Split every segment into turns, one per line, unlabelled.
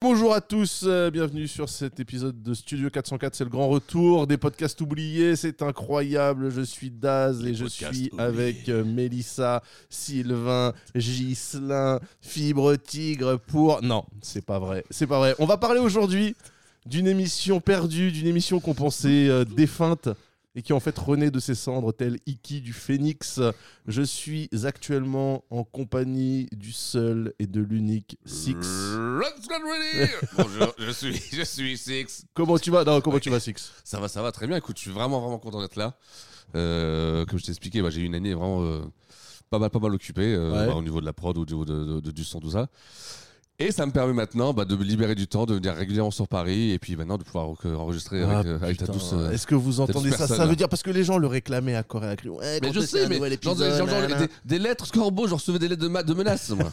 Bonjour à tous, euh, bienvenue sur cet épisode de Studio 404, c'est le grand retour des podcasts oubliés, c'est incroyable, je suis Daz et
Les
je
podcasts
suis
oubliés.
avec euh, Mélissa, Sylvain, Ghislain, Fibre Tigre pour... Non, c'est pas vrai, c'est pas vrai. On va parler aujourd'hui d'une émission perdue, d'une émission qu'on pensait euh, défunte et qui en fait renaît de ses cendres, tel Iki du phénix. Je suis actuellement en compagnie du seul et de l'unique Six.
Let's get ready Bonjour, je suis, je suis Six.
Comment tu vas Non, comment tu vas, Six
Ça va, ça va, très bien. Écoute, je suis vraiment, vraiment content d'être là. Euh, comme je t'ai expliqué, bah, j'ai eu une année vraiment euh, pas mal, pas mal occupée euh,
Ouais.
bah, au niveau de la prod, au niveau de, de- de- du son, tout ça. Et ça me permet maintenant bah, de me libérer du temps, de venir régulièrement sur Paris et puis maintenant de pouvoir euh, enregistrer avec, euh, avec ta
Ah, Putain,
douce. euh,
Est-ce que vous
douce
entendez ça Ça
personne,
veut
là.
dire parce que les gens le réclamaient à corps et à cri. Ouais,
Mais
quand
je
est-ce qu'il y a
sais,
un
mais
nouvel
genre,
épisode,
genre, genre,
nanana.
des, des lettres Scorbo, je recevais des lettres de, ma- de menaces, moi.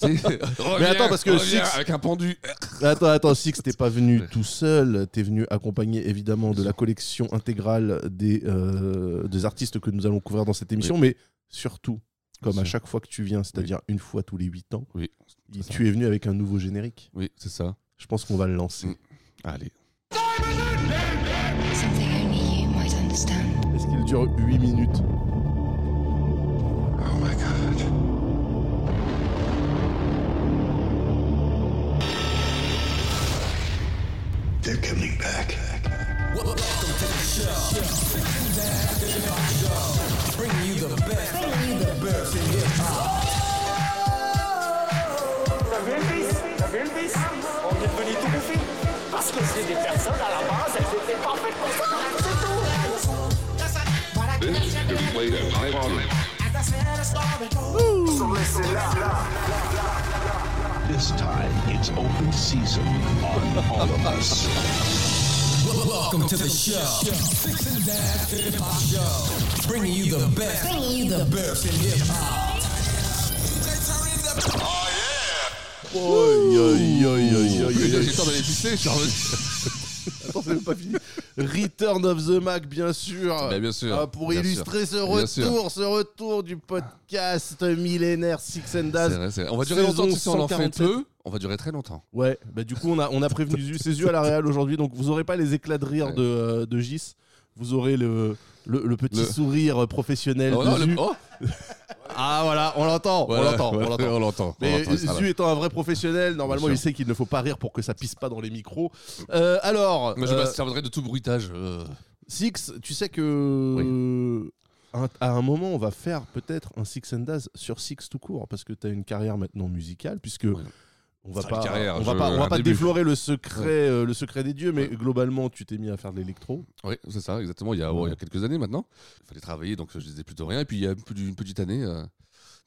Tu sais, reviens,
attends, parce que
reviens,
Six-
avec un pendu.
Attends, attends, Six, t'es pas venu
Ouais.
tout seul. T'es venu accompagné évidemment de la collection intégrale des, euh, des artistes que nous allons couvrir dans cette émission, mais surtout, comme à
Bien sûr.
chaque fois que tu viens, c'est-à-dire une fois tous les 8 ans,
Oui.
il- tu es venu avec un nouveau générique.
Oui, c'est ça.
Je pense qu'on va le lancer.
Mm. Allez.
Something only you might understand.
Mm.
Est-ce qu'il dure 8 minutes
Oh my god.
They're coming back.
T'as vu Elvis T'as vu Elvis On est devenus tout bouffés. Parce que c'est des personnes à la base, elles étaient pas faites pour ça, c'est tout
This time, it's open season on all of us.
Welcome to the show. Six and Dash Hip Hop Show. Bringing you the best. Bringing you the best in hip hop.
Oh. J'ai le temps d'aller pisser, je suis revenu.
Attends, c'est même pas fini. Return of the Mac, bien sûr.
Bah, bien sûr.
Ah, pour
Bien
illustrer ce
Bien sûr.
retour, ce retour du podcast millénaire Six and
C'est
Daz.
vrai, c'est vrai. On va durer longtemps,
Saison
si on en fait
147.
peu, on va durer très longtemps.
Ouais, bah du coup, on a, on a prévenu Zu- c'est Zu à la Real aujourd'hui, donc vous aurez pas les éclats de rire
Ouais.
de, euh, de Gis. Vous aurez le, le, le petit
Le-
sourire professionnel
Oh,
de
non,
Zu.
le- oh,
Ah voilà, on l'entend,
voilà,
on l'entend,
voilà,
on l'entend.
on l'entend. on
Mais
l'entend, il sera là.
Zu étant un vrai professionnel, normalement
Bien
il
sûr.
sait qu'il ne faut pas rire pour que ça pisse pas dans les micros. Euh, alors,
Moi, je
euh,
me servirai de tout bruitage. euh.
Six, tu sais que un- à un moment on va faire peut-être un Six and Daz sur Six tout court parce que tu as une carrière maintenant musicale puisque
Ouais.
on va
Enfin,
pas
une carrière,
on va
je-
pas on va
un
pas
début.
déflorer le secret
Ouais.
euh, le secret des dieux mais
Ouais.
globalement tu t'es mis à faire de l'électro.
Oui, c'est ça, exactement. Il y, a, oh, il y a quelques années maintenant, il fallait travailler, donc je disais plutôt rien. Et puis il y a plus d'une petite année, euh,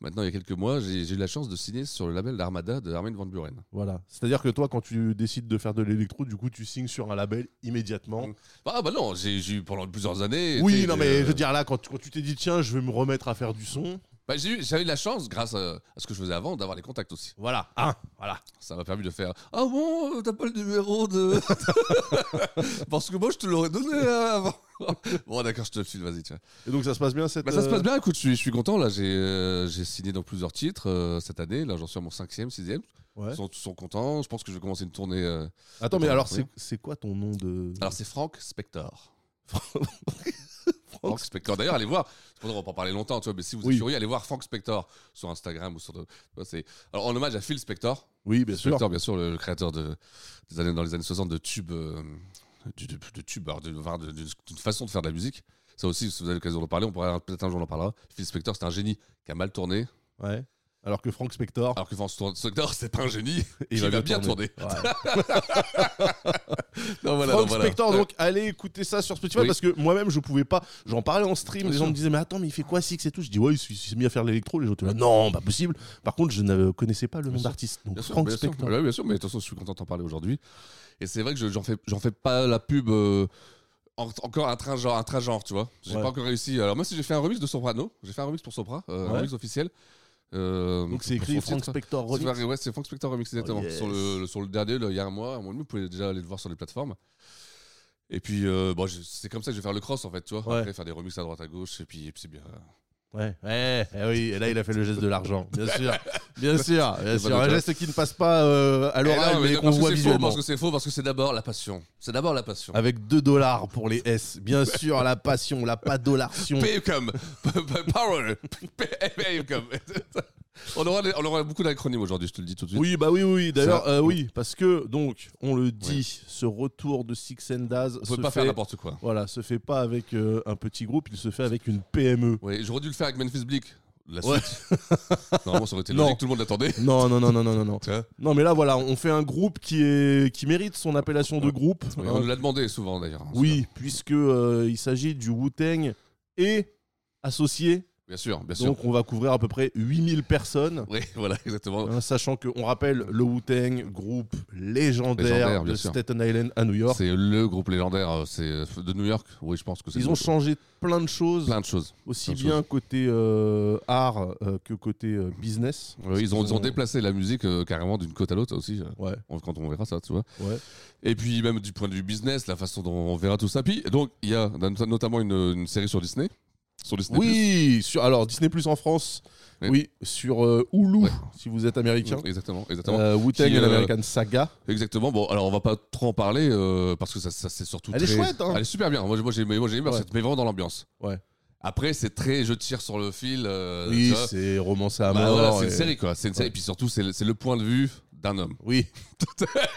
maintenant il y a quelques mois, j'ai j'ai eu la chance de signer sur le label d'Armada de Armin Van Buren.
Voilà. C'est-à-dire que toi quand tu décides de faire de l'électro du coup tu signes sur un label immédiatement.
Mm. Ah bah non, j'ai j'ai eu pendant plusieurs années.
Oui,
été,
non mais
euh,
je veux dire là quand tu- quand tu t'es dit tiens, je vais me remettre à faire du son.
bah, j'ai eu- J'avais eu la chance, grâce à, à ce que je faisais avant, d'avoir les contacts aussi.
Voilà. Ah, voilà.
Ça m'a permis de faire Ah bon, euh, t'as pas le numéro de. Parce que moi, je te l'aurais donné euh, avant. bon, d'accord, je te le file, vas-y, tiens.
Et donc ça se passe bien cette
Bah, ça se
euh,
passe bien, écoute, je suis, je suis content. Là, j'ai euh, j'ai signé dans plusieurs titres euh, cette année. Là, j'en suis à mon cinquième, sixième.
Ouais.
Ils sont, tous sont contents. Je pense que je vais commencer une tournée. euh.
Attends mais alors
Oui.
c'est c'est quoi ton nom de
Alors, c'est Frank Spector. Frank Spector. D'ailleurs, allez voir. C'est pour ça qu'on va pas en parler longtemps, tu vois, mais si vous êtes
Oui.
curieux, allez voir Frank Spector sur Instagram ou sur. de- tu vois, c'est- Alors, en hommage à Phil Spector,
Oui, bien sûr.
Spector, bien sûr, le, le créateur de, des années, dans les années 60 de tubes, euh, du- du- de, tubes, alors, de- enfin, de- de- d'une façon de faire de la musique. Ça aussi, si vous avez l'occasion d'en parler, on pourra peut-être un jour on en parlera. Phil Spector, c'est un génie qui a mal tourné,
Ouais. Alors que Frank Spector,
alors que Frank Spector, c'est pas un génie, il va bien, tourner.
Ouais.
Non, voilà,
Frank
non, Ah bah voilà.
Spector,
Ouais.
donc allez écouter ça sur Spotify
Oui.
parce que moi-même je pouvais pas. J'en parlais en stream,
Bien
les
sûr.
gens me disaient mais attends mais il fait quoi Six et tout. Je dis ouais il s'est il s'est mis à faire de l'électro. Les gens étaient là non pas possible. Par contre je ne connaissais pas le nom
sûr.
d'artiste donc
Bien sûr,
Frank
bien sûr.
Spector.
Ouais, bien sûr, mais de toute façon, je suis content d'en parler aujourd'hui. Et c'est vrai que je- j'en fais, j'en fais pas la pub euh, en- encore un train genre, un train genre, tu vois. J'ai
Ouais.
pas encore réussi. Alors moi, si j'ai fait un remix de Soprano, j'ai fait un remix pour Sopra, euh, un
Ouais.
remix officiel. Euh,
Donc c'est
pour
écrit
son
Frank
titre.
Spector
C'est
Remix.
vrai, ouais, c'est Frank Spector Remix, exactement.
Oh, yes.
sur, le, le- sur le dernier, là, il y a un mois, un mois et demi, vous pouvez déjà aller le voir sur les plateformes. Et puis, euh, bon, je- c'est comme ça que je vais faire le cross, en fait, tu vois.
Ouais.
Après, faire des remixes à droite, à gauche, et puis, et puis c'est bien.
Ouais, ouais, eh oui, et là il a fait le geste de l'argent, bien sûr, bien sûr, bien
pas
sûr.
de
Un
quoi.
geste qui ne passe pas euh, à
Eh
l'oral,
non,
mais,
mais
qu'on
parce que
voit
c'est faux,
visuellement.
Parce que c'est faux, parce que c'est d'abord la passion. C'est d'abord la passion.
Avec 2 dollars pour les S, bien sûr, la passion, la pas
Pay
dollarsion.
comme power, Pay-
E
pay comme. On aura, des- on aura beaucoup d'acronymes aujourd'hui, je te le dis tout de suite.
Oui, bah oui, oui, oui. D'ailleurs,
Ça-
euh, oui, parce que donc on le dit, ce retour de Six and Daz
on
se
peut pas
fait,
faire n'importe quoi.
voilà, se fait pas avec euh, un petit groupe, il se fait avec une E. PME.
Oui, j'aurais dû le faire avec Memphis Bleak. La
Ouais.
suite. Normalement, ça aurait été
Non.
logique, tout le monde l'attendait.
Non, non, non, non, non, non, non.
Tu vois
Non, mais là, voilà, on fait un groupe qui est qui mérite son appellation de groupe.
Mais
hein.
on nous l'a demandé souvent d'ailleurs.
Oui, puisque euh, il s'agit du Wu-Tang et associé.
Bien sûr, bien sûr.
Donc on va couvrir à peu près 8000 personnes.
Oui, voilà, exactement.
hein, sachant qu'on rappelle le Wu-Tang, groupe légendaire,
Légendaire, bien
de
sûr.
Staten Island à New York.
C'est le groupe légendaire euh, c'est euh, de New York. Oui, je pense que c'est.
Ils ont changé plein de choses,
plein de choses.
aussi
plein de
bien côté euh, art euh, que côté euh, business.
Oui, ils, ont, ils ont déplacé la musique euh, carrément d'une côte à l'autre aussi. euh,
Ouais,
on- Quand on verra ça, tu vois.
ouais.
Et puis même du point de vue business, la façon dont on verra tout ça. Puis donc il y a not- notamment une, une série sur Disney, sur Disney.
Oui, sur, alors Disney Plus en France,
Ouais.
oui, sur euh, Hulu,
Ouais.
si vous êtes américain.
exactement, exactement,
Euh, Wu-Tang
Qui,
et
euh,
l'American Saga.
exactement. Bon, alors on va pas trop en parler euh, parce que ça, ça, c'est surtout.
Elle est
très-
chouette, hein.
Elle est super bien. Moi, j'ai- moi j'ai moi, j'ai aimé,
Ouais.
c'est- mais vraiment dans l'ambiance.
Ouais.
Après, c'est très je tire sur le fil. euh, tu
oui,
vois.
c'est romancé à
Bah,
mort.
voilà, c'est une
et-
série quoi. C'est une série.
Ouais.
Et puis surtout, c'est le, c'est le point de vue d'un homme.
Oui.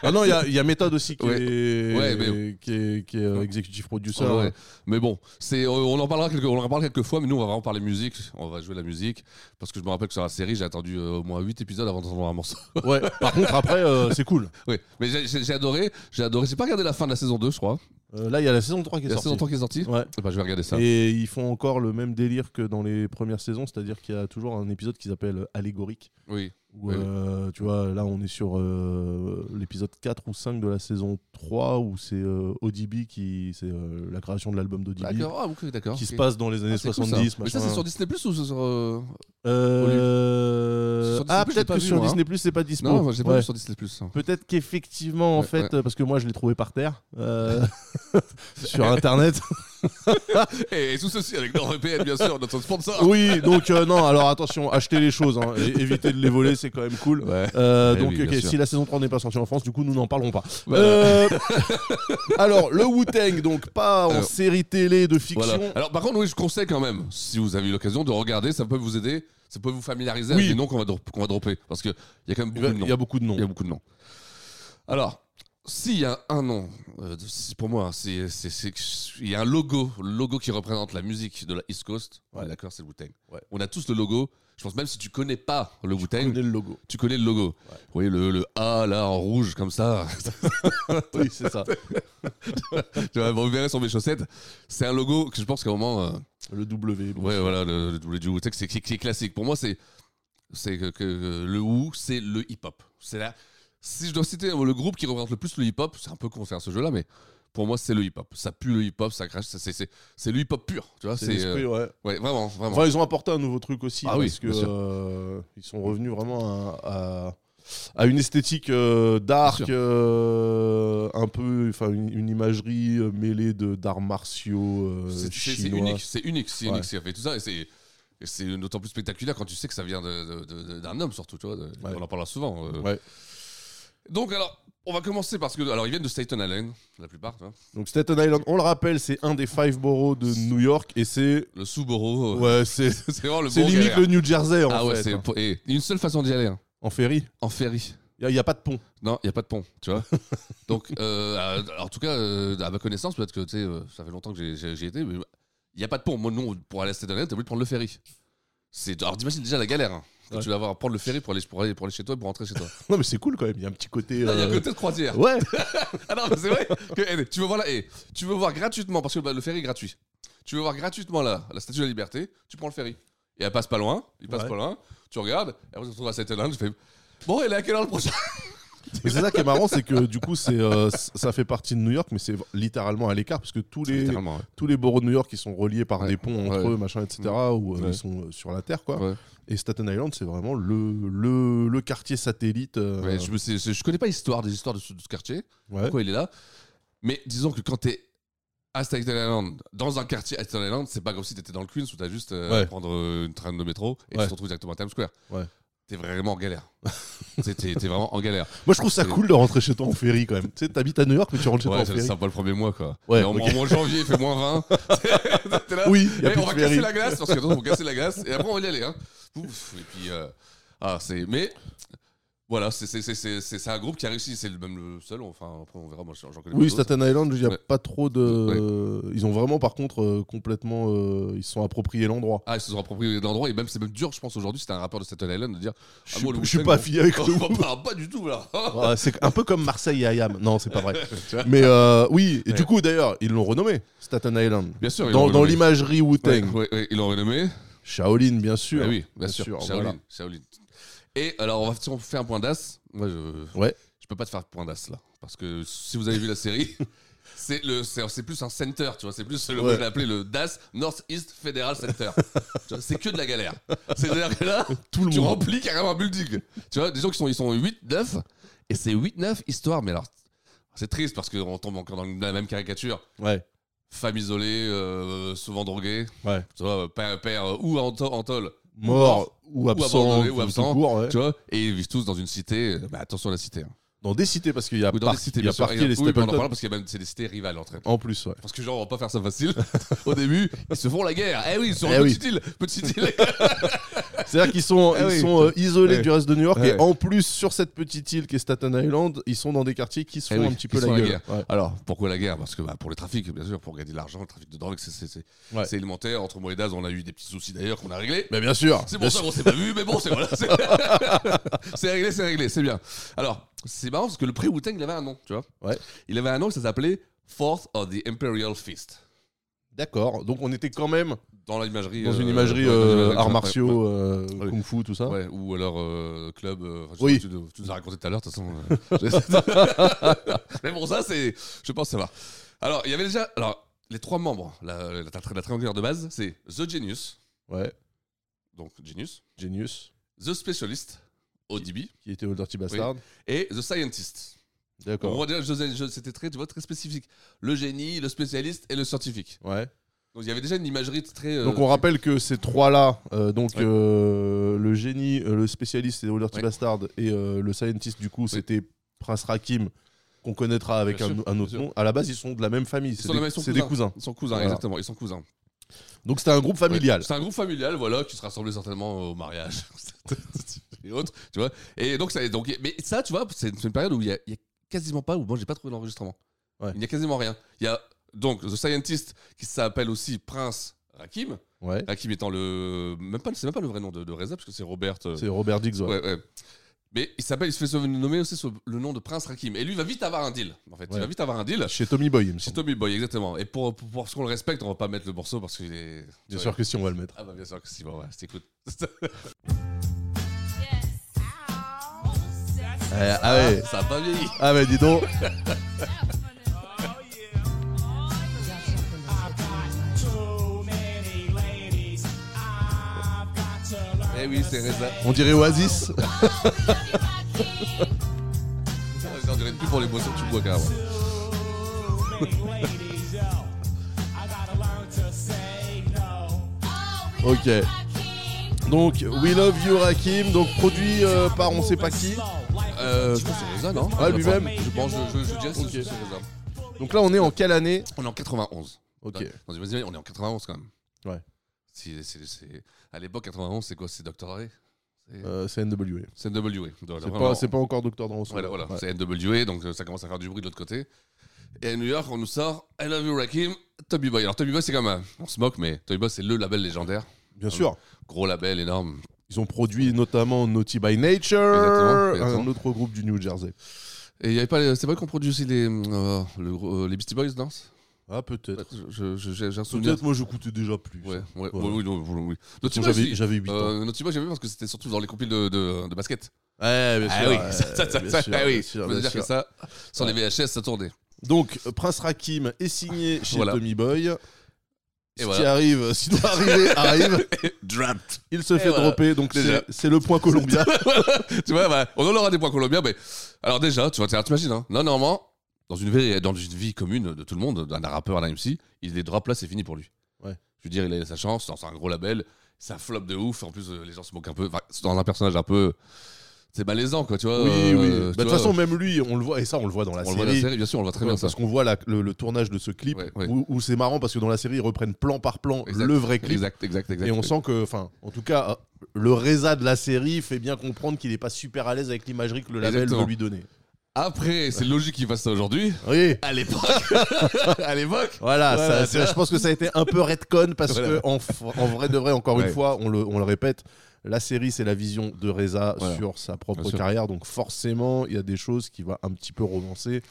ah non, il y a, il y a méthode aussi qui
Ouais.
est,
Ouais, mais-
qui est, qui est, euh, executive producer.
Ouais. Mais bon, c'est euh, on en parlera quelques, on en parlera quelques fois, mais nous on va vraiment parler musique, on va jouer la musique parce que je me rappelle que sur la série, j'ai attendu euh, au moins 8 épisodes avant d'entendre un morceau.
Ouais. Par contre, après, euh, c'est cool.
Oui, mais j'ai- j'ai j'ai adoré, j'ai adoré. J'ai pas regardé la fin de la saison 2, je crois.
Euh, là, il y a la saison 3 qui
Il
est
y a la
sortie.
saison 3 qui est sortie.
Ouais.
Eh ben, je vais regarder ça.
Et ils font encore le même délire que dans les premières saisons, c'est-à-dire qu'il y a toujours un épisode qu'ils appellent allégorique.
Oui.
Où,
Oui.
euh, tu vois, là, on est sur euh, l'épisode 4 ou 5 de la saison 3 où c'est euh, ODB qui. C'est euh, la création de l'album d'ODB qui
D'accord. Ah, ok, d'accord. ok.
se passe dans les années
Ah, c'est cool, ça.
70.
mais ça,
machin.
c'est sur Disney Plus ou c'est sur. euh,
Euh,
Sur Disney+,
Ah,
j'ai
peut-être
pas
que
vu,
sur
moi, hein.
Disney Plus, c'est pas dispo.
Non, moi, j'ai pas
Ouais.
vu sur Disney Plus.
Peut-être qu'effectivement, en
Ouais,
fait,
ouais.
euh, parce que moi je l'ai trouvé par terre euh, sur internet.
Et, et tout ceci avec NordVPN, bien sûr, notre sponsor.
Oui, donc euh, non, alors attention, achetez les choses, hein, et évitez de les voler, c'est quand même cool.
Ouais.
Euh,
Eh
donc,
oui, bien
ok,
sûr.
si la saison 3 n'est pas sortie en France, du coup, nous n'en parlerons pas.
Voilà.
Euh, alors, le Wu-Tang, donc pas en
Alors.
série télé de fiction.
Voilà. Alors, par contre, oui, je conseille quand même, si vous avez eu l'occasion de regarder, ça peut vous aider, ça peut vous familiariser
Oui. Eh ben,
avec les noms qu'on va, dro- qu'on va dropper. Parce qu'il y a quand même beaucoup de noms.
Il y a beaucoup de noms.
Il y a beaucoup de noms. Alors, s'il y a un nom, euh, de- si- pour moi, c'est c'est- c'est que je- il y a un logo, le logo qui représente la musique de la East Coast. On est D'accord, c'est le Wu-Tang.
Ouais.
On a tous le logo. Je pense même si tu connais pas le Wu-Tang,
Connais le logo.
tu connais le logo. Vous voyez le, le A là en rouge comme ça.
Oui, c'est ça.
Tu vois, vous verrez sur mes chaussettes. C'est un logo que je pense qu'à un moment, euh,
Le W. bon.
ouais voilà, le, le W du Wu-Tang, c'est qui, qui est classique. Pour moi, c'est c'est que, que le Wu, c'est le hip-hop. C'est là. Si je dois citer le groupe qui représente le plus le hip-hop, c'est un peu con de faire ce jeu-là, mais pour moi, c'est le hip-hop. Ça pue le hip-hop, ça crache, ça- c'est c'est c'est le hip-hop pur. Tu vois,
C'est
c'est
l'esprit,
euh,
ouais.
ouais vraiment, vraiment.
Enfin, ils ont apporté un nouveau truc aussi,
Ah
parce
oui,
que
bien sûr.
euh, ils sont revenus vraiment à, à- à une esthétique euh, dark,
Bien sûr.
euh, un peu, enfin une, une imagerie euh, mêlée de d'arts martiaux euh,
C'est- c'est c'est
chinois.
unique, c'est unique, c'est
Ouais.
unique, c'est fait tout ça et c'est et c'est d'autant plus spectaculaire quand tu sais que ça vient de- de- de- d'un homme surtout, tu vois. de-
Ouais.
On en parlera souvent. euh.
Ouais.
Donc alors, on va commencer parce que alors ils viennent de Staten Island la plupart, tu vois.
Donc Staten Island, on le rappelle, c'est un des five boroughs de New York et c'est
le Subaru. euh,
ouais, c'est
C'est vraiment le
c'est
bon
limite
galère.
le New Jersey en
Ah ouais,
fait,
c'est
hein.
et une seule façon d'y aller, hein.
en ferry.
en ferry.
Il n'y a, pas de pont.
Non, il n'y a pas de pont, tu vois. Donc, euh, euh, alors, en tout cas, euh, à ma connaissance, peut-être que, tu sais, euh, ça fait longtemps que j'ai- j'ai- j'y étais, mais il n'y a pas de pont. Moi, nous, on- pour aller à Staten Island, t'as voulu prendre le ferry. C'est- Alors, t'imagines déjà la galère, hein, que
Ouais.
tu vas avoir à prendre le ferry pour aller, pour, aller, pour aller chez toi et pour rentrer chez toi.
Non mais c'est cool quand même. Il y a un petit côté.
Là, Il Ah, y a un
euh,
côté de croisière.
Ouais.
Ah non, mais c'est vrai que, eh, tu, veux voir là, eh, tu veux voir gratuitement, parce que bah, le ferry est gratuit. Tu veux voir gratuitement là, la Statue de la Liberté, tu prends le ferry. Et elle passe pas loin, il passe
Ouais.
pas loin, tu regardes, et après tu te retrouves à Staten Island, je fais Bon, elle est à quelle heure le prochain
Et c'est ça qui est marrant, c'est que du coup, c'est euh, c- ça fait partie de New York, mais c'est littéralement à l'écart, parce que tous les,
Littéralement, ouais.
tous les boroughs de New York qui sont reliés par
Ouais.
des ponts entre
Ouais. Mm.
eux, machin, etc., où euh,
Ouais.
ils sont euh, sur la Terre, quoi.
Ouais.
Et Staten Island, c'est vraiment le, le, le quartier satellite. euh,
Ouais, je, me sais- je- je connais pas l'histoire des histoires de ce, de ce quartier,
ouais.
pourquoi il est là. Mais disons que quand t'es à Staten Island, dans un quartier à Staten Island, c'est pas comme si t'étais dans le Queens où t'as juste euh,
Ouais.
à prendre euh, une train de métro et
Ouais.
tu te retrouves directement à Times Square.
Ouais.
T'es vraiment en galère. t'es, t'es- t'es vraiment en galère.
Moi, je trouve ça cool de rentrer chez toi en ferry quand même. Tu sais, t'habites à New York, mais tu rentres chez
Ouais,
toi en
c'est
ferry.
sympa le premier mois quoi.
Ouais,
Mais en,
ok.
en mois de janvier, il fait moins 20. T'es là,
Oui, y a
Eh, on
plus de
va
ferry.
casser la glace parce que attends, on va casser la glace et après on va y aller. Hein. Ouf, et puis, euh, ah, c'est. Mais voilà, c'est, c'est, c'est, c'est, c'est- c'est un groupe qui a réussi. C'est le même le seul. Enfin, après on verra. Moi, j'en j'en connais pas
Oui,
d'autres.
Staten Island, il n'y a
Ouais.
pas trop de. Ils ont vraiment, par contre, euh, complètement. euh, Ils se sont appropriés l'endroit.
Ah, ils se sont appropriés l'endroit et même c'est même dur, je pense aujourd'hui, c'était un rappeur de Staten Island de dire. ah,
Je suis- je suis pas affilié avec le
le on parle oh, bah, pas du tout là.
Ouais, Ah, c'est un peu comme Marseille et Ayam. Non, c'est pas vrai.
Tu vois
Mais euh, oui, et du
Ouais.
coup, d'ailleurs, ils l'ont renommé, Staten Island.
Bien sûr. ils l'ont
Dans, dans
renommé.
l'imagerie
Ouais,
Wu-Tang.
ouais, ouais, ils l'ont renommé.
Shaolin, bien sûr.
Ah oui, bien, sûr. Shaolin,
voilà.
Shaolin. Et alors, on va si on fait un point d'as. Moi, je.
Ouais.
Je peux pas te faire point d'as là, parce que si vous avez vu la série. C'est le, c'est c'est plus un center, tu vois. C'est plus le,
Ouais.
je l'ai appelé le DAS North East Federal Center. Tu vois, c'est que de la galère. C'est à dire que là,
Tout le
tu
monde.
remplis carrément un building. Tu vois, des gens qui sont, ils sont 8, 9, et c'est 8, 9 histoires. Mais alors, c'est triste parce qu'on tombe encore dans la même caricature.
Ouais,
Femme isolée, euh, souvent droguée,
ouais.
tu vois, père, père euh, ou en, to- en tôle,
Mort ou absent.
abandonné, ou
tout
absent.
court, ouais.
tu vois, et ils vivent tous dans une cité. euh, Bah, attention à la cité. hein.
Dans des cités, parce qu'il y a
Ou dans
Park-
des cités,
il y a
Ah, bien sûr.
Parky
Et-
et les
oui, mais on en
Stapleton.
parle parce qu'il y a même c'est des cités rivales entre elles.
En plus, ouais.
Parce que genre on va pas faire ça facile. Au début, ils se font la guerre. Eh oui, sur
Eh
une
oui.
petite île, petite île.
C'est-à-dire qu'ils sont,
Ah
ils
oui.
sont euh, isolés
Ouais.
du reste de New York et
Ouais.
en plus sur cette petite île qui est Staten Island, ils sont dans des quartiers qui se
Eh
font
oui,
un petit
qui
peu
se
la
font la
gueule. Ouais.
Alors, pourquoi la guerre Parce que bah, pour les trafics, bien sûr, pour gagner de l'argent, le trafic de drogue, c'est- c'est c'est-
Ouais.
c'est élémentaire. Entre moi et Daz, on a eu des petits soucis d'ailleurs qu'on a réglés.
Mais bien sûr.
C'est
bien
pour ça
sûr.
qu'on s'est pas vu, mais bon, c'est voilà, c'est- c'est réglé, c'est réglé, c'est bien. Alors, c'est marrant parce que le prix Wu-Tang, il avait un nom, tu vois.
Ouais.
Il avait un nom, ça s'appelait Fourth of the Imperial Fist.
D'accord. Donc on était quand même
Dans l'imagerie.
dans
euh,
une imagerie
dans
euh,
l'imagerie-
arts martiaux, euh,
Ouais. Ah
kung-fu, tout ça.
Ouais, ou alors euh, club. euh, enfin, je sais
Oui.
pas, Tu, tu nous as raconté tout à l'heure, de toute euh, façon. euh, Mais bon, ça, c'est. Je pense savoir. Alors, il y avait déjà. Alors, les trois membres, la, la, la- la triangulaire de base, c'est The Genius,
Ouais.
donc Genius,
Genius,
The Specialist, ODB,
qui était au Dirty Bastard.
et The Scientist. On
D'accord.
voit déjà, je- je- c'était très, tu vois, très spécifique. Le génie, le spécialiste et le scientifique.
Ouais.
Donc il y avait déjà une imagerie très. euh,
Donc on rappelle que ces trois-là, euh, donc
Ouais.
euh, le génie, euh, le spécialiste et le Dirty
Ouais.
Bastard et euh, le scientist, du coup, c'était Prince Rakim qu'on connaîtra avec
Bien
un,
sûr,
un
bien
autre
sûr.
nom. À la base, ils sont de la même famille.
ils
C'est
sont
des,
la- ils sont
c'est des cousins.
Ils sont cousins,
Voilà.
exactement. Ils sont cousins.
Donc c'était un groupe familial.
Ouais. C'est un groupe familial, voilà, qui se rassemblait certainement au mariage et autres, tu vois. Et donc, ça, donc, mais ça, tu vois, c'est c'est une période où il y a, il y a quasiment pas, où moi j'ai pas trouvé l'enregistrement.
Ouais.
Il n'y a quasiment rien. Il y a donc The Scientist qui s'appelle aussi Prince Rakim.
Ouais.
Rakim étant le. Même pas, c'est même pas le vrai nom de, de Reza, parce que c'est Robert. euh,
C'est Robert Diggs, ouais.
Ouais, ouais. Mais il s'appelle, il se fait sauver- nommer aussi sous le nom de Prince Rakim. Et lui, il va vite avoir un deal. En fait,
Ouais.
il va vite avoir un deal.
Chez Tommy Boy, il me
C'est
semble.
Tommy Boy, exactement. Et pour, pour, pour- parce qu'on le respecte, on va pas mettre le morceau parce qu'il est.
Bien
Ouais.
sûr que si, on va le mettre.
Ah bah bien sûr que si, bon, ouais, c'est cool.
ah ouais.
Ça a pas vieilli.
Ah bah dis donc.
Eh oui, c'est Reza.
On dirait Oasis.
On dirait plus pour les boissons que tu bois, carrément.
ok. Donc We Love You Rakim, donc produit euh, par on sait pas qui.
Euh, je pense que c'est Reza, non
Ouais, lui-même.
Je pense, je, je, je dirais que
Ok.
c'est c'est Reza.
Donc là on est en quelle année
On est en 91.
Ok.
Dans une on est en 91 quand même.
Ouais.
Si, c'est- c'est- à l'époque, 91, c'est quoi C'est Dr. Dre C'est-
Euh, c'est NWA.
C'est NWA.
C'est pas, c'est pas encore Docteur dans
Voilà, voilà. c'est NWA, donc euh, ça commence à faire du bruit de l'autre côté. Et à New York, on nous sort I Love You Rakim, Toby Boy. Alors Toby Boy, c'est quand même, on se moque, mais Toby Boy, c'est le label légendaire.
Bien sûr.
Gros label, énorme.
Ils ont produit notamment Naughty by Nature,
Exactement, exactement.
un autre groupe du New Jersey.
Et il y avait pas, les- c'est vrai qu'on produit aussi les, euh, le gros- euh, les Beastie Boys, non
Ah peut-être.
Je- je- J'ai j'ai un souvenir.
Peut-être moi je coûtais déjà plus.
Ouais, ouais, ouais,
Ouais.
oui, oui, oui, oui. Naughty
Bon,
Boy,
j'avais-
si.
J'avais 8 ans.
Euh, Naughty Boy, j'avais vu parce que c'était surtout dans les compiles de, de, de basket.
Ouais, bien
Ah
sûr,
oui, ça,
ouais,
ça, ça,
bien
ça,
sûr,
ah
bien
oui.
sûr,
Je veux
bien
dire que
sûr.
ça, sans les VHS, ça tournait.
Donc, euh, Prince Rakim est signé chez
Voilà.
Tommy Boy.
Et
ce qui
voilà.
arrive, si doit arriver, arrive.
Drapped.
Il se fait
voilà.
dropper, donc c'est-
Déjà.
c'est le point colombien.
tu vois, bah, on en aura des points colombiens, mais alors déjà, tu vois, t'imagines, hein, non, normalement, dans une, vie, dans une vie commune de tout le monde, d'un rappeur à un MC, il les drop là, c'est fini pour lui.
Ouais.
Je veux dire, il a sa chance, c'est un gros label, ça flop de ouf, en plus euh, les gens se moquent un peu, enfin, c'est dans un personnage un peu. C'est malaisant, quoi, tu vois.
Oui, oui.
euh,
Bah,
tu
De toute
vois,
façon, même lui, on le voit, et ça, on le voit dans la
on le
série.
voit dans la série, bien sûr, on le voit très bien, ça.
parce qu'on voit la- le, le tournage de ce clip
Ouais, ouais.
où, où c'est marrant parce que dans la série ils reprennent plan par plan
Exact,
le vrai clip
Exact, exact, exact.
et on sent que enfin en tout cas euh, le résa de la série fait bien comprendre qu'il est pas super à l'aise avec l'imagerie que le label
Exactement.
veut lui donner.
Après, c'est logique qu'il fasse ça aujourd'hui.
Oui.
À l'époque. à l'époque.
Voilà,
Ouais,
ça-
ouais,
ça- je pense que ça a été un peu redcon parce
Voilà.
que en, f- en vrai de vrai, encore
Ouais.
une fois, on le, on le répète, la série c'est la vision de Reza
Voilà.
sur sa
Bien
propre
sûr.
carrière, donc forcément il y a des choses qui va un petit peu romancer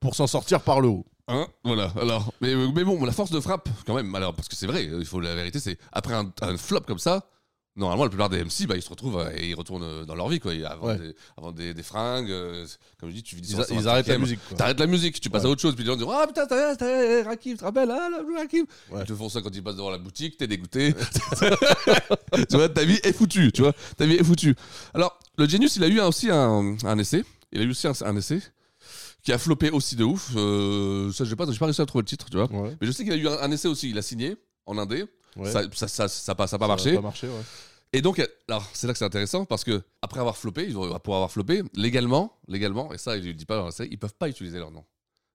pour s'en sortir par le haut.
Hein voilà, alors. Mais, mais bon, la force de frappe, quand même. Alors, parce que c'est vrai, il faut la vérité, c'est après un, un flop comme ça, normalement, la plupart des MC, bah, ils se retrouvent euh, et ils retournent euh, dans leur vie, quoi. Ils- Avant,
Ouais.
des, avant des, des fringues, euh, comme je dis, tu vis
Ils, a- ils arrêtent la musique. quoi.
T'arrêtes la musique, tu passes à autre chose, puis les gens disent Ah putain, t'as t'as- Rakim, tu te rappelles, ah, le Rakim
Ouais.
Ils te font ça quand ils passent devant la boutique, t'es dégoûté. tu vois, ta vie est foutue, tu vois, ta vie est foutue. Alors, le Genius, il a eu un- aussi un, un essai, il a eu aussi un, un essai qui a floppé aussi de ouf. Euh, ça, j'ai pas, j'ai pas réussi à trouver le titre, tu vois.
Ouais.
Mais je sais qu'il a eu un, un essai aussi, il a signé en Indé,
Ouais.
ça, ça, ça, ça, pas- ça a pas
Ça
marché.
a pas marché, ouais.
Et donc, alors, c'est là que c'est intéressant parce que après avoir floppé, ils ont- pour avoir floppé, légalement, légalement, et ça, il ne dit pas dans la série, ils peuvent pas utiliser leur nom.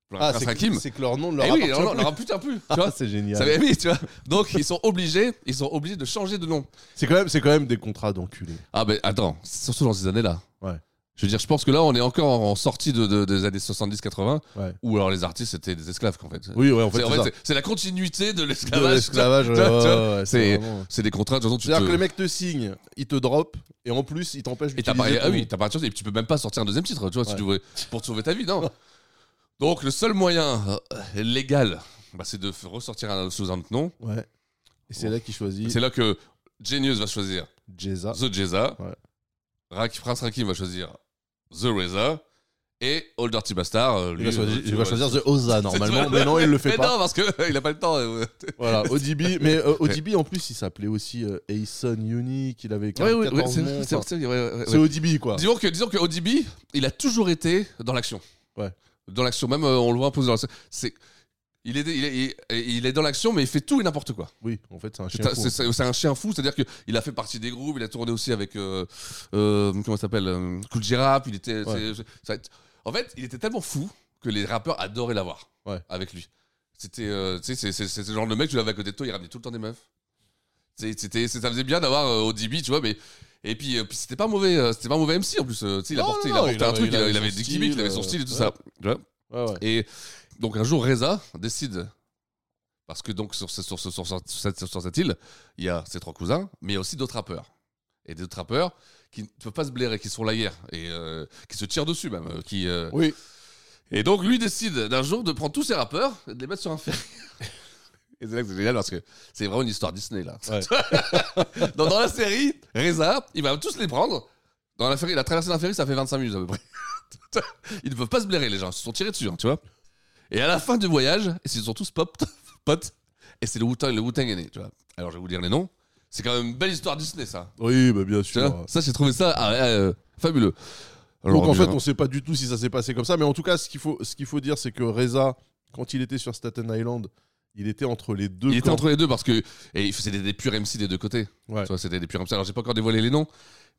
Pour
Ah,
Prince
c'est
Hakim.
que, c'est que leur nom ne leur
Eh oui,
appartient
leur nom
plus.
leur appartient plus. Tu
Ah,
vois
c'est génial.
ça, oui, tu vois. Donc, ils sont obligés, ils sont obligés de changer de nom.
C'est quand même, c'est quand même des contrats d'enculés.
Ah, ben attends, surtout dans ces années-là.
Ouais.
Je veux dire, je pense que là, on est encore en sortie de, de- des années 70-80,
Ouais.
où alors les artistes étaient des esclaves, en fait.
Oui, ouais, en
C'est-
fait,
en
c'est
fait,
ça.
c'est- c'est la continuité de
De
l'esclavage.
l'esclavage.
Tu vois, tu vois,
ouais, ouais,
c'est-
c'est vraiment-
C'est des contrats, de toute façon, tu
C'est-à-dire
te-
que le mec te signe, il te drop, et en plus, il t'empêche
Et t'as
d'utiliser.
pas, ah
ton-
oui, t'as pas de chance, et tu peux même pas sortir un deuxième titre, tu vois, si
Ouais.
tu veux, pour te sauver ta vie, non. Donc le seul moyen euh, légal, bah, c'est de f- ressortir un, sous un autre nom.
Ouais. Et c'est là qu'il choisit
C'est là que Genius va choisir
Jeza.
The Jeza,
Ah. Ouais.
Rak- Prince Rakim va choisir The Reza, et Old Dirty Bastard, euh, lui,
Il va choisir,
euh,
il va choisir The Oza
vrai.
normalement, mais non, il le fait
Mais
pas.
non, parce qu'il a pas le temps. euh,
Voilà, ODB. Mais euh, ODB en plus, il s'appelait aussi euh, Aison Uni, qu'il avait
Ouais, ouais,
14
ouais, c'est
noms,
vrai, c'est
enfin,
vrai, ouais, ouais, ouais.
C'est ODB quoi.
Disons que, disons que ODB, il a toujours été dans l'action.
Ouais.
Dans l'action, même euh, on le voit un peu dans l'action. C'est, il, est, il, est, il est dans l'action, mais il fait tout et n'importe quoi.
Oui, en fait, c'est un chien.
C'est,
fou.
c'est- c'est un chien fou, c'est-à-dire qu'il a fait partie des groupes, il a tourné aussi avec. euh, euh, comment ça s'appelle euh, Cool Girap, il était.
Ouais.
c'est- c'est- ça- en fait, il était tellement fou que les rappeurs adoraient l'avoir
Ouais.
avec lui. C'était. euh, tu sais, c'est, c'est- c'est ce genre de mec, tu l'avais à côté de toi, il ramenait tout le temps des meufs. C'est- C'était, c'est- ça faisait bien d'avoir euh, ODB, tu vois, mais. Et puis, euh, puis c'était pas mauvais, euh, c'était pas un mauvais MC en plus. euh, tu sais, il
Non,
apportait,
non,
il apportait
il
un
avait-
truc,
il
il,
avait
avait
son
des gimmicks, il avait son style
style,
et tout
euh,
ça. Tu vois
Ouais, ouais.
et donc un jour, Reza décide, parce que donc sur, ce- sur, ce- sur, ce- sur cette, sur cette île, il y a ses trois cousins, mais il y a aussi d'autres rappeurs. Et d'autres rappeurs qui ne peuvent pas se blairer, qui sont là hier, et euh, qui se tirent dessus même. euh, Qui, euh,
Oui.
Et donc lui décide d'un jour de prendre tous ces rappeurs et de les mettre sur un fer. Et c'est là que c'est génial parce que c'est vraiment une histoire Disney là. dans, dans la série, Reza, il va tous les prendre. Dans la ferry, la traversée d'un ferry, ça fait 25 minutes à peu près. Ils ne peuvent pas se blairer, les gens. Ils se sont tirés dessus, hein, tu vois. Et à la fin du voyage, ils sont tous pop, potes. Et c'est le Wu-Tang, le Wu-Tang est né, tu vois. Alors, je vais vous dire les noms. C'est quand même une belle histoire Disney, ça.
Oui, bah, bien
Tu
sûr.
vois ça, j'ai trouvé ça ah, euh, fabuleux. Alors,
Donc en fait,
bien,
on sait pas du tout si ça s'est passé comme ça, mais en tout cas, ce qu'il faut, ce qu'il faut dire, c'est que Reza, quand il était sur Staten Island, il était entre les deux.
il était
camps.
entre les deux parce que et il faisait des, des purs MC des deux côtés.
Ouais.
Tu vois, c'était des purs MC. Alors, j'ai pas encore dévoilé les noms.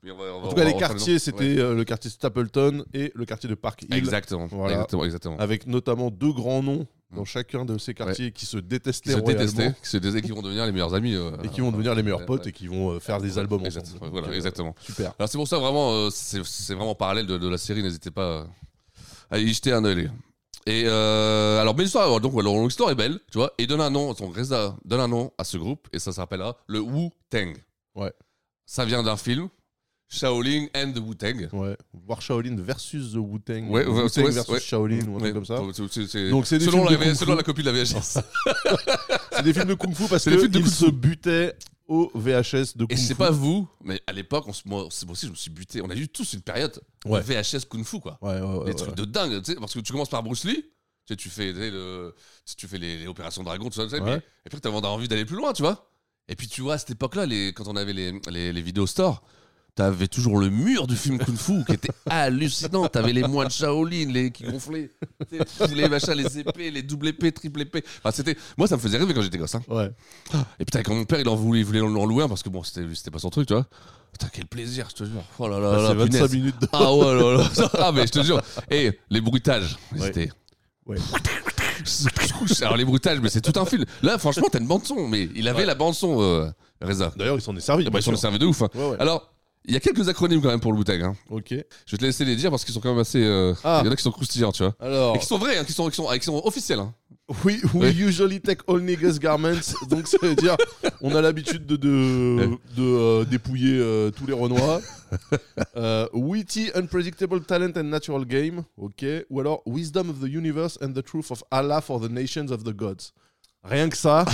mais on va- on va-
En tout
on
cas,
va-
les
on va faire noms.
quartiers,
Ouais.
c'était euh, le quartier Stapleton et le quartier de Park Hill,
Exactement,
Voilà.
exactement, exactement.
avec notamment deux grands noms dans
Mm.
chacun de ces quartiers qui se détestaient,
qui se
royalement
détestaient, qui se détestaient, qui vont devenir les meilleurs amis. euh,
et qui vont devenir les meilleurs
Ouais,
potes
ouais.
et qui vont euh, faire des albums
Exact-
ensemble.
Voilà,
Donc, euh,
exactement.
Super.
Alors c'est pour ça vraiment, euh, c'est c'est vraiment parallèle de, de la série. N'hésitez pas euh, à y jeter un œil. Et euh, alors, mais l'histoire, donc alors, l'histoire est belle, tu vois. Et donne un nom, donc Reza donne un nom à ce groupe et ça s'appellera le Wu Tang.
Ouais.
Ça vient d'un film, Shaolin and the Wu Tang.
Ouais. Voir Shaolin versus The Wu-Tang.
Ouais, ouais,
Wu-Tang
ouais,
versus
ouais.
Shaolin ou un truc comme ça.
Donc
Donc,
c'est
c'est des
selon,
films
la,
de
V-
kung-fu.
selon la copie de la VHS.
C'est des films de Kung Fu parce
C'est des films de
qu'ils
kung-fu.
se butaient au VHS de Kung
Et
Fu.
c'est pas vous, mais à l'époque, on se- moi, c'est- moi aussi, je me suis buté. On a eu tous une période
Ouais.
de VHS Kung Fu, quoi.
Ouais, ouais, ouais,
des
ouais.
trucs de dingue, tu sais, parce que tu commences par Bruce Lee, tu, sais, tu fais, tu sais, le, tu- tu fais les, les opérations dragon, tout ça, tout ça, et
Ouais.
puis- et puis t'as envie d'aller plus loin, tu vois. Et puis tu vois, à cette époque-là, les, quand on avait les, les, les vidéos store, T'avais toujours le mur du film Kung Fu qui était hallucinant. T'avais les moines Shaolin les, qui gonflaient. Tu sais, tous les machins, les épées, les double épées, triple épées. Enfin, c'était... Moi, ça me faisait rêver quand j'étais gosse. hein.
Ouais.
Et putain, quand mon père, il en voulait, il voulait en louer un parce que bon, c'était, c'était pas son truc, tu vois. Putain, quel plaisir, je te jure. Oh là là, là,
Bah, c'est 25
punaise.
minutes de.
Ah ouais, là, là. Ah, mais je te jure. Et les bruitages, ils
Ouais.
étaient-
Ouais.
Alors les bruitages, mais c'est tout un film. Là, franchement, t'as une bande son, mais il avait
Ouais.
la bande son, euh, Reza.
D'ailleurs, ils s'en est servis.
Ah bah, ils sont
bien sûr.
servis de ouf. hein.
Ouais, ouais.
Alors, il y a quelques acronymes quand même pour le boutag. Hein.
Ok.
Je vais te laisser les dire parce qu'ils sont quand même assez. euh, Il
Ah. Oh.
y en a qui sont croustillants, tu vois.
Alors,
Et qui sont vrais, hein, qui, sont, qui, sont, qui sont officiels. hein.
we, we
Ouais.
usually take all niggas garments, donc ça veut dire on a l'habitude de, de, de, euh, dépouiller euh, tous les Renois. Euh, witty, unpredictable talent and natural game, ok. Ou alors wisdom of the universe and the truth of Allah for the nations of the gods. Rien que ça. Donc,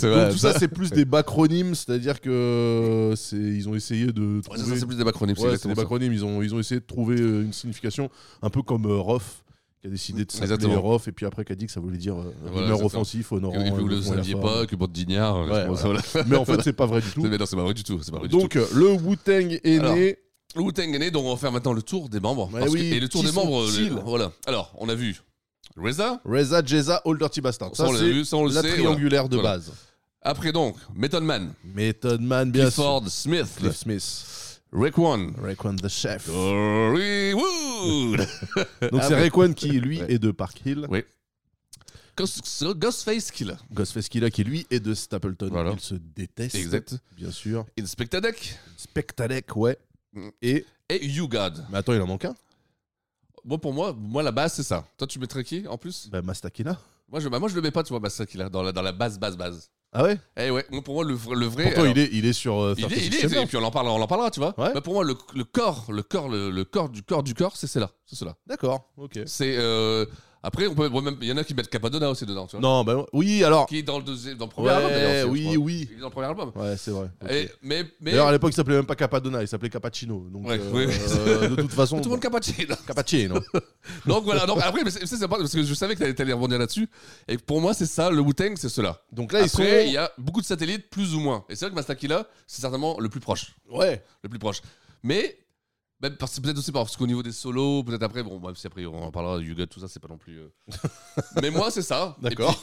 tout
bah,
ça, c'est plus des bacronymes, c'est-à-dire que c'est ils ont essayé de
Ouais, ça,
trouver
ça, c'est plus des bacronymes. c'est
Ouais, c'est
exactement
des
ça.
acronymes. Ils ont, ils ont essayé de trouver euh, une signification un peu comme euh, Rof, qui a décidé de s'appeler
Exactement.
Rof, et puis après qui a dit que ça voulait dire euh,
Voilà,
rumeur
c'est ça.
offensif, honorant.
Et puis vous
euh,
ne le
fond et la
saviez
forme.
pas que bande d'ignards. euh,
Ouais,
bon, ça, voilà.
Mais en fait, c'est pas vrai du tout.
Mais non, c'est pas vrai du tout. C'est pas vrai du tout.
Donc, euh, le Wu-Tang est
Alors,
né.
Le Wu-Tang est né, donc on va faire maintenant le tour des membres.
Ouais,
Parce que-
oui,
et le tour
qui
des membres, le-
sont-ils
voilà. Alors, on a vu Reza,
Reza, Jeza, All Dirty Bastard.
Ça,
Ça,
on l'a
c'est
vu, ça, on le
la
sait,
triangulaire de
Voilà.
base.
après donc Method Man,
Method Man, bien sûr.
Clifford Smith,
Cliff Smith.
Raekwon,
Rayquan the Chef.
Dory Wood,
Donc,
Ah,
c'est Rayquan qui, lui, est de Park Hill.
oui. Ghost- Ghostface Killer,
Ghostface Killa, qui, lui, est de Stapleton.
Voilà.
Ils se détestent.
Exact.
Bien sûr.
Inspectadec
Spectadec, ouais.
Mm.
Et.
et You God.
Mais attends, il en manque un
Moi, pour moi, moi la base c'est ça. Toi, tu mettrais qui en plus
Bah, Mastakina.
Moi, je, bah, moi, je le mets pas, tu vois, Massa Killer dans la dans la base, base, base.
Ah ouais
Eh ouais, moi, pour moi, le, vr- le vrai.
Pourtant,
alors-
il, est, il est sur euh,
Il est,
36
il est,
Chambers.
et puis on en parlera, on en parlera, tu vois.
Ouais.
Bah, pour moi, le, le corps, le corps, le, le corps du corps du corps, c'est celle-là, c'est cela.
D'accord, ok.
C'est euh, après, on peut, ouais, même, il y en a qui mettent Capadonna aussi dedans, tu vois.
Non, bah oui, alors.
Qui est dans le deuxième, dans le premier album.
Ouais,
d'ailleurs, aussi, je
oui,
crois.
oui.
Il est dans le premier album.
Ouais, c'est vrai. ok.
Et- mais, mais
D'ailleurs, à l'époque, il s'appelait même pas Capadonna, il s'appelait Cappuccino. Donc,
Ouais,
euh,
oui, oui.
euh, de toute façon.
tout le monde Capacino.
Cappuccino.
donc voilà. Donc après, mais c'est c'est sympa parce que je savais que t'allais t'allais rebondir là-dessus. Et pour moi, c'est ça, le Wu Tang, c'est cela.
Donc là, ils sont.
Après, il y a beaucoup de satellites, plus ou moins. Et c'est vrai que Mastakila, c'est certainement le plus proche.
Ouais.
le plus proche. Mais bah, parce- peut-être aussi parce qu'au niveau des solos, peut-être après, bon, même si après on en parlera de You Got, tout ça, c'est pas non plus. euh. Mais moi, c'est ça. Et
D'accord.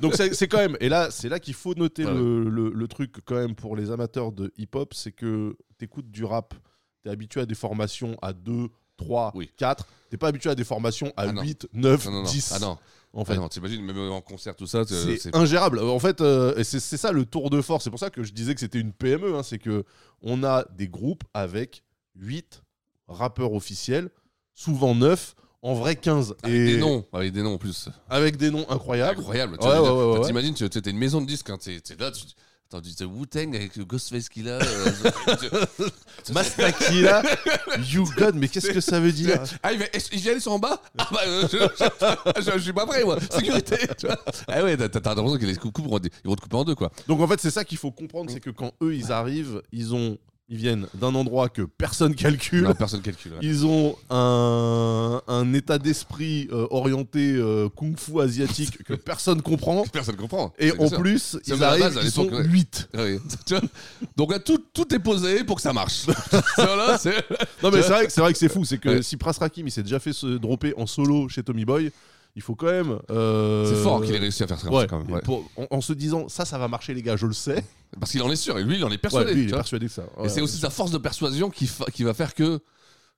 Donc c'est c'est quand même. Et là, c'est là qu'il faut noter
Ouais.
le, le- le truc, quand même, pour les amateurs de hip-hop, c'est que t'écoutes du rap, t'es habitué à des formations à 2, 3,
Oui.
4. T'es pas habitué à des formations à
Ah non.
8,
puis-
9,
Non, non, non.
10.
Ah non,
En
ah
fait.
non, t'imagines, même en concert, tout ça, c'est. euh,
C'est
c'est-
ingérable. En fait, euh, et c'est c'est ça le tour de force. C'est pour ça que je disais que c'était une PME. hein. c'est que on a des groupes avec 8 rappeurs officiels, souvent 9, en vrai 15.
Avec
et
des noms, avec des noms en plus.
Avec des noms incroyables.
Incroyable. tu
Ah Ouais,
vois,
ouais,
t'as-
ouais,
t'as-
ouais.
T'imagines, tu t'es une maison de disques, hein, t'es t'es là, tu. Attends, tu dis Wu-Tang avec le Ghostface qu'il a. euh,
Masta Killa, You God, mais qu'est-ce que ça veut dire
ah, il va, est-ce- il vient aller sur en bas Ah, bah, euh, je, je- je- je suis pas prêt, moi. Sécurité, tu vois. Ah ouais, t'as t'as- t'as l'impression qu'ils les coupent- coupent en des- ils vont te couper en deux, quoi.
Donc en fait, c'est ça qu'il faut comprendre, c'est que quand eux ils arrivent, ils ont, ils viennent d'un endroit que personne calcule.
Non, personne calcule. ouais.
Ils ont un, un état d'esprit euh, orienté euh, kung-fu asiatique que personne comprend.
Personne comprend.
Et
C'est
en
sûr.
plus,
C'est
ils
la
arrivent,
base, à
ils sont
l'époque, ouais.
8.
Ah oui. Tu vois Donc là, tout, tout est posé pour que ça marche. voilà, c'est...
Non mais c'est vrai, que- c'est vrai que c'est fou, c'est que
Ouais.
si Pras Rakim il s'est déjà fait se dropper en solo chez Tommy Boy, il faut quand même... euh,
C'est fort qu'il ait réussi à faire ça.
Ouais,
quand même, ouais.
pour- en, en se disant ça, ça va marcher les gars, je le sais.
Parce qu'il en est sûr, et lui, il en est
Ouais,
persuadé.
lui, il
tu
est
vois.
persuadé de ça.
et c'est aussi sa force de persuasion qui, fa- qui va faire que,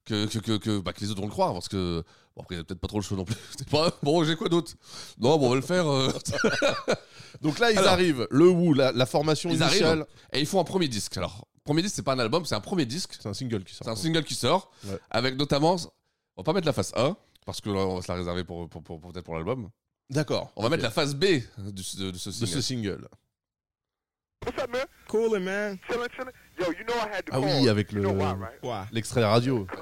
que, que, que, que- bah, que les autres vont le croire. Parce que, bon, après, il y a peut-être pas trop le choix non plus. Je sais pas, bon, j'ai quoi d'autre Non, bon, on va le faire. euh.
Donc là, ils
Alors.
arrivent. Le Wu, la, la formation
Ils
initiale.
arrivent, hein. et ils font un premier disque. Alors, premier disque, c'est pas un album, c'est un premier disque.
C'est un single qui sort.
C'est un single qui sort,
Ouais.
avec notamment. On va pas mettre la face A, parce que là, on va se la réserver pour, pour, pour- pour- peut-être pour l'album.
D'accord.
On va
Ok.
mettre la face B du- de, de ce
de
single.
ce single.
What's up, man?
Coolin', man.
Chilling, chilling. Yo, you know I had to
Ah
call.
oui, avec
You
le
know why, right?
Why?
l'extrait radio.
Cause,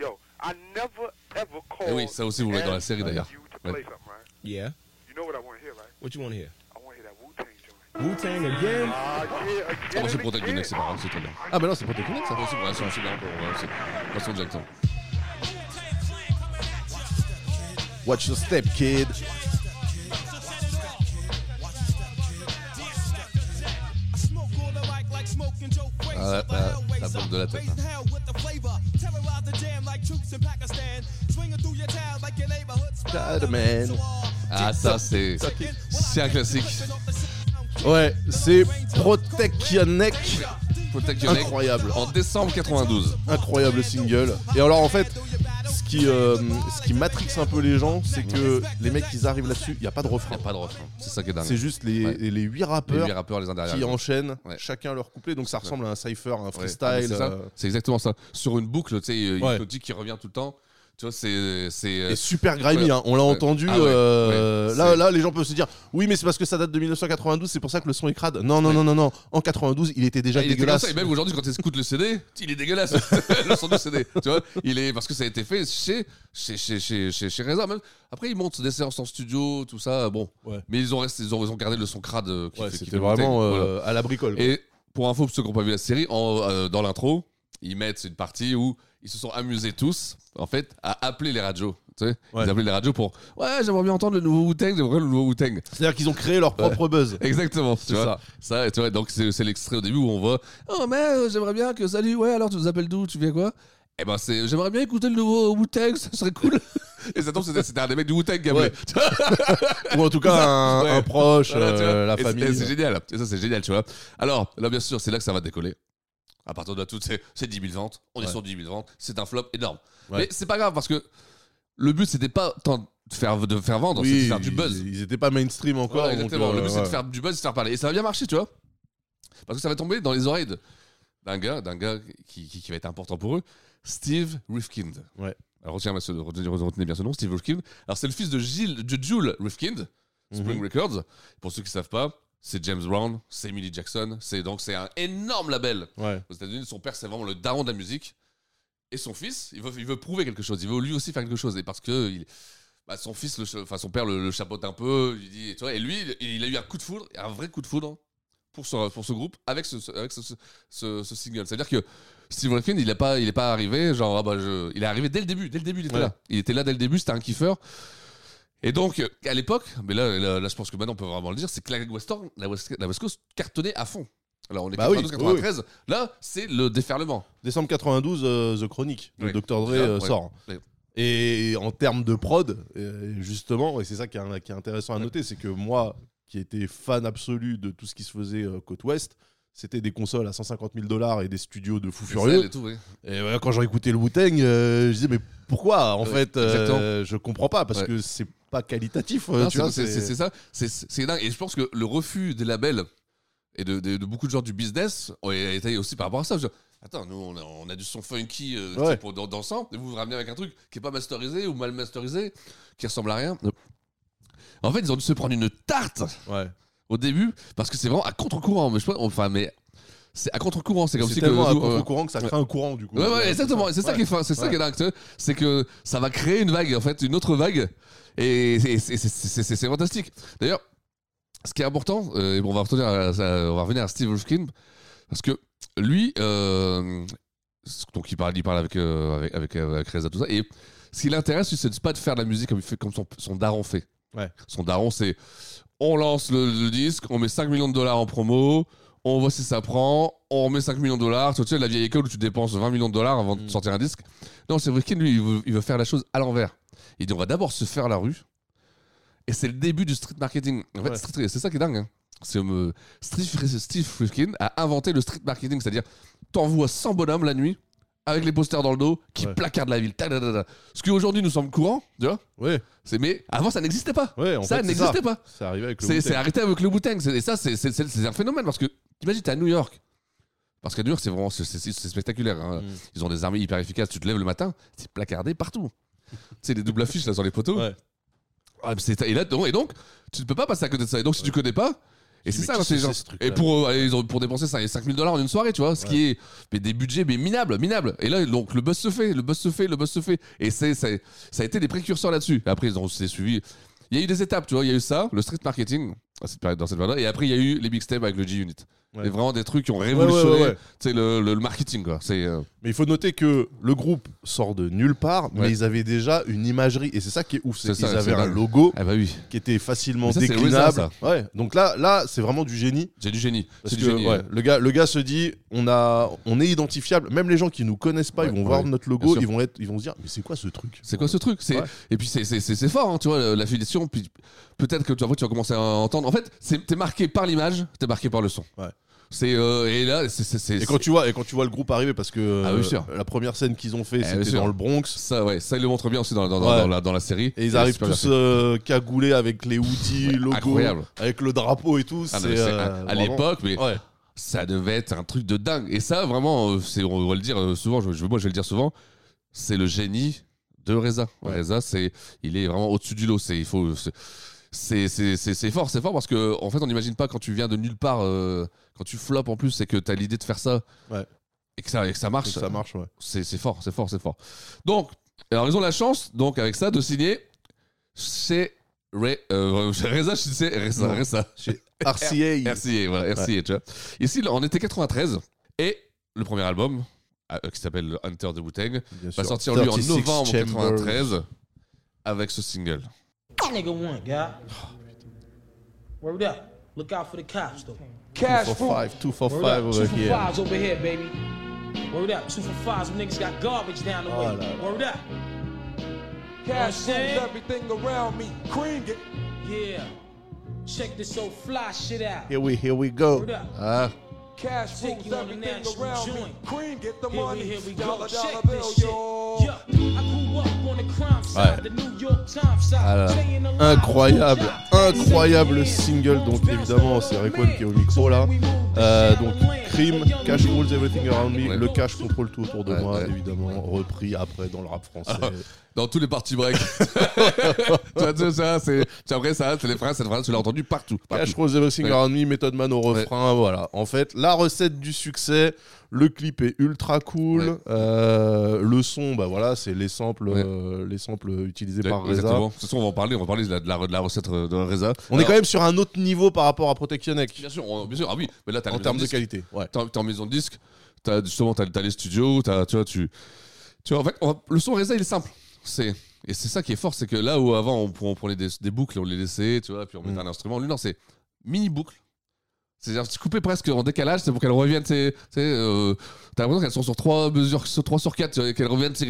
yo, I never ever called.
Eh oui, ça aussi, vous l'avez dans la série,
and
d'ailleurs.
You to
Ouais.
play something, right?
Yeah.
You know what I want to hear, right?
What you want to hear?
I want to hear that Wu Tang joint.
Wu Tang again?
Ah yeah,
Ah,
again.
moi, c'est
and
Protect
again.
Connect, c'est pas grave, c'est très bien.
Ah, mais non, c'est pas déconné
C'est
ça.
bon, c'est bon, c'est bon, c'est bien pour, euh, c'est- passons directement.
Watch your step, kid.
Ah, ah, de la tête.
Raising
hein.
hell with the flavor. Terrorize the jam like troops in Pakistan. Swinging through your town like your neighborhood's
Spider-Man.
Ah, ça, c'est. C'est un classique.
Ouais, c'est Protect Your Neck.
Protect Your Neck.
Incroyable.
En décembre 92.
Incroyable single. Et alors, en fait, ce qui, euh, ce qui matrixe un peu les gens, c'est que les mecs, ils arrivent là-dessus, il n'y a pas de refrain.
Pas de refrain. C'est ça qui est dingue.
C'est juste les,
Ouais.
les 8
les
rappeurs
huit rappeurs les uns derrière.
qui
les autres.
enchaînent
Ouais.
chacun leur couplet, donc ça ressemble à un cypher, à un
Ouais. Ah, mais
freestyle.
c'est ça.
euh,
C'est exactement ça. Sur une boucle, tu sais,
Ouais.
hypnotique qui revient tout le temps. Tu vois, c'est. c'est-
et super grimy,
Ouais.
hein. on l'a
Ouais.
entendu.
Ah ouais,
euh,
ouais.
Là,
C'est-
là, les gens peuvent se dire Oui, mais c'est parce que ça date de 1992, c'est pour ça que le son est crade. Non, non, non, non, non. En 92, il était déjà
Ah, il était
dégueulasse.
comme ça, Et même aujourd'hui, quand tu écoutes le CD, il est dégueulasse. le son du CD. Tu vois, il est parce que ça a été fait chez chez chez chez chez, chez Reza, Même après, ils montent des séances en studio, tout ça. Bon,
Ouais.
mais ils ont resté, ils ont, ils ont gardé le son crade. euh, qui
Ouais,
fait- qui
c'était
fait monter.
vraiment euh,
Voilà.
à la bricole. quoi.
Et pour info, pour ceux qui n'ont pas vu la série, en, euh, dans l'intro, ils mettent une partie où ils se sont amusés tous, en fait, à appeler les radios. Tu sais,
Ouais.
Ils appelaient les radios pour Ouais, j'aimerais bien entendre le nouveau Wu-Tang, j'aimerais le nouveau Wu-Tang.
C'est-à-dire qu'ils ont créé leur propre buzz.
Exactement, tu
C'est
vois.
ça.
Ça. et tu vois, donc c'est c'est l'extrait au début où on voit Oh, mais euh, j'aimerais bien que salut, ouais, alors tu nous appelles d'où, tu viens quoi Eh ben, c'est j'aimerais bien écouter le nouveau Wu-Tang, ça serait cool. et ça tombe, c'était c'était un des mecs du Wu-Tang qui appelait.
Ouais. Ou en tout cas, un,
Ouais.
un proche,
Voilà, tu vois.
euh, la
Et c'est- et C'est
famille.
génial. Et ça, c'est génial, tu vois. Alors, là, bien sûr, c'est là que ça va décoller. À partir de là, tout, c'est c'est 10 000 ventes. On
Ouais.
est sur 10 000 ventes. C'est un flop énorme.
Ouais.
Mais c'est pas grave parce que le but, c'était pas tant de faire, de faire vendre,
Oui,
c'est de faire du buzz.
Ils n'étaient pas mainstream encore.
Voilà,
donc,
exactement. le
euh,
but, c'est de
ouais.
faire du buzz, de faire parler. Et ça va bien marcher, tu vois. Parce que ça va tomber dans les oreilles de- d'un gars, d'un gars qui, qui- qui va être important pour eux, Steve Rifkind.
Ouais.
Alors retenez, ce- retenez- retenez bien ce nom, Steve Rifkind. Alors c'est le fils de Gilles, de Jules Rifkind,
Mhm.
Spring Records. Pour ceux qui savent pas, c'est James Brown, c'est Millie Jackson. C'est donc c'est un énorme label
Ouais.
aux États-Unis. Son père, c'est vraiment le daron de la musique. Et son fils, il veut, il veut prouver quelque chose. Il veut lui aussi faire quelque chose. Et parce que il, bah, son fils, le cha- enfin son père le, le chapeaute un peu. Il dit, tu vois, et lui, il, il a eu un coup de foudre, un vrai coup de foudre pour ce, pour ce groupe avec ce, ce- avec ce, ce- ce- ce single. C'est-à-dire que Steve Wolfkin, il n'est pas, il est pas arrivé, genre, ah bah, je- il est arrivé dès le début. Dès le début, il était
Ouais.
là. Il était là dès le début, c'était un kiffeur. Et donc, euh, à l'époque, mais là, là, là, je pense que maintenant on peut vraiment le dire, c'est que la Western, la West, la West Coast cartonnait à fond. Alors on est
Bah oui,
92, 93, là c'est le déferlement.
Décembre 92, euh, The Chronic de
Ouais.
Dr. Dre
Ouais,
euh,
Ah, ouais.
sort.
Ouais.
Et en termes de prod, euh, justement, et c'est ça qui est, qui est intéressant à noter, c'est que moi, qui étais fan absolu de tout ce qui se faisait euh, côte ouest, c'était des consoles à 150 000 dollars et des studios de fous
Celle
furieux.
et tout, oui.
Et ouais, quand j'ai écouté le Wu-Tang, euh, je disais, mais pourquoi En
Ouais,
fait, euh,
exactement.
je comprends pas, parce
Ouais.
que c'est pas qualitatif. euh,
Non,
tu
c'est-
vois,
c'est c'est- c'est ça, c'est- c'est dingue. Et je pense que le refus des labels et de, de- de beaucoup de gens du business ont été aussi par rapport à ça. Je- Attends, nous on a, on a du son funky euh, tu
Ouais.
sais, pour dan- dansant, et vous vous ramenez avec un truc qui est pas masterisé ou mal masterisé, qui ressemble à rien. En fait, ils ont dû se prendre une tarte
Ouais.
au début parce que c'est vraiment à contre-courant. Mais je sais pas, enfin, mais c'est à contre-courant. C'est comme
C'est
si que
tellement à
nous, euh,
contre-courant que ça crée un courant, du coup.
Ouais, ouais, exactement. Et C'est ça
Ouais.
qui est fin, c'est ça
Ouais.
qui est dingue, tu sais. c'est que ça va créer une vague, en fait, une autre vague, et c'est- c'est- c'est c'est- c'est- c'est fantastique. D'ailleurs, ce qui est important, euh, et bon, on va revenir à, à- on va revenir à Steve Wolfkin, parce que lui, euh, donc il parle, il parle avec, euh, avec, avec, avec Reza, tout ça, et ce qui l'intéresse, lui, c'est de- pas de faire de la musique comme, il fait, comme son, son daron fait.
Ouais.
Son daron, c'est on lance le, le disque, on met 5 millions de dollars en promo, on voit si ça prend, on met 5 millions de dollars. Tu sais, la vieille école où tu dépenses 20 millions de dollars avant
Mm.
de sortir un disque. Non, c'est Rifkin, lui, il veut, il veut faire la chose à l'envers. Il dit, on va d'abord se faire la rue. Et c'est le début du street marketing. En fait,
Ouais.
street- c'est ça qui est dingue. hein. C'est, euh, Steve, Steve Rifkin a inventé le street marketing, c'est-à-dire t'envoies 100 bonhommes la nuit avec les posters dans le dos qui
Ouais.
placardent la ville. Ta, ta, ta, ta. Ce qui aujourd'hui nous semble courant, tu vois.
Ouais,
C'est, mais avant, ça n'existait pas.
ouais, en
ça
fait, c'est
n'existait pas.
C'est arrivé avec le
C'est
Wu-Tang.
c'est arrêté avec le Wu-Tang. C'est- Et ça, c'est- c'est c'est- c'est un phénomène parce que, t'imagines, t'es à New York. Parce qu'à New York, c'est vraiment c'est- c'est- c'est spectaculaire. hein.
Mm.
Ils ont des armées hyper efficaces. Tu te lèves le matin, c'est placardé partout. tu sais, les doubles affiches là sur les poteaux.
Ouais.
Ah, mais c'est- et, là, non, et donc, tu ne peux pas passer à côté de ça. Et donc, si tu connais pas, et
dis,
c'est
mais
ça
qui c'est
l'intelligence.
ce truc-là
et pour, euh, allez, ils ont- pour dépenser 5000 dollars en une soirée, tu vois, ce qui est mais des budgets mais minables, minables. Et là, donc, le buzz se fait, le buzz se fait, le buzz se fait. Et c'est, c'est- ça a été des précurseurs là-dessus. Après, ils ont c'est suivi. Il y a eu des étapes, tu vois. Il y a eu ça, le street marketing, à cette période- dans cette période-là. Et après, il y a eu les mixtapes avec le G-Unit.
Ouais.
Et vraiment des trucs qui ont révolutionné
ouais, ouais.
tu sais, Le, le- le marketing. Quoi. C'est, euh,
Mais il faut noter que le groupe sort de nulle part, mais
Ouais.
ils avaient déjà une imagerie. Et c'est ça qui est ouf. C'est
C'est ça,
qu'ils
c'est
avaient un
dingue.
logo
Ah bah oui,
qui était facilement
Mais ça, c'est
déclinable.
Reza,
Ouais. Donc là, là c'est vraiment du génie.
j'ai du génie.
Parce
C'est
que
du génie,
ouais,
ouais.
le, gars, le gars se dit, on, a, on est identifiable. Même les gens qui nous connaissent pas,
Ouais,
ils vont
ouais,
voir
ouais,
notre
bien
logo,
sûr.
ils vont, être, ils vont se dire, mais c'est quoi ce truc
C'est quoi ce truc C'est-
Ouais.
Et puis c'est- c'est c'est- c'est fort, hein, tu vois, l'affiliation. Puis peut-être que tu vas, tu vas commencer à entendre. En fait, c'est- t'es marqué par l'image, t'es marqué par le son.
Ouais.
C'est euh, et là, c'est c'est- c'est-
Et quand tu vois, et quand tu vois le groupe arriver, parce que euh,
Ah, oui, sûr.
la première scène qu'ils ont
Eh,
fait,
bien
c'était
sûr.
dans le Bronx.
ça, ouais, ça il le montre bien aussi dans, dans, dans-
Ouais.
dans la, dans la série.
Et ils
C'est
arrivent
super bien
tous
fait.
euh, cagoulés avec les hoodies, logo,
incroyable.
avec le drapeau et tout.
Ah, non,
c'est,
mais c'est-
euh,
à- à
vraiment-
l'époque, mais
Ouais.
ça devait être un truc de dingue. Et ça, vraiment, euh, c'est, on va le dire euh, souvent, je, je- moi je vais le dire souvent, c'est le génie de Reza.
Ouais.
Reza, c'est, il est vraiment au-dessus du lot. C'est, il faut, c'est, c'est, c'est- c'est- c'est fort, c'est fort parce que en fait, on n'imagine pas quand tu viens de nulle part, euh, quand tu flops en plus, c'est que tu as l'idée de faire ça.
Ouais.
Et que ça, et que ça marche,
Donc ça marche, ouais.
C'est, c'est fort, c'est fort, c'est fort. Donc, alors ils ont la chance, donc avec ça, de signer chez Re- euh, chez Reza, c'est Reza,
Non.
Reza.
RCA.
RCA, voilà, RCA, tu vois. Ici, on était 93, et le premier album, euh, qui s'appelle Hunter de Wu-Tang,
bien
va
sûr.
sortir lui en
36
novembre
Chambers.
93 avec ce single.
That nigga one, guy. Word up. Look out for the cops, though.
Two for five, two for
Word
five
up.
over
Two for
here.
fives over here, baby. Word up. Two for fives. Them niggas got garbage down the
Oh,
way.
là, là.
Word up. Cash rules everything around me. Cream it. Yeah. Check this old fly shit out.
Here we, here we go.
Word up.
Ah,
Cash rules everything around me. Cream, get the money. Here we go.
Dollar,
Check
dollar bill,
this shit.
yo.
Yeah. I grew up on the crime side, the New York Times side.
Ah là là.
Staying alive,
Incroyable,
good job.
incroyable single. Donc évidemment, c'est Rayquan qui est au micro là. Euh, donc Crime, Cash Rules Everything Around Me,
Ouais.
le cash contrôle tout autour de
Ouais,
moi,
ouais. Ah,
évidemment, repris après dans le rap français.
Dans tous les parties break. tu vois, tu vois, ça, c'est. tu- Après, ça, c'est les phrases, cette phrase, tu l'as entendu partout.
Cash
partout.
Rules Everything
Ouais.
Around Me, Method Man au refrain, voilà. En fait, la recette du succès, le clip est ultra cool,
Ouais.
euh, le son, bah voilà, c'est les samples,
Ouais.
euh, les samples utilisés
Ouais,
par Reza.
exactement. De toute façon, on va en parler, on va parler de la, de la, de la recette euh, de Reza.
On est quand même sur un autre niveau par rapport à Protection Neck,
Bien sûr, on- bien sûr. Ah oui, mais là, t'as
en
la
termes
maison
de
disque.
qualité. Ouais.
t'es en- t'es en maison de disque, t'as justement t'as, t'as les studios, t'as, tu vois, tu, tu vois, en fait, on va- le son Reza il est simple. C'est, et c'est ça qui est fort, c'est que là où avant on, on prenait des, des boucles, on les laissait, tu vois, puis on mettait
Mm.
un instrument, lui non, c'est mini boucle. C'est-à-dire, tu coupais presque en décalage, c'est pour qu'elles reviennent, tu sais, tu sais, euh, t'as l'impression qu'elles sont sur 3 mesures, sur 3 sur 4, et qu'elles reviennent, c'est.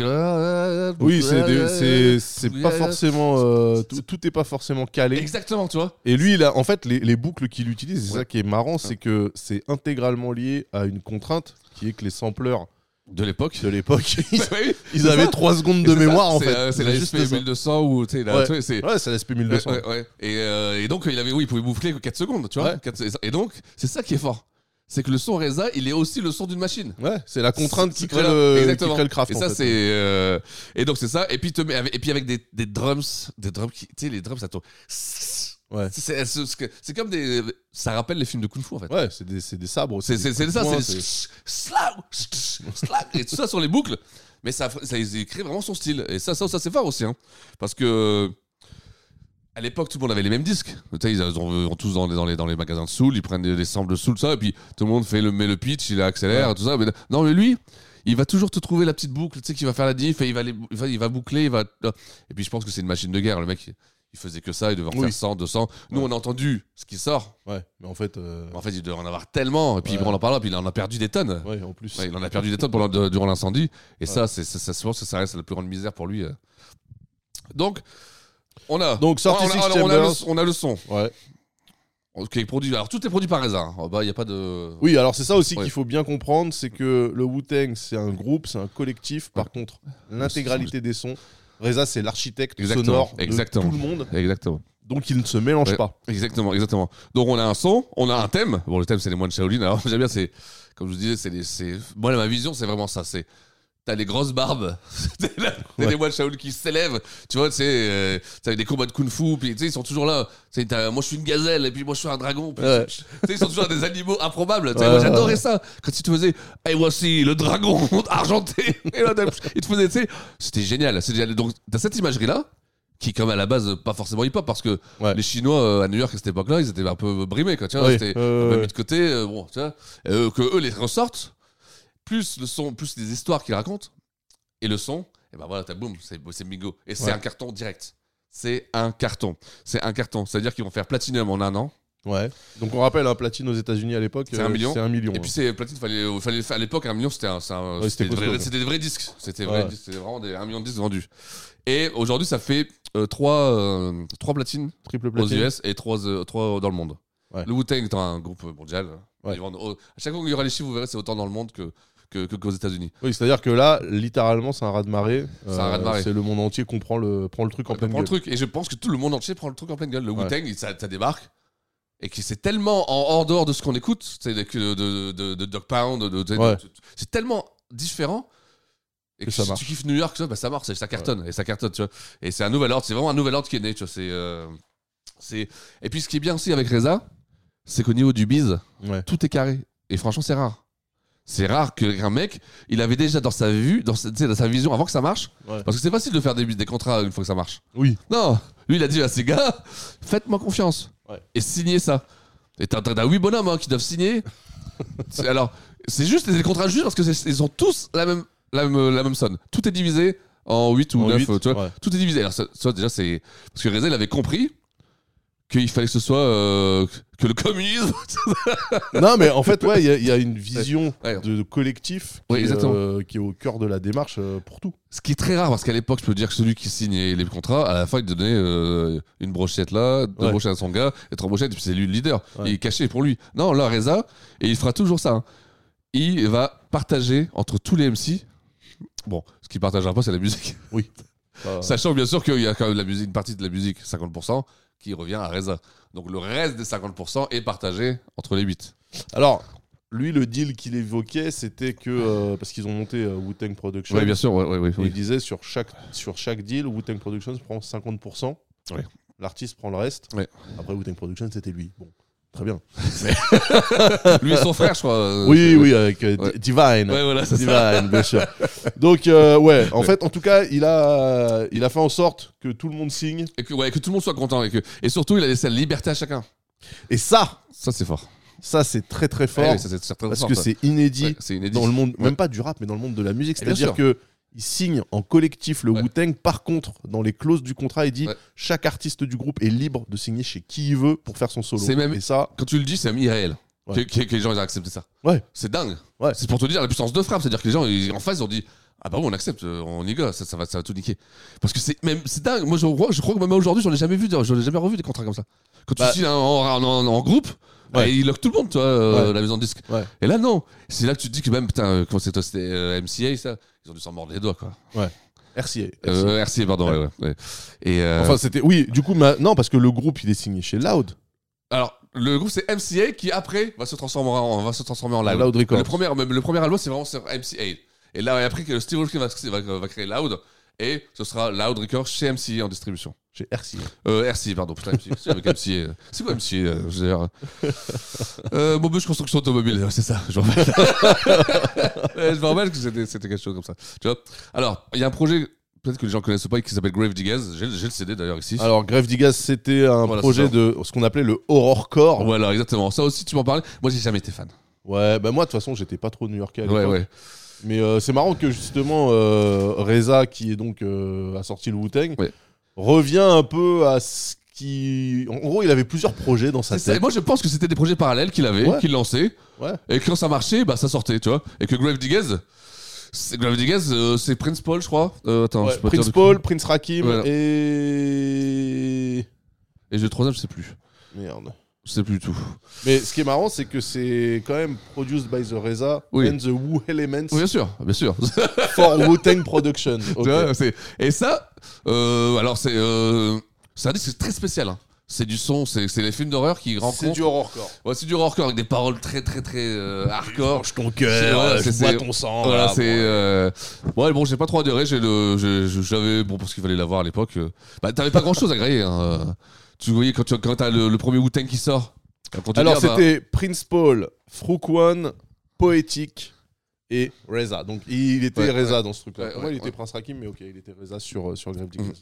Oui, c'est des- c'est c'est pas
Ouais.
forcément euh, tout, tout est pas forcément calé.
Exactement, tu vois.
Et lui, il a, en fait, les, les boucles qu'il utilise, c'est
Ouais.
ça qui est marrant, c'est que c'est intégralement lié à une contrainte qui est que les sampleurs
De l'époque.
de l'époque, ils,
Oui,
ils
c'est
avaient
ça.
3 secondes de
C'est ça,
mémoire en
c'est,
fait.
euh, c'est
C'est
la
juste
SP
ça.
1200 ou, tu sais, là,
Ouais.
tu vois, c'est.
Ouais, c'est l'SP 1200.
Ouais, ouais, ouais. Et, euh, et donc, il avait, oui, il pouvait bouffler que 4 secondes, tu vois.
Ouais.
Quatre- et donc, c'est ça qui est fort. C'est que le son Reza, il est aussi le son d'une machine.
Ouais, c'est la contrainte
C'est-
qui
c'est-
crée,
voilà,
le, qui
exactement.
crée le craft.
Et
en
ça,
fait.
c'est. euh, et donc, c'est ça. Et puis, te mets avec, et puis avec des, des drums. Des drums qui, tu sais, les drums, ça tourne. C'est
Ouais,
c'est- c'est- c'est comme des. Ça rappelle les films de Kung Fu, en fait.
ouais c'est des, c'est des sabres aussi.
C'est c'est- c'est
des
ça,
points,
c'est le slaw, slaw, et tout ça sur les boucles. Mais ça, ça ils créent vraiment son style. Et ça, ça, ça c'est fort aussi. hein. Parce que à l'époque, tout le monde avait les mêmes disques. Tu sais, ils ont, ont tous dans les, dans, les, dans les magasins de soul, ils prennent des, des samples de soul, ça, et puis tout le monde fait le, met le pitch, il accélère, tout ça. Mais, non, mais lui, il va toujours te trouver la petite boucle, tu sais, qui va faire la diff, et il va, les- il va, il va boucler, il va. Et puis je pense que c'est une machine de guerre, le mec. il- Il faisait que ça, il devait en
Oui.
faire 100, 200. Nous,
Ouais.
on a entendu ce qui sort.
Ouais, mais en fait, euh,
En fait, il devait en avoir tellement. Et puis,
Ouais.
on en parlera, puis il en a perdu des tonnes.
ouais, en plus.
Ouais, il en a perdu des tonnes pendant- de- durant l'incendie. Et ça, c'est, ça, ça, je pense que ça reste la plus grande misère pour lui. euh. Donc, on a.
Donc, sorti
on a-
Six
on a- on a
Chambers.
le- on a le son.
Ouais.
Ok, produit. Alors, tout est produit par Reza. hein. Oh, bah, il n'y a pas de.
Oui, alors c'est ça aussi
Ouais.
qu'il faut bien comprendre, c'est que le Wu-Tang, c'est un groupe, c'est un collectif. Par contre, l'intégralité des sons, Reza, c'est l'architecte
Exactement,
sonore
exactement.
de tout le monde.
Exactement.
Donc il ne se mélange
Ouais,
pas.
Exactement, exactement. Donc, on a un son, on a un thème. Bon, le thème, c'est les moines Shaolin. Alors, j'aime bien, c'est. Comme je vous disais, c'est les. c'est- Moi, ma vision, c'est vraiment ça. C'est. T'as les grosses barbes, t'as la- t'as
Ouais.
les moines Shaolin qui s'élèvent, tu vois, tu sais, euh, t'as des combats de kung-fu, puis tu sais, ils sont toujours là. Tu sais, t'as- moi je suis une gazelle, et puis moi je suis un dragon, puis
Ouais.
Tu sais, ils sont toujours des animaux improbables. Tu sais,
Ouais,
moi,
ouais,
j'adorais
ouais.
ça. Quand ils te faisaient, et voici le dragon argenté. Et là, t'as- ils te faisaient, tu sais, c'était génial. C'est génial. Donc, t'as cette imagerie-là, qui est quand même à la base euh, pas forcément hip-hop parce que
Ouais.
les Chinois euh, à New York à cette époque-là, ils étaient un peu brimés, quoi, tu vois,
Oui,
ils étaient
euh,
un peu
ouais.
mis de côté, euh, bon, tu vois, Et, euh, que eux les ressortent, plus le son, plus les histoires qu'ils racontent et le son, et ben voilà, t'as boum, c'est c'est bingo, et c'est
Ouais.
un carton direct. C'est un carton. C'est un carton. C'est-à-dire qu'ils vont faire platinum en un an.
Ouais. Donc on rappelle, un platine aux États-Unis à l'époque,
C'est un
euh,
million.
C'est un million.
Et puis c'est platine, fallait, euh, fallait le faire. à l'époque un million, c'était un, c'est un-
Ouais,
c'était
c'était
des
costaud,
vrais-
quoi.
c'était des vrais disques, c'était
Ouais.
vrais disques. C'était vraiment des un million de disques vendus. Et aujourd'hui, ça fait euh, trois euh, trois platines
hein. triple platine.
aux US et trois euh, trois dans le monde.
Ouais.
Le Wu-Tang étant un groupe mondial,
Ouais.
ils vendent au- à chaque fois qu'il y aura les chiffres, vous verrez, c'est autant dans le monde que que- que- qu'aux États-Unis.
Oui, c'est-à-dire que là, littéralement, c'est un raz de marée.
C'est un raz-de-marée.
C'est le monde entier qu'on prend le, prend le truc en
On
pleine
prend le
gueule.
truc et je pense que tout le monde entier prend le truc en pleine gueule. Le
Ouais.
Wu-Tang, il- ça, ça débarque et que c'est tellement en, en dehors de ce qu'on écoute, c'est de, de, de, de- de Dog Pound, de- de- de-
Ouais.
c'est tellement différent. Et
Que
que,
ça
si
marche.
tu kiffes New York, ça, bah, ça marche, ça- ça cartonne, et ça cartonne, tu vois. Et c'est un nouvel ordre, c'est vraiment un nouvel ordre qui est né, tu vois. C'est, euh, c'est... Et puis ce qui est bien aussi avec Reza, c'est qu'au niveau du bise,
Ouais.
tout est carré. Et franchement, c'est rare. C'est rare qu'un mec, il avait déjà dans sa vue, dans sa, tu sais, dans sa vision, avant que ça marche,
Ouais.
parce que c'est facile de faire des, des contrats une fois que ça marche.
Oui.
Non, lui il a dit à ses gars, faites-moi confiance
Ouais.
et signez ça. Et t'as t'as- t'as huit bonhommes hein, qui doivent signer. C'est- Alors, c'est juste des contrats juste parce que c'est- ils ont tous la même, la même, la même sonne. Tout est divisé en 8 ou
En
9,
huit,
tu vois.
ouais.
Tout est divisé. Alors, ça, ça, déjà, c'est. Parce que Reza, il avait compris qu'il fallait que ce soit. euh, que le communisme.
non, mais en fait, ouais, il y a- il y, a une vision
Ouais.
de, de collectif
Oui,
qui, est,
exactement.
euh, qui est au cœur de la démarche euh, pour tout.
Ce qui est très rare parce qu'à l'époque, je peux dire que celui qui signait les contrats, à la fin, il donnait euh, une brochette là, deux
Ouais.
brochettes à son gars, et trois brochettes, et puis c'est lui le leader.
Ouais.
Et il cachait pour lui. Non, là, Reza, et il fera toujours ça. hein. Il va partager entre tous les MC. Bon, ce qu'il partagera pas, c'est la musique.
Euh,
Sachant bien sûr qu'il y a quand même la musique, une partie de la musique, 50%, qui revient à Reza. Donc le reste des 50% est partagé entre les 8.
Alors, lui, le deal qu'il évoquait, c'était que. euh, parce qu'ils ont monté euh, Wu-Tang Productions.
Oui, bien sûr, ouais, ouais, ouais,
Et
oui.
Il disait sur chaque, sur chaque deal, Wu-Tang Productions prend 50%.
Ouais.
L'artiste prend le reste.
Ouais.
Après, Wu-Tang Productions, c'était lui. Bon, très bien.
Lui et son frère, je crois. euh,
oui,
c'est-
oui, avec euh,
Ouais.
D- Divine.
Ouais, voilà, c'est ça.
Divine, bien sûr. Donc, euh, ouais, en
Ouais.
fait, en tout cas, il a, il a fait en sorte que tout le monde signe.
Et que, ouais, que tout le monde soit content. Et, que, et surtout, il a laissé la liberté à chacun.
Et ça,
Ça, c'est fort.
ça, c'est très, très fort.
Ouais, ouais, Eh ça, c'est très
parce
fort,
que
ça.
c'est inédit
Ouais, c'est inédit.
dans le monde,
Ouais.
même pas du rap, mais dans le monde de la musique.
Et bien
C'est-à-dire
sûr.
que il signe en collectif le
Ouais.
Wu-Tang. Par contre, dans les clauses du contrat, il dit
Ouais.
chaque artiste du groupe est libre de signer chez qui il veut pour faire son solo.
C'est même-
Et ça,
Quand tu le dis, c'est même irréel.
Ouais.
Que, que- que les gens ils ont accepté ça.
Ouais.
C'est dingue.
Ouais.
C'est pour te dire la puissance de frappe. C'est-à-dire que les gens ils- en face ils ont dit Ah bah oui, on accepte, euh, on y va, ça, ça va, ça va tout niquer. Parce que c'est même c'est dingue. Moi je crois, je crois que même aujourd'hui j'en ai jamais vu, j'en ai jamais revu des contrats comme ça. Quand tu
Bah.
signes en, en- en- en groupe, bah,
Ouais.
ils lockent tout le monde, toi, euh,
Ouais.
la maison de disque.
Ouais.
Et là non. C'est là que tu te dis que même, putain, euh, comment c'est toi, c'était euh, MCA ça Ils ont dû s'en mordre les doigts quoi.
RCA. RCA.
Euh, RCA, pardon, ouais, ouais. ouais. Et euh,
Enfin, c'était. Oui, du coup, ma- non, parce que le groupe, il est signé chez Loud.
Alors, le groupe c'est MCA qui après va se transformer en, va se transformer en live.
Loud
Bah
Records.
le, premier, même le premier album c'est vraiment sur MCA. Et là, et après que Steve Aoki va, va, va créer Loud, et ce sera Loud Records chez MCA en distribution.
Chez RCA.
Euh, RCA, pardon, putain, MCA, c'est avec MCA. euh. C'est quoi MCA euh, je veux dire, euh, Maubeuge Construction Automobile, ouais, c'est ça, je me rappelle. Ouais, je me rappelle que c'était c'était quelque chose comme ça. Tu vois Alors, il y a un projet, peut-être que les gens connaissent pas, qui s'appelle Grave Diggers. J'ai j'ai le CD d'ailleurs ici.
Alors, Grève Digas, c'était un
Voilà,
projet
c'est ça.
de ce qu'on appelait le horrorcore. Ouais.
Voilà, exactement. Ça aussi, tu m'en parlais. Moi, j'ai jamais été fan.
bah moi, de toute façon, j'étais pas trop new-yorkais à
Ouais,
l'époque.
ouais.
Mais euh, c'est marrant que justement, euh, Reza, qui est donc euh, a sorti le Wu-Tang,
Ouais.
revient un peu à ce qui. En gros, il avait plusieurs projets dans sa
C'est ça. Et
tête.
Moi, je pense que c'était des projets parallèles qu'il avait,
Ouais.
qu'il lançait,
Ouais.
et que quand ça marchait, bah ça sortait, tu vois. Et que Grave Diggers, c'est- Grave Diggers, euh, c'est Prince Paul, je crois. Euh, attends,
Ouais,
je peux pas
Prince
dire de-
Paul, Prince Rakim
Voilà.
et.
Et j'ai le troisième, je sais plus.
Merde.
Je sais plus du tout.
Mais ce qui est marrant, c'est que c'est quand même produced by the Reza
Oui.
and the Wu Elements
Oui, bien sûr, bien sûr.
for Wu-Tang Productions. Ok.
Tu vois, c'est- Et ça, euh, alors c'est, euh, c'est un disque très spécial. hein. C'est du son, c'est c'est les films d'horreur qui rencontrent.
C'est du horrorcore.
Ouais, c'est du horrorcore avec des paroles très très très euh, hardcore.
ton
C'est- ouais, c'est- c'est- Voilà,
sang. Oh, voilà,
c'est.
bon.
euh, Ouais, bon, j'ai pas trop adhéré. J'ai le, j'ai- j'avais bon parce qu'il fallait l'avoir à l'époque. euh, Bah, t'avais pas grand chose à griller. hein, euh, Tu voyais quand tu quand t'as le, le premier Wu-Tang qui sort. quand tu
Alors
dis, ah bah,
c'était Prince Paul, One, Poétique et Reza. Donc il était
Ouais,
Reza dans ce truc-là.
Ouais, Mm.
Pour moi,
ouais,
il était
ouais.
Prince Rakim, mais ok, il était Reza sur, euh, sur Grave Diggers.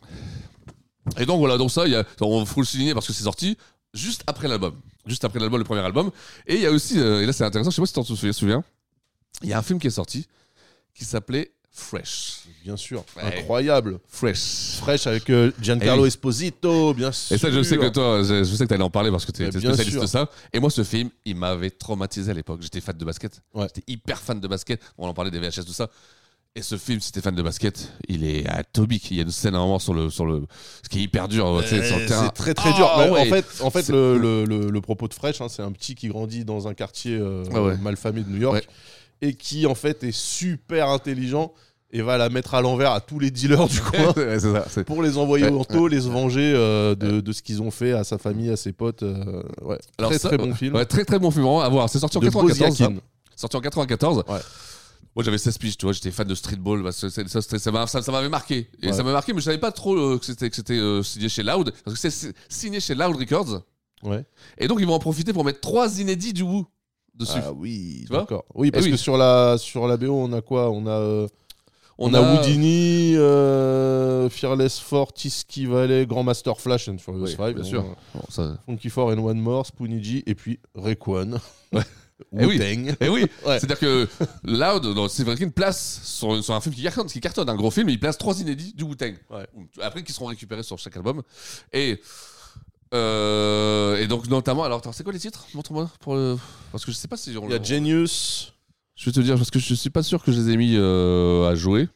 Et donc voilà, donc ça, il y a, on faut le souligner parce que c'est sorti juste après l'album. Juste après l'album, le premier album. Et il y a aussi, euh, et là c'est intéressant, je sais pas si tu te souviens, il y a un film qui est sorti qui s'appelait Fresh.
Bien sûr.
Ouais.
Incroyable.
Fresh.
Fresh avec euh, Giancarlo
Eh oui.
Esposito, bien sûr.
Et ça, je sais que toi, je, je sais que t'allais en parler parce que t'es
Mais
t'es
bien
spécialiste
sûr.
de ça. Et moi, ce film, il m'avait traumatisé à l'époque. J'étais fan de basket.
Ouais.
J'étais hyper fan de basket. On en parlait des VHS, tout ça. Et ce film, si t'es fan de basket, il est atomique. Il y a une scène à un moment sur le, sur le, ce qui est hyper dur, tu sais, sur le
Euh,
terrain.
C'est très très
Ah,
dur. Mais
ouais.
En fait, en fait
C'est-
le, le- le- le propos de Fresh, hein, c'est un petit qui grandit dans un quartier euh,
Ouais, Ah ouais.
malfamé de New York et qui en fait est super intelligent et va la mettre à l'envers à tous les dealers du coin
Ouais, c'est ça. c'est-
pour les envoyer
Ouais,
au taux, les venger euh, de, de ce qu'ils ont fait à sa famille, à ses potes. euh, ouais.
Alors
très
ça,
très bon film.
Ouais, hein. très très bon film, vraiment, à voir. C'est sorti en
euh, de
94. ça.
Bozyakin.
Sorti en 94.
Ouais.
Moi j'avais 16 piges, tu vois, j'étais fan de streetball, parce que c'est- ça, c'était- ça, m'a- ça- ça m'avait marqué. Et
Ouais.
ça m'avait marqué, mais je savais pas trop euh, que c'était, que c'était euh, signé chez Loud, parce que c'est- c'est signé chez Loud Records.
Ouais.
Et donc ils vont en profiter pour mettre trois inédits du Wu dessus.
Ah oui,
Tu vois Eh
d'accord. Oui, parce
oui.
que sur la, sur la BO, on a quoi On a, euh, on a, Houdini, euh, Fearless Fortis qui Valley, Grand Master Flash and Furious
Oui,
5.
bien
bon,
sûr.
euh,
Bon, ça-
Funky Four and One More, Spoonie G, et puis Rayquan.
Ouais. Eh oui.
Wu-Tang.
Eh oui,
Ouais.
c'est-à-dire que Loud, dans Steve Aoki, place sur, sur un film qui cartonne, qui cartonne, un gros film, il place trois inédits du Wu-Tang.
Ouais.
Après, qui seront récupérés sur chaque album. Et, euh, et donc, notamment, alors, attends, c'est quoi les titres Montre-moi. Pour le... Parce que je sais pas si. on-
Il y a Genius.
Je vais te dire, parce que je suis pas sûr que je les ai mis euh, à jouer.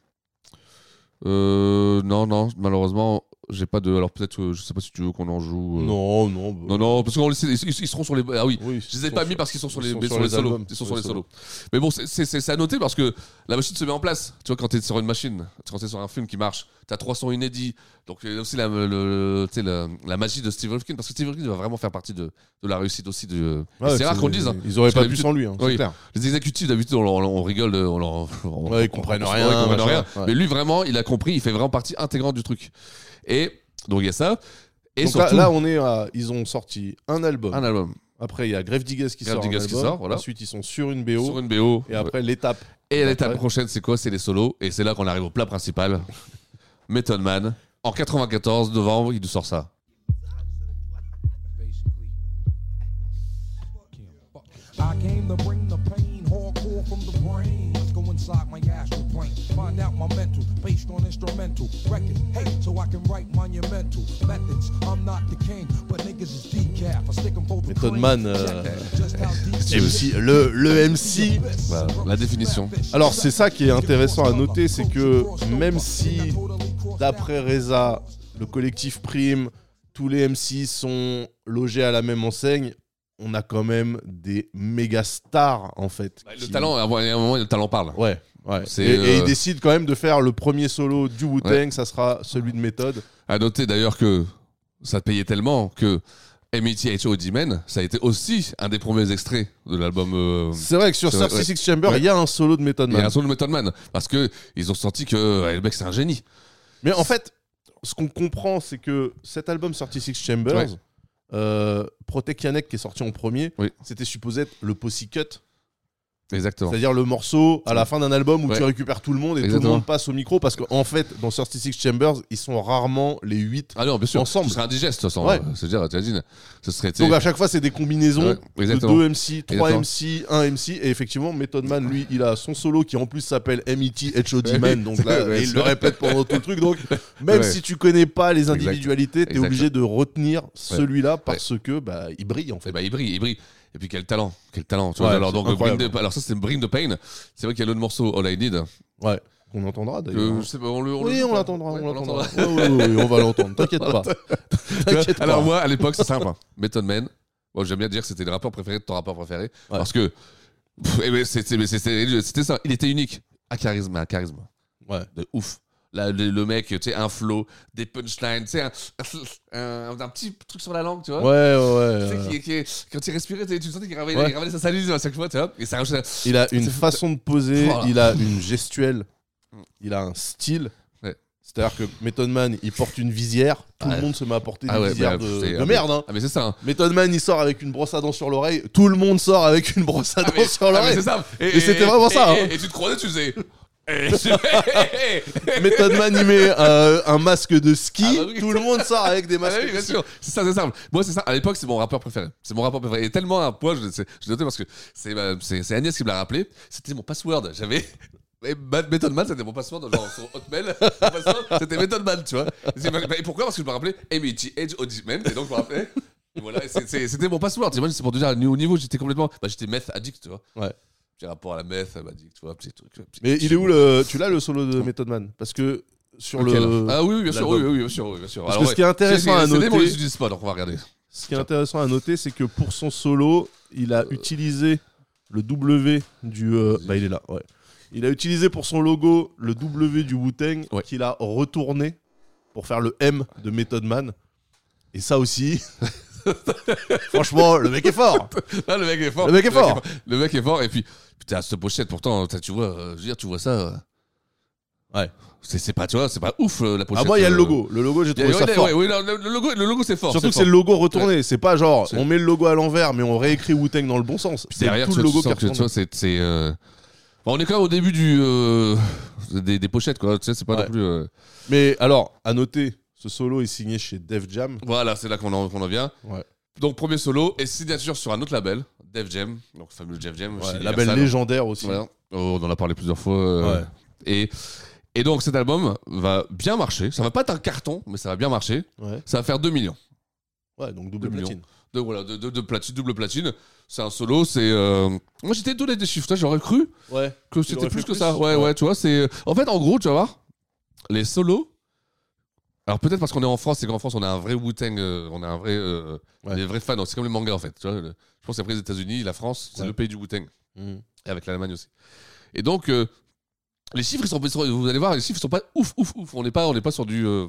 Euh, non, non, malheureusement, j'ai pas de. Alors, peut-être, euh, je sais pas si tu veux qu'on en joue. euh.
Non, non. bah,
Non, non, parce qu'ils ils, ils seront sur les. Ah oui,
Oui,
je les ai pas mis parce qu'ils sont sur
ils
les,
sont
mais
sur
sur les
les
solos.
albums.
Ils sont sur
Sur les
les solos. Mais bon, c'est- c'est c'est- c'est à noter parce que la machine se met en place. Tu vois, quand t'es sur une machine, quand t'es sur un film qui marche, t'as 300 inédits. Donc, il y a aussi la, le- le- tu sais, la, la magie de Steve Hawking parce que Steve Hawking va vraiment faire partie de, de la réussite aussi. de et
Ouais,
c'est rare qu'on le dise. hein.
Ils auraient
Parce
pas
que
pu
d'habitude-
sans lui, hein,
Oui.
c'est clair.
Les exécutifs, d'habitude, on, leur- on leur- on rigole, on leur. on-
Ouais, ils
on-
comprennent
on- on-
rien,
ouais, ils comprennent
machin,
rien.
ouais.
Mais lui, vraiment, il a compris, il fait vraiment partie intégrante du truc. Et donc, il y a ça. Et
Donc là,
surtout,
là, on est à. Ils ont sorti un album.
un album.
Après, il y a Grave Diggers qui
Grave
sort. un
Diggers qui
album.
sort, voilà.
Ensuite, ils sont sur une BO.
Sur une BO.
Et après, l'étape.
Et l'étape
Après.
prochaine, c'est quoi C'est les solos. Et c'est là qu'on arrive au plat principal. Method Man. En 94 novembre, il nous sort ça.
I came to bring the pain, hardcore from the brain. Let's go inside my astral plane, find out my mental, based on instrumental record. Hey, so I can write monumental methods. I'm not the king, but niggas is decaf. I stick 'em for the
Method
cream.
Man, euh,
Check that, just how deep
Et aussi le, le MC.
Bah, la définition.
Alors, c'est ça qui est intéressant à noter c'est que même si, d'après Reza, le collectif Prime, tous les MC sont logés à la même enseigne, on a quand même des méga stars, en fait.
Bah, Le
qui-
talent, à un moment, le talent parle.
Ouais. Ouais.
C'est,
Et, et
euh,
il décide quand même de faire le premier solo du Wu-Tang, ça sera celui de méthode.
À noter d'ailleurs que ça payait tellement que E M.E.T.H.O. D-Man, ça a été aussi un des premiers extraits de l'album. euh,
C'est vrai que sur
C'est vrai,
36 Chamber, il y a un solo de méthode.
Il y a un son de Method Man. Parce qu'ils ont sorti que ouais, le mec, c'est un génie.
Mais en fait, ce qu'on comprend, c'est que cet album sorti Six Chambers,
Ouais.
euh, Protect Yannick qui est sorti en premier,
Oui.
c'était supposé être le Posse Cut,
Exactement.
c'est-à-dire le morceau à la fin d'un album où
Ouais.
tu récupères tout le monde et tout
Exactement.
le monde passe au micro parce qu'en fait, dans 36 Chambers, ils sont rarement les 8.
Ah non, bien sûr.
Ensemble.
Ce serait indigeste, sans.
Ouais.
C'est-à-dire, t'imagines, ce serait.
Donc à chaque fois, c'est des combinaisons
Ouais,
de
exactement.
2 MC, 3
Exactement.
MC, 1 MC et effectivement, Method Man, lui, il a son solo qui en plus s'appelle E M.E.T. H.O.D. Man, donc là,
Ouais,
et il
c'est
le
vrai.
répète pendant tout le truc, donc Même
Ouais.
si tu connais pas les individualités, t'es
Exact.
obligé de retenir celui-là parce que bah il brille en
Eh
fait.
ben, il brille, il brille. Et puis quel talent, quel talent. Tu
Ouais,
vois, alors,
c'est
donc, euh,
incroyable.
Bring the- alors ça c'est Bring the Pain. C'est vrai qu'il y a l'autre morceau All I Need.
Ouais. On entendra
que,
d'ailleurs. hein.
je sais pas, on le, on Euh, le
oui,
joue
on
pas.
l'entendra,
Ouais,
on l'entendra. Ouais, ouais, ouais, ouais, on va l'entendre. T'inquiète pas. T'inquiète pas.
Alors moi à l'époque c'est simple. Method Man. Moi j'aime bien dire que c'était le rappeur préféré de ton rappeur préféré parce que pff, eh ben, c'est- c'est- mais c'est- c'est- c'était ça. Il était unique. Un charisme, un charisme
Ouais.
de ouf. Là, le, le mec, tu sais, un flow, des punchlines, tu sais, un, un- un petit truc sur la langue, tu vois.
Ouais, ouais.
Tu sais,
euh,
qui- qui- quand il respirait, tu sais, tu sentais qu'il ravalait,
Ouais.
il ravalait sa salive à chaque fois, tu vois. Et ça rajoutait-
Il a une
C'est-
façon de poser,
Voilà.
il a une gestuelle, il a un style.
Ouais.
C'est-à-dire que Method Man, il porte une visière. Tout
Ah
le
ouais.
monde se met à porter
Ah
des
ouais,
visières
bah,
de,
c'est-
de
ah, mais-
merde. Hein.
Ah, mais c'est ça. hein.
Method Man, il sort avec une brosse à dents sur l'oreille. Tout le monde sort avec une brosse à
Ah,
dents
mais-
sur
ah, mais
l'oreille.
c'est ça.
Et c'était vraiment
et-
ça,
Et,
hein.
et tu te croisais, tu faisais. Eh,
Method Man, il met euh, un masque de ski.
Ah bah oui.
Tout le monde sort avec des
Ah
masques
bah oui,
de
bien
ski.
sûr. C'est ça, c'est simple. Moi, c'est ça. À l'époque, c'est mon rappeur préféré. C'est mon rappeur préféré. Et tellement à un point, je, c'est- je l'ai noté parce que c'est, ma- c'est, c'est Agnès qui me l'a rappelé. C'était mon password. J'avais. Et Ma- Method Man, c'était mon password, genre sur Hotmail. Mon password, c'était Method Man, tu vois. Et, c'est- bah, et pourquoi Parce que je me rappelais MEG, Edge, Ojiman. Et donc, je me rappelais. Et voilà, et c'est- c'est- c'était mon password. Moi, c'est pour te dire, à un haut niveau, j'étais complètement. Bah, j'étais meth addict, tu vois.
Ouais.
J'ai rapport à la meth, addict, tu vois, petit truc. euh, petit-
Mais il est où le. Tu l'as le solo de Method Man Parce que sur
Lequel
le.
Ah oui, oui, bien sûr,
l'album.
oui, oui, bien sûr, oui, bien sûr.
Parce que ce qui est intéressant à
C'est des mots,
noter-
ils utilisent pas, donc on va regarder.
Ce qui est intéressant à noter, c'est que pour son solo, il
Euh.
a utilisé le W du. euh, bah, il est là, ouais. Il a utilisé pour son logo le W du Wu-Tang
Ouais.
qu'il a retourné pour faire le M de Method Man. Et ça aussi. Franchement, le mec est fort.
Ah, le mec est fort.
Le mec est fort.
Le mec est fort. Et puis, putain, cette pochette, pourtant, putain, tu vois, euh, je veux dire, tu vois ça. euh,
Ouais.
C'est, c'est pas, tu vois, c'est pas ouf euh, la pochette.
Ah moi, il y a le
euh,
logo. Le logo, j'ai
il y a-
trouvé ça
ouais,
fort.
ouais, ouais, non, le, le logo, le logo, c'est fort.
Surtout que
fort.
c'est le logo retourné. C'est pas genre
C'est-
on met le logo à l'envers, mais on réécrit Wu-Tang dans le bon sens.
Puis
C'est
derrière,
tout
tu
le
vois,
logo
tu
qui
sens
est
que, tu
retourné.
vois, c'est. c'est, euh, bon, on est quand même au début du, euh, des, des pochettes, quoi. Tu sais, c'est pas
Ouais.
non plus. euh,
Mais alors, à noter, ce solo est signé chez Def Jam.
Voilà, c'est là qu'on en, qu'on en vient.
Ouais.
Donc, premier solo et signature sur un autre label, Def Jam. Donc, fameux Def Jam.
Ouais,
chez
label
Universal.
légendaire aussi.
Voilà. Oh, on en a parlé plusieurs fois. euh,
Ouais.
Et, et donc cet album va bien marcher. Ça va pas être un carton, mais ça va bien marcher.
Ouais.
Ça va faire 2 millions.
Ouais, donc double
Deux millions.
platine.
Donc voilà, de, de, de platine, double platine. C'est un solo, c'est. euh, Moi j'étais étonné des chiffres, toi j'aurais cru
Ouais.
que
l'aurais
c'était plus
fait
que
plus
ça. Ouais, ouais,
Ouais.
tu vois, c'est. En fait, en gros, tu vas voir, les solos. Alors peut-être parce qu'on est en France et qu'en France on a un vrai Wu-Tang, euh, on a un vrai, euh,
Ouais.
des vrais fans. Donc, C'est comme les mangas en fait. Tu vois, le- je pense qu'après les États-Unis, la France, c'est
Ouais.
le pays du Wu-Tang.
Mm.
Et avec l'Allemagne aussi. Et donc, euh, les chiffres, ils sont, ils sont- vous allez voir, les chiffres sont pas ouf, ouf, ouf. On n'est pas, on n'est pas sur du euh,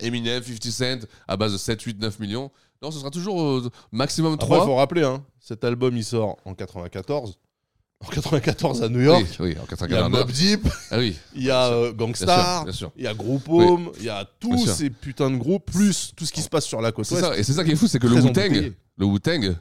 Eminem, 50 Cent, à base de 7, 8, 9 millions. Non, ce sera toujours euh, maximum
Après,
3.
faut rappeler, hein, cet album il sort en 94. En 94 à New York.
oui, oui, en 95
Il y a
en Europe.
Mob Deep,
Ah oui,
il y a euh,
bien sûr,
Gangstar,
bien sûr.
il y a Group Home, il y a tous
Bien sûr.
ces putains de groupes, plus tout ce qui se passe sur la côte
C'est
ouest.
ça, et c'est ça qui est fou, c'est que le
Très
Wu-Tang,
embouteillé.
le Wu-Tang,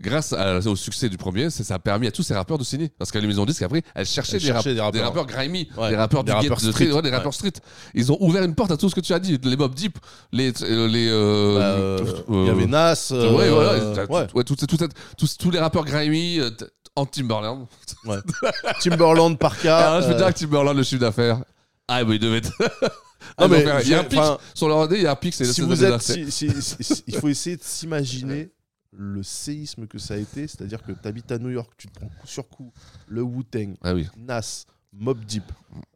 grâce à- au succès du premier, c'est- ça a permis à tous ces rappeurs de signer. Parce qu'à la maison disque, après, elles cherchaient,
Elles
des, rap-
cherchaient des
des rappeurs
rappeurs.
grimy,
Ouais,
des rappeurs
des
du
rappeurs
guet- de-
street.
ouais, des rappeurs street. Ils ont ouvert une porte à tout ce que tu as dit, les Mob Deep, les. euh, les euh,
Bah, euh, Il y
euh,
avait Nas. euh,
ouais, voilà,
euh,
t'as-
ouais.
tout- ouais, tout- tout- tout- tous, tous les rappeurs grimy, euh, t- en Timberland.
Timberland, Parka.
Ah, je veux
euh,
dire que Timberland, le chiffre d'affaires. Ah, mais ils devaient être. Ah,
Non,
ils ont
mais
fait- il y a un
je-
pic
enfin,
sur leur année, il y a un pic. c'est-
si
c'est-
vous
c'est-
êtes,
c'est-
si- si- si- si- il faut essayer de s'imaginer le séisme que ça a été, c'est-à-dire que tu habites à New York, tu te prends coup sur coup le Wu-Tang,
Ah oui.
Nas, Mob Deep,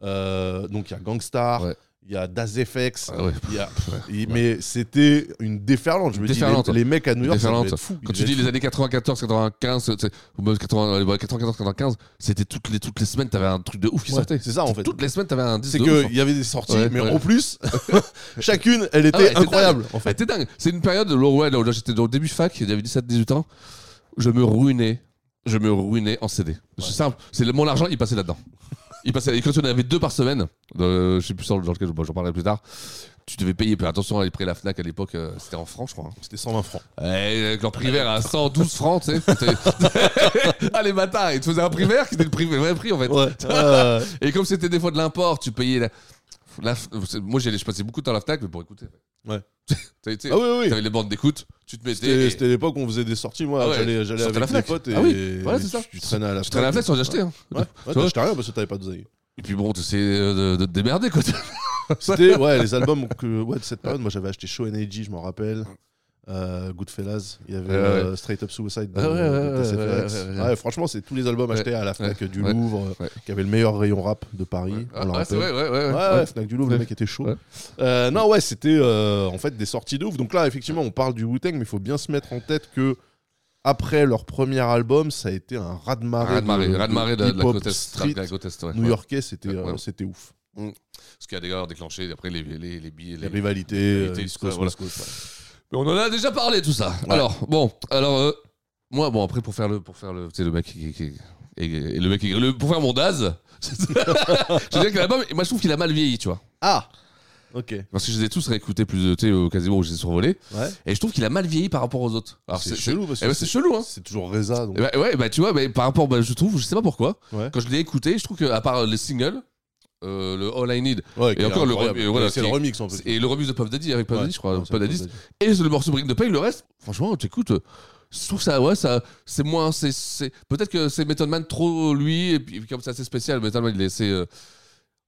euh, donc il y a Gangstar, il
Ouais.
y a Das FX,
Ah ouais.
il y a- il- mais c'était une déferlante. Je me dis,
Déferlante.
les, les mecs à New York, ça devait
Déferlante.
être fou.
Quand
Ils
tu dis
devaient
les
être
années 94, 95, tu sais, ou même 80, ouais, 94, 95, c'était toutes les, toutes les semaines, t'avais un truc de ouf qui
fous. Ouais,
sortait.
C'est ça en fait.
Toutes les semaines, t'avais un disque
C'est
de ouf. hein.
qu'il y avait des sorties,
Ouais,
mais
ouais.
en plus, chacune, elle était
Ah ouais, c'était
incroyable. En
Enfin,
fait.
t'es dingue. C'est une période, là, ouais, là, là, j'étais dans le début fac, j'avais 17-18 ans. Je me ruinais. Je me ruinais en CD. C'est simple. C'est le- mon argent, il passait là-dedans. il passait. Et quand tu en avais deux par semaine, euh, je sais plus sur le genre, lequel, bon, j'en parlerai plus tard. Tu devais payer. Puis attention, les prix à la Fnac à l'époque, euh, c'était en francs, je crois. hein.
C'était 120 francs.
Ouais, Eh, avec leur prix vert à 112 francs, tu sais. T'es- ah, les bâtards, ils te faisaient un prix vert qui était le, prix, le vrai prix, en fait.
Euh,
Et comme c'était des fois de l'import, tu payais la. la- moi, j'allais- je passais beaucoup de temps à la Fnac, mais pour écouter.
Ouais.
T'avais- t'sais,
ah oui, oui.
T'avais les bandes d'écoute, tu te mettais.
C'était
et-
c'était l'époque où on faisait des sorties. Moi,
Ah ouais,
j'allais j'allais
sortais à la
avec mes
Fnac.
potes et,
Ah oui, voilà,
et
c'est ça.
tu, tu traînais à la
Tu traînais à la
Fnac.
fenêtre sans acheter. Hein.
Ouais, ouais
Tu vois
t'achetais rien parce que t'avais pas d'oseille.
Et puis bon, t'essayais euh, de, de te démerder quoi.
C'était ouais, les albums que, ouais, de cette période. Moi, j'avais acheté Show Energy, je m'en rappelle. Euh, Goodfellas, il y avait
Ah Ouais, ouais.
euh, Straight Up Suicide. de-
Ouais, ouais,
de
ouais,
TSFX.
ouais, ouais, ouais.
Ouais, franchement, c'est tous les albums
Ouais,
achetés à la Fnac du
ouais,
Louvre, euh,
ouais.
qui avait le meilleur rayon rap de Paris.
Ah,
on le
ouais, c'est
rappelle.
vrai, ouais, ouais. ouais.
Ouais, Ah ouais, Fnac du Louvre,
Ouais.
le mec était chaud.
Ouais.
Euh, non, ouais, c'était euh, en fait des sorties de ouf. Donc là, effectivement, on parle du Wu-Tang, mais il faut bien se mettre en tête que après leur premier album, ça a été un raz-de-marée.
Raz-de-marée, raz-de-marée de, de la
hip-hop
côte est.
street
de la côte est, ouais.
new-yorkais, c'était
Ouais,
euh,
ouais.
c'était ouf.
Ce qui a d'ailleurs déclenché après les, les, les billets.
Les
Les...
rivalités,
rivalités,
euh, East
tout
Coast,
ça, voilà.
West Coast, ouais.
Mais on en a déjà parlé tout ça.
Ouais.
Alors, bon, alors, euh, moi, bon, après, pour faire le. Pour faire le tu sais, le mec qui. qui- et, et le mec qui- le- pour faire mon Daz, je veux dire que l'album, moi je trouve qu'il a mal vieilli, tu vois.
Ah Ok.
Parce que je les ai tous réécoutés plus de, tu sais, euh, quasiment où j'ai survolé.
Ouais.
Et je trouve qu'il a mal vieilli par rapport aux autres. Alors,
C'est chelou parce
eh
que
ben, c'est chelou, hein. ben,
c'est toujours Reza. Donc...
Eh ben, ouais, bah tu vois, mais par rapport, bah, je trouve, je sais pas pourquoi,
Ouais.
quand je l'ai écouté, je trouve que à part les singles, euh, le All I Need.
Ouais, qui est
encore, le
incroyable.
rem- et voilà,
c'est le
qui-
remix en plus.
Et le remix de Puff Daddy avec Puff
Ouais,
Daddy, je crois.
ouais, c'est
Puff Daddy.
Puff Daddy.
Et le morceau Bring de Pain, le reste, franchement, t'écoutes. euh, Je trouve ça, ouais, ça, c'est moins, c'est, c'est- peut-être que c'est Method Man trop lui, et puis comme c'est assez spécial, Method Man, il est, c'est, euh,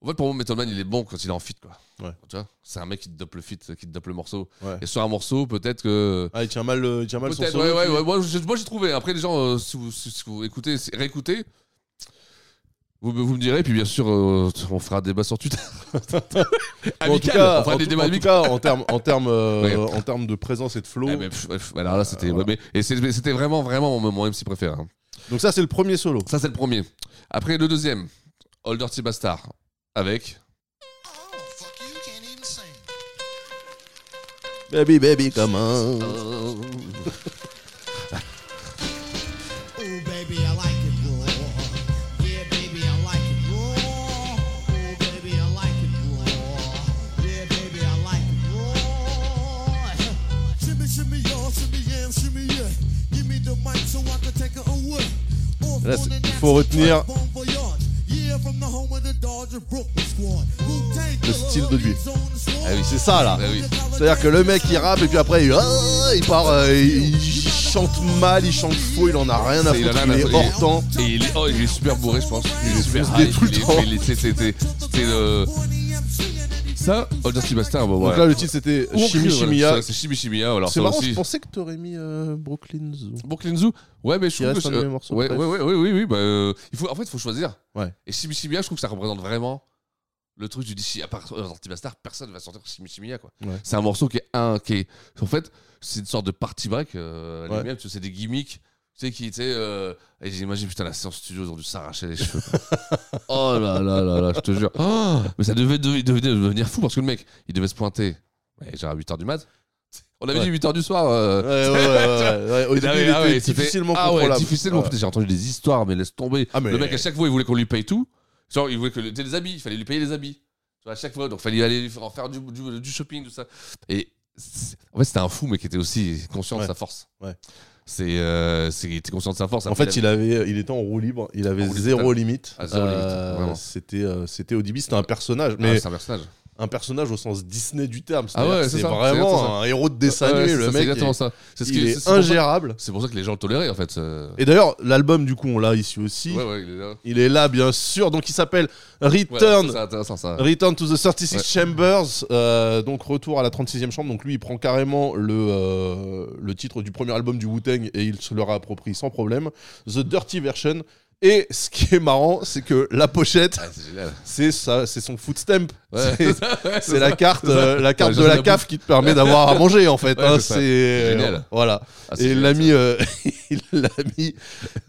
en fait, pour moi, Method Man, il est bon quand il est en feat, quoi.
Ouais.
Tu vois, c'est un mec qui te dope le feat, qui te dope le morceau.
Ouais.
Et sur un morceau, peut-être que,
Ah, il tient mal, euh, il tient mal son
Peut-être,
solo.
ouais, ouais,
puis-
ouais, moi, j'ai, moi, j'ai trouvé. Après, les gens, euh, si, vous, si- si vous écoutez, si- réécoutez, vous, me- vous me direz. Puis bien sûr, euh, on fera un débat sur Twitter.
Bon, en tout
Amical,
cas,
on fera
en
des
tout-
débats
en tout
amicaux.
cas, en termes, en termes, euh,
Ouais. Eh ben,
en termes de présence et de flow.
Ouais, Ah, mais, pff, bref, alors là, c'était,
Euh, voilà.
ouais, mais- et c'est- mais c'était vraiment, vraiment mon, mon MC préféré. hein.
Donc ça, c'est le premier solo.
Ça, c'est le premier. Après, le deuxième, Old Dirty Bastard. Avec.
Baby, baby, comment
Ooh, baby, I like it raw. Yeah, baby, I like it raw. Ooh, baby, I like it raw. Yeah, baby, I like it raw.
Shimmy, shimmy, y'all, shimmy, yeah, shimmy, yeah. Give me the mic so I can take it away. Off
Là,
on
c'est-
an
faut retenir
action, bon voyage. Yeah, from the home of the Dodger Brooklyn squad. Wu-Tang
le style de lui.
is on the squad.
Ah oui,
Eh C'est ça là.
Ah oui.
C'est-à-dire que le mec il rappe et puis après il, ah, il part, euh, il il chante mal, il chante faux, il en a rien à
C'est- il en a
foutre,
rien à
il est
foutre.
hors temps.
Et il est, oh, il est super bourré, je pense. Il est super
se détruit
il est-
tout le temps.
il est- c'est- euh, C'était c'était le. Ça, Old Dirty Bastard, bon,
Donc
voilà.
là le titre c'était
Ou en
Chimi
crue, voilà,
Chimia.
ça, C'est Chimi Chimia. alors
C'est
ça
marrant,
aussi.
je pensais que t'aurais mis euh, Brooklyn Zoo.
Brooklyn Zoo Ouais, mais je
Il
trouve que euh,
reste un
je-
de mes morceaux
ouais, ouais,
préférés.
ouais, ouais, oui, oui, bah, euh, il faut, en fait, il faut choisir.
Ouais.
Et Shimi Shimia, je trouve que ça représente vraiment le truc du DC. À part euh, Antibastar, personne ne va sortir Shimi Shimia, quoi.
Ouais.
C'est un morceau qui est un, qui est, en fait, c'est une sorte de party break. Euh, à
Ouais.
lui-même, tu sais, c'est des gimmicks. Tu sais qui, tu sais, euh, et j'imagine, putain, la séance studio, ils ont dû s'arracher les cheveux. oh là là là là, je te jure. Oh, mais ça devait, devait- devait devenir fou parce que le mec, il devait se pointer, ouais, genre à 8h du mat. On avait
Ouais.
dit 8h du soir. euh,
Ouais, ouais, ouais, ouais, ouais. Au
il
début
avait-
il
ah ouais,
était
c'était-
difficilement
ah ouais,
contrôlable.
difficilement.
Ouais.
Putain, J'ai entendu des histoires, mais laisse tomber.
Ah, mais-
Le mec, à chaque fois, il voulait qu'on lui paye tout. Genre, il voulait que tu sais, les habits, il fallait lui payer les habits. Tu vois, à chaque fois, donc fallait aller en faire du, du- du shopping, tout ça. Et c'est- en fait, c'était un fou, mais qui était aussi conscient
Ouais.
de sa force.
Ouais.
C'est, euh, c'est- il était conscient de sa force.
En
Après,
fait,
il
il avait, il était en roue libre. Il avait
En roue libre,
zéro
total.
limite.
Ah, zéro limite, vraiment.
c'était, euh, c'était au début, c'était un personnage,
avait- Ah,
mais
c'est un personnage.
un personnage au sens Disney du terme.
Ah ouais,
C'est-à-dire que
c'est
c'est
ça, c'est
vraiment
exactement
un héros de dessin
Ouais,
animé.
c'est
le
ça,
mec,
c'est exactement
est-
ça. C'est ce
il
qui-
est,
c'est- c'est pour ça-
ingérable.
C'est pour ça que les gens le toléraient, en fait. euh.
Et d'ailleurs, l'album du coup, on l'a ici aussi.
Ouais, ouais, il est là.
Il est là, bien sûr. Donc, il s'appelle
Ouais,
Return.
C'est intéressant, ça.
Return to the 36
Ouais.
Chambers, euh, donc retour à la 36e chambre. Donc lui, il prend carrément le, euh, le titre du premier album du Wu-Tang et il se le réapproprie sans problème. The Dirty Version. Et ce qui est marrant, c'est que la pochette,
Ah, c'est génial.
c'est ça, c'est son footstamp.
Ouais,
C'est-
ça,
C'est la carte,
c'est ça.
euh, la carte
Ouais,
de
j'ai
la
la
CAF qui te permet d'avoir à manger en fait.
Ouais,
hein,
c'est ça.
c'est
Génial.
Voilà.
Ah, c'est
Et il
génial,
l'a
ça.
mis, euh, il l'a mis.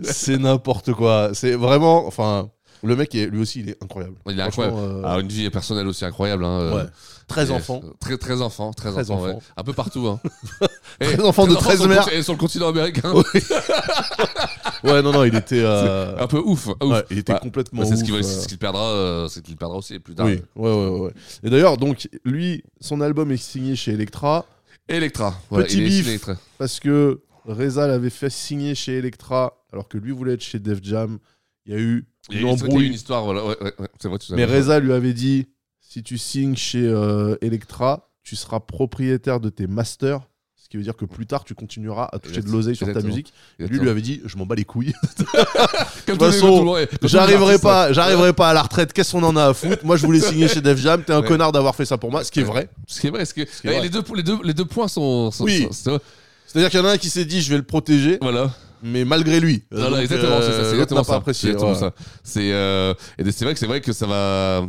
C'est n'importe quoi. C'est vraiment, enfin, le mec est, lui aussi, il est incroyable.
Il est
Franchement,
incroyable.
euh,
Ah, une vie personnelle aussi incroyable. Hein. euh.
ouais. 13
Et-
enfants.
Très, très enfants. Très,
Très
enfants, ouais.
enfants.
Un peu partout. Hein.
Très enfants de 13
sur le
mères.
conti- Et sur le continent américain.
Ouais, non, non, il était, euh,
Un peu ouf. ouf.
ouais, il était
Bah,
complètement.
bah, c'est ce
ouf,
qu'il va-
euh,
c'est ce qu'il perdra, euh, c'est ce qu'il perdra aussi plus tard.
Oui, ouais, ouais, ouais. Et d'ailleurs, donc, lui, son album est signé chez Electra
Electra. voilà,
Petit
il est
bif.
chez Electra.
parce que Reza l'avait fait signer chez Electra alors que lui voulait être chez Def Jam. Il y a eu
Il y a
une
eu- c'était
embrouille.
une histoire. Voilà. Ouais, ouais, ouais. C'est vrai, tu savais.
Mais Reza lui avait dit si tu signes chez euh, Electra, tu seras propriétaire de tes masters. Ce qui veut dire que plus tard, tu continueras à toucher de
Exactement.
l'oseille sur ta
Exactement.
musique. Et lui
Exactement.
lui avait dit Je m'en bats les couilles.
Comme
de
tous les-
façon,
comme tout le monde, ouais. Comme tous les
J'arriverai
artistes, ouais.
pas, j'arriverai pas à la retraite. Qu'est-ce qu'on en a à foutre Moi, je voulais signer chez Def Jam. T'es un
Ouais.
connard d'avoir fait ça pour moi, ce qui est
Ouais.
vrai.
Ce qui est vrai. ce que-
qui est
Eh,
vrai.
Les deux les deux- les deux points sont. sont-
Oui.
sont- sont-
C'est-à-dire qu'il y en a un qui s'est dit je vais le protéger,
Voilà.
mais malgré lui. Euh,
Voilà,
donc,
exactement,
euh,
c'est ça, c'est
l'autre
exactement
n'a pas
ça.
apprécié.
C'est exactement
ouais.
ça. C'est euh, et c'est vrai que c'est vrai que ça va.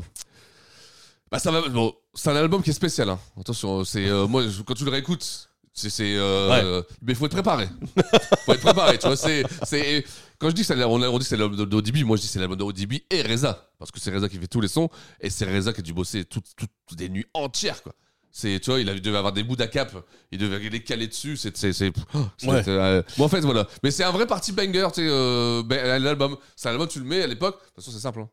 Bah ça va. Bon, c'est un album qui est spécial. Hein. Attention, c'est euh, moi je- quand tu le réécoutes, c'est c'est. euh, Mais faut être préparé. faut être préparé. Tu vois, c'est c'est quand je dis que c'est l'al- on, a- on dit que c'est l'album d'ODB, moi je dis que c'est l'album d'ODB et Reza parce que c'est Reza qui fait tous les sons et c'est Reza qui a dû bosser toutes toutes des nuits entières quoi. C'est, tu vois, il avait- devait avoir des bouts d'ACAP, il devait les caler dessus, c'est... c'est, c'est- c'est-
Ouais.
euh, bon, en fait, voilà. Mais c'est un vrai party banger, tu sais, euh, ben, l'album. C'est un album, tu le mets à l'époque, de toute façon, c'est simple. Hein.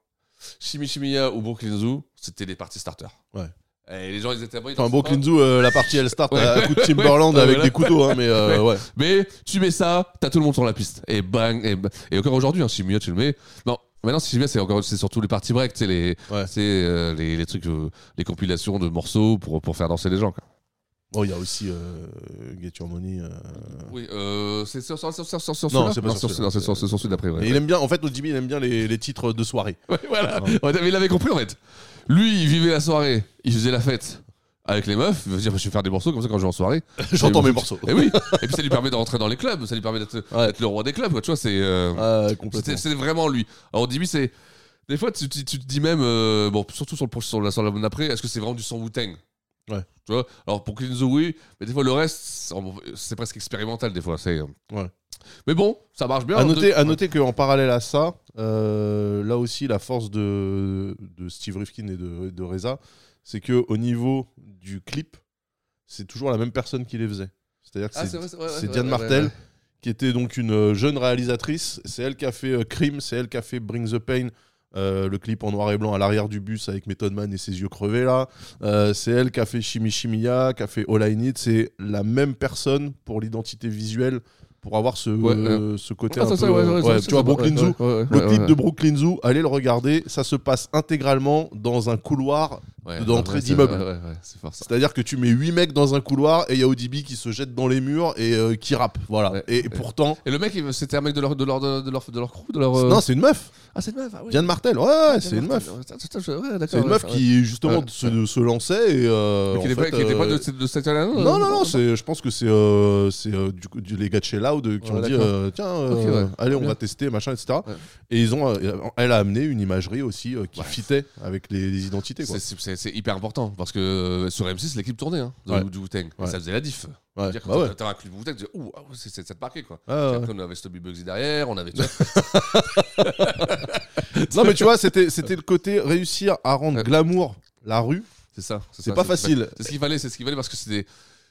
Chimichimia ou Brooklyn Zoo, c'était des parties starters.
Ouais.
Et les gens, ils étaient abonnés.
Enfin bon, Klinzu, euh, la partie elle start
Ouais.
à coup de Timberland
Ouais,
avec
voilà.
des couteaux, hein, mais euh, ouais.
Mais tu mets ça, t'as tout le monde sur la piste. Et bang, et, ba- et encore aujourd'hui, hein, si mieux tu le mets. Non, maintenant, si bien, c'est encore, c'est surtout les parties break, tu sais, les,
Ouais.
c'est, euh, les, les trucs, euh, les compilations de morceaux pour, pour faire danser les gens. quoi.
Oh, il y a aussi euh, Get Your Money. euh.
Oui, euh, c'est sur, sur, sur, sur, sur, sur celui-là
Non, c'est pas
Non,
sur
sur, non, c'est sur,
celui-là.
sur, sur celui d'après.
Et
Ouais.
il aime bien, en fait, notre Jimmy, il aime bien les, les titres de soirée.
Ouais, voilà. Ouais, mais il avait compris en fait. Lui, il vivait la soirée, il faisait la fête avec les meufs. Il veut dire, je vais faire des morceaux comme ça quand je vais en soirée.
J'entends
Et-
mes morceaux.
Et Eh oui. Et puis ça lui permet de rentrer dans les clubs, ça lui permet d'être
Ouais.
d'être le roi des clubs. Quoi. Tu vois, c'est. euh,
Ah,
C'était-
complètement.
C'est vraiment lui. Alors, Dibi, c'est. Des fois, tu, tu- tu te dis même, euh, bon, surtout sur, le, pro- sur la sur l'album d'après, est-ce que c'est vraiment du son Wu-Tang
Ouais.
Tu vois Alors, pour Kinzo, oui, mais des fois, le reste, c'est- c'est presque expérimental, des fois. c'est euh.
Ouais.
Mais bon, ça marche bien. hein,
À noter, à
Ouais.
noter qu'en parallèle à ça, euh, là aussi, la force de, de Steve Rifkin et de, de Reza, c'est que au niveau du clip, c'est toujours la même personne qui les faisait. C'est-à-dire que
Ah,
c'est
vrai, ouais, ouais,
c'est
ouais,
Diane
ouais,
Martel,
ouais,
qui était donc une euh, jeune réalisatrice. C'est elle qui a fait euh, Crime, c'est elle qui a fait Bring the Pain, euh, le clip en noir et blanc à l'arrière du bus avec Method Man et ses yeux crevés là. Euh, c'est elle qui a fait Chimichimia, qui a fait All I Need. C'est la même personne pour l'identité visuelle, pour avoir ce,
Ouais,
euh, ce côté
Ah,
un
ça, ça,
peu,
ouais, ouais,
euh, ouais,
ça,
tu
ça,
vois,
ça,
Brooklyn
ouais,
Zoo.
ouais, ouais,
Le
ouais,
clip
ouais.
de Brooklyn Zoo, allez le regarder, ça se passe intégralement dans un couloir
Ouais,
d'entrée
ouais, c'est-
d'immeuble.
ouais, ouais, ouais, c'est fort ça.
c'est-à-dire que tu mets 8 mecs dans un couloir et il y a ODB qui se jette dans les murs et euh, qui rappe. Voilà.
Ouais.
et, et pourtant.
Et le mec, il- c'était un mec de leur, de leur, de leur, de leur crew de leur, euh,
Non, c'est une meuf.
Ah, c'est une meuf, ah oui.
Diane Martel. Ouais, ouais, c'est une meuf.
Martel. Ouais, ça, ça, ça, ouais, d'accord,
C'est une
ouais,
meuf
ça, ouais.
qui justement
Ouais.
se, se lançait et. euh,
Mais Qui
en
n'était pas,
fait,
qui était pas
euh,
de, de cette hein, année
Non, non, non, c'est- je pense que c'est euh, c'est, euh, du coup, du- les gars de chez Loud euh, qui
Ouais,
ont dit
d'accord.
euh, tiens, euh,
Ok, ouais.
allez, on
Bien.
va tester, machin, etc.
Ouais.
Et ils ont, euh, elle a amené une imagerie aussi euh, qui fitait avec les, les identités. quoi.
C'est- C'est c'est- c'est hyper important parce que euh, sur M6, l'équipe tournait hein, de-
Ouais.
du Wu-Tang. Et
Ouais.
Ça faisait la diff.
Ouais.
C'est-à-dire que
Bah ouais.
t'avais un club Wu-Tang, tu disais, ouh, ah ouais, c'est c'est- ça te marquait quoi.
Ah, ouais.
Après, on avait Stubby Bugsy derrière, on avait.
Non, mais tu vois, c'était c'était le côté réussir à rendre
Ouais.
glamour la rue.
c'est ça.
C'est
ça,
pas
ce qu'il
facile.
fallait. C'est ce qu'il fallait, c'est ce qu'il fallait parce que c'était.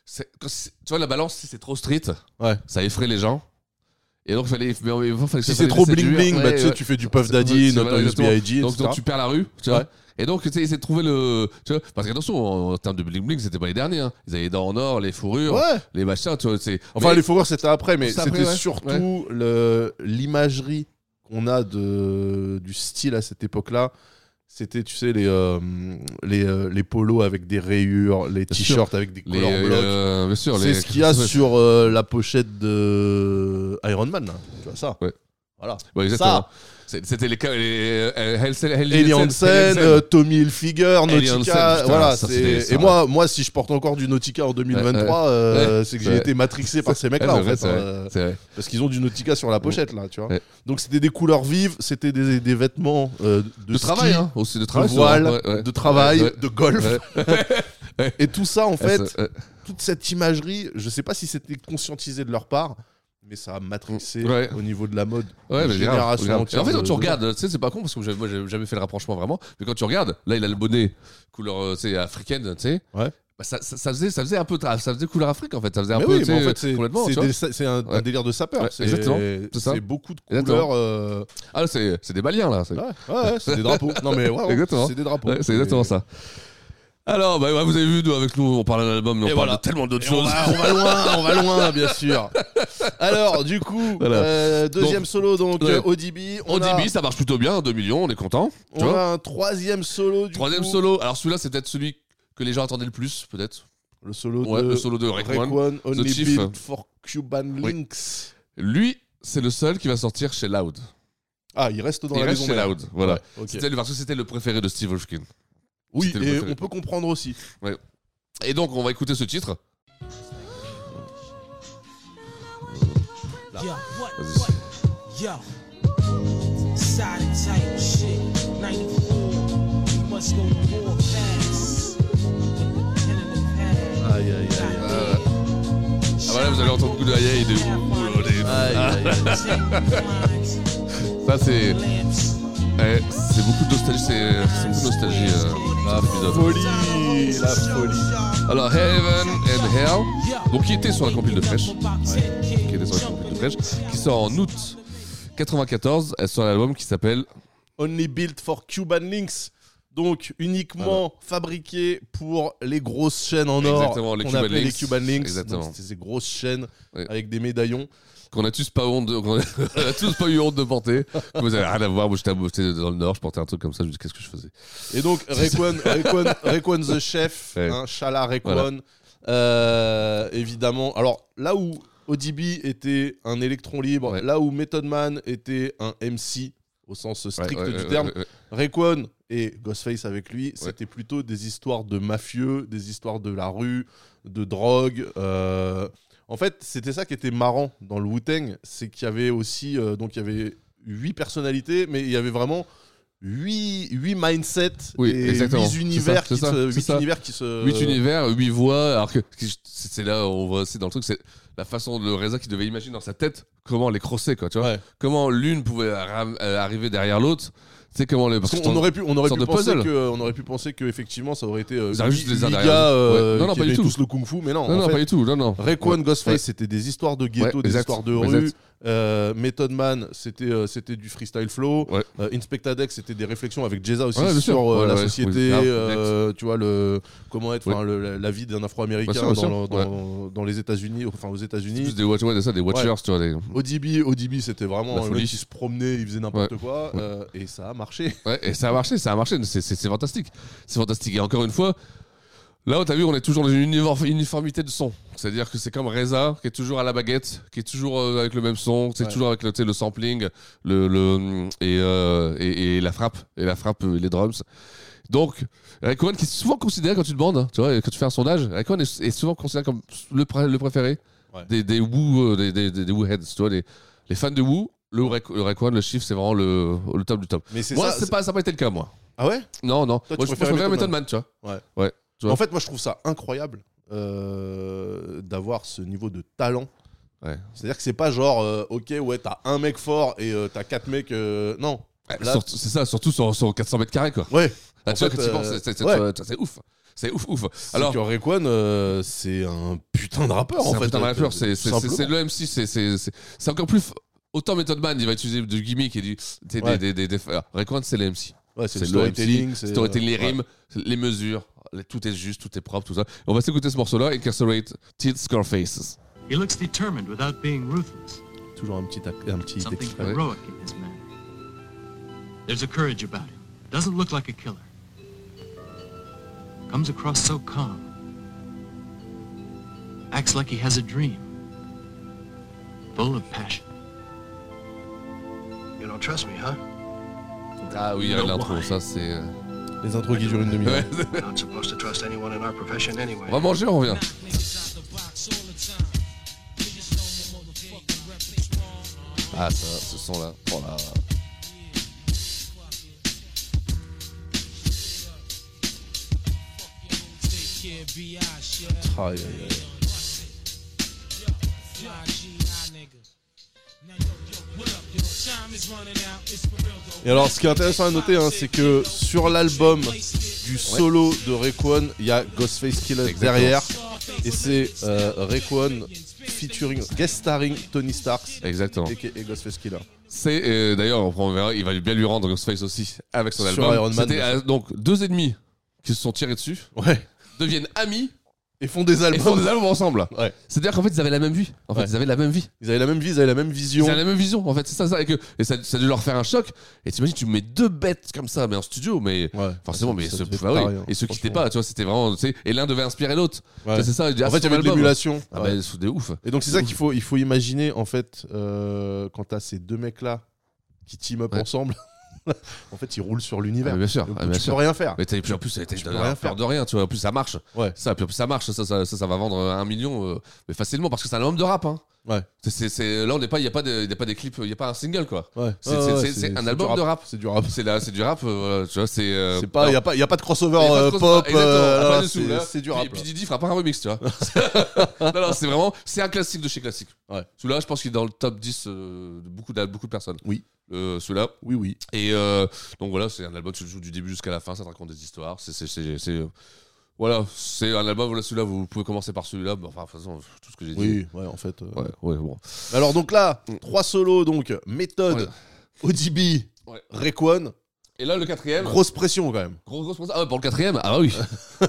c'est- quand c'est- Tu vois, la balance, si c'est trop street,
Ouais.
ça effraie les gens. Et donc, il fallait. mais en même temps, fallait que
Si
ça
c'est
fasse
trop
des
bling
séduire.
bling,
Ouais,
bah, tu sais,
ouais.
tu fais du Puff
C'est-
Daddy,
c'est-
Notorious
voilà, exactement.
B.I.G.,
Donc,
etc.
donc tu perds la rue, tu vois.
Ouais.
Et donc, tu sais, essayer de trouver le. Tu vois, parce qu'attention, en, en termes de bling bling, c'était pas les derniers. hein. Ils avaient les dents en or, les fourrures,
Ouais.
les machins, tu vois. c'est-
Enfin,
Mais-
les fourrures, c'était après, mais
C'est après,
c'était
ouais.
surtout
Ouais.
le- l'imagerie qu'on a de, du style à cette époque-là. C'était, tu sais, les, euh, les, euh, les polos avec des rayures, les
Bien sûr.
t-shirts avec des
Les,
couleurs blocs.
euh, bien sûr,
C'est
les-
ce qu'il y a sur euh, la pochette de Iron Man, là. tu vois ça
Ouais.
Voilà.
Ouais, exactement.
Ça.
C'est- C'était les. ca- les euh, Hellsen- Hell-
Ellie
Hellsen-
Hansen,
Hellsen.
euh, Tommy Hilfiger, Nautica,
Hansen, putain,
voilà.
ça,
c'est-
c'est des- ça,
et moi, moi, si je porte encore du Nautica en 2023, euh, c'est que j'ai
Ouais.
été matrixé par ces mecs-là,
Ouais, c'est
en
vrai,
fait.
c'est vrai,
euh,
c'est vrai.
Parce qu'ils ont du Nautica sur la pochette, là, tu vois.
Ouais.
Donc c'était des couleurs vives, c'était des, des vêtements euh, de,
De
ski,
travail, hein, aussi de
de
travail.
voile,
souvent, ouais, ouais.
de travail,
Ouais, ouais.
de golf. Et tout ça, en fait,
Ouais,
toute cette imagerie, je sais pas si c'était conscientisé de leur part, mais ça a matrixé
Ouais.
au niveau de la mode.
Ouais,
une
mais grave,
génération
grave. Et
entière
En fait, quand
de-
tu regardes, tu sais, c'est pas con parce que j'avais- moi, j'avais jamais fait le rapprochement vraiment. Mais quand tu regardes, là, il a le bonnet couleur, euh, tu sais, africaine, tu sais.
Ouais.
Bah, ça, ça, ça faisait, ça faisait un peu, tra- ça faisait couleur Afrique en fait. Ça faisait un
Mais
peu,
oui,
tu
mais en
sais,
fait, c'est-
complètement. tu
c'est
vois.
des- c'est un, un
Ouais.
délire de sapeur.
Ouais,
c'est-
exactement, c'est ça.
C'est beaucoup de
Exactement.
couleurs. euh,
Ah, c'est c'est des Maliens là. c'est-
Ouais, ouais, c'est des drapeaux. Non, mais ouais, ouais,
Exactement.
c'est des drapeaux.
Ouais, c'est exactement ça. Alors, bah, ouais, vous avez vu, nous, avec nous, on parle d'un album, mais on
Et
parle
voilà.
de tellement d'autres
Et on
choses.
va, on va loin, on va loin, bien sûr. Alors, du coup,
Voilà.
euh, deuxième
Donc,
solo, donc
ouais.
euh, ODB. On,
On dit
a,
bis, ça marche plutôt bien, 2 millions, on est content. tu
on
vois.
a un troisième solo. Du
Troisième
coup.
solo, alors celui-là, c'est peut-être celui que les gens attendaient le plus, peut-être.
Le solo
Ouais,
de
le solo de Rick
Rake
One.
Euh, One, Only
Chief.
Built for Cuban
Oui.
Links.
Lui, c'est le seul qui va sortir chez Loud.
Ah, il reste dans
Il
la
reste
maison
chez
mère.
Loud, voilà.
Ouais, ok.
C'était le- Parce que c'était le préféré de Steve Wolfkin.
Oui,
c'était le
et
préféré.
on peut comprendre aussi.
Et donc, on va écouter ce titre.
Yeah, what,
Vas-y. Ah,
what, yo. Side type shit, 94. You must go to war fast. With the pen and the pad.
Aïe, aïe, aïe.
Ah, Ah bah là, vous allez entendre beaucoup de aïe aïe, de ouh, ouh, des-
Aïe, aïe, aïe.
Ça, c'est. eh, c'est beaucoup de nostalgie, c'est c'est beaucoup de nostalgie, euh, cet épisode.
Folie, la folie.
Alors, Heaven and Hell, donc qui était sur la compile de Fresh, qui était sur la compile de Fresh, qui sort en août 94 euh, sur l'album qui s'appelle
Only Built for Cuban Links. donc uniquement fabriqué pour les grosses chaînes en or.
Ah Exactement, les
qu'on
Cuban
appelait
Links.
les Cuban Links.
Exactement.
Donc, C'était ces grosses chaînes
Ouais.
avec des médaillons.
Qu'on a tous pas honte de- qu'on a tous pas eu honte de porter. Vous avez rien à voir. Moi, j'étais à- j'étais dans le Nord, je portais un truc comme ça. Je me dis, qu'est-ce que je faisais
Et donc Rekwan, Rekwan, Rekwan the Chef,
Ouais.
hein, Shala Rekwan,
Voilà.
euh, évidemment. Alors là où ODB était un électron libre,
Ouais.
là où Method Man était un MC au sens strict
Ouais, ouais,
du
ouais,
terme,
ouais, ouais.
Rayquan et Ghostface avec lui, c'était plutôt des histoires de mafieux, des histoires de la rue, de drogue. euh. En fait, c'était ça qui était marrant dans le Wu-Tang, c'est qu'il y avait aussi, euh, donc il y avait huit personnalités, mais il y avait vraiment huit, huit mindsets
Oui,
et
exactement.
huit
C'est
univers,
ça, c'est
qui
ça,
se,
c'est
huit
ça.
univers qui se...
Huit univers, huit voix. Alors que que je- c'est c'est là, on voit aussi dans le truc, c'est la façon de Reza qui devait imaginer dans sa tête comment les crosser, quoi. Tu vois
Ouais.
Comment l'une pouvait arra- euh, arriver derrière l'autre. Tu sais comment les.
Parce
que
qu'on
t'en-
aurait pu, on aurait
sorte
pu
de
penser
puzzle.
que, euh, on aurait pu penser que effectivement ça aurait été euh,
Ils arrivent juste
huit-
les uns
huit
derrière les
gars,
autres.
euh,
Ouais. Non, non,
qui
pas du
avaient
tout.
tous le kung-fu, mais non.
Non,
en
non,
fait,
pas du tout. Non, non.
Rayquan
Ouais.
Ghostface,
Ouais.
c'était des histoires de ghetto,
Ouais,
des
exact,
histoires de
exact.
rue. Euh, Method Man, c'était euh, c'était du freestyle flow.
Ouais.
Euh, Inspectadex, c'était des réflexions avec Jeza aussi
Ouais, bien
sur
sûr.
euh,
Ouais,
la
ouais,
société,
oui. Ah,
euh, tu vois le comment être,
Ouais.
enfin, le- la, la vie d'un Afro-Américain
Bien sûr, bien
dans,
sûr,
le- dans- dans les États-Unis, enfin aux
C'est plus
États-Unis.
des watch- ouais, ça, des Watchers,
Ouais.
tu vois. des-
ODB, ODB, c'était vraiment
La
un
folie.
mec qui se promenait, il faisait n'importe
Ouais.
quoi, euh, et ça a marché.
Ouais, et ça a marché, ça a marché, c'est- c'est c'est fantastique. C'est fantastique. Et encore une fois, là, t'as vu, on est toujours dans une unifor- uniformité de son. C'est-à-dire que c'est comme Reza, qui est toujours à la baguette, qui est toujours euh, avec le même son, c'est
Ouais.
toujours avec le, tu sais, le sampling, le, le, et, euh, et, et la frappe, et la frappe, euh, les drums. Donc, Raekwon, qui est souvent considéré, quand tu demandes, hein, tu vois, quand tu fais un sondage, Raekwon est, est souvent considéré comme le, pré- le préféré
Ouais.
des, des Wu, euh, des, des, des- des Wu heads, tu vois, les, les fans de Wu. Le Raekwon, le, Raekwon, le chiffre, c'est vraiment le, le top du top.
Mais c'est
Moi,
ça.
c'est pas, ça n'a pas été le cas, moi.
Ah ouais
Non, non.
Toi,
moi,
tu
je
préfères
préfère Method
Method
Man, tu vois. Tu vois.
En fait, moi, je trouve ça incroyable euh, d'avoir ce niveau de talent.
Ouais.
C'est-à-dire que c'est pas genre, euh, ok, ouais, t'as un mec fort et euh, t'as quatre mecs. euh, non.
Ouais,
Là-
surtout- C'est ça, surtout sur, sur 400 mètres carrés, quoi.
Ouais.
Là,
En
tu vois,
fait,
quand tu
euh,
penses, c'est- c'est- c'est
ouais.
euh, c'est ouf. C'est ouf, ouf.
Alors
Alors,
que Rayquan, euh, c'est un putain de rappeur. en
c'est un
fait,
putain de
euh,
rappeur.
euh,
C'est c'est-
tout
c'est- c'est
simplement.
le MC. c'est- C'est c'est- c'est encore plus. f- Autant Method Man, il va utiliser du gimmick et du. des-
Ouais.
des- des- des- des- alors, Raekwon, c'est le MC.
Ouais, c'est le
le
storytelling.
MC,
c'est,
storytelling, les
euh, ouais.
rimes, les mesures. les- Tout est juste, tout est propre, tout ça. On va s'écouter ce morceau-là, Incarcerate Teeth Scarfaces.
He looks determined without being ruthless.
euh, Toujours un petit, ac- un petit
Something
extrait.
heroic in his manner. There's a courage about him. Doesn't look like a killer. Comes across so calm. Acts like he has a dream. Full of passion. You don't trust me, huh?
Ah oui,
No
l'intro,
why.
ça c'est. euh,
Les intros qui durent une demi-heure.
Ouais.
We're not supposed to trust anyone in our profession anyway.
On va manger, on revient. Ah ça, ce son là. Oh là.
Ah, aïe, aïe, aïe. Et alors, ce qui est intéressant à noter, hein, c'est que sur l'album du solo de Rayquan, il y a Ghostface Killer
Exactement.
derrière. Et c'est euh, Rayquan featuring, guest starring Tony Starks,
Exactement.
et Ghostface Killer.
C'est euh, d'ailleurs, on verra, il va bien lui rendre Ghostface aussi avec son
Sur
album.
Iron Man,
C'était
bien
euh, donc deux ennemis qui se sont tirés dessus,
Ouais.
deviennent amis
Ils font des
et font
albums.
des albums ensemble.
Ouais.
C'est-à-dire qu'en fait ils avaient la même vie. En fait
Ouais.
ils avaient la même vie.
Ils avaient la même vie, ils avaient la même
Ils
vision.
avaient la même vision. En fait c'est ça ça et, que, et ça, ça a dû leur faire un choc. Et t'imagines tu mets deux bêtes comme ça mais en studio mais
Ouais.
forcément mais
Ah, Ça
se, bah
devait être
oui.
pareil, hein,
et se quittaient
franchement.
pas tu vois c'était vraiment tu sais et l'un devait inspirer l'autre.
Ouais.
Ça, C'est ça. il dit, ah,
En fait, il
c'est
y avait de
son album.
l'émulation.
Ah
Ouais.
bah, c'est de ouf.
Et donc c'est ça qu'il faut, il faut imaginer en fait euh, quand t'as ces deux mecs là qui team up
Ouais.
ensemble. en fait, ils roulent sur
Ah,
l'univers.
mais bien sûr,
Donc,
ah, bien
tu
sûr.
peux rien faire.
Mais t'as- puis en plus, t'as- t'as
Tu peux
t'as
rien
peur
faire.
de rien, tu vois. En plus, ça marche.
Ouais.
Ça, puis en plus, ça marche. Ça, ça, ça, ça va vendre euh, un million, euh, mais facilement, parce que c'est un album de rap. Hein.
Ouais.
C'est- C'est, c'est- là, on n'est pas, il n'y a pas de- y a pas des clips, il n'y a pas un single, quoi.
Ouais.
C'est,
Ouais,
c'est-
ouais,
c'est- c'est un
du
album de rap.
C'est du rap.
C'est là, c'est du rap. euh, voilà, tu vois, c'est. euh,
C'est pas,
alors,
il y a pas, y a pas de crossover
y a pas de
euh,
cross-
pop.
exactement,
euh,
pas
là,
du tout,
c'est-
là.
c'est du
Puis-
rap.
Puis
là.
Didi fera pas un remix, tu vois. non, non, c'est vraiment, c'est un classique de chez classique.
Ouais.
Celui-là, je pense qu'il est dans le top 10 euh, de beaucoup de, beaucoup de personnes.
Oui.
Euh, celui-là.
Oui, oui.
Et euh, donc voilà, c'est un album, tu le joues du début jusqu'à la fin, ça te raconte des histoires. C'est, c'est, c'est, c'est- euh, voilà, c'est un album, voilà, celui-là, vous pouvez commencer par celui-là. mais enfin, de toute façon, tout ce que j'ai dit.
Oui, ouais, en fait. euh.
Ouais, ouais, bon.
Alors donc là, trois solos donc méthode,
Ouais.
ODB,
Ouais.
Rayquan.
Et là, le quatrième.
Grosse pression quand même.
Grosse, grosse pression. Ah ouais, pour le quatrième. Ah oui.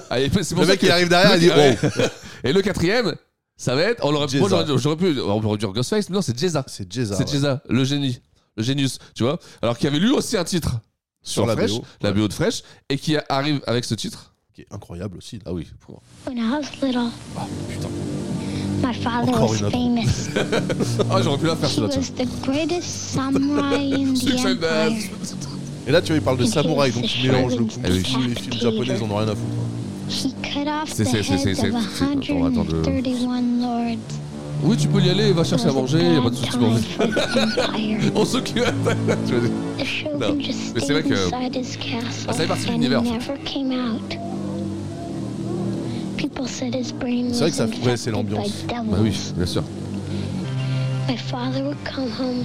Ah, et c'est pour
Le
ça
mec,
que-
il arrive derrière,
le-
il dit, oh.
ouais. Et le quatrième, ça va être. On l'aurait, moi,
Jezza.
j'aurais, j'aurais pu. On peut dire Ghostface, mais non, c'est Jezza.
C'est Jezza.
C'est
ouais.
Jezza, le génie. Le génius, tu vois. Alors qu'il avait lui aussi un titre
Sur la
Fresh,
BO,
la
ouais.
BO de Fresh, et qui arrive avec ce titre.
Qui est incroyable aussi.
Ah oui. pour-
When I was little, my father
Encore
was
une autre.
famous.
Ah, j'aurais pu la faire
He
celle-là, tiens.
was the greatest samurai in the
Succès de-
empire.
Et là, tu vois, il parle de
Et
samouraï,
puis,
donc
c'est
il mélange le
chouette.
kung
Ah
fu,
oui.
les films japonais, ils en ont rien à foutre.
He cut off
C'est-
the
c'est- c'est- c'est-
heads
c'est-
of
c'est- on va attendre le-
131 lords.
Oui, tu peux y aller, va chercher à manger, y a pas de soucis. pour- On s'occupe. Tu vois,
The shogun
Non.
just
Mais c'est vrai
stayed
que. Ah,
inside his castle
ça fait partie de
and he
l'univers, en fait.
never came out. People said his brain
C'est
was
vrai que ça-
infected
ouais, c'est l'ambiance.
by devils.
Bah oui, bien sûr.
My father would come home.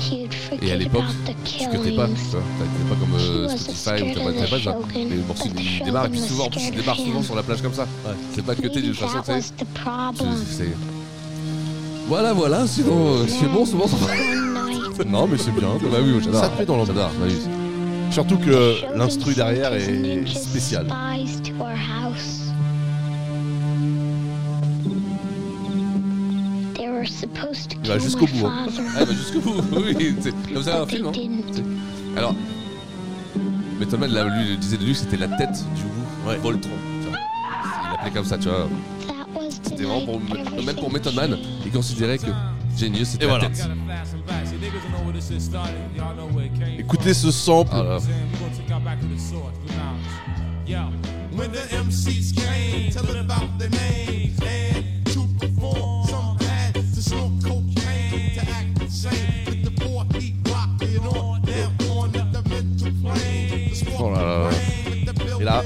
He would forget
Et à l'époque,
about the
tu cutais pas, tu
killings.
vois. T'étais pas comme euh, Spotify ou t'as pas- t'as pas ça. Mais le morceau il- il démarre, et puis souvent, en plus, il démarre souvent sur la plage comme ça. C'est pas cuté d'une façon,
That
tu sais.
was the problem.
C'est- Voilà, voilà, sinon, euh, c'est bon, c'est bon, ça va.
Non, mais c'est bien.
Bah oui, moi, j'adore.
Ça te met dans l'ambiance.
J'adore, bah oui.
Surtout que Euh, l'instru derrière est spécial.
Spies to our house. They were supposed to
Il va
kill
jusqu'au
my
bout. hein.
father.
Ah, il va jusqu'au bout, oui. c'est- Comme ça, un film. hein. C'est- Alors, Metal Man, là, lui, il disait de lui que c'était la tête du bout, Voltron. tu vois. Il l'appelait comme ça, tu vois. C'était vraiment pour. Même pour Metal Man, il considérait que Genius, c'était
Et
la
voilà.
tête.
Écoutez ce sample.
Ah,
When the MCs came, tell it about their names and to perform. Some had to smoke cocaine to act the same. With the poor heat rocking on, down on the mental plane. The spark
Oh là là. Et là.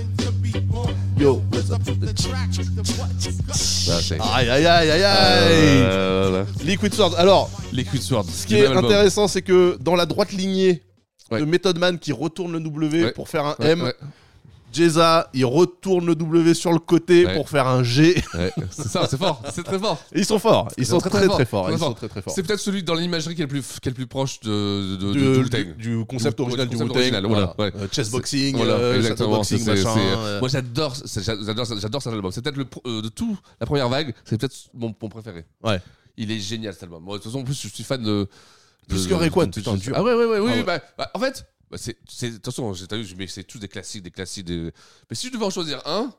Yo, what's up with the
track to what?
Là, c'est-
Aïe aïe aïe aïe aïe
Euh, voilà.
Liquid Sword. Alors,
Liquid Sword.
ce qui est intéressant, c'est que dans la droite lignée
Ouais.
de Method Man qui retourne le W
Ouais.
pour faire un
Ouais,
M,
ouais.
Jezza, il retourne le W sur le côté
Ouais.
pour faire un G.
C'est ça, c'est fort, c'est très fort.
Ils sont forts, ils sont très très,
forts,
forts,
très
ils sont
forts.
très très forts.
C'est peut-être celui dans l'imagerie qui est le plus, qui est le plus proche de, de- de-
Du-
du Wu-Tang.
du- du concept original
du
du
concept
Wu-Tang,
original, voilà,
voilà.
ouais.
Euh, chessboxing,
Voilà,
euh,
exactement,
shadowboxing,
c'est- c'est-
machin,
c'est-
euh.
Moi j'adore, c'est- j'adore, j'adore cet album. C'est peut-être le pr- euh, de tout la première vague, c'est peut-être mon, mon préféré.
Ouais.
Il est génial cet album. Moi, de toute façon, en plus, je suis fan de. de-
Plus que
de-
Rayquan,
de-
putain, dur.
Ah ouais, ouais, ouais, oui,
Ah
oui,
ouais.
bah, bah, en fait, bah, c'est, c'est, attention, j'ai t'as vu, mais c'est tous des classiques, des classiques, des. Mais si je devais en choisir un,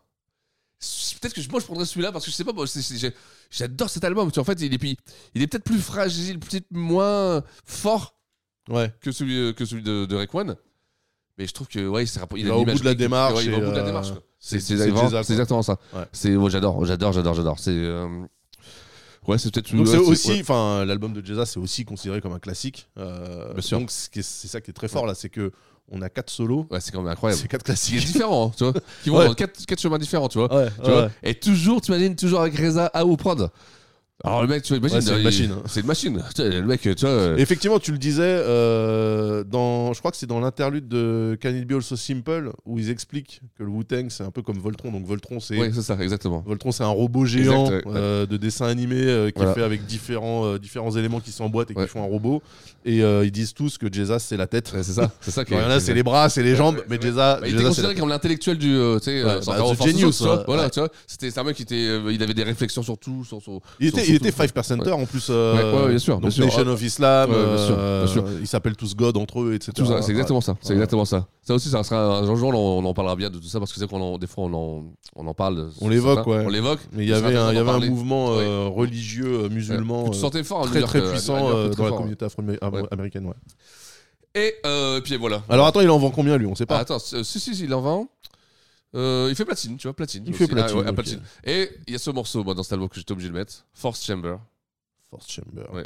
c'est- peut-être que je- moi je prendrais celui-là parce que je sais pas, moi, c'est- c'est- j'ai- j'adore cet album. Tu vois, en fait, il est, puis- il est peut-être plus fragile, peut-être moins fort
Ouais.
que celui, euh, que celui de, de Rayquan. Mais je trouve que ouais, il, s'est rappo-
Il
a
va au
l'image
bout de la
qui- qui-
démarche
ouais, il va
et,
au bout de la
euh,
démarche. quoi.
c'est-
C'est
c'est
c'est vraiment-
Jezza,
c'est
quoi.
exactement ça.
Ouais.
C'est moi j'adore, j'adore, j'adore, j'adore. C'est euh, ouais, c'est peut-être
Donc
ouais,
c'est aussi,
ouais.
enfin, l'album de Jezza, c'est aussi considéré comme un classique. Euh,
Bien sûr.
Donc ce qui est- c'est ça qui est très fort là, c'est que on a quatre solos.
Ouais, c'est quand même incroyable.
C'est quatre
Qui est
classiques.
différent, hein, tu vois. Qui vont
Ouais.
dans quatre, quatre chemins différents, tu vois.
Ouais,
tu
ouais,
vois.
ouais.
Et toujours, tu imagines, toujours avec Reza à ou prod. Alors le mec, tu vois, imagine,
Ouais, c'est une
il-
machine, hein.
C'est une machine. Tu vois, Le mec, tu vois. euh,
Et Effectivement, tu le disais, euh, dans, je crois que c'est dans l'interlude de Can It Be Also Simple où ils expliquent que le Wu-Tang c'est un peu comme Voltron. Donc Voltron c'est
Ouais, c'est ça, exactement.
Voltron c'est un robot géant
Exact, ouais,
euh, de dessin animé euh, qui
Voilà.
est fait avec différents, euh, différents éléments qui s'emboîtent et qui font un robot. Et euh, ils disent tous que Jezza c'est la tête.
Ouais, c'est ça, c'est ça qui est-
Genre, il y en a, c'est les bras, c'est les jambes, mais Jezza,
Bah, il était
Jezza, c'est
considéré
la tête.
comme l'intellectuel du euh, tu sais
Ouais,
euh, sorteur
bah,
en
the
force,
genius,
tu vois,
ouais,
voilà
ouais.
tu vois c'était c'est un mec qui était euh, il avait des réflexions sur tout sur son
Il
sur-
était,
sur
il
tout,
était
sur-
Five Percenter
ouais.
en plus. euh,
Ouais, ouais, bien sûr,
donc
bien sûr.
Nation of Islam.
Ouais, bien sûr,
euh,
bien sûr.
Ils s'appellent tous God entre eux, etc.
Tout ça, c'est exactement
Ouais.
ça. C'est
Ouais.
exactement ça. Ça aussi, ça sera un un jour, on, on en parlera bien de tout ça parce que c'est qu'on en- des fois on en, on en parle. de-
On l'évoque,
certains.
ouais.
On l'évoque.
Mais il y
Ça
avait
sera
un, il y
intéressant
avait
d'en
un
parler.
mouvement euh, religieux euh, musulman.
Tu te sentais fort à New
Très,
York,
très
euh, à New
puissant
York,
euh,
très
dans la
fort, hein.
communauté
Ouais.
afro-américaine. Ouais.
Et euh, puis voilà.
Alors attends, il en vend combien lui On sait
Ah,
pas.
attends, si, si, si, il en vend. Euh, il fait platine, tu vois, platine.
Il fait platine,
ah, ouais, ah,
ok.
platine. Et il y a ce morceau moi, dans cet album que j'étais obligé de mettre Force Chamber.
Force Chamber.
Ouais.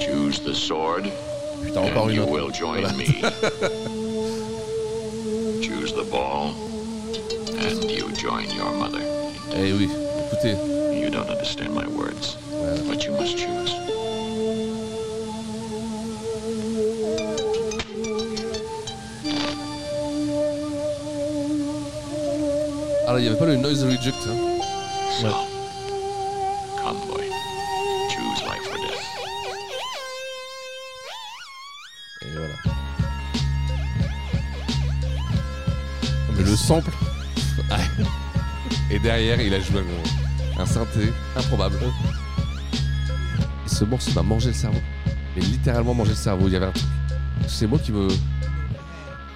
Choose the sword,
Putain, encore
and
une
you
autre.
will join me. Choose the ball, and you join your mother.
Eh oui, écoutez.
You don't understand my words, but you must choose.
Alors, Ah, il n'y avait pas le Noise Reject. hein.
So, convoy, choose life or death.
le sample.
Et derrière, il a joué un, un synthé improbable. Et ce morceau m'a mangé le cerveau. Mais littéralement mangé le cerveau. Il y avait un truc. C'est moi qui me.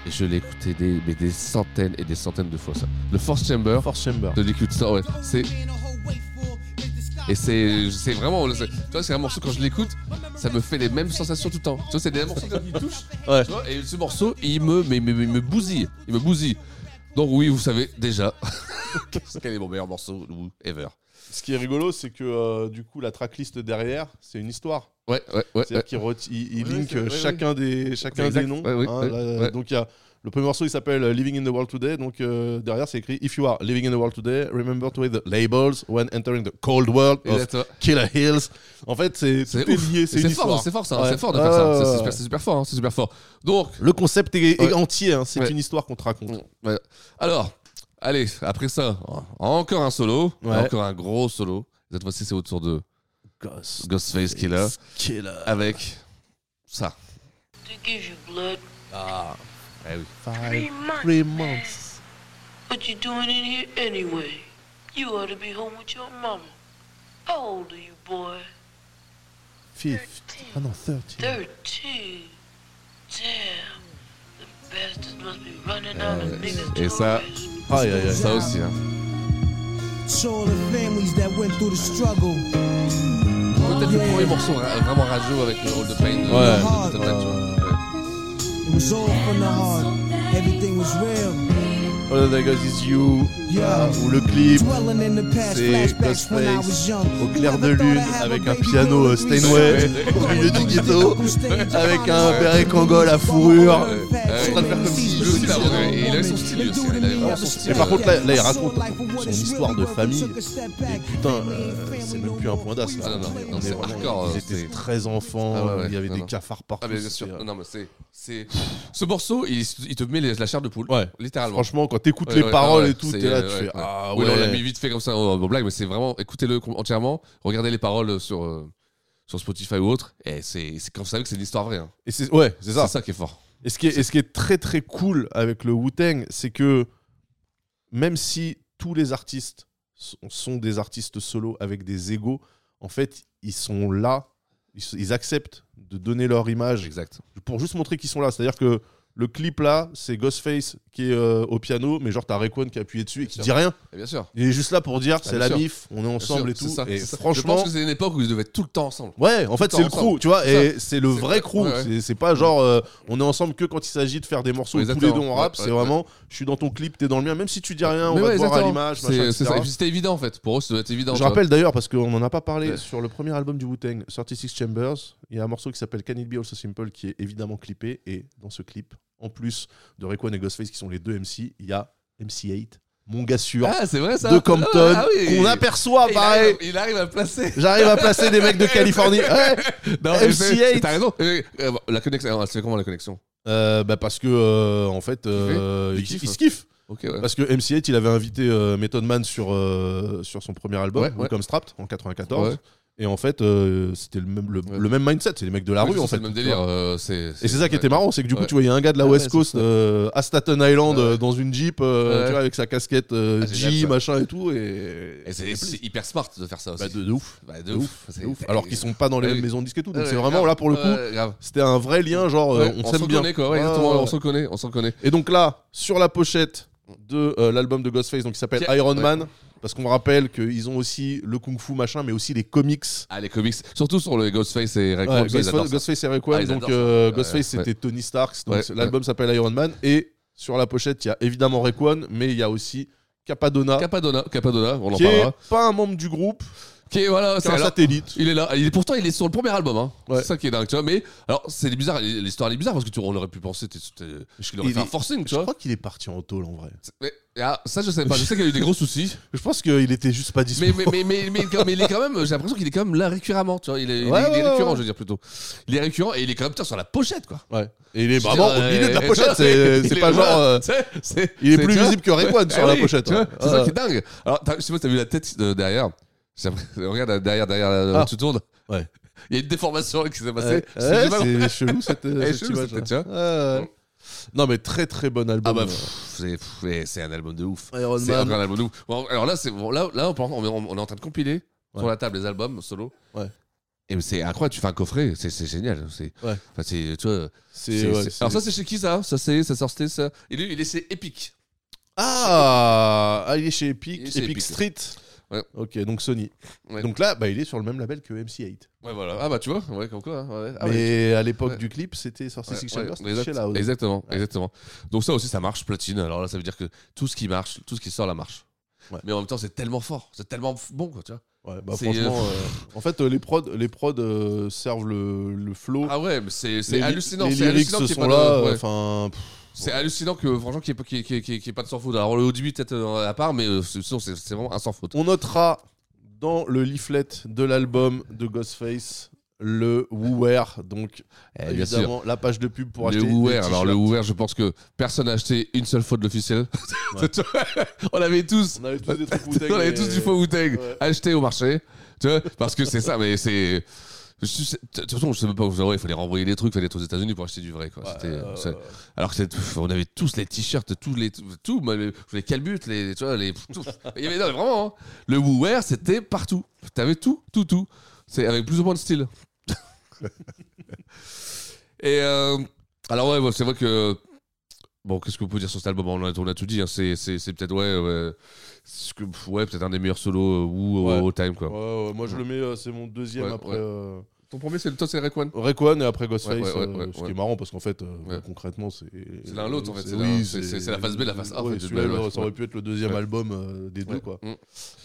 Et je l'ai écouté des, mais des centaines et des centaines de fois ça. Le Force Chamber.
Force Chamber.
De Liquid Star, ouais. C'est. Et c'est c'est vraiment. c'est- Tu vois, c'est un morceau quand je l'écoute, ça me fait les mêmes sensations tout le temps. Tu vois, c'est des morceaux qui touchent.
Ouais.
Tu vois, et ce morceau, il me, mais, mais- mais- me bousille. Il me bousille. Donc, oui, vous savez déjà quel est mon meilleur morceau ever.
Ce qui est rigolo, c'est que euh, du coup, la tracklist derrière, c'est une histoire.
Ouais, ouais, ouais.
C'est-à-dire qu'il reti- il, il link euh, chacun des chacun des noms. hein, là, Donc il y a le premier morceau, il s'appelle euh, Living in the World Today. Donc euh, derrière, c'est écrit If you are living in the world today, remember to wear the labels when entering the cold world of
Exactement.
Killer Hills. En fait, c'est tout est
ouf.
lié,
Et
c'est une
fort, hein,
histoire.
C'est fort, ça.
Ouais. Ah,
C'est fort de faire ça.
Ouais,
C'est-
ouais,
C'est
ouais.
super, c'est super fort. hein, c'est super fort. Donc.
Le concept est, est
Ouais.
entier. hein, C'est
Ouais.
une histoire qu'on te raconte.
Ouais. Alors, allez, après ça, encore un solo.
Ouais.
Encore un gros solo. Cette fois-ci, c'est autour de
Ghost-
Ghostface Killer. Ah.
Killer.
Avec ça.
To give you blood.
Ah, eh oui.
Three months.
Three months.
What you doing in here anyway? You ought to be home with your mama. How old are you, boy?
Fifth. Ah non, 13.
Thirteen. Damn. The bastards must be running out of niggas.
Euh, Et ça,
Aïe, aïe, aïe.
ça aussi. hein.
To all the families that went through the struggle.
Peut-être le premier morceau ra- vraiment radio avec le rôle de Pain. de- de- de- de- de- tu vois. Ouais.
It was all from the heart. Everything was real.
All that goes Oh, is you. Ah, ou le clip.
Dwelling in the past,
C'est
flashbacks when I was
Ghostface
young.
au clair de lune avec un piano euh, Steinway au milieu du ghetto avec un béret Kangol à fourrure.
En train de faire comme si lui aussi l'avait regardé. Et il avait son style lui aussi. Il avait vraiment son style.
Et par
euh,
contre, là, là, il raconte son histoire de famille. Et putain, euh, c'est même plus un point d'as. là.
Ah non, non,
On
non,
est
c'est
vraiment-
hardcore,
Ils
euh,
étaient
c'est-
13 enfants,
Ah ouais, ouais,
il y avait
non,
des
non.
cafards partout.
Ah, mais bien
c'était- euh,
sûr. Non, non, mais c'est. c'est- Ce morceau, il, il te met les- la chair de poule.
Ouais.
Littéralement.
Franchement, quand t'écoutes
hein. Ouais,
les
ouais,
paroles
ah ouais,
et tout,
c'est-
t'es là,
ouais,
tu fais,
ouais.
ah
Oui,
ouais.
on l'a mis vite fait comme ça en en blague, mais c'est vraiment. Écoutez-le com- entièrement. Regardez les paroles sur, euh, sur Spotify ou autre. Et c'est c'est quand vous savez que c'est une histoire vraie. hein.
Et c'est ouais, c'est ça.
C'est ça qui est fort.
Et ce qui est, et ce qui est très très cool avec le Wu-Tang, c'est que même si tous les artistes sont, sont des artistes solo avec des égaux, en fait, ils sont là, ils, s- ils acceptent de donner leur image pour juste montrer qu'ils sont là. C'est-à-dire que le clip là, c'est Ghostface qui est euh, au piano, mais genre t'as Rayquan qui a appuyé dessus et qui
sûr.
dit rien.
Et bien sûr.
Il est juste là pour dire
Ah,
c'est
bien
la
sûr.
mif, on est
Bien
ensemble
sûr,
et tout.
c'est ça,
et
c'est ça.
franchement,
Je pense que c'est une époque où ils devaient être tout le temps ensemble.
Ouais, en
Tout
fait, c'est le
temps ensemble.
crew, tu vois,
C'est
et
ça.
c'est le vrai crew.
ouais, ouais.
C'est- C'est pas genre euh, on est ensemble que quand il s'agit de faire des morceaux où tous les deux
Exactement.
on rappe.
Ouais,
c'est
ouais,
vraiment, je suis dans ton clip, t'es dans le mien, même si tu dis rien, on
Mais
va
ouais,
te voir à
exactement.
l'image. machin,
C'est- c'est ça.
etc.
Et puis C'était évident en fait. Pour eux, ça doit être évident.
Je
tu vois.
rappelle d'ailleurs, parce qu'on en a pas parlé,
Ouais.
sur le premier album du Wu-Tang, 36 Chambers, il y a un morceau qui s'appelle Can It Be Also Simple qui est évidemment clippé. Et dans ce clip, en plus de Rayquan et Ghostface qui sont les deux MC, il y a MC8, mon gars sûr,
Ah, c'est vrai ça
de Compton,
Ah, ah oui.
qu'on aperçoit
Et il
pareil.
arrive- Il arrive à placer.
J'arrive à placer des mecs de Californie. Ouais.
Non, mais c'est-
MC8.
T'as raison. Euh, euh, La connexion. Elle se fait comment la connexion
Euh, bah parce que euh, en fait euh,
Tu
il,
kiffes
il se kiffe
Ok, hein. ouais.
parce que MC8 il avait invité euh, Method Man sur euh, sur son premier album
Ouais, ouais.
comme Strapped en 94
Ouais.
et en fait euh, c'était le même le, le même mindset c'est les mecs de la
Oui,
rue
c'est
en fait
le même
tu
délire,
vois.
euh, c'est-
et c'est ça qui
ouais.
était marrant c'est que du coup
Ouais.
tu vois il y a un gars de la
Ouais,
West
ouais,
Coast euh, à Staten Island euh, dans une Jeep euh,
Ouais.
tu vois, avec sa casquette euh,
Ah, génial,
G
ça.
machin et tout et,
Et c'est c'est hyper smart de faire ça aussi.
Bah, de, de ouf.
Bah,
De ouf, de ouf. Alors qu'ils sont pas dans les
Ah
mêmes maisons de disques et tout, donc c'est vraiment,
grave.
là, pour le coup,
Ouais, euh, grave.
c'était un vrai lien, genre, euh,
Ouais,
on
on
s'aime
s'en
bien. Ah,
connaît, quoi, ouais, exactement, on s'en connaît, on s'en connaît.
Et donc là, sur la pochette de euh, l'album de Ghostface, donc qui s'appelle
Qui-
Iron
ouais.
Man, parce qu'on rappelle qu'ils ont aussi le Kung Fu machin, mais aussi les comics.
Ah, les comics. Surtout sur le Ghostface et Ray
Ouais,
Kroc, ça, ils adorent
Ghostface,
ça.
Ghostface et
Ah,
Rayquan,
ils
donc
adorent ça.
euh,
Ouais,
Ghostface
ouais.
c'était Tony Stark, donc
Ouais,
c'est- l'album
ouais.
s'appelle Iron Man, et sur la pochette il y a évidemment Rayquan, mais il y a aussi Capadonna,
Capadonna, Capadonna, on en
qui est
parlera.
pas un membre du groupe,
Qui est, voilà,
qui est
ça,
un
alors,
satellite.
Il est là. Il est, pourtant, il est sur le premier album. Hein.
Ouais.
C'est ça qui est dingue, tu vois. Mais alors, c'est bizarre. L'histoire elle est bizarre parce que tu, on aurait pu penser t'es- t'es- qu'il aurait
Il
fait un
est-
forcing, tu
Je
vois.
crois qu'il est parti en tôle en vrai.
Mais, ah, ça, je sais pas. Je sais qu'il y a eu des gros soucis.
Je pense qu'il était juste pas dispo.
Mais, mais, mais, mais, mais, quand- mais il est quand même, j'ai l'impression qu'il est quand même là récurremment, tu vois. Il est, il est-
Ouais,
il est
ouais,
récurrent,
ouais.
je veux dire plutôt. Il est récurrent et il est quand même putain, sur la pochette, quoi.
Ouais. Et il est
Je veux
vraiment
dire,
bah, au milieu de la
euh,
pochette.
il
C'est c'est
est-
pas genre.
voilà,
euh,
tu sais, c'est-
il est
c'est-
plus
tu vois,
visible que Rayquan
ouais,
sur la
Eh oui,
pochette, hein.
tu vois,
Euh. ouais.
C'est ça
Ouais.
qui est dingue. Alors, t'as- je sais pas si t'as vu la tête euh, derrière. J'ai l'impression- Regarde euh, derrière, derrière, là,
Ah.
tu tournes.
Ouais.
Il y a une déformation qui s'est
Ouais,
passée.
ouais, c'est chelou cette,
Elle est
cette
chelou,
image. hein.
cette tête, tu vois.
Ouais, ouais. Non, mais très très bon album.
Ah bah, pff, c'est- pff, eh, c'est un album de ouf.
Iron
C'est
Man.
encore un album de ouf. Bon, alors là, c'est- bon, là, là, on, prend- on est- on est en train de compiler sur la table les albums solo.
Ouais.
Et c'est incroyable, tu fais un coffret, c'est c'est génial. C'est,
Ouais.
enfin, c'est, tu vois,
C'est-
c'est-
ouais,
c'est-
c'est-
Alors ça, c'est chez qui ça Ça c'est, ça sortait ça. Et lui, il est chez Epic.
Ah, ah, il est chez Epic,
Il est chez
Epic
Epic.
Street.
Ouais.
Ok, donc Sony.
Ouais.
Donc là, bah, il est sur le même label que MC8.
Ouais, voilà. Ah bah tu vois, ouais, comme quoi. hein, ouais. Ah
mais
ouais.
à l'époque
Ouais.
du clip, c'était sorti
Ouais,
Six
ouais,
Chambers, c'était
exact-
chez Loud.
Exactement, exactement. Donc ça aussi, ça marche, platine. Alors là, ça veut dire que tout ce qui marche, tout ce qui sort, la marche.
Ouais.
Mais en même temps, c'est tellement fort, c'est tellement f- bon, quoi, tu vois.
Ouais, bah,
C'est, euh,
franchement, euh, en fait, euh, les prods, les prods euh, servent le, le flow.
Ah ouais, mais c'est c'est
Les li-
hallucinant.
Les
c'est
lyrics
hallucinant
se
qu'il y ait
sont
pas de-
là. euh,
ouais.
Enfin, pff,
C'est hallucinant que, franchement, qu'il n'y ait, pas- qu'il y ait- qu'il y ait- qu'il y ait pas de sans faute. Alors, au début, peut-être euh, à part, mais euh, sinon, c'est c'est vraiment un sans faute.
on notera dans le leaflet de l'album de Ghostface le WooWare, donc
Eh, bien sûr.
évidemment la page de pub pour
le
acheter. des
Woower, alors
t-shirts.
le Woower, je pense que personne n'a acheté une seule faute de l'officiel. on avait tous.
On avait tous des trucs Wu-Tang
On avait
et-
tous du faux Wu-Tang
euh, Ouais.
acheté au marché. Tu vois, parce que c'est ça, mais c'est. je sais- De toute façon, je sais même pas où. Ouais, il fallait renvoyer les trucs, il fallait être aux États-Unis pour acheter du vrai. Quoi. C'était-
euh,
c'est- Alors que c'est- pff, on avait tous les t-shirts, tous les. Tout, moi, les, les calbutes, les. Tu vois, les. tout. Il y avait, non, mais vraiment, hein. le Woower, c'était partout. T'avais tout, tout, tout. C'est avec plus ou moins de style. Et euh, alors ouais, ouais, c'est vrai que bon, qu'est-ce qu'on peut dire sur cet album On a, on a tout dit. hein, c'est, c'est, c'est peut-être ouais, ouais, ce que- ouais, peut-être un des meilleurs solos euh, Wu
Ouais.
au all time quoi.
Ouais, ouais, moi je le mets, euh, c'est mon deuxième
Ouais,
après.
ouais.
euh,
Ton premier c'est toi c'est Rekwan.
Rekwan et après Ghostface,
Ouais, ouais, ouais,
euh,
ouais,
ce
ouais.
qui est marrant parce qu'en fait, euh, concrètement, c'est.
C'est l'un l'autre, en fait, c'est
oui,
la- c'est- c'est la phase B, la phase A, en
ouais,
fait,
celui-là,
de- ouais,
ça aurait
ouais.
pu être le deuxième
Ouais.
album euh, des deux,
Ouais.
quoi.
Mm.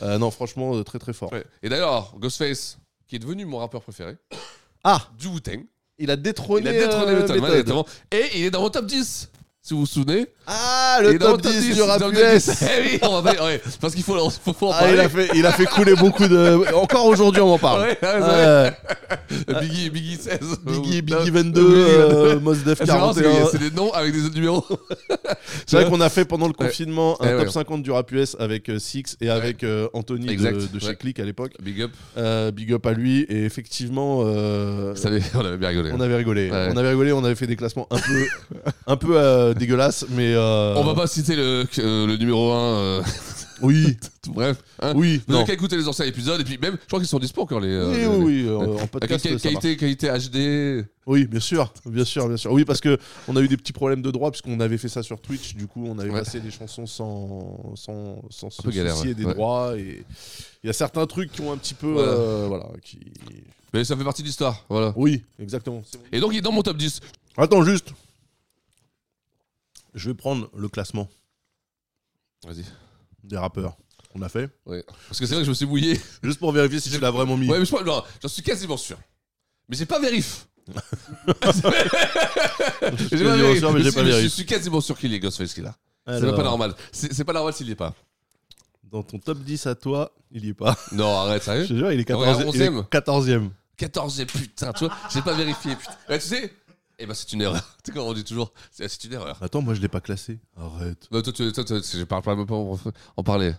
Euh, non, franchement, euh, très très fort.
Ouais. Et d'ailleurs, Ghostface, qui est devenu mon rappeur préféré,
Ah
du Wu-Tang.
Il a détrôné,
Il a détrôné
euh,
Method Man,
Method.
exactement. Et il est dans mon top 10 si vous vous souvenez.
Ah,
Il
le
est dans
top 10, du rap
dans le top 10.
US
Eh oui, on va- ouais, parce qu'il faut, faut, faut en
Ah, il,
parler.
a fait, il a fait couler beaucoup de. Encore aujourd'hui, on en parle.
Ouais, ouais, c'est
Ah,
vrai. Biggie, Biggie 16.
Biggie-
Euh,
Biggie
non,
22,
Biggie
euh, Mos Def
C'est marrant, c'est-
41.
C'est des noms avec des autres numéros.
C'est vrai qu'on a fait pendant le confinement
Euh, Ouais, Eh
un
ouais.
top 50 du rap US avec euh, Six et avec euh, Anthony
Exact,
de, de chez
ouais.
Click à l'époque.
Big up.
Euh, big up à lui et effectivement euh,
Ça avait- on avait bien rigolé.
on avait rigolé
Ouais.
on avait rigolé on avait fait des classements un peu un peu euh, dégueulasses mais euh,
On va pas citer le, euh, le numéro 1. euh,
oui
tout- bref. hein.
Oui,
Vous
non.
avez qu'à écouter les anciens épisodes. Et puis même, je crois qu'ils sont dispo encore. Les, euh,
Oui,
les-
oui,
les-
oui, euh, en podcast,
Avec
ça
qualité, qualité HD.
oui bien sûr bien sûr bien sûr oui parce que on a eu des petits problèmes de droit puisqu'on avait fait ça sur Twitch du coup on avait
Ouais.
passé des chansons sans sans sans se
peu galère,
soucier
ouais.
des
Ouais.
droits et il y a certains trucs qui ont un petit peu
Voilà.
euh, voilà qui
Mais ça fait partie de l'histoire. Voilà.
oui exactement C'est bon.
Et donc, il est dans mon top 10.
attends juste je vais prendre le classement
Vas-y.
des rappeurs on a fait
Ouais. Parce que c'est vrai que je me suis mouillé.
Juste pour vérifier si tu l'as vraiment mis.
Ouais, mais je crois- non, j'en suis quasiment sûr. Mais j'ai pas vérif.
suis quasiment sûr, mais
Je
j'ai
suis-
pas vérif.
Je suis quasiment sûr qu'il est Ghostface qu'il a. C'est
Alors.
pas normal. C'est c'est pas normal s'il y est pas.
Dans ton top 10 à toi, il y est pas.
Non, arrête, sérieux.
Je te jure, il est
On est à
14e. il est
11e.
14e.
14e, putain, tu vois, j'ai pas vérifié, putain. Ouais, tu sais Eh ben, c'est une erreur. Tu sais comment on dit toujours C'est c'est une erreur.
Attends, moi je l'ai pas classé. Arrête.
Bah, toi, tu, toi, toi, je parle pas même pas en, en parler.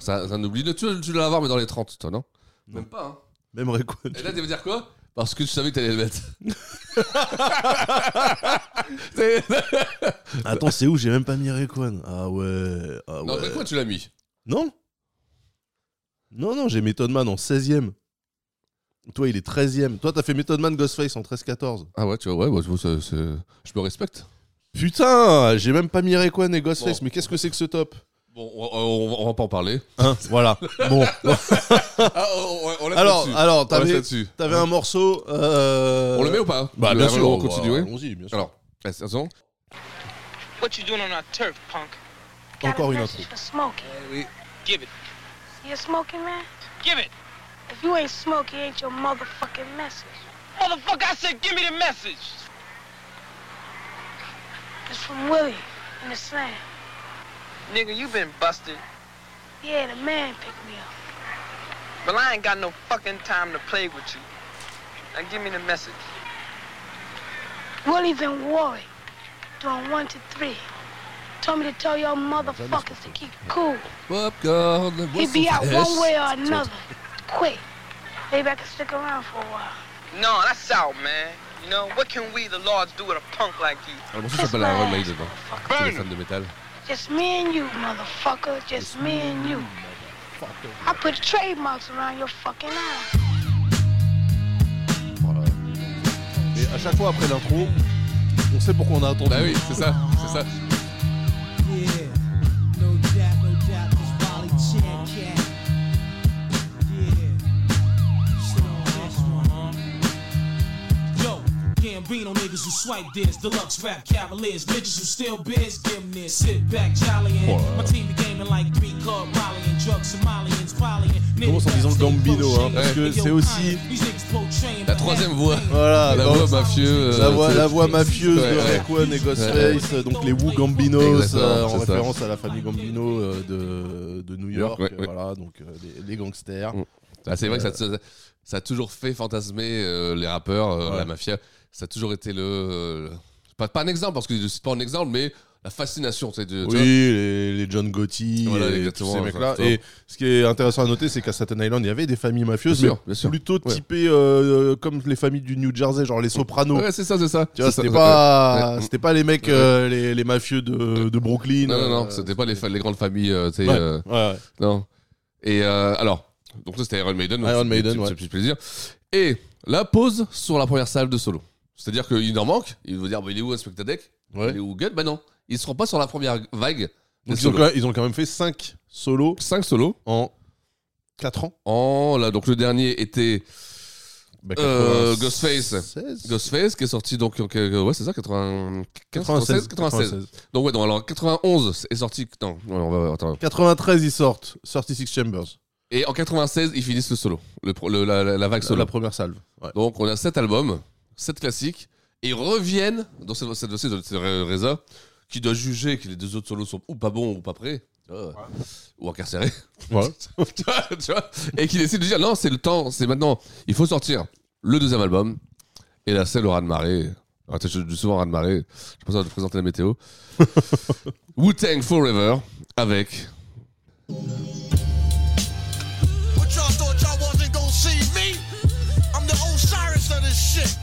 Ça, ça n'oublie. Tu, tu dois l'avoir, mais dans les 30, toi, non Même pas, hein.
Même Rekwan.
Et là, tu vas dire quoi Parce que tu savais que t'allais le mettre. C'est-
Attends, c'est où J'ai même pas mis Rekwan. Ah ouais. Ah
Non,
ouais.
après quoi, tu l'as mis
Non Non, non, j'ai Method Man en 16e. Toi, il est 13e. Toi, t'as fait Method Man Ghostface en 13-14.
Ah ouais, tu vois, ouais, bah, tu vois, c'est- c'est- je me respecte.
Putain, j'ai même pas mis Rekwan et Ghostface.
Bon.
Mais qu'est-ce que c'est que ce top
Bon, on, euh, on- on va pas en parler.
Hein Voilà. bon.
Ah, on, on- on laisse
alors,
là-dessus.
alors,
on, laisse
t'avais
là-dessus.
t'avais un morceau. euh,
On le met ou pas
Bah,
Le-
bien sûr.
On continue. ouais.
Allons-y, bien sûr.
Alors, attends.
What you doing on our turf, punk?
Encore une intro.
For smoking.
Give it.
You a smoking man?
Give it.
If you ain't smoking, ain't your motherfucking message.
Motherfucker, I said give me the message.
It's from Willie and the slam.
Nigga, you been busted.
Yeah, the man picked me up.
But I ain't got no fucking time to play with you. Now give me the message.
Willie's in Warwick, doing one to three. Told me to tell your motherfuckers to keep cool.
Popcorn.
He'd be out one way or
Yes.
another. Quick. Maybe I can stick around for a while.
No, that's out, man. You know, what can we, the lords, do with a punk like you?
Alors, bon, ça s'appelle la Remade, hein, pour les fans de métal.
Just me and you, motherfucker. Just me and you. I put trademarks around your fucking eyes.
Mais à chaque fois après l'intro, on sait pourquoi on a attendu.
Bah oui, c'est ça, c'est ça.
Yeah, no doubt, no doubt, this Wally Chan cat. Yeah, shit on this one, huh? Yo, Gambino niggas who swipe this, deluxe rap cavaliers, bitches who steal beers, give 'em this. Sit back, jolly and
Wow.
my team be gaming like three club Molly and drugs, Somalians, volleying.
Commence en disant le Gambino, hein, parce que c'est aussi
La troisième voix.
Voilà,
la
donc-
voix mafieuse.
la voix, la voix mafieuse de Rick One et
Ouais.
Ghostface, donc les Wu Gambinos,
Exactement,
euh, en
c'est ça.
référence à la famille Gambino euh, de, de New York,
Ouais,
euh,
ouais.
voilà, donc euh, les, les gangsters.
Ah, c'est vrai que ça, ça- ça a toujours fait fantasmer euh, les rappeurs, euh,
Euh, Ouais.
la mafia. Ça a toujours été le. euh, pas, pas un exemple, parce que je cite pas un exemple, mais la fascination. tu sais, de- tu
Oui, les, les John Gotti,
Voilà,
et tous
exactement,
ces mecs-là.
exactement.
Et ce qui est intéressant à noter, c'est qu'à Staten Island, il y avait des familles mafieuses,
Bien sûr,
mais
bien sûr.
plutôt
Ouais.
typées euh, comme les familles du New Jersey, genre les Sopranos.
Mm. Ouais, c'est ça, c'est ça.
Tu vois,
C'est
c'était
ça,
pas,
ouais.
c'était pas les mecs,
Ouais.
euh, les, les mafieux de, de Brooklyn.
Non, non, non,
euh,
c'était pas les, fa- les grandes familles, euh, tu sais.
Ouais,
euh,
ouais, ouais.
Non. Et euh, alors, donc ça c'était Iron Maiden. donc
Iron
c'est-
Maiden,
c'est-
ouais.
C'est plus plaisir. Et la pause sur la première salle de solo. C'est-à-dire qu'il en manque. Il veut dire, bah, il est où Inspector Deck
Ouais.
Il est où Gun Bah non, ils seront pas sur la première vague.
Donc ils, ont quand même, ils ont quand même fait 5 solos.
5 solos.
En 4 ans.
En, Oh, là, donc le dernier était
Bah,
euh,
96.
Ghostface. Ghostface qui est sorti donc en que- ouais c'est ça 95 96
96.
96 donc ouais donc alors 91 est sorti non ouais, on va attends
93, ils sortent 36 Chambers.
Et en 96, ils finissent le solo, le, pro- le- la, la- la vague solo.
La première salve. ouais.
Donc on a 7 albums, 7 classiques, et ils reviennent dans cette, cette, cette, cette Re- Reza, qui doit juger que les deux autres solos sont ou pas bons ou pas prêts, tu vois, ou incarcérés.
Ouais.
tu vois, tu vois, et qui décide de dire non, c'est le temps, c'est maintenant, il faut sortir le deuxième album, et la selle aura de marée. Arrête, je dis souvent ras de marée, je pense à te présenter la météo. Wu-Tang Forever avec
What y'all thought y'all wasn't gonna see me? I'm the Osiris of this shit.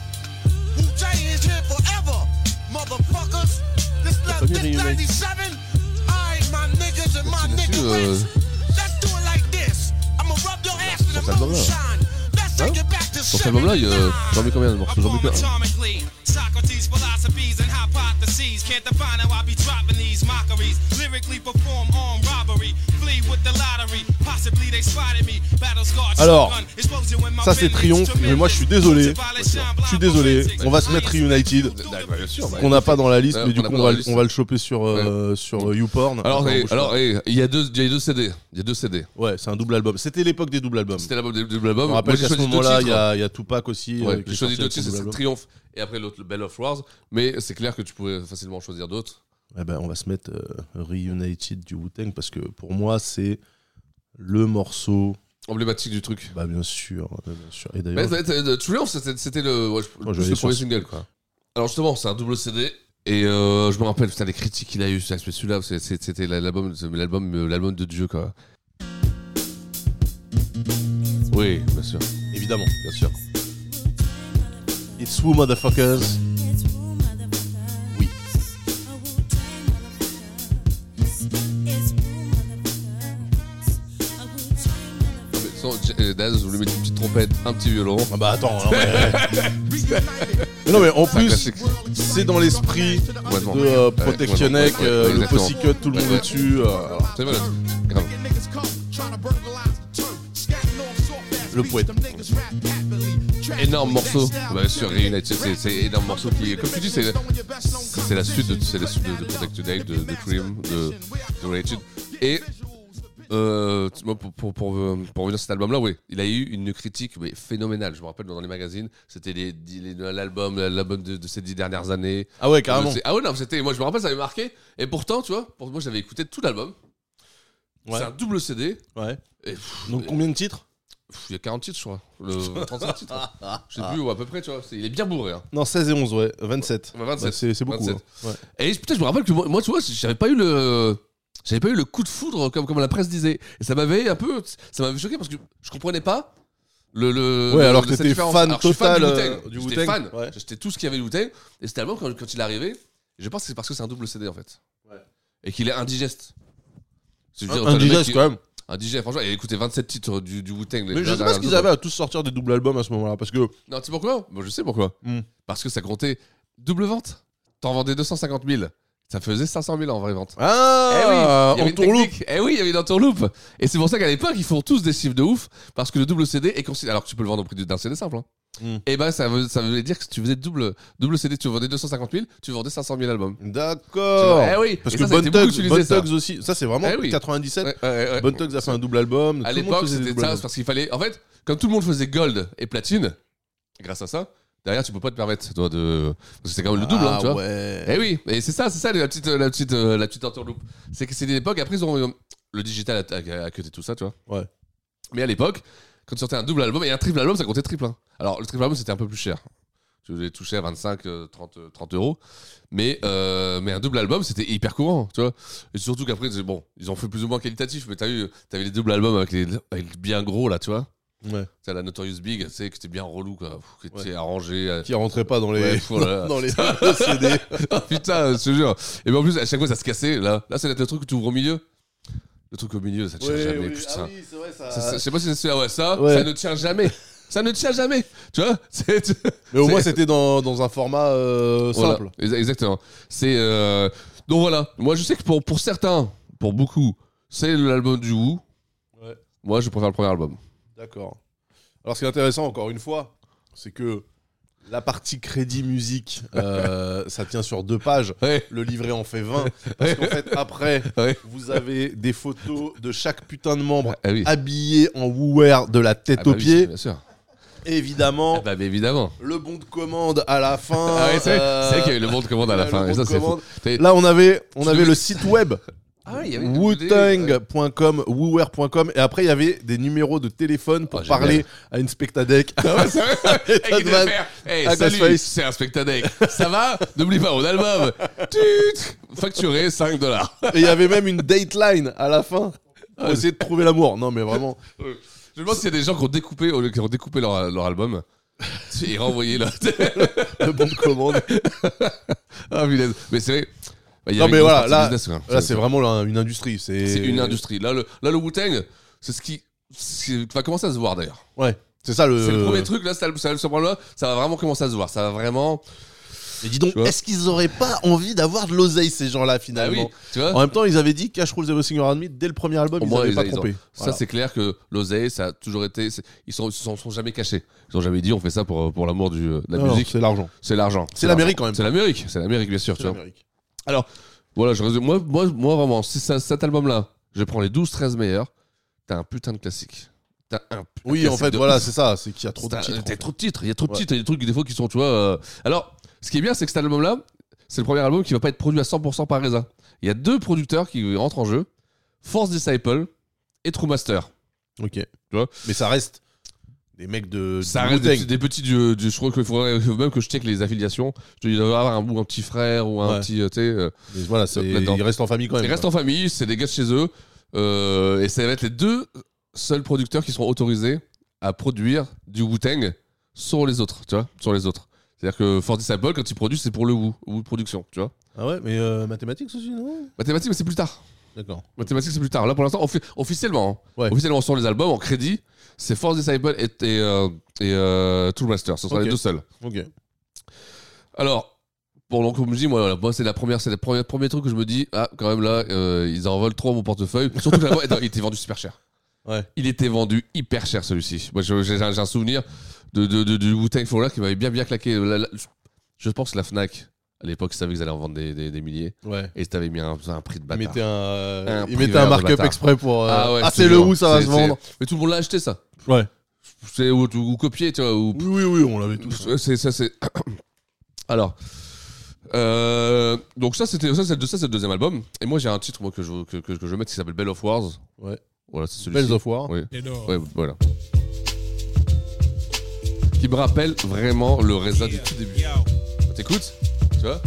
Wu Tang is here forever, motherfuckers. This
Pas bien
this
rayé, mec.
97. I ain't my niggas and my
dessus,
niggas.
euh,
Let's do it like this. I'ma rub your ass in
Sur
the
cet album-là.
moonshine. Let's
Hein
take it back to
Sur cet album-là, il y a- j'en ai combien de morceaux J'en ai qu'un.
Atomically, Socrates' philosophies and hypotheses can't define how I be dropping these mockeries. Lyrically perform armed robbery, flee with the lottery. Possibly they spotted me. Battle scarred
Alors,
shotgun, exposing when my
Ça c'est
pen
triomphe,
leaks
mais moi je suis désolé. Je suis désolé. On va se mettre Reunited.
bien sûr, bah,
Qu'on n'a pas dans la liste,
Ouais,
mais du
on a
coup
pas
on
dans
va,
la liste.
on va le choper sur, euh, sur euh, YouPorn.
Alors,
Attends,
eh,
bouge
alors
pas.
eh, il y a deux, il y a deux CD. Il y a deux CD.
Ouais, c'est un double album. C'était l'époque des doubles albums.
C'était l'album des double albums.
On rappelle
Moi, j'ai
qu'à ce
choisi deux
moment-là, il
titres.
y, a- il y a Tupac aussi.
Ouais,
euh, qui
j'ai
est
choisi
sorti
deux
avec son
titres, c'est
double album.
Triomphe et après l'autre, le Bell of Wars. Mais c'est clair que tu pouvais facilement en choisir d'autres.
Eh ben, on va se mettre euh, Reunited du Wu-Tang parce que pour moi, c'est le morceau.
Emblématique du truc.
Bah, bien sûr. euh, bien sûr. Et
Mais
d'ailleurs,
c'est- c'est- Triomphe, c'était c'était le, ouais, je-
Oh,
plus
je vais
le
aller
premier
sur-
single, quoi. Alors justement, c'est un double CD. Et euh, je me rappelle, putain, les critiques qu'il a eu sur celui-là, c'est- c'est- c'était l'album, l'album, euh, l'album de Dieu, quoi. Oui, bien sûr.
Évidemment.
Bien sûr.
It's Who Motherfuckers.
Sans J- euh, Daz, vous lui mettez une petite trompette, un petit violon.
Ah bah attends, non, mais- Mais non, mais en
C'est un
plus,
classique.
c'est dans l'esprit
Complètement.
de euh,
Ouais,
Protection
ouais,
Egg,
ouais,
euh,
ouais,
le
exactement.
Pussy Cut, tout le
Ouais,
monde
ouais.
dessus. euh,
C'est malade. Grave.
Le poète.
Énorme morceau. Bah, sur Reunited, c'est- c'est énorme morceau qui, est- comme tu dis, c'est c'est la suite de, c'est la suite de, de Protect Today, de, de Cream, de, de Reunited. Et euh, tu- moi, pour, pour, pour, euh, pour revenir sur cet album-là, oui, il a eu une critique mais phénoménale. Je me rappelle dans les magazines, c'était les- les- l'album l'album de, de ces dix dernières années.
Ah ouais, carrément.
Euh, c'est- Ah ouais, non, c'était. Moi, je me rappelle, ça m'avait marqué. Et pourtant, tu vois, pour, moi, j'avais écouté tout l'album.
Ouais.
C'est un double CD.
Ouais.
Et, pff,
Donc
et-
combien de titres
pff, Il y a 40 titres, je crois. Le 35 titres. Je sais plus, ouais, à peu près, tu vois. c'est- Il est bien bourré. Hein.
Non, 16 et 11, ouais. 27.
Ouais, 27.
Bah, c'est c'est beaucoup.
27.
hein. Ouais.
Et je- putain, je me rappelle que moi, moi, tu vois, j'avais pas eu le. J'avais pas eu le coup de foudre comme, comme la presse disait. Et ça m'avait un peu. Ça m'avait choqué parce que je comprenais pas. le, le-
Ouais,
le-
alors
le-
que
cette
t'es
différence.
fan
Alors que je suis fan
total,
du
euh,
Wu-Tang.
du
J'étais
Wu-Tang,
fan.
ouais.
J'étais tout ce qu'il y avait du Wu-Tang. Et cet album, quand, quand il est arrivé, je pense que c'est parce que c'est un double CD en fait. Et qu'il est indigeste. C'est- je veux dire, t'as le mec
Indigeste,
qui-
quand même.
Indigeste, franchement. Et écoutez, 27 titres du, du Wu-Tang. les
Mais je sais pas
dernières
ce qu'ils
années.
avaient à tous sortir des doubles albums à ce moment-là, parce que
Non, tu sais pourquoi Moi, je sais pourquoi.
Hmm.
Parce que ça comptait double vente. T'en vendais 250 000. Ça faisait 500 000 en vraie vente.
Ah,
eh oui, il y avait
en
une
tourloupe.
technique. Eh oui, il y avait une entourloupe. Et c'est pour ça qu'à l'époque, ils font tous des chiffres de ouf. Parce que le double CD est considéré. Alors que tu peux le vendre au prix d'un CD simple. Hein.
Mm.
Et ben, ça, veut- ça voulait dire que si tu faisais double, double CD, tu vendais 250 000, tu vendais 500 000 albums.
D'accord.
Eh oui,
Oh, Parce
Et
que
ça, ça a
Bon
été beaucoup
Tugs,
utilisé,
Bon
ça.
Tugs aussi, ça c'est vraiment
Eh oui.
97.
Ouais, ouais, ouais.
Bon Tugs a fait un double album.
À
tout le monde
l'époque,
faisait des
c'était
doubles
ça,
albums.
parce qu'il fallait. En fait, comme tout le monde faisait gold et platine, grâce à ça, derrière, tu peux pas te permettre, toi, de. Parce que c'est quand même le double, hein,
Ah
tu vois.
ouais.
Et oui, et c'est ça, c'est ça la petite, la petite, euh, la petite entourloupe. C'est que c'est une époque, après, ils ont. euh, Le digital a, a, a cuté tout ça, tu vois.
Ouais.
Mais à l'époque, quand tu sortais un double album et un triple album, ça comptait triple. hein. Alors, le triple album, c'était un peu plus cher. Tu les touchais à 25, euh, 30, euh, 30 euros. Mais, euh, mais un double album, c'était hyper courant, tu vois. Et surtout qu'après, c'est bon, ils ont fait plus ou moins qualitatif, mais t'as eu, t'avais les doubles albums avec les, avec le bien gros, là, tu vois.
Ouais.
T'as la Notorious Big, tu sais, qui était bien relou, quoi. Pff, Qui était arrangé. euh,
Qui rentrait pas dans les-
Ouais, pff, oh là là.
dans les-
Putain.
CD.
Ah, putain, je te jure. Et bien en plus, à chaque fois, ça se cassait. Là, là c'est le truc que tu ouvres au milieu. Le truc au milieu, ça ne tient
Ouais,
jamais.
ouais.
putain.
Ah oui, c'est vrai, ça-
je sais pas si c'est celui-là. Ouais, ça,
Ouais.
ça ne tient jamais. ça ne tient jamais. Tu vois c'est- tu-
Mais au moins
c'est-
c'était dans, dans un format euh,
voilà.
simple.
Exa- Exactement. C'est euh, donc voilà. Moi, je sais que pour, pour certains, pour beaucoup, c'est l'album du Wu.
Ouais.
Moi, je préfère le premier album.
D'accord. Alors, ce qui est intéressant, encore une fois, c'est que la partie crédit musique, euh, ça tient sur deux pages. Le livret en fait 20. Parce qu'en fait, après,
Ouais.
vous avez des photos de chaque putain de membre
Ah oui.
habillé en Wu-wear de la tête
Ah bah
aux
oui,
pieds.
bien sûr.
Évidemment.
Ah bah, évidemment.
Le bon de commande à la fin.
Ah ouais, c'est vrai-
euh,
c'est vrai qu'il y a eu le bon de commande à la
le
fin,
bon
et ça,
de
c'est fou.
commande.
T'es-
Là, on avait, on
Tu
avait
devais-
le site web.
Ah ouais, il y avait des-
Wutang.com, Woower.com, et après il y avait des numéros de téléphone
Ah,
pour parler à une spectadec. Et
Et qui devait
Tadman,
faire, hey,
à
salut,
Ghostface.
c'est un spectadec. Ça va N'oublie pas, mon album. Tut Facturé 5 dollars.
Et il y avait même une dateline à la fin pour
Ah Ouais.
essayer de trouver l'amour. Non, mais vraiment.
Je me demande s'il y a des gens qui ont découpé, qui ont découpé leur, leur album et renvoyé là.
Le bon de commande.
ah, punaise. Mais c'est vrai. bah, il y
Non,
avait
mais
une
voilà,
partie
là,
business, ouais.
là c'est vraiment là, une industrie.
C'est
C'est
une industrie. Là, le, là, le Wu-Tang, c'est ce qui c'est- qui va commencer à se voir d'ailleurs.
Ouais, c'est ça le.
C'est le premier truc, là, c'est ce problème-là, ça va vraiment commencer à se voir. Ça va vraiment.
Mais dis donc, est-ce qu'ils auraient pas envie d'avoir de l'oseille, ces gens-là, finalement
Ah oui, tu vois
En même temps, ils avaient dit Cash Rules Everything You Are Me dès le premier album,
Pour
ils
moi,
n'avaient pas
ils ont-
trompé.
Ça,
Voilà.
c'est clair que l'oseille, ça a toujours été. c'est- Ils ne se sont, sont jamais cachés. Ils n'ont jamais dit on fait ça pour, pour l'amour du- euh, de la
Non, non,
musique.
c'est l'argent.
C'est l'argent.
C'est l'Amérique,
l'argent.
quand même.
C'est l'Amérique, c'est l'Amérique, bien sûr.
C'est
tu vois.
l'Amérique.
Alors, voilà, je résume. Moi, moi, moi vraiment, si ça- cet album-là, je prends les 12-13 meilleurs, t'as un putain de classique. T'as un p- un
Oui,
classique
en fait,
de
voilà,
ouf.
c'est ça, c'est qu'il y a trop de
T'as-
titres, en
T'as
fait.
trop de titres, il y a trop de
Ouais.
titres, il y a des trucs des fois qui sont, tu vois. euh, Alors, ce qui est bien, c'est que cet album-là, c'est le premier album qui va pas être produit à 100% par Reza. Il y a deux producteurs qui rentrent en jeu Force Disciple et True Master.
Ok. Tu
vois
Mais ça reste Euh, des mecs de.
Ça
du
reste des,
Wu-Tang.
petits- des petits dieux. du- Je crois qu'il faudrait même que je check les affiliations. Je dois avoir un, ou un petit frère ou un
Ouais.
petit. euh, tu sais, euh,
Mais voilà, c'est-
là-dedans.
ils restent en famille quand même,
Ils
quoi.
restent en famille, c'est des gars de chez eux. euh, et ça va être les deux seuls producteurs qui seront autorisés à produire du Wu-Tang sur les autres. Tu vois Sur les autres. C'est-à-dire que Forty Disciple, quand ils produisent, c'est pour le Wu, Wu Production. Tu vois
Ah ouais, mais euh, mathématiques aussi, non
Mathématiques, mais c'est plus tard.
D'accord.
Mathématiques, c'est plus tard. Là, pour l'instant, offi- officiellement, hein. officiellement sur les albums, en crédit, c'est Force Disciple et, et, euh, et, euh, Tool Master. Ce sont
Ok.
les deux seuls.
Ok.
Alors, bon, donc, comme je dis, moi, voilà, moi, c'est la première, c'est le premier, premier truc que je me dis, ah, quand même, là, euh, ils en volent trop à mon portefeuille. Surtout que là, il était vendu super cher.
Ouais.
Il était vendu hyper cher, celui-ci. Moi, je- j'ai j'ai un souvenir de, de, de- du Wu-Tang Fowler qui m'avait bien, bien claqué. La- la- je pense que la Fnac, à l'époque, savait qu'ils allaient en vendre des, des- des milliers.
Ouais.
Et ils t'avaient mis un, un prix de bâtard.
mettaient un, euh, ils
prix
mettaient un
de
markup
bâtard.
exprès pour, euh,
ouais,
ah,
je te
c'est le
jure.
Wu, ça va
C'est-
se
c'est-
vendre.
Mais tout le monde l'a acheté, ça.
Ouais.
C'est ou, ou copié, tu vois. Ou...
Oui, oui, oui, on l'avait
tous. C'est ça, c'est. Alors. euh, donc ça c'était ça c'est ça, c'est le deuxième album et moi j'ai un titre moi que je que, que, que je veux mettre qui s'appelle Bell of Wars
ouais
voilà c'est celui-ci
Bells of War.
oui
Et non.
Ouais, voilà qui me rappelle vraiment le Reza du tout début t'écoutes tu vois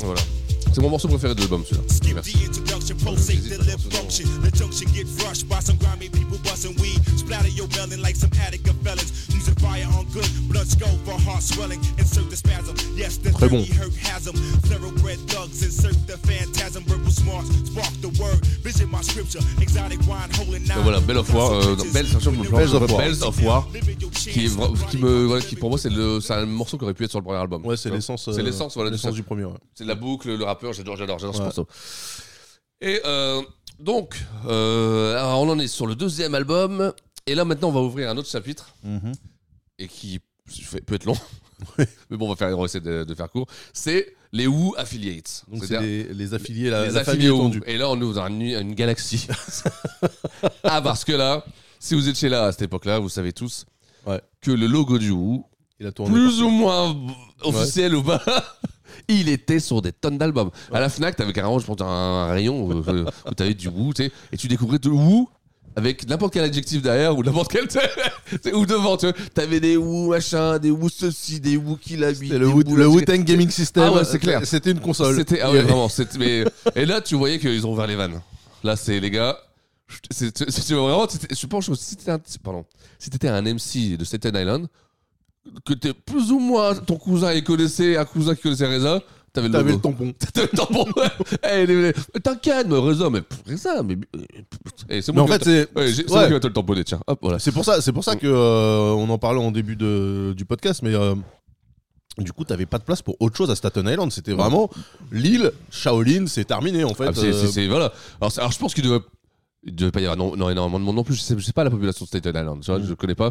voilà c'est mon morceau préféré de l'album celui-là
Skip the introduction, prosate the live function. The junction get rushed by some grimy people busting weed. Splatter your melon like some Let's go for heart swelling. Insert the spasm. Yes, the
Très bon.
dirty hurt has 'em. Thoroughbred thugs insert the phantasm. Verbal smarts spark the word. Vision my scripture. Exotic wine holding
Donc voilà, Bell of War, euh, non, Bells, attention, je me plante,
Bells of War.
Bells of War, qui, est vra- qui me, voilà, qui pour moi c'est le, c'est un morceau qui aurait pu être sur le premier album.
Ouais, c'est
Tu vois.
l'essence, euh,
C'est l'essence, voilà,
l'essence
ça.
du premier, ouais.
C'est la boucle, le rappeur, j'adore, j'adore, j'adore
Ouais.
ce morceau. Et euh, donc, euh, alors on en est sur le deuxième album, et là maintenant on va ouvrir un autre chapitre
Mhm.
et qui fait- peut être long. Mais bon, on va faire, on va essayer de, de faire court. C'est les Who Affiliates.
Donc, c'est
C'est-à-dire
les- les affiliés, la-
les
la famille
affiliés Who.
étendue.
Et là, on est dans une, une galaxie. ah, parce que là, si vous étiez là à cette époque-là, vous savez tous que le logo du Who, plus ou moins officiel ou pas, il était sur des tonnes d'albums. À la Fnac, t'avais carrément, je pense, un, un rayon où, euh, où t'avais du Who, tu sais, et tu découvrais de Who avec n'importe quel adjectif derrière ou n'importe quel ou devant tu vois. t'avais des Who machin des Who ceci des Who qui l'habillent
C'était le
des
Wu- le
machin.
Wu-Tang Gaming System,
ah ouais, c'est clair
c'était une console.
c'était ah
Il y
ouais
avait-
vraiment c'était mais- et là tu voyais qu'ils ont ouvert les vannes là c'est les gars c'est- c'est- c'est vraiment c'était- je pense que si t'étais un pardon si t'étais un MC de Staten Island que t'es plus ou moins ton cousin et connaissait un cousin qui connaissait Reza, t'avais le,
T'avais
logo.
le tampon.
T'avais le tampon. Eh, les- les- T'as calme, Reza, mais pff, Reza, mais. euh, pff, eh, c'est
Mais
moi
en
qui
fait,
vais te-
c'est
Ouais, j'ai- c'est
ouais.
moi qui vais te le tamponner, tiens. Hop, voilà.
C'est pour ça, c'est pour ça que euh, on en parlait en début de, du podcast, mais euh, du coup, t'avais pas de place pour autre chose à Staten Island. C'était vraiment l'île Shaolin, c'est terminé en fait.
Ah, c'est-
Euh,
c'est- c'est- voilà. Alors, c'est- alors, je pense qu'il devait, il devait pas y avoir non, non, énormément de monde non plus. Je sais, je sais pas la population de Staten Island, tu vois,
Mm.
je connais pas.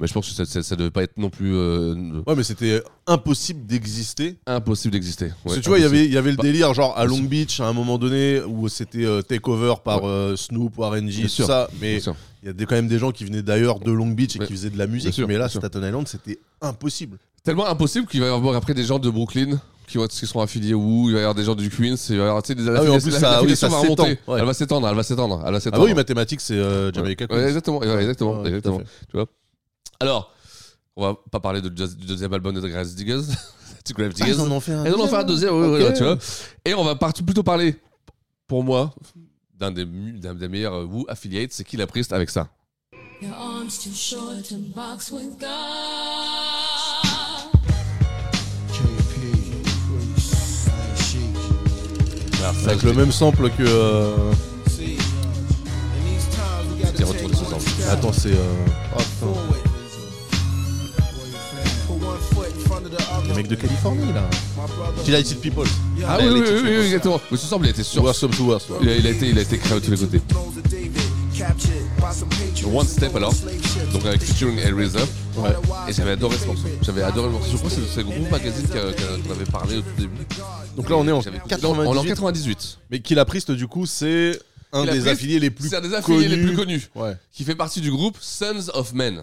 Mais je pense que ça, ça, ça devait pas être non plus. euh,
Ouais, mais c'était impossible d'exister.
Impossible d'exister. ouais,
Parce que tu vois, il y avait, il y avait le
Pas-
délire, genre à Long
Impossible.
Beach, à un moment donné, où c'était euh, takeover par euh, Snoop, RNG,
Bien
tout
sûr,
ça.
bien
Mais
sûr.
il y a des- quand même des gens qui venaient d'ailleurs de Long Beach et qui faisaient de la musique.
sûr,
mais là,
bien sûr.
Staten Island, c'était impossible. Ah
Tellement impossible qu'il va y avoir après des gens de Brooklyn qui, vont être- qui seront affiliés où il va y avoir des gens du Queens, il va y avoir tu sais, des
Ah oui, en plus, ça-
l'affiliation
oui, ça
va
s'étend,
remonter.
ouais.
Elle va s'étendre, elle va s'étendre, elle va
Ah
s'étendre.
oui, mathématiques, c'est euh, Jamaica
Ouais,
Queens.
exactement, ouais, exactement,
Ouais, tout à
exactement.
fait.
Tu vois. Alors, on va pas parler de, du deuxième album de The Grass Diggers. Tu connais
Ah, ils en ont fait un
Ils en ont fait un deuxième,
deuxième.
ouais, ouais,
Ok.
tu vois. Et on va part- plutôt parler, pour moi, d'un des, mu- d'un des meilleurs euh, Woo affiliates, c'est Kill la Priest avec ça.
Your arms too short to box with God.
Avec le même sample que. euh,
C'était retourné ce sample.
Attends, c'est. euh, oh, putain. Les mecs de Californie là. Till I See People.
Ah oui,
Les-
oui,
les
oui,
Till
oui,
People.
exactement. Mais ce semble, il était sur.
Worse to worse, ouais.
il, a, il a été, il a été créé de tous les côtés. One Step alors, donc avec featuring et RZA. Et j'avais adoré ce morceau. J'avais adoré le morceau. Je crois que c'est c'est le groupe magazine qui a- qui a- qu'on avait parlé au tout début.
Donc là, on est en
J'avais-
98.
on est en 98.
Mais Kill la Priest, du coup, c'est un
Et la
des
prise,
affiliés les plus
C'est un des
connus.
affiliés les plus connus.
Ouais.
Qui fait partie du groupe Sons of Men.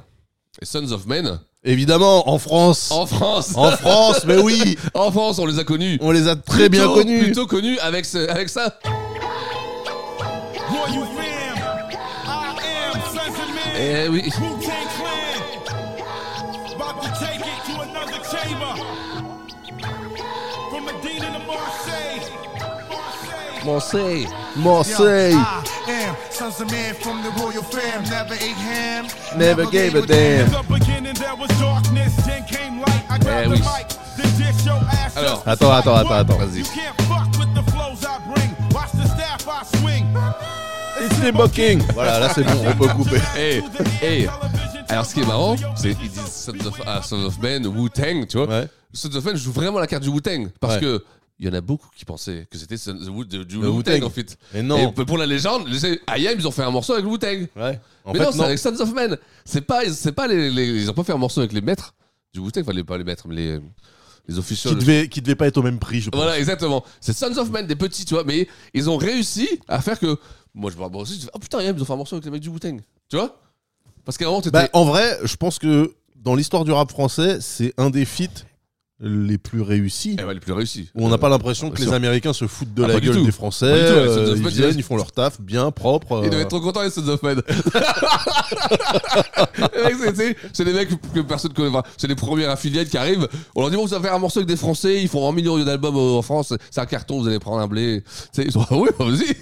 Et Sons of Men.
Évidemment, en France.
En France.
En France, mais oui.
en France, on les a connus.
On les a très bien
Plutôt-
connus.
Plutôt connus avec, ce- avec ça.
Roy, you fam. I am Sons of Man.
Eh oui.
Wu-Tang Clan. About to take it to another chamber. From Medina to Marseille.
Marseille.
Yo,
Marseille.
I am sons of man from the royal fam. Never ate ham.
Never gave a damn.
The beginning there was darkness, then came light.
Eh
I grabbed
oui.
the mic, then dish your ass.
Alors.
up.
Attends, attends, attends, attends.
You can't fuck with the flows I bring. Watch the staff I swing.
It's the mocking. Voilà, là c'est bon, on peut couper.
Hey, hey. Eh, Alors, ce qui est marrant, c'est qu'ils disent Sons of, ah, Sons of Men, Wu-Tang, tu vois. Sons of Men joue vraiment la carte du Wu-Tang. Parce
Ouais.
que. Il y en a beaucoup qui pensaient que c'était Sons of Wu- du, du
Le
Wu-Tang
Wu-Tang.
en fait.
Mais non.
Et pour la légende, les IAM ils ont fait un morceau avec le Wu-Tang.
Ouais. En
mais
fait,
non, c'est
non.
avec Sons of Men. C'est pas, c'est pas les, les- ils ont pas fait un morceau avec les maîtres du Wu-Tang, enfin les, pas les maîtres, mais les, les officials.
Qui devait, qui devait pas être au même prix, je pense.
Voilà, exactement. C'est Sons of Men, des petits, tu vois. Mais ils ont réussi à faire que. Moi, je me rappelle aussi, je fais, oh putain, ils ont fait un morceau avec les mecs du Wu-Tang. Tu vois Parce qu'à un moment, t'étais.
Bah, en vrai, je pense que dans l'histoire du rap français, c'est un des feats les plus réussis.
Eh ouais, les plus réussis.
Où on n'a pas l'impression que
Bien
les
sûr.
Américains se foutent de
Ah,
la
pas du
gueule
tout.
des
Pas du
Français.
tout, ouais, Sons
euh,
of
ils
Men,
viennent,
ils-
ils font leur taf bien propre.
Ils
euh,
devaient être trop contents, les Sons of Men. Les mecs, c'est- c'est- c'est des mecs que personne connaît. Enfin, c'est les premières affiliates qui arrivent. On leur dit, bon, vous allez faire un morceau avec des Français, ils font un million d'albums euh, en France, c'est un carton, vous allez prendre un blé. Tu sais, ils sont, ah ouais, vas-y.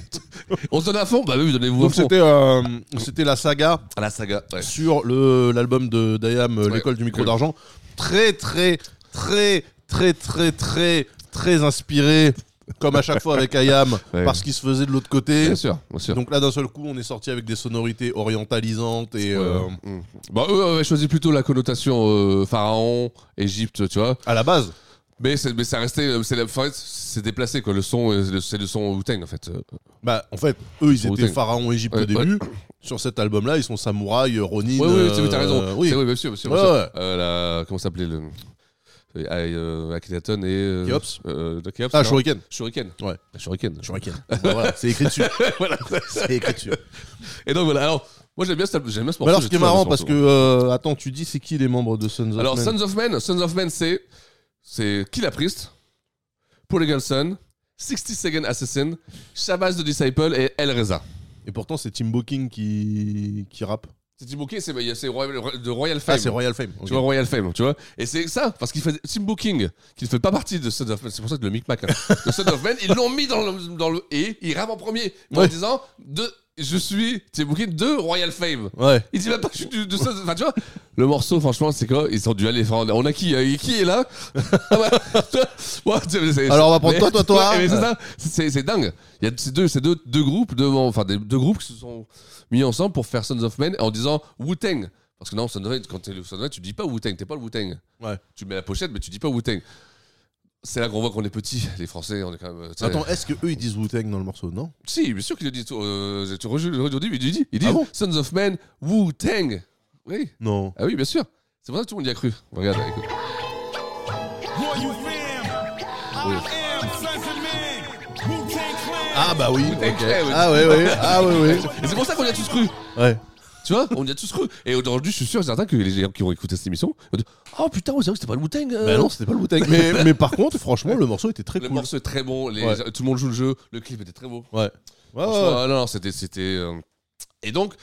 On se donne à fond Bah oui, donnez-vous à
Donc
fond.
c'était euh, c'était la saga
La saga, ouais.
sur le l'album de Dayam euh,
Ouais.
l'école du micro d'argent très, très, très, très, très, très, très inspiré. Comme à chaque fois avec Ayam,
Ouais.
parce qu'il se faisait de l'autre côté.
Bien sûr, bien sûr.
Donc là, d'un seul coup, on est sorti avec des sonorités orientalisantes et. euh,
Ouais. Bah, eux avaient choisi plutôt la connotation euh, pharaon, Égypte, tu vois.
À la base.
Mais, c'est- mais ça restait. euh, C'est la- enfin, c'est déplacé, quoi. Le son, euh, c'est le- c'est le son Wu-Tang, en fait.
Bah, en fait, eux, ils
Wu-Tang.
étaient pharaon Égypte
Ouais,
au début.
ouais.
Sur cet album-là, ils sont samouraïs, Ronin.
Oui, oui, tu as raison.
euh,
Oui, oui bien sûr. Bien sûr,
Ouais,
bien sûr.
ouais.
Euh, la- comment s'appelait le. euh, euh, Akhenaton et. euh,
Kéops
euh, de Kéops,
Ah,
non
Shuriken.
Shuriken.
Ouais.
Shuriken.
Shuriken. bah, Voilà, c'est écrit dessus.
voilà.
C'est écrit dessus.
Et donc voilà, alors, moi j'aime bien, ce- j'aime bien ce
Mais
morceau.
alors,
j'ai
ce qui est
toujours aimé
marrant,
ce
parce
morceau.
que. euh, attends, tu dis, c'est qui les membres de Sons of
Alors,
Men
Sons of Men, Sons of Men, c'est. C'est Kill la Priest, Paul Eagleson, 60 Second Assassin, Shabazz the Disciple et El Reza.
Et pourtant, c'est Tim King qui, qui rappe.
C'est Tim Booking, c'est c'est Royal, de Royal Fame.
Ah, c'est Royal Fame, ok.
Tu vois, Royal Fame, tu vois. Et c'est ça, parce qu'il fait Tim Booking, qui ne fait pas partie de Son of Man, c'est pour ça que le micmac, hein, de Son of Man, ils l'ont mis dans le, dans le. Et il rappe en premier, en
Ouais.
disant de, Je suis Tim Booking de Royal Fame.
Ouais.
Il dit même pas que je suis du- de Sons of Enfin, tu vois, le morceau, franchement, c'est quoi Ils ont dû aller. Enfin, on a qui euh, Qui est là Ah bah, tu vois, tu vois, c'est-
Alors, on va prendre toi, toi, toi. hein.
Ouais, mais c'est ça, c'est c'est dingue. Il y a ces deux, ces deux, deux groupes, deux, enfin des deux groupes qui se sont mis ensemble pour faire Sons of Men en disant Wu Tang. Parce que non, Sons of Men, quand t'es le Sons of Men, tu dis pas Wu Tang, t'es pas le Wu Tang.
Ouais.
Tu mets la pochette, mais tu dis pas Wu Tang. C'est là qu'on voit qu'on est petit, les Français, on est quand même. tu sais.
Attends, est-ce que eux ils disent Wu-Tang dans le morceau Non
Si, bien sûr qu'il le dit. Euh, tu rejoins le dit, il dit, il dit
Ah
Sons of Men, Wu Tang. Oui.
Non.
Ah oui, bien sûr. C'est pour ça que tout le monde y a cru. Regarde, écoute.
Boy, you fam.
Oui.
I am sons of men. Wu-Tang Clan.
Ah bah oui,
Wu-Tang
ok.
Clan,
Ah ouais, ouais, ah ouais, ouais.
Et c'est pour ça qu'on y a tous cru.
Ouais.
Tu vois, on y a tous cru. Et aujourd'hui, je suis sûr et certain que les gens qui ont écouté cette émission vont dire Oh putain, ouais, c'est vrai que c'était pas le Wu-Tang. euh.
Bah non, c'était pas le Wu-Tang. Mais, mais par contre, franchement, le morceau était très
Le
cool.
morceau est très bon, les-
Ouais.
tout le monde joue le jeu, le clip était très beau.
Ouais. Ouais,
Franchement,
ouais.
ah Non, non, c'était. c'était, euh, Et donc.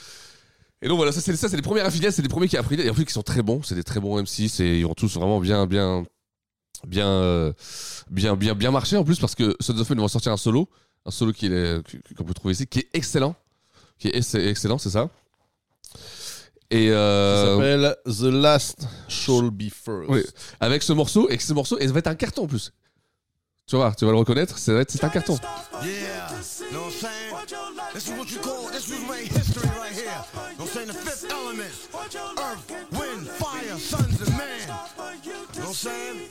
Et donc voilà, ça c'est ça, c'est les premiers affiliés, c'est les premiers qui appris et en plus qui sont très bons, c'est des très bons MC, c'est ils ont tous vraiment bien bien bien euh, bien bien bien marché en plus parce que Sons of Men vont sortir un solo, un solo qui est- que- qu'on peut trouver ici qui est excellent, qui est ex- excellent, c'est ça. Et
Ça
euh,
s'appelle The Last Shall Be First.
oui. avec ce morceau et que ce morceau et ça va être un carton en plus. Tu vois, tu vas le reconnaître, ça va être c'est un carton.
Yeah, know what I'm saying? This is what you call, this was made history right here. Know what I'm saying? The fifth element. Earth, wind, fire, sons of man. Know what I'm saying?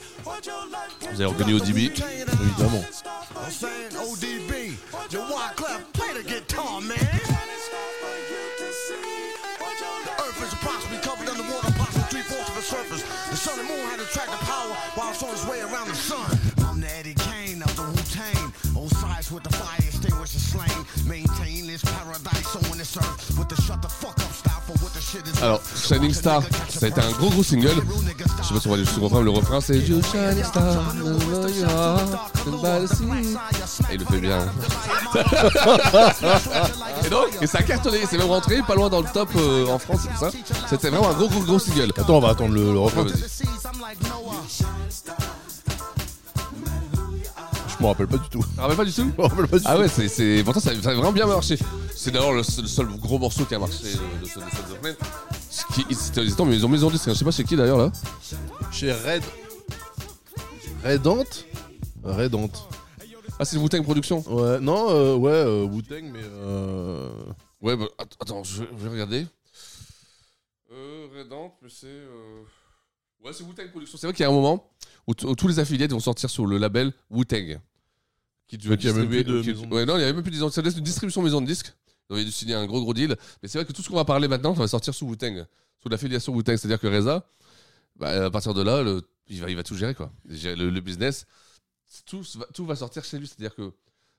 Vous avez reconnu ODB
Évidemment.
Know what I'm saying? ODB, your wide clef, play the guitar, man. Earth is approximately covered underwater, approximately three fourths of its surface. The sun and moon had attractive power while it's on its way around the sun. I'm the Eddie Kane of the Wu Tang. Osiris with the fire extinguisher slain. Maintain this paradise on this earth with the shut the fuck up style for what the shit is.
Alors, Shining Star, ça a été un gros gros single. Je sais pas si on va le sous-refrain, le refrain c'est You Shining Star, no, no, you are, and by the sea. Et Ah, il le fait bien. et donc, et ça a cartonné, c'est même rentré pas loin dans le top euh, en France et tout ça. C'était vraiment un gros gros gros single.
Attends, on va attendre le, le refrain.
Ouais, vas-y. hein.
Je m'en rappelle pas du tout.
Tu te rappelles pas du tout Ah ouais, c'est, c'est... pourtant ça, ça a vraiment bien marché. C'est d'ailleurs le, seul- le seul gros morceau qui a marché euh, de ce de Sons of Men. Ce qui- C'était hésitant, mais ils ont mis en disque, hein. je sais pas chez qui d'ailleurs là.
Chez Red. Redante Redante.
Ah, c'est Wu-Tang Production
Ouais, non, euh, ouais, euh, Wu-Tang, mais. Euh...
Ouais, bah, att- attends, je, je vais regarder. Euh, Redante, mais c'est. euh, Ouais, c'est Wu-Tang Production. C'est vrai qu'il y a un moment où, t- où tous les affiliés vont sortir sur le label Wu-Tang. Qui devait
Donc, il y a même
distribuer-
plus de
qui-
maison de
Ouais, non, il n'y avait même plus de maison de disques. C'était une distribution maison de disques. Ils avaient dû signer un gros gros deal. Mais c'est vrai que tout ce qu'on va parler maintenant, ça va sortir sous Wu-Tang. Sous l'affiliation Wu-Tang. C'est-à-dire que Reza, bah, à partir de là, le- il, va, il va tout gérer, quoi. Il gère Le, le business, tout, se va- tout va sortir chez lui. C'est-à-dire que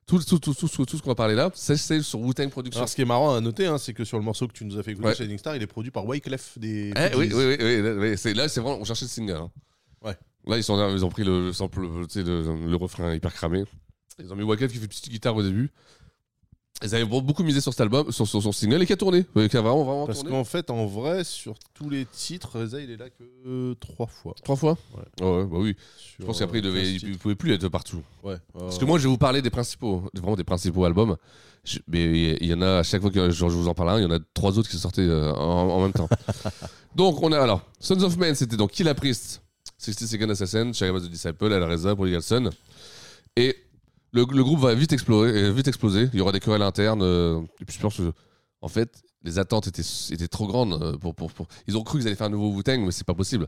tout, tout, tout, tout, tout ce qu'on va parler là, c'est- c'est sur Wu-Tang Production.
Alors, ce qui est marrant à noter, hein, c'est que sur le morceau que tu nous as fait écouter,
Ouais.
Shining Star, il est produit par Wyclef des.
Eh, oui,
Fugees.
oui, oui, oui, là, oui, c'est- là, c'est vraiment, on cherchait le single. hein.
Ouais.
Là, ils, sont, ils ont pris le, le sample, tu sais, le, le refrain hyper cramé. Ils ont mis Wyclef qui fait une petite guitare au début. Ils avaient beaucoup misé sur cet album, sur sur son single, et qui a tourné. Ouais, Qui a vraiment, vraiment
Parce
tourné.
qu'en fait, en vrai, sur tous les titres, Reza, il est là que euh, trois fois.
Trois fois
Ouais.
Ouais, ouais, bah oui. je
Sur,
pense qu'après, il,
euh,
devait-
15
il- il
titres.
pouvait plus être partout.
Ouais. euh,
Parce que moi, je vais vous parler des principaux, vraiment des principaux albums. Je- mais il y en a, à chaque fois que je, je vous en parle un, il y en a trois autres qui sont sortis euh, en, en même temps. donc, on a alors Sons of Man, c'était donc Kill la Priest, 60 Second Assassin, Chicago Bad the Disciple, Alreza, Brigelson. Et le, le groupe va vite exploser, euh, vite exploser. Il y aura des querelles internes. euh, et puis je pense que, en fait, les attentes étaient, étaient trop grandes. euh, Pour, pour, pour- Ils ont cru qu'ils allaient faire un nouveau Wu-Tang, mais c'est pas possible.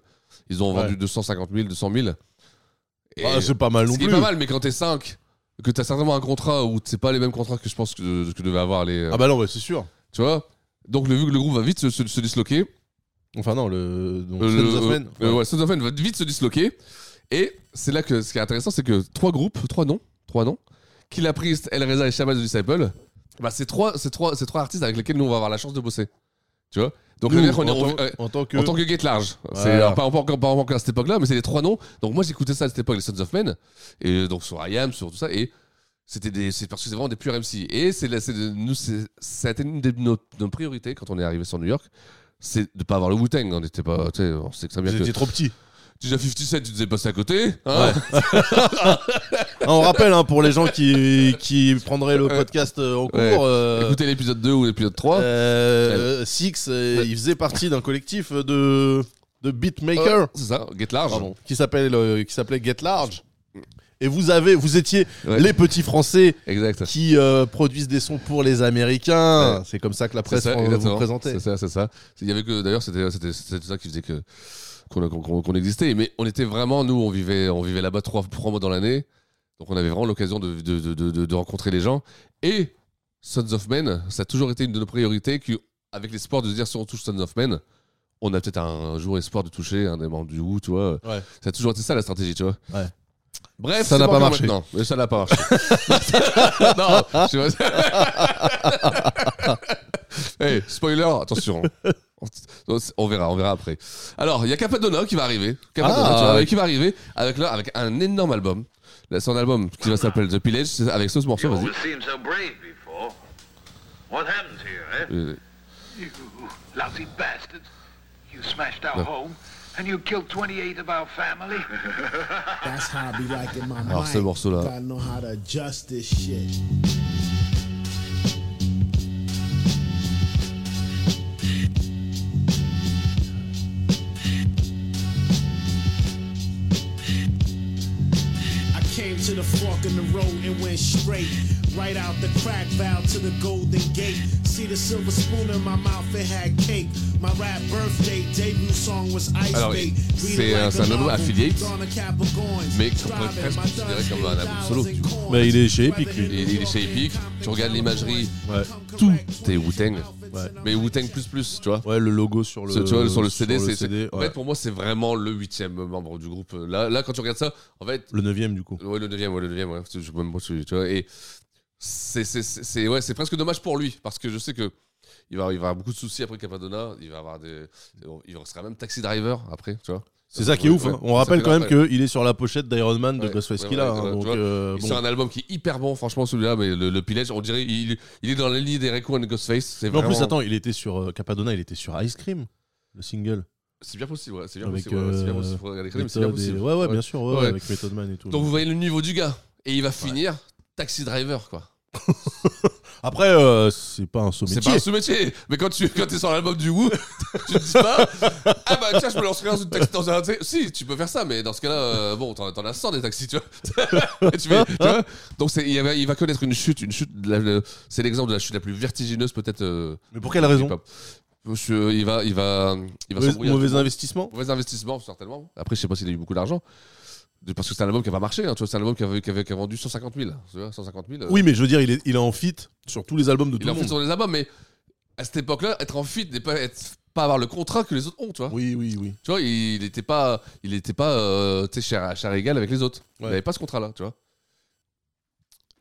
Ils ont
Ouais.
vendu 250 000, 200 000. Et-
Ah, c'est pas mal non
ce qui est
plus.
pas mal, mais quand t'es 5, que t'as certainement un contrat où c'est pas les mêmes contrats que je pense que, que devaient avoir les. euh,
Ah bah non, ouais, c'est sûr.
Tu vois Donc, le, vu que le groupe va vite se, se- se disloquer.
Enfin, non, le. Donc,
Euh,
Sons
le-
of Men,
euh,
enfin,
ouais, Sons of Men va vite se disloquer. Et c'est là que ce qui est intéressant, c'est que trois groupes, trois noms, trois noms, Kill La Priest, El Reza et Shabazz the Disciple, bah, c'est trois, c'est trois, c'est trois artistes avec lesquels nous on va avoir la chance de bosser. Tu vois Donc
Nous,
le mec, on est-
en
on-
tant-
euh,
en tant que-
Get Large. C'est
Voilà.
euh, pas encore pas encore à cette époque-là, mais c'est les trois noms. Donc moi j'écoutais ça à cette époque, les Sons of Men, et euh, donc sur I Am, sur tout ça, et c'était des, c'est parce que c'est vraiment des purs MC. Et c'est la- c'est de- nous, c'est- ça a été une de nos, nos priorités quand on est arrivé sur New York, c'est de pas avoir le Wu Tang. On était pas, tu sais, on sait que ça vient
Vous
que-
étiez trop petit.
Déjà 57, tu te faisais passer à côté. hein.
Ah, on rappelle hein, pour les gens qui, qui prendraient le podcast euh, en cours.
Ouais.
euh,
Écoutez l'épisode 2 ou l'épisode 3.
euh, Six, euh, il faisait partie d'un collectif euh, de, de beatmakers.
Ouais, c'est ça, Get Large.
Pardon, qui s'appelle euh, qui s'appelait Get Large. Et vous avez, vous étiez
Ouais.
les petits Français
Exact.
qui euh, produisent des sons pour les Américains.
Ouais.
C'est comme ça que la
C'est
presse
ça,
euh, vous
exactement.
présentait.
C'est ça, c'est ça. Il y avait que d'ailleurs c'était c'était c'était tout ça qui faisait que qu'on qu'on- qu'on existait. Mais on était vraiment nous, on vivait on vivait là-bas trois trois mois dans l'année, donc on avait vraiment l'occasion de de, de, de- de- de rencontrer les gens. Et Sons of Men, ça a toujours été une de nos priorités, qui, avec l'espoir de se dire si on touche Sons of Men, on a peut-être un, jour espoir de toucher un des membres du Wu, tu vois.
Ouais.
Ça a toujours été ça la stratégie, tu vois.
Ouais.
Bref,
Ça
c'est
n'a pas
encore
marché.
maintenant. Mais ça n'a pas marché. non, je sais pas. Hey, spoiler, attention. On- On verra, on verra après. Alors, il y a Capadonna qui va arriver. Capadonna,
Ah,
tu vois,
ouais.
qui va arriver avec, là, avec un énorme album. Là, Son album qui va s'appeler The Pillage, c'est avec ce morceau,
You
vas-y.
always seemed so brave before. What happened here, eh?
Euh,
You lousy bastards. You smashed our
No.
home and you killed 28 of our family.
That's how I be liking my
Alors, ce
mic.
morceau-là.
Gotta know how to adjust this shit. I came to the fork in the road and went straight. Right out the crack valve to the golden gate. See the silver spoon in my mouth, it had cake. My rap birthday debut song was Ice
Alors,
Bait.
c'est,
Reading
euh,
like
c'est un
a
album
novel,
affiliate,
Donna Capricorns,
mais qu'on pourrait presque
striving, my
considérer comme un album solo. tu vois.
Bah, il est chez Epic, lui.
Il, il est chez Epic. Tu regardes l'imagerie, tout est Wu-Tang. Mais Wu-Tang plus plus, tu vois.
Ouais, le logo sur le,
Ce- tu vois, sur le CD,
sur
c'est.
CD,
c'est- En
ouais.
fait, pour moi, c'est vraiment le huitième membre du groupe. Là, là, quand tu regardes ça, en fait.
Le neuvième, du coup.
Ouais, le neuvième, ouais, le neuvième, ouais. Je- je- moi, je- tu vois, et c'est, c'est, c'est, c'est- ouais, c'est presque dommage pour lui, parce que je sais que il va, il va avoir beaucoup de soucis après Capadonna. Il va avoir des, il sera même taxi driver après, tu vois.
C'est ça qui est ouf.
Euh, Ouais,
hein. On
ça
rappelle
fait
quand même
grave, ouais.
qu'il est sur la pochette d'Iron Man de Ghostface
Ouais,
Killah.
ouais,
hein,
ouais,
donc,
tu vois,
euh,
il
bon.
sort un album qui est hyper bon, franchement, celui-là, mais le, le Pillage, on dirait, il, il est dans la ligne des Reco and Ghostface. C'est
Mais en
vraiment...
plus, attends, il était sur euh, Capadonna, il était sur Ice Cream, le single.
C'est bien possible, ouais, c'est bien
Avec,
possible. ouais, ouais, c'est bien
euh,
possible. Faut regarder quand même, c'est
méthode
bien
et-
possible.
ouais, ouais, bien sûr, ouais, ouais, avec Method Man et tout.
Donc vous voyez le niveau du gars, et il va finir taxi driver, quoi.
Après, euh, c'est pas un sommet.
C'est pas un sous-métier, mais quand tu quand es sur l'album du Wu, tu te dis pas Ah bah tiens, je me lancerai dans une taxi dans un. tu sais, Si, tu peux faire ça, mais dans ce cas-là, euh, bon, t'en t'en as 100 des taxis, tu vois. tu fais- tu vois Donc c'est- il, va, il va connaître une chute, une chute. la- le- C'est l'exemple de la chute la plus vertigineuse, peut-être. euh,
Mais pour quelle
du
raison
hip-hop. Parce que, euh, il va, il va, il va
Mauvais-
s'embrouiller. avec
mauvais
tout le monde.
investissement
Mauvais investissement, certainement. Après, je sais pas s'il a eu beaucoup d'argent. De- Parce que c'est un album qui a pas marché, hein, tu vois, c'est un album qui a, qui a- qui a vendu 150 000. tu vois, 150 000 euh,
Oui, mais je veux dire, il est, il est en fit sur tous les albums de tout
il
le
en fait
monde.
sur les albums, mais à cette époque-là, être en fit n'est pas être pas avoir le contrat que les autres ont, tu vois.
Oui, oui, oui.
Tu vois, il n'était pas, il était pas, euh, tu sais, cher, cher égal avec les autres. Il
Ouais.
n'avait pas ce contrat-là, tu vois.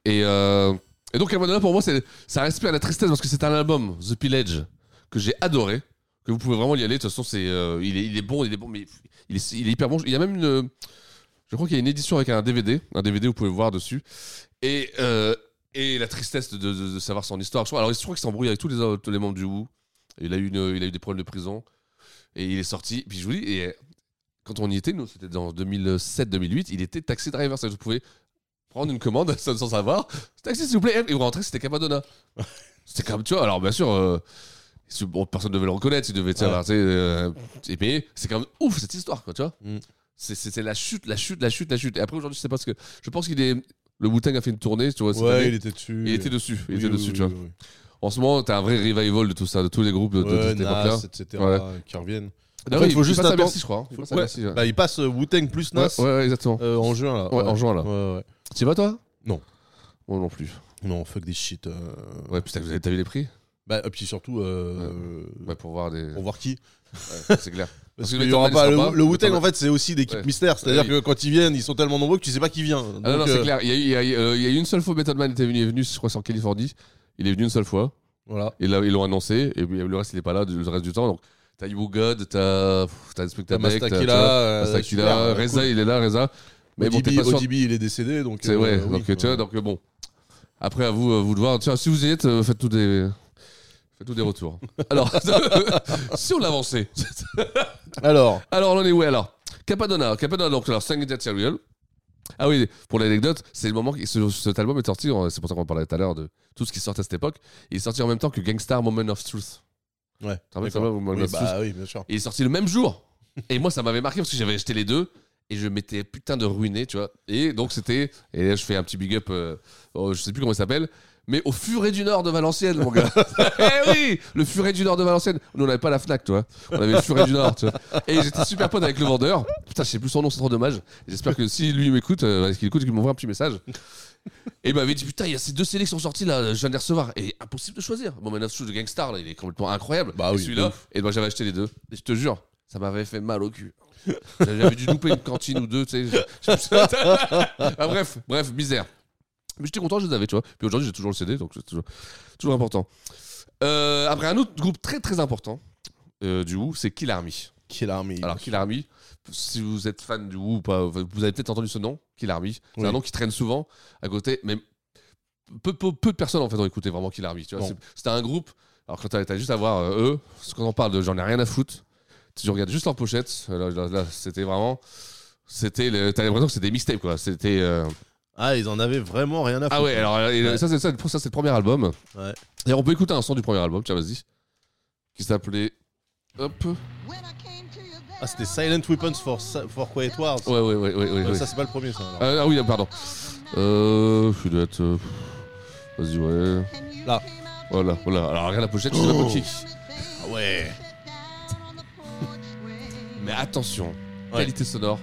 Et, euh, et donc, Camadonna, pour moi, c'est, ça respire à la tristesse parce que c'est un album, The Pillage, que j'ai adoré, que vous pouvez vraiment y aller. De toute façon, c'est, euh, il, est, il est bon, il est bon, mais il est, il est hyper bon. Il y a même une. Je crois qu'il y a une édition avec un DVD. Un DVD, vous pouvez le voir dessus. Et, euh, et la tristesse de, de- de savoir son histoire. Je crois, alors, je crois qu'il s'embrouille avec tous les, autres- tous les membres du Wu. Il a, eu une- il a eu des problèmes de prison. Et il est sorti. Puis je vous dis, et quand on y était, nous, c'était dans 2007-2008, il était taxi driver. Ça, vous pouvez prendre une commande sans, sans savoir. Taxi, s'il vous plaît. Et vous rentrez, c'était Capadonna. c'était comme, tu vois, alors bien sûr. euh, c'est- bon, personne ne devait le reconnaître, il devait tu sais,
Ouais. Mm.
avoir, tu sais, euh, et mais c'est quand même ouf cette histoire, quoi, tu vois. C'est- C'est c'est la chute, la chute, la chute, la chute. Et après, aujourd'hui, je sais pas ce que. Je pense qu'il est. Le Wu-Tang a fait une tournée, tu vois. cette
Ouais,
année.
il était dessus.
Il était dessus, il
Oui,
était
oui,
dessus,
oui,
tu vois.
oui, oui.
En ce moment, t'as un vrai revival de tout ça, de tous les groupes de, de- de
Ouais,
cette
Nas,
époque-là.
etc.,
Ouais.
qui reviennent.
D'ailleurs,
Après, il faut
il
juste
passe à
attendre.
Bercy, je crois, hein. Il passe à
Ouais.
Bercy, ouais.
Bah, il passe euh, Wu-Tang plus Nas.
Ouais, ouais, ouais, exactement.
euh, en juin, là.
Ouais, en juin, là.
Ouais, ouais.
Tu vas, toi
Non.
Moi non plus.
Non, fuck des shit. euh,
Ouais, putain, vous avez- t'as vu les prix
Bah, et puis surtout. euh,
Ouais, pour voir des.
Pour voir qui
Ouais, c'est clair.
Parce
que
qu'il y aura
Thomas,
pas.
il
Le,
sera
le Wu-Tang,
Thomas-
en fait, c'est aussi d'équipe
Ouais.
mystère. C'est-à-dire
Ouais,
que quand ils viennent, ils sont tellement nombreux que tu sais pas qui vient.
Ah non, non,
Donc,
c'est
euh,
clair. Il y a eu, il y a eu- euh, il y a eu une seule fois, Method Man était venu, il est venu, je crois, en Californie. Il est venu une seule fois.
Voilà.
Et là, ils l'ont annoncé. Et puis, le reste, il est pas là du- le reste du temps. Donc, t'as You God, t'as pff, t'as Spectabec,
Mastakila,
t'as tu vois,
euh,
Mastakila,
super, euh,
Reza,
cool.
il est là, Reza. Mais bon, t'es
ODB,
pas sûr.
ODB, il est décédé, donc.
C'est
euh,
ouais.
oui.
donc, tu vois, donc euh, bon. Après, à vous, euh, vous de voir. Tiens, si vous y êtes, euh, faites tous des. Faites tous des retours. Alors, sur l'avancée.
Alors.
Alors, on en est où alors Capadonna. Capadonna, donc, alors, 5 Dead Serial. Ah oui, pour l'anecdote, c'est le moment que ce, cet album est sorti, c'est pour ça qu'on parlait tout à l'heure de tout ce qui sortait à cette époque. Il est sorti en même temps que Gangstar Moment of Truth.
Ouais.
T'as envie de
d'accord.
savoir où Moment
Oui,
of Truth
bah oui, bien sûr.
Et il est sorti le même jour. Et moi, ça m'avait marqué parce que j'avais acheté les deux et je m'étais putain de ruiné, tu vois. Et donc, c'était. Et là, je fais un petit big up, euh, oh, je sais plus comment il s'appelle, mais au Furet du Nord de Valenciennes, mon gars. eh oui Le Furet du Nord de Valenciennes. Nous, on n'avait pas la Fnac, tu vois. On avait le Furet du Nord, tu vois. Et j'étais super pote avec le vendeur. Putain, je sais plus son nom, c'est trop dommage. J'espère que si lui m'écoute, euh, qu'il écoute, qu'il m'envoie un petit message. Et il m'avait dit putain, il y a ces deux sélections qui sont sorties là, je viens de les recevoir. Et impossible de choisir. Bon, Man of Steel de Gangstar, là, il est complètement incroyable.
Bah
et
oui, de
celui-là.
ouf.
Et moi, j'avais acheté les deux. Et je te jure, ça m'avait fait mal au cul. J'avais dû louper une cantine ou deux, tu sais. Je- je- Ah, bref, bref, misère. Mais j'étais content, je les avais, tu vois. Puis aujourd'hui, j'ai toujours le CD, donc c'est toujours, toujours important. Euh, après, un autre groupe très très important euh, du Who, c'est Kill Army.
Kill Army.
Alors, Kill Army, si vous êtes fan du Who ou pas, vous avez peut-être entendu ce nom, Kill Army. C'est
Oui.
un nom qui traîne souvent à côté, mais peu, peu, peu de personnes en fait ont écouté vraiment Kill Army. Tu vois,
Non.
C'est- c'était un groupe. Alors quand t'as t'as juste à voir euh, eux, parce qu'on en parle de j'en ai rien à foutre. Tu regardes juste leur pochette. euh, Là, là- là, c'était vraiment, c'était, le- t'as l'impression que c'était des mixtapes quoi. C'était euh,
Ah, ils en avaient vraiment rien à foutre.
ah ouais. Alors et,
Ouais.
ça c'est ça, ça, c'est le premier album.
Ouais.
D'ailleurs on peut écouter un son du premier album. Tiens vas-y. Qui s'appelait Hop.
Ah, c'était Silent Weapons for, for Quiet Wars.
Ouais ouais ouais ouais. ouais,
Euh,
ouais.
Ça, c'est pas le premier, ça. alors.
Ah, ah oui, pardon. Euh, je dois être. euh, Vas-y, ouais.
Là.
Voilà, voilà. Alors, regarde la pochette, c'est la
Oh.
boutique.
Ah ouais.
Mais attention,
Ouais.
qualité sonore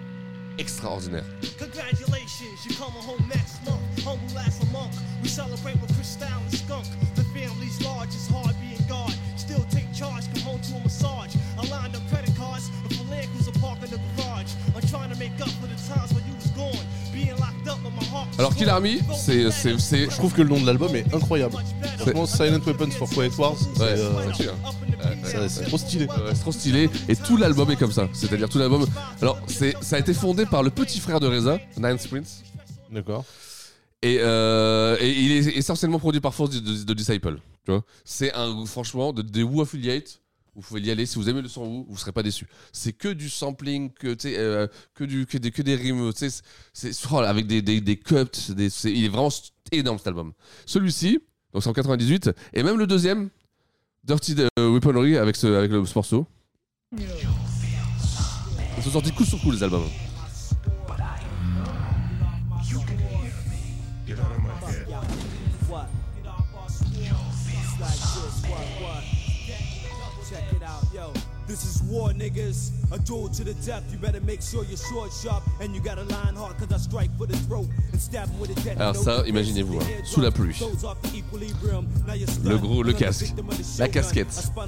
extraordinaire.
Congratulations, you're coming home next month. Humble as a monk, we celebrate with Chris Style and Skunk. The family's large, it's hard being guard. Still take charge, come home to a massage. I lined up credit cards and for Land Cruiser park in the garage. I'm trying to make up for the times when you was gone. Being locked up with my heart.
Alors, Kill Army, c'est. c'est- c'est-
Je trouve que le nom de l'album est incroyable. Franchement, Silent Weapons for Quiet Wars, c'est, euh, ça- c'est trop stylé.
Ouais, Euh, c'est trop stylé. Et tout l'album est comme ça. C'est-à-dire, tout l'album. Alors, c'est- ça a été fondé par le petit frère de Reza, Nine Sprints.
D'accord.
Et, euh, et il est essentiellement produit par force de, de- de Disciple. Tu vois C'est un, franchement, de, des Who Affiliate. Vous pouvez y aller. Si vous aimez le son Who, vous serez pas déçu. C'est que du sampling, que, tu sais, euh, que, du, que, des, que des rimes. tu sais, C'est, c'est- oh là, avec des, des, des cuts. Des, c'est- il est vraiment st- énorme cet album. Celui-ci, donc c'est en 98. Et même le deuxième, Dirty euh, Weaponry, avec ce, avec le, ce morceau. Ils sont sortis coup sur coup les albums.
Check it out, yo. This is war, niggas. A duel to the death. You better make sure your sword sharp and you got a line hard, cause I strike for the throat and stab with a death.
Alors ça, imaginez-vous, hein, sous la pluie. Le gros, le casque, la casquette.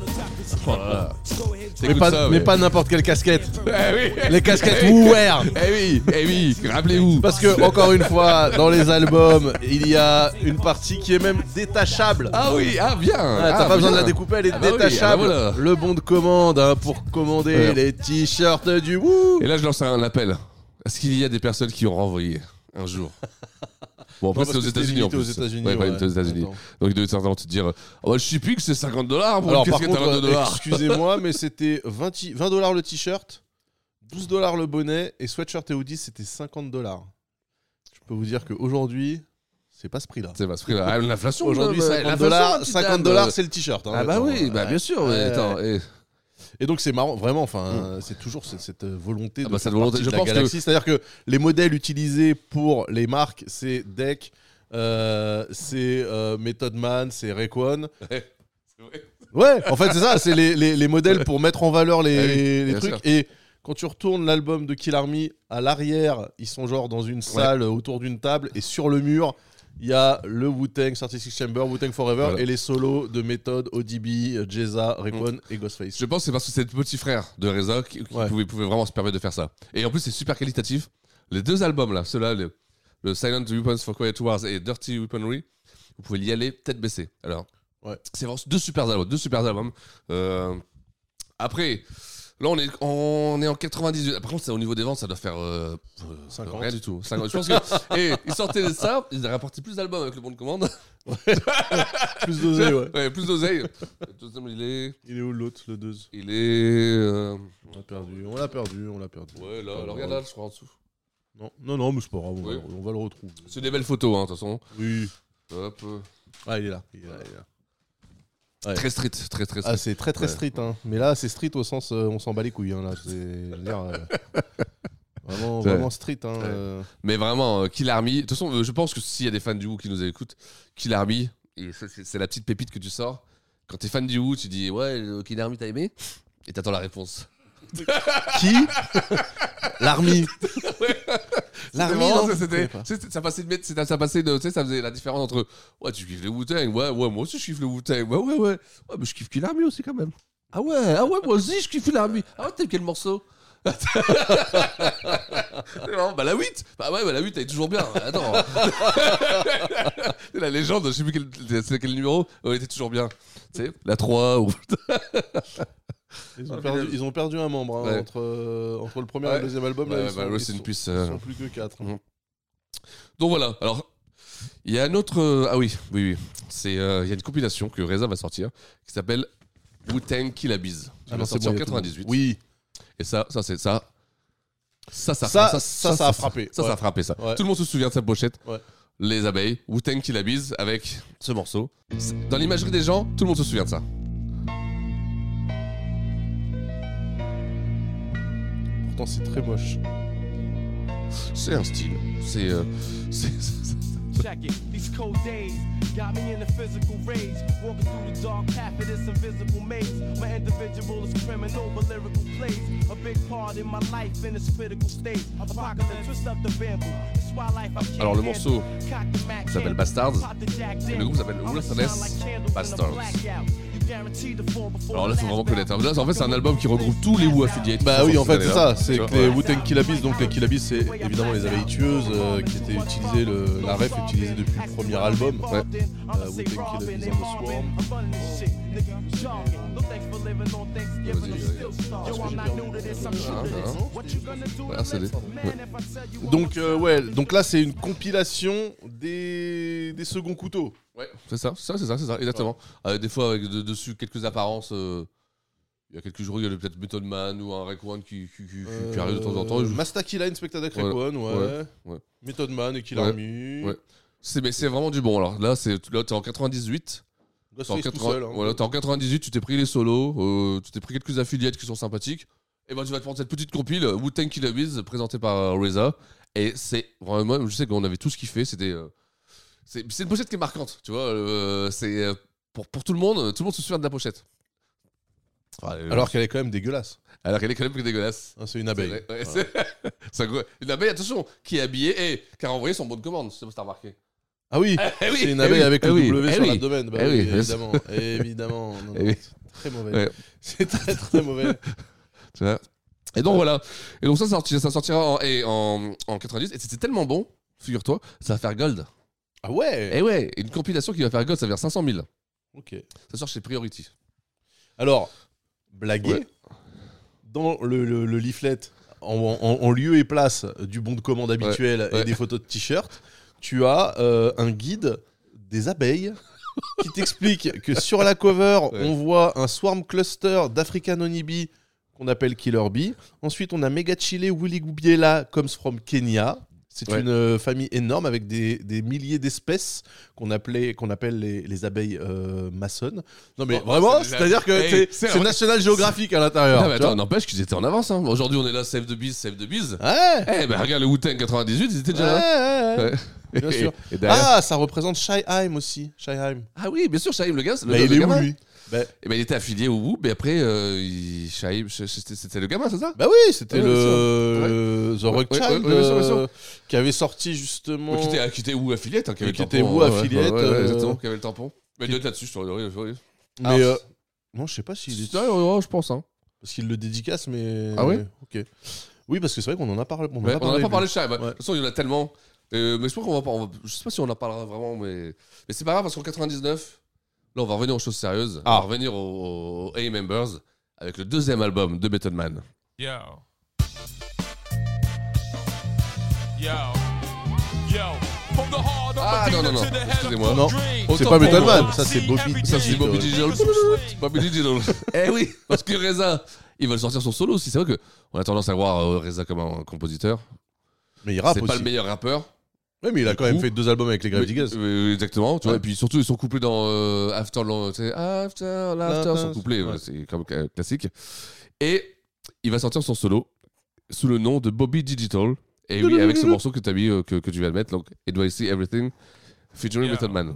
Oh là là.
Mais
T'écoutes
pas,
ça,
mais pas n'importe quelle casquette.
Eh oui.
Les casquettes
Eh oui.
Woowear.
Eh oui, eh oui, rappelez-vous.
Parce que, encore une fois, dans les albums, il y a une partie qui est même détachable.
Ah oui, ah bien.
Ouais, T'as
Ah,
pas besoin de
bien.
la découper, elle est
Ah bah oui,
détachable.
ah bah voilà.
Le bon de commande hein, pour commander
Ouais.
les t-shirts du Woo.
Et là, je lance un appel. Est-ce qu'il y a des personnes qui ont renvoyé un jour Bon, en
Non,
plus,
parce
c'est aux
que c'était
États-Unis.
limité
en plus.
aux États-Unis,
Ouais, ouais,
ouais.
aux États-Unis.
Attends.
Donc, ils devaient certainement te dire Oh, le shipping, c'est 50 dollars pour
Alors,
une
par
casquette à
contre,
22
euh,
dollars.
excusez-moi, mais c'était 20 dollars le t-shirt, 12 dollars le bonnet et sweatshirt et hoodie, c'était 50 dollars. Je peux vous dire qu'aujourd'hui, c'est pas ce prix-là.
C'est pas ce prix-là. Ah, l'inflation,
Aujourd'hui,
madame,
50
l'inflation,
dollars,
petite
50
dame.
dollars, c'est le t-shirt. hein,
Ah, bah
attends,
oui,
ouais.
bah bien sûr. mais
Ouais.
attends, eh.
Et donc c'est marrant, vraiment, enfin, euh, c'est toujours ce- cette, euh, volonté de
Mm. Ah bah, cette
faire
volonté,
partie
je
de la
pense que-
galaxie. C'est-à-dire que les modèles utilisés pour les marques, c'est Deck, euh, c'est euh, Method Man, c'est Rayquan. Ouais, en fait, c'est ça, c'est les, les- les modèles pour mettre en valeur les,
Ah oui,
les
bien
trucs.
sûr.
Et quand tu retournes l'album de Kill Army, à l'arrière, ils sont genre dans une salle euh, autour d'une table et sur le mur. Il y a le Wu-Tang 36 Chamber, Wu-Tang Forever
Voilà. Mm.
et les solos de méthode ODB, Jeza, Rayquan et Ghostface.
Je pense que c'est parce que c'est le petit frère de Reza qui, qui pouvait, pouvait vraiment se permettre de faire ça. Et en plus, c'est super qualitatif. Les deux albums, là, ceux-là, le, le Silent Weapons for Quiet Wars et Dirty Weaponry, vous pouvez y aller, peut-être baisser. Alors, c'est vraiment deux super albums. Deux super albums. Euh, après, là, on est, on est en 98. Par contre, ça, au niveau des ventes, ça doit faire euh, euh, rien du tout. 50. Je pense que. et ils sortaient de ça, ils rapportaient plus d'albums avec le bon de commande.
Plus d'oseille, ouais.
Plus d'oseille. Le deuxième, il est.
Il est où l'autre, le 2
Il est. euh,
On l'a perdu, on l'a perdu, on l'a perdu.
Ouais, là,
Pas
alors
grave.
regarde là, je crois en dessous.
Non, non, non, mais c'est pas grave, on,
Oui.
va, on va le retrouver.
C'est des belles photos, hein, de toute façon.
Oui.
Hop. euh.
Ah, il est là. il est là, il est là. Ouais.
Très street, très très street.
Ah, c'est très très
Ouais.
street, hein. mais là c'est street au sens euh, on s'en bat les couilles. Hein, là. C'est, je veux dire, euh, vraiment,
Ouais.
vraiment street. Hein,
Ouais.
euh.
Mais vraiment, euh, Kill Army. De toute façon, euh, je pense que s'il y a des fans du Wu qui nous écoutent, Kill Army, et ça, c'est c'est la petite pépite que tu sors. Quand t'es fan du Wu, tu dis ouais, euh, Kill Army, t'as aimé Et t'attends la réponse.
Qui L'army. L'army,
C'était vraiment
non
ça,
Je
c'était-
connais hein. pas.
c'était- ça passait, de mettre- c'était- ça passait de- tu sais, ça faisait la différence entre ouais, tu kiffes le Wu-Tang, ouais, ouais, moi aussi je kiffe le Wu-Tang, ouais, ouais, ouais, ouais, mais je kiffe Kill Army aussi quand même. Ah ouais, ah ouais, moi aussi je kiffe Kill Army. Ah ouais, t'aimes quel morceau C'est marrant, bah la 8 Bah ouais, bah la 8 elle est toujours bien, attends. C'est la légende, je sais plus quel, c'est quel numéro, ouais, elle était toujours bien. Tu sais, la 3 ou.
Ils ont, perdu, ils ont perdu un membre hein,
Ah, Ouais.
entre, euh, entre le premier et
Ouais.
le deuxième album. là,
Ouais,
ils,
ouais, bah,
sont,
rest
ils
in
sont-
peace,
ils
euh.
sont plus que Ah, 4.
Donc voilà, alors il y a un autre. euh, ah oui, oui, oui. C'est, euh, Il y a une compilation que Reza va sortir qui s'appelle Wu-Tang Kill la Bise.
Ah
Elle
non,
va
c'est
sortir
bon,
en
il y a tout le monde.
98.
Oui.
Et ça, ça, c'est ça. Ça, ça,
Ça, ça, ça a frappé.
Ça, ça
Ouais.
a frappé, ça.
Ouais.
Tout le monde se souvient de sa pochette.
Ouais.
Les abeilles, Wu-Tang Kill la Bise avec ce morceau. C'est- Dans l'imagerie des gens, tout le monde se souvient de ça.
Pourtant c'est très moche.
C'est un style. C'est. euh, c'est- c'est-
Check it, these cold days got me in the physical rage. Walking through the dark path of this invisible maze. My individual is criminal, but lyrical plays a big part in my life in this critical stage. Apocalypse, twist up the bamboo. That's why life I can't
Alors le morceau
handle. Cock the Mac
s'appelle
handle,
Bastards.
pop the Jack
Et le
Daniels.
groupe s'appelle
I'ma
Wilderness
shine like candles in a
Bastards.
blackout. You guaranteed to fall before
Alors
the
là,
last
faut vraiment
bounce.
connaître. Là, en fait, c'est un album qui regroupe tous les Wu affiliates.
Bah oui, en fait, c'est ça. C'est
Tu vois,
que les
ouais.
Wu-Tang Euh, Killabis, donc les Killabis, c'est évidemment les abeilles tueuses euh, qui étaient utilisées, le- la ref utilisée depuis le premier album. Ouais. Wu-Tang Killabis and the Swarm. Donc, euh, ouais, donc là, c'est une compilation des, des seconds couteaux.
Ouais. C'est ça, c'est ça, c'est ça, c'est ça, exactement. Euh, des fois, avec de- dessus quelques apparences. euh, il y a quelques jours, il y avait peut-être Method Man ou un Rayquan qui, qui, qui- qui- qui arrive de temps en temps.
Euh, Mastaki Line, Spectator
Voilà.
Rayquan, ouais.
Ouais, ouais.
Method Man et Kill
Ouais,
Army.
ouais. C'est, mais c'est vraiment du bon. Alors là, c'est, là t'es en 98.
Ghostface
T'es en
tout seul, hein.
voilà, t'es en 98, tu t'es pris les solos, euh, tu t'es pris quelques affiliates qui sont sympathiques. Et ben tu vas te prendre cette petite compile euh, Wu-Tang Kill la Biz présentée par euh, Reza. Et c'est vraiment, je sais qu'on avait tous kiffé. C'était, euh, c'est, c'est une pochette qui est marquante, tu vois. euh, c'est euh, pour, pour tout le monde, euh, tout le monde se souvient de la pochette. Enfin, euh,
Alors qu'elle est quand même dégueulasse.
alors qu'elle est quand même plus dégueulasse.
Ah, c'est une abeille.
vrai, ouais,
Voilà.
c'est- c'est un gros- une abeille, attention, qui est habillée et qui a envoyé son bon de commande, je sais pas si t'as remarqué.
Ah oui,
Eh oui,
c'est une
eh
abeille
oui,
avec le
eh oui,
W
eh
sur
oui,
l'abdomen. Bah
eh
oui,
oui, bien sûr.
évidemment. évidemment. Non, non,
Eh oui.
C'est très mauvais.
Ouais.
C'est très très mauvais.
Tu vois. Et donc voilà. Et donc ça, ça sorti- ça sortira en, et en, en 90. Et c'était tellement bon, figure-toi, ça va faire Gold.
Ah ouais
Et ouais, une compilation qui va faire Gold, ça va faire 500 000.
Ok.
Ça sort chez Priority.
Alors, blaguer,
Ouais.
dans le, le- le leaflet, en, en- en lieu et place du bon de commande habituel et
ouais.
des photos de t-shirts, tu as euh, un guide des abeilles qui t'explique que sur la cover, on voit un swarm cluster d'African Onibi qu'on appelle Killer Bee. Ensuite, on a Megachile Willy Gubiela comes from Kenya. C'est
Ouais.
une euh, famille énorme avec des, des milliers d'espèces qu'on appelait qu'on appelle les, les abeilles euh, maçonnes. Non mais
Oh,
vraiment,
c'est déjà-
c'est-à-dire que
Hey,
t'es-
c'est
c'est
vrai.
National Geographic à l'intérieur.
Non, mais
tu vois.
attends, n'empêche qu'ils étaient en avance. hein. Aujourd'hui, on est là, save the bees, save the bees.
Ouais.
Eh ben, regarde le Wu-Tang 98, ils étaient déjà là.
Ouais, ouais, ouais.
Ouais.
Bien
Et-
sûr.
et derrière-
ah, ça représente Shyheim aussi. Shyheim.
Ah oui, bien sûr, Shaïm, le gars. c'est le-
Mais
le
Bah, il est où,
gamin.
lui Ben-
Eh ben, il était affilié au Wu, mais après, euh, il- Shaïm, c'est- c'était c'était le gamin, c'est ça
Bah oui, c'était
Ouais,
le
c'est
The
vrai.
Rock
Ouais, ouais,
Child
ouais, ouais, ouais, ouais, ouais.
euh, qui avait sorti justement.
Ouais, Qui était, qui était Wu affiliate, hein, qui avait
Qui
le
était
tampon,
Wu
hein, ouais.
affiliate,
Ouais, ouais,
euh,
exactement, qui avait le tampon. Mais d'autres là-dessus, je t'aurais adoré.
Mais
Ah,
euh, non, je sais pas s'il est.
je pense. Hein.
Parce qu'il le dédicace, mais.
Ah ouais
Ok. Oui, parce que c'est vrai qu'on en a parlé. On en
Ouais,
a
on n'en a
parlé.
pas parlé de Shai. bah, De toute façon, il y en a tellement. Euh, mais je crois qu'on va pas. on va- Je sais pas si on en parlera vraiment, mais. Mais c'est pas grave parce qu'en 99, là, on va revenir aux choses sérieuses.
Ah.
On va revenir aux, aux A Members avec le deuxième album de Method Man.
Yo. Yo. Yo. From the heart of
Ah non, non, non.
Medina to the head of
Excusez-moi.
Non, c'est pas Metal Man, ça c'est Bobby.
Ça, c'est Bobby
Digital.
Digital. Bobby Digital. eh oui, parce que Reza, ils veulent sortir son solo aussi. C'est vrai qu'on a tendance à voir euh, Reza comme un compositeur.
Mais il rappe
C'est pas
aussi.
le meilleur rappeur.
Ouais, mais il a quand même fait deux albums avec les Grave
Oui,
Diggers.
oui, exactement, tu vois. Et puis surtout, ils sont couplés dans euh, After Long. tu sais, After, Laughter sont
Laughter,
couplés.
ouais.
ouais, C'est comme euh, classique. Et il va sortir son solo sous le nom de Bobby Digital. Et oui, avec ce morceau que, as mis, euh, que, que tu viens de mettre, donc It Do I See Everything, featuring Method Man.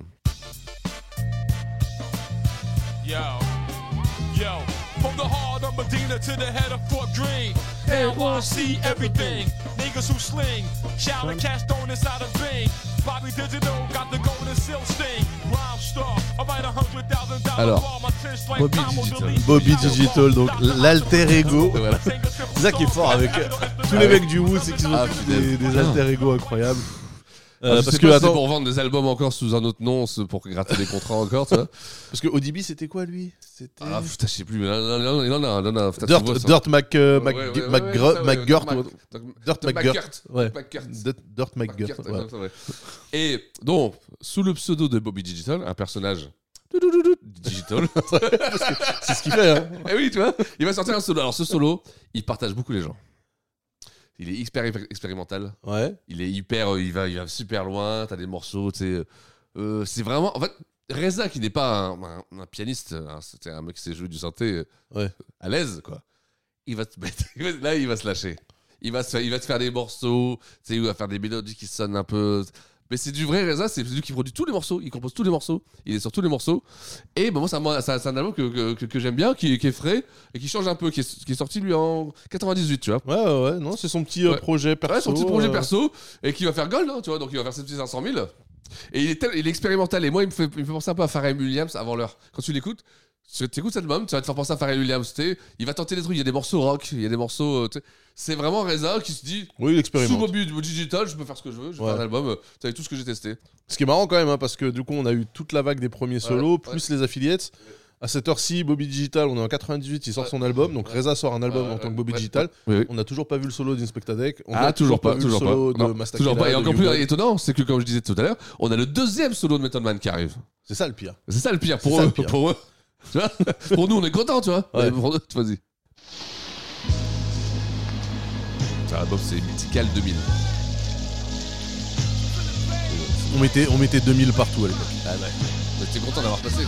Yo. Yo. From the heart of Medina to the head of Fort Greene. Now I see everything. Niggas who sling. Shout and cash thrown inside a bing. Bobby Digital got the golden silk sting. Rhyme star. I write a hundred thousand dollars.
Alors,
my ten strike
Bobby
combo
Digital.
delete.
Ah, Bobby Digital, donc l'alter ego.
Voilà.
C'est ça qui est fort avec euh, tous les
Ah ouais.
mecs du Wu, c'est qu'ils ont
Ah,
tous
putain.
des, des alter ego incroyables.
Ah,
Euh,
je
parce
sais
que,
pas si c'est
attends,
pour vendre des albums encore sous un autre nom, c'est pour gratter des contrats encore, tu vois.
parce que ODB c'était quoi lui C'était.
Ah putain, je sais plus, mais là, là, là, il en a un, il en a un. putain,
Dirt,
tu vois ça.
Dirt Mac, euh, Mac,
Ouais, ouais, ouais,
Mac-
ouais,
Gr-
ça, ouais,
McGirt
Dirt
ou-
Mac-
Dirt
Dirt
McGirt.
McGirt.
Ouais.
McGirt.
Dirt Dirt McGirt.
Carte,
ouais.
comme ça, ouais. Et donc, sous le pseudo de Bobby Digital, un personnage. Doudoudou, Digital.
c'est ce qu'il fait, hein.
Et oui, tu vois, il va sortir un solo. Alors, ce solo, il partage beaucoup les gens. Il est hyper hyper expérimental.
Ouais.
Il est hyper. euh, Il va, il va super loin. T'as des morceaux, tu sais. euh, euh, c'est vraiment. En fait, Reza, qui n'est pas un, un- un pianiste, hein, c'était un mec qui sait jouer du synthé euh, à l'aise, quoi. Il va te mettre. il va- Là, il va se lâcher. Il va, se- il va te faire des morceaux, tu sais, il va faire des mélodies qui sonnent un peu. Mais c'est du vrai Reza, c'est lui qui produit tous les morceaux, il compose tous les morceaux, il est sur tous les morceaux. Et bah, moi, c'est un, c'est un- c'est un album que, que- que- que j'aime bien, qui, qui est frais et qui change un peu, qui est, qui est sorti lui en 98, tu vois.
Ouais, ouais, ouais, non, c'est son petit euh,
Ouais.
projet perso.
Ouais, son petit projet
euh,
perso et qui va faire gold, hein, tu vois. Donc il va faire ses petits 500 000. Et il est, tel- il est expérimental. Et moi, il me fait, il me fait penser un peu à Pharrell Williams avant l'heure. Quand tu l'écoutes, tu écoutes cet album, tu vas te faire penser à Pharrell Williams. tu sais. il va tenter des trucs. Il y a des morceaux rock, il y a des morceaux. euh, tu sais. C'est vraiment Reza qui se dit
Oui, il expérimente.
sous Bobby Digital, je peux faire ce que je veux. Je vais
Ouais.
faire un album. euh, Tu sais, avec tout ce que j'ai testé.
Ce qui est marrant quand même, hein, parce que du coup, on a eu toute la vague des premiers solos, plus les affiliates. À cette heure-ci, Bobby Digital, on est en 98, il sort son album. Donc Reza sort un album en tant que Bobby Digital.
Oui, oui.
On n'a toujours pas vu le solo d'Inspectadec. On
Ah,
n'a
toujours pas,
vu
toujours
le
pas.
solo
Non,
de Master
toujours
Killer,
pas. Et
de
encore
Young
plus
Blood.
étonnant, c'est que comme je disais tout à l'heure, on a le deuxième solo de Method Man qui arrive.
C'est ça le pire.
C'est ça le pire
C'est
pour
ça
eux.
le pire.
Pour eux. Tu vois pour nous, on est contents, tu vois.
Ouais.
Mais Pour eux, vas-y. Ça, Bob, c'est Mythical 2000.
On mettait, on mettait 2000 partout à l'époque.
Ah ouais. Mais T'es content d'avoir passé.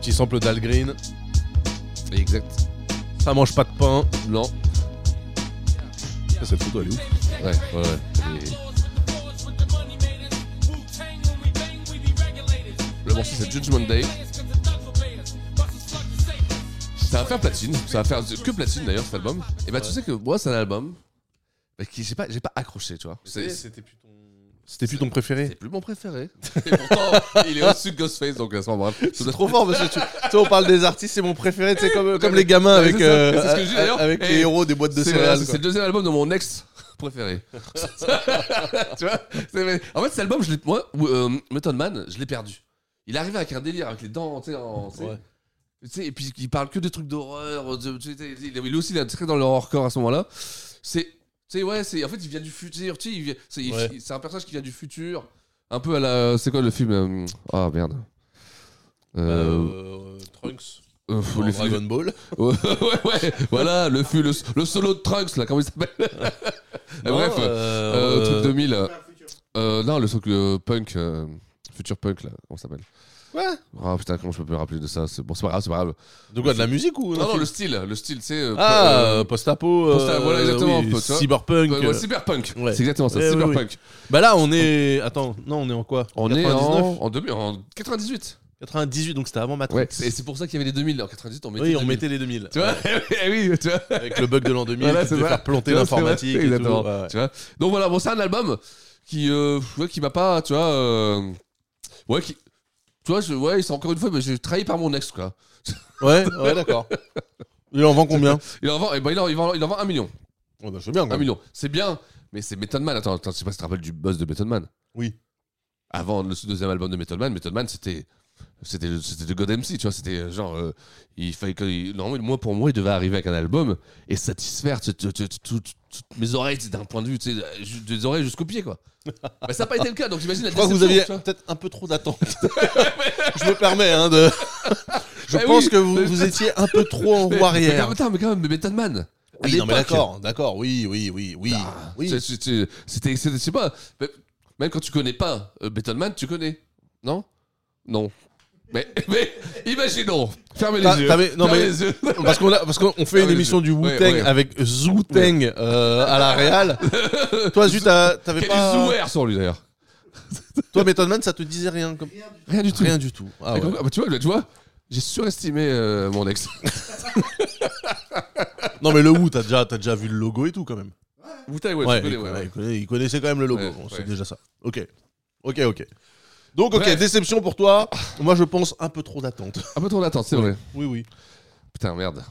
Petit sample d'Al Green.
Exact.
Ça mange pas de pain.
Non.
Cette photo, elle est ouf.
Ouais, ouais, ouais. Et Le morceau, c'est Judgment Day. Ça va faire platine. Ça va faire que platine d'ailleurs, cet album. Et bah, tu sais que moi, c'est un album bah, qui, j'ai pas, j'ai pas accroché, tu vois. C'est-
C'était plus ton. C'était plus ton préféré.
plus mon préféré. Et pourtant, il est au-dessus de Ghostface, donc à ce moment-là.
C'est trop fort parce que tu, tu vois, on parle des artistes, c'est mon préféré, tu sais, comme, comme les gamins
Ouais,
avec,
c'est ça.
euh,
C'est ce que je dis, d'ailleurs.
avec les
Et
héros des boîtes de
c'est-
céréales.
C'est
quoi.
c'est le deuxième album de mon ex préféré. tu vois c'est- En fait, cet album, je l'ai- moi, ou, euh, Method Man, je l'ai perdu. Il est arrivé avec un délire avec les dents, tu sais, en. tu sais. Tu sais, et puis il parle que de trucs d'horreur. de- tu sais, Il il est aussi là, très dans le horrorcore à ce moment-là. C'est. Tu sais, ouais, c'est- en fait, il vient du futur. Tu sais, il vient- c'est il-
Ouais.
c'est un personnage qui vient du futur. Un peu à la. C'est quoi le film euh, Ah merde. Euh,
Euh, Trunks.
euh,
Dans
le film-
Dragon Ball.
ouais, ouais, ouais, voilà, le, fu- le, le solo de Trunks, là, comment il s'appelle
Non,
Bref,
euh,
euh,
euh,
truc 2000. euh, euh, non, le truc euh, punk, euh, futur punk, là, comment ça s'appelle
Ouais.
Ah putain, comment je peux me rappeler de ça C'est bon, c'est pas grave, c'est pas grave.
De quoi, de la musique ou d'un
Non, non,
film
le style, le style, c'est.
Ah, euh, post-apo, euh,
voilà, exactement.
oui,
un peu, tu vois.
cyberpunk,
Ouais, ouais,
euh.
cyberpunk.
Ouais. Eh
C'est exactement ça,
Ouais, ouais,
cyberpunk.
ouais. Bah là, on est. Attends, non, on est en quoi
On est en, en, 2000, en 98.
98, donc c'était avant Matrix.
Ouais, et c'est pour ça qu'il y avait les 2000. En 98, on mettait,
Oui, on mettait les 2000.
Tu vois Eh oui, tu vois
Avec le bug de l'an 2000, qui devait
ça.
faire planter
Tu vois,
l'informatique
c'est vrai,
et tout,
exactement,
ouais, ouais.
tu vois. Donc voilà, bon, c'est un album qui, euh, ouais, qui m'a pas, tu vois, euh, ouais, qui, tu vois, je, ouais, c'est encore une fois, mais j'ai trahi par mon ex, quoi.
Ouais, ouais, d'accord. Il en vend combien
Il en vend, eh ben, il en, il vend- il en vend un million.
Ouais, bah, c'est bien, quand
Un
même.
million, c'est bien, mais c'est Method Man. Attends, attends, je sais pas si tu te rappelles du buzz de Method Man.
Oui.
Avant le deuxième album de Method Man, Method Man, c'était. C'était c'était de God MC, tu vois, c'était euh, genre. euh, il fallait que. il- Normalement, moi, pour moi, il devait arriver avec un album et satisfaire tu- tu- tu- tu- tu- toutes mes oreilles, c'est d'un point de vue, tu sais, ju- des oreilles jusqu'aux pieds, quoi. Bah, ça n'a pas été le cas, donc j'imagine la
Je crois que vous aviez
déception,
peut-être un peu trop d'attente. je me permets hein, de. Je
Bah
pense
oui,
que vous,
mais-
vous étiez un peu trop en
Mais- mais
roue
quand
arrière.
même, Putain, mais quand même, mais Method Man. à
Oui, non, mais
l'époque,
d'accord, hein. d'accord, oui, oui, oui, oui. oui.
Bah, c'est- c'est- c'est- C'était, c'est- je sais pas, mais- même quand tu connais pas euh, Method Man, tu connais, non Non. Mais, mais imaginons, fermez les
T'as-
yeux.
t'avais- non,
fermez
mais-
les yeux.
parce qu'on a- parce qu'on fait une
Fermez les
émission
yeux.
du Wu-Tang
Ah Ouais, ouais.
avec Zhu Teng euh, à la Real. Toi, Zut, t'as- t'avais
Quel est
pas.
Zouer sur lui d'ailleurs
Toi, Method Man, ça te disait rien. Comme...
Rien du tout.
Rien du tout. Ah
Mais
ouais.
comme- ah bah, tu vois, tu vois, j'ai surestimé euh, mon ex.
Non, mais le Wu, t'as déjà, t'as déjà vu le logo et tout quand même.
Wu-Tang, ouais, tu connais, ouais,
il, connaît-
ouais.
il connaît- il connaissait quand même le logo.
Ouais,
bon,
ouais.
C'est déjà ça. Ok. Ok, ok. Donc, ok,
Bref.
déception pour toi. Moi, je pense un peu trop d'attente.
Un peu trop d'attente, bah, c'est vrai.
Oui, oui.
Putain, merde.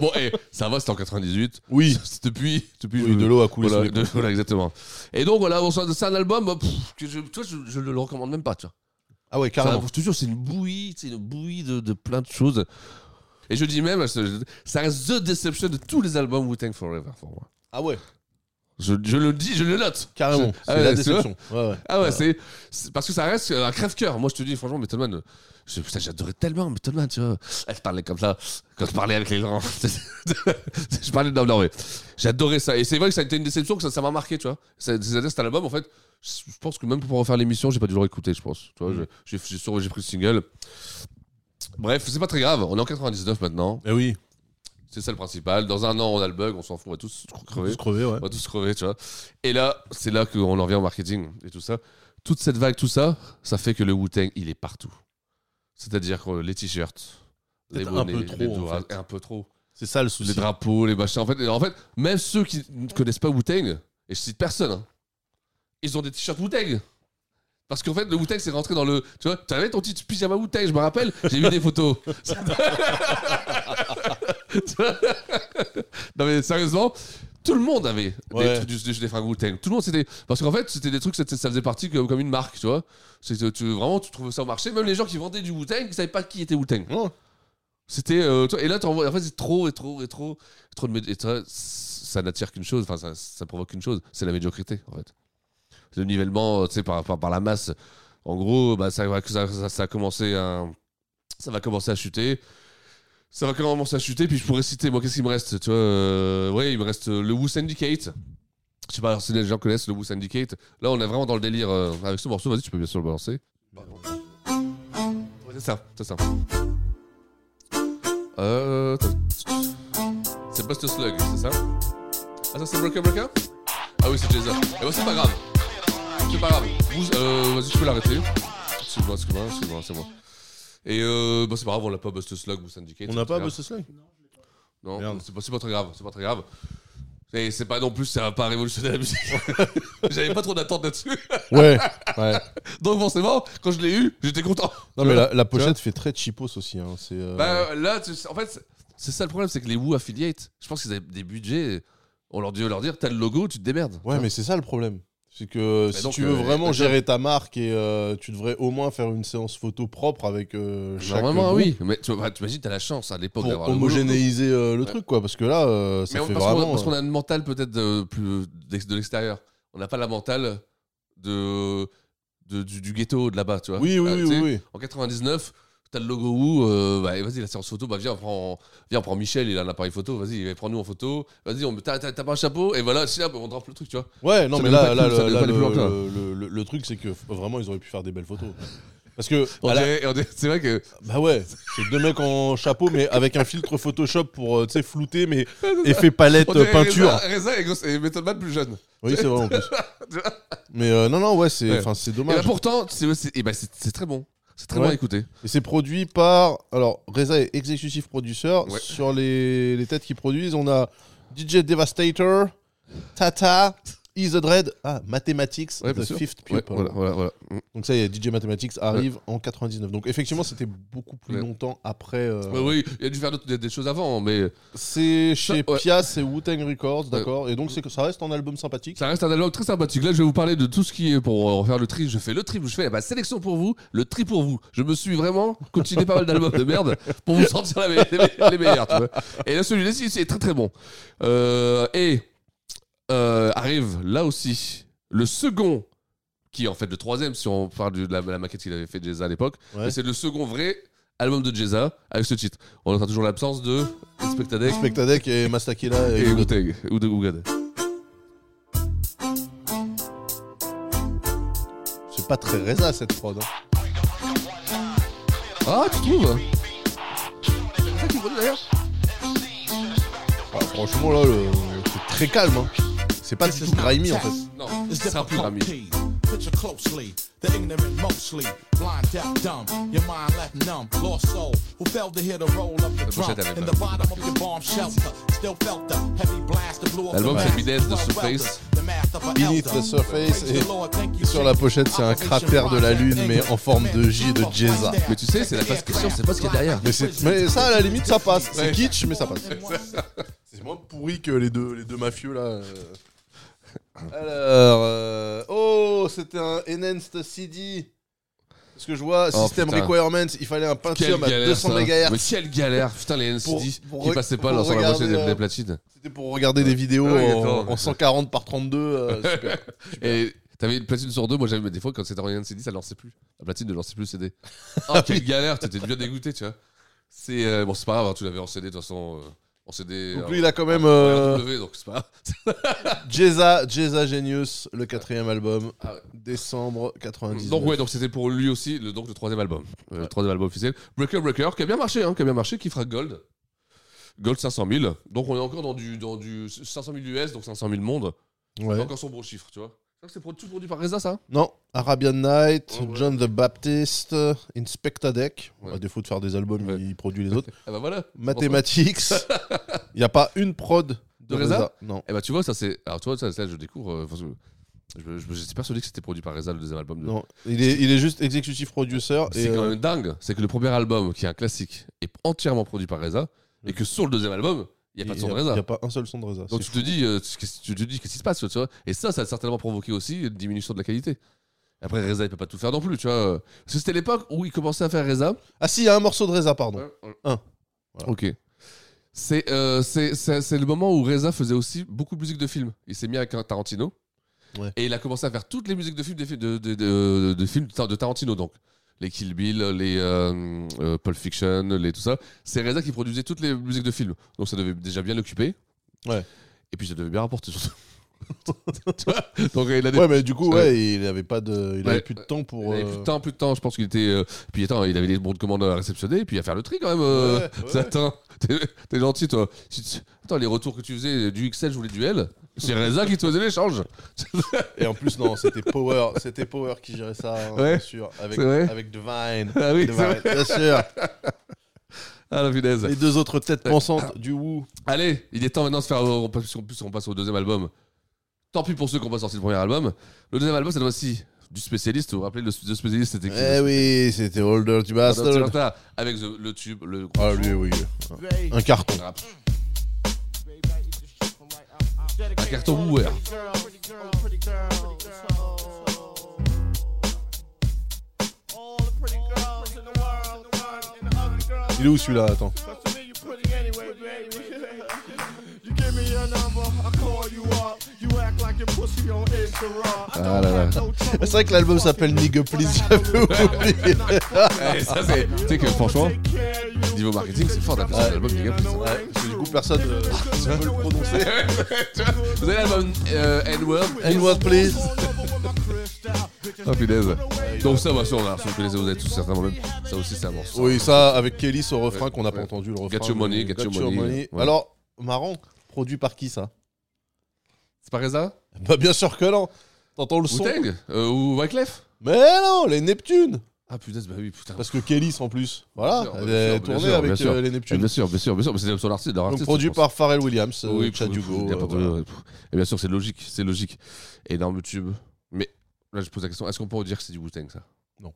bon, eh, ça va, c'était en 98.
Oui.
C'est depuis. depuis
Oui, de l'eau a coulé
Voilà,
sous les
de- voilà, exactement. Et donc, voilà, on sort de- c'est un album, bah, pff, que je, tu vois, je, je le recommande même pas, tu vois.
Ah ouais, carrément.
Ça, je te jure, c'est une bouillie, c'est une bouillie de, de plein de choses. Et je dis même, je- ça reste The Deception de tous les albums Wu-Tang Forever, pour moi.
Ah ouais.
Je, je le dis, je le note.
Carrément,
Je- euh,
c'est la
tu vois
déception. Ouais, ouais.
Ah ouais,
Ouais.
c'est- c'est parce que ça reste un crève-cœur. Moi, je te dis, franchement, Method Man, je- putain, j'adorais tellement Method Man, tu vois. Elle parlait comme ça, quand je parlais avec les gens. je parlais de non, mais J'adorais ça. Et c'est vrai que ça a été une déception, que ça ça m'a marqué, tu vois. Ça- C'est-à-dire, cet album, en fait, je je pense que même pour refaire l'émission, j'ai pas dû le réécouter, je pense. Tu vois,
Mm.
j'ai j'ai sur- j'ai pris le single. Bref, c'est pas très grave. On est en 99 maintenant.
Eh oui.
C'est ça le principal. Dans un an, on a le bug, on s'en fout, on va tous crever.
tous crever, ouais.
On va tous crever, tu vois. Et là, c'est là qu'on en revient au marketing et tout ça. Toute cette vague, tout ça, ça fait que le Wu-Tang, il est partout. C'est-à-dire que les t-shirts, les
Peut-être un
bonnets,
peu
les
trop, en
doigts,
fait.
un peu trop.
C'est ça le souci.
Les drapeaux, les machins. En fait, en fait même ceux qui ne connaissent pas Wu-Tang, et je cite personne, hein, ils ont des t-shirts Wu-Tang. Parce qu'en fait, le Wu-Tang, c'est rentré dans le. Tu vois, t'avais ton petit pyjama Wu-Tang, je me rappelle, j'ai vu des photos. Tu vois non mais sérieusement, tout le monde avait
Ouais.
des, trucs du- des, des fringues Wu-Tang. Tout le monde c'était parce qu'en fait c'était des trucs c'était- ça faisait partie comme, comme une marque, tu vois. C'est tu, vraiment tu trouvais ça au marché. Même les gens qui vendaient du Wu-Tang, ils savaient pas qui était Wu-Tang. C'était euh, tu vois, et là t'en vois- en fait c'est trop et trop et trop trop de médi- et ça, ça n'attire qu'une chose, enfin ça, ça provoque qu'une chose, c'est la médiocrité en fait. Le nivellement, euh, tu sais par, par, par la masse. En gros, bah, ça, va- ça, ça, ça a commencé à ça va commencer à chuter ça va commencer à chuter. Puis je pourrais citer, moi, qu'est-ce qu'il me reste Tu vois, euh, ouais, il me reste euh, le Wu Syndicate. Je sais pas si les gens connaissent le Wu Syndicate. Là, on est vraiment dans le délire euh, avec ce morceau. Vas-y, tu peux bien sûr le balancer. Ouais, c'est ça, c'est ça. Euh, attends. c'est Buster Slug, c'est ça Ah, ça, c'est Breaker Breaker Ah oui, c'est Jason. Eh ben, c'est pas grave. C'est pas grave. Vous- euh, Vas-y, je peux l'arrêter. Excuse-moi, excuse-moi, excuse-moi, c'est moi. Et euh, bah, c'est pas grave, on l'a pas Buster Slug ou Syndicate. Hein?
On
c'est
n'a pas
grave.
Buster Slug
Non, c'est pas, c'est pas très grave, c'est pas très grave. Et c'est pas non plus, ça va pas révolutionner la musique. J'avais pas trop d'attente là-dessus.
Ouais, ouais.
Donc forcément, quand je l'ai eu, j'étais content.
Non,
Tu
mais
vois
la, la pochette fait très cheapos aussi. hein, C'est. euh,
Bah euh, là, tu- en fait, c'est- c'est ça le problème, c'est que les Woo affiliates, je pense qu'ils avaient des budgets. On leur dit, on leur dire, t'as le logo, tu te démerdes.
ouais, mais c'est ça le problème. C'est que
Mais
si
donc,
tu veux
euh,
vraiment
d'accord.
gérer ta marque et euh, tu devrais au moins faire une séance photo propre avec euh, chaque
Normalement, Bah,
groupe
oui. Mais tu vois, bah, t'imagines, t'as la chance à l'époque
pour
d'avoir le boulot,
homogénéiser
donc-
euh, le
Ouais.
truc quoi parce que là euh, ça
Mais on-
fait
parce qu'on-
vraiment
parce qu'on
euh,
a une mentale peut-être euh, plus d'ex- de l'extérieur. On n'a pas la mentale de, de- du, du ghetto de là-bas, tu vois.
euh,
Bah, Ah,
Oui, oui, oui,
tu sais,
oui, oui.
En 99, t'as le logo où euh, bah, et Vas-y, la séance photo, bah, viens, on prend, viens, on prend Michel, il a un appareil photo, vas-y, prends-nous en photo. Vas-y, on- t'as t'as- t'as pas un chapeau, et voilà, tiens, on drop le truc, tu vois.
Ouais, non,
Ça
mais
devait
là,
pas
là,
être- ça
le,
devait
là,
pas aller plus loin que là.
le- le- le- le truc, c'est que f- vraiment, ils auraient pu faire des belles photos. Parce que.
On
à la-
dirait- on dirait- C'est vrai que.
Bah ouais, c'est deux mecs en chapeau, mais avec un filtre Photoshop pour, euh, tu sais, flouter, mais effet palette,
On dirait
peinture.
Reza, Reza et, Gos- et Method Man plus jeune.
Oui, c'est vrai, en plus.
Tu vois
Mais euh, non, non, ouais, c'est
Ouais.
enfin, c'est
Et
dommage.
bah, pourtant, c'est c'est- et bah, c'est- c'est très bon. C'est très
Ouais.
bon à écouter.
Et c'est produit par. Alors, Reza est exécutif producteur.
Ouais.
Sur les, les têtes qui produisent, on a DJ Devastator, Tata, Is the Dread, ah, Mathematics,
Ouais, bien
The
sûr.
Fifth
Ouais,
Pupil.
voilà, voilà, voilà.
Donc, ça y est, DJ Mathematics arrive en 99. Donc, effectivement, c'était beaucoup plus
Ouais.
longtemps après. euh,
Ouais, Bah oui, il y a dû faire d'autres- des- des choses avant, mais.
C'est chez
Ça, ouais.
Pias et Wu-Tang Records, d'accord Et donc, c'est que ça reste un album sympathique.
Ça reste un dialogue très sympathique. Là, je vais vous parler de tout ce qui est pour euh, en faire le tri. Je fais le tri, je fais la sélection pour vous, le tri pour vous. Je me suis vraiment continué pas mal d'albums de merde pour vous sortir la me- les, me- les meilleurs. tu vois. Et là, celui-là, c'est- c'est très très bon. Euh, et euh, arrive là aussi le second, qui est en fait le troisième, si on parle du- de la, la maquette qu'il avait fait de Jeza à l'époque.
Ouais.
Mais C'est le second vrai album de Jeza avec ce titre. On entend toujours l'absence de Spectadec
Spectadec et Mastakila et
et
Wu-Tang.
Wu-Tang, ou de Wu-Tang.
C'est pas très Reza cette prod. hein.
Ah, tu trouves
Ah, franchement, là, le- c'est très calme. hein. C'est pas du tout grimy en fait.
No,
it's
it's not
difficult
grimy.
key. Picture closely, the ignorant mostly, blind, deaf, dumb, your mind left numb, lost soul, who failed to hear the roll of the
That's what
drum
I said,
in
I
the bottom of your bomb shelter. Still felt the heavy blast that blew off
L'album,
the
c'est
mask,
Beneath the
twelve
Surface.
welters, the math of a
Beneath
elder.
the surface
Praise the Lord, thank
et sur la pochette c'est un cratère de la lune mais en forme de J de Jeza.
Mais tu sais, c'est la phase question, c'est pas ce qu'il y a derrière.
Mais, c'est- mais ça à la limite ça passe. C'est
Ouais.
kitsch mais ça passe. C'est moins pourri que les deux, les deux mafieux là. euh. Alors, euh, oh c'était un enhanced CD. Parce que je vois
Oh,
system
putain.
requirements, il fallait un
Quelle
Pentium à
galère,
200
ça.
MHz.
Mais quelle galère Putain, les
Pour-
NCD
pour
qui
re-
passaient pas
pour
dans la moitié
regarder,
des,
euh,
des platines.
C'était pour regarder des vidéos
Ah oui,
en,
attends.
en 140 par 32. euh, super.
Et t'avais une platine sur deux, moi j'avais mais des fois quand c'était en NCD, ça lançait plus. La platine ne lançait plus le CD.
Ah
Oh, quelle galère, t'étais bien dégoûté, tu vois. C'est euh, bon, c'est pas grave, hein, tu l'avais en CD de toute façon. euh, en CD.
Donc
euh,
lui, il a quand même,
en- en
euh,
RW, donc c'est pas.
Jeza, Jeza Genius, le quatrième album,
Ah ouais.
décembre 99.
Donc ouais, donc c'était pour lui aussi le, donc le troisième album, Euh, le troisième album officiel. Breaker Breaker qui a bien marché, hein, qui a bien marché, qui fera Gold. Gold 500 000. Donc on est encore dans du dans du 500 000 US, donc 500 000 monde.
Ouais.
Encore son bon chiffre, tu vois. Ça, C'est pro- tout produit par Reza, ça
Non, Arabian Night, John the Baptist, Inspecta Deck. À défaut de faire des albums, il produit les autres.
Ah bah voilà.
Mathematics. Il n'y a pas une prod de,
De Reza
Non.
Eh bah tu vois, ça c'est. Alors tu vois, ça, ça, je découvre. euh, parce que je- je- J'étais persuadé que c'était produit par Reza, le deuxième album. de-
Non, il est, il est juste executive producer.
C'est
et,
quand
euh,
même dingue, c'est que le premier album, qui est un classique, est entièrement produit par Reza, et que sur le deuxième album, il n'y a pas de son de
Il
Reza.
n'y a pas un seul son de Reza.
Donc
C'est
tu te dis, euh, tu qu'est-ce- tu te dis qu'est-ce qui se passe, tu vois Et ça, ça a certainement provoqué aussi une diminution de la qualité. Après, Reza, il peut pas tout faire non plus, tu vois. Parce que c'était l'époque où il commençait à faire Reza.
Ah si, il y a un morceau de Reza, pardon. Un. Voilà.
Ok. C'est euh, c'est- c'est- c'est le moment où Reza faisait aussi beaucoup de musique de film. Il s'est mis avec un Tarantino.
Ouais.
Et il a commencé à faire toutes les musiques de films, des films- de, de- de- de films de Tar- de Tarantino, donc. Les Kill Bill, les euh, euh, Pulp Fiction, les tout ça. C'est Reza qui produisait toutes les musiques de films. Donc ça devait déjà bien l'occuper.
Ouais.
Et puis ça devait bien rapporter surtout. Tu vois Donc il a des-
Ouais, mais du coup,
Ouais.
ouais, il n'avait pas de, il
Ouais.
avait plus de temps pour.
Il avait plus
euh,
de temps, plus de temps. Je pense qu'il était. euh, Puis attends, il avait les bons de commande à réceptionner et puis à faire le tri quand même. euh,
Ouais, ouais.
Attends, t'es t'es gentil toi. Si tu- Attends, les retours que tu faisais du XL, je voulais du L. C'est Reza qui te faisait l'échange.
Et en plus, non, c'était Power, c'était Power qui gérait ça, hein,
Ouais,
bien sûr, avec,
c'est vrai.
avec Divine.
Ah oui,
Divine,
c'est
bien sûr.
Ah la punaise.
Les deux autres têtes
Ah.
pensantes du Wu.
Allez, il est temps maintenant de se faire. On passe, on passe- on passe au deuxième album. Tant pis pour ceux qui n'ont pas sorti le premier album. Le deuxième album, cette fois-ci, du spécialiste. Vous vous rappelez, le, le spécialiste, c'était qui
Eh oui, c'était Holder du
Ah, dans-
Bastard.
dans- Avec the- le tube, le.
Ah, lui, oui. Un carton.
Rap. Un carton ouvert.
Il est où celui-là Attends. Ah là là. C'est vrai que l'album s'appelle Nigga Please, j'avais oublié.
Ouais, ça, c'est- tu sais que franchement, niveau marketing, c'est fort d'appeler ça l'album Nigga Please. hein.
Parce que du coup, personne euh, ne veut le prononcer.
Vous avez l'album euh, N-Word
N-Word Please.
Ah punaise. Donc ça, bah, ça, on a, ça, vous connaissez, vous avez tous certainement même. Ça aussi, c'est un morceau.
Oui, ça, avec Kelly, son refrain
Ouais,
qu'on n'a pas
ouais.
entendu, le refrain.
Get your money,
mais-
get your money. Ouais.
Alors, marrant, produit par qui ça
C'est pas Reza
Bah, bien sûr que non. T'entends le son
Wu-Tang Euh, Ou Wyclef
Mais non, les Neptunes
Ah putain, bah oui, putain.
Parce que Kelly, en plus, voilà,
Bien sûr,
elle
bien sûr, bien sûr, bien
est tournée avec
sûr.
euh, les Neptunes.
Bien sûr, bien sûr, bien sûr. Mais c'est son artiste. leur
Donc,
artiste,
produit
je pense.
par Pharrell Williams, euh,
Oui,
Chad
pff,
Hugo,
il y a pas de-
euh, voilà.
ouais, pff. Et bien sûr, c'est logique, c'est logique. Énorme tube. Mais là, je pose la question est-ce qu'on peut dire que c'est du Wu-Tang ça
Non.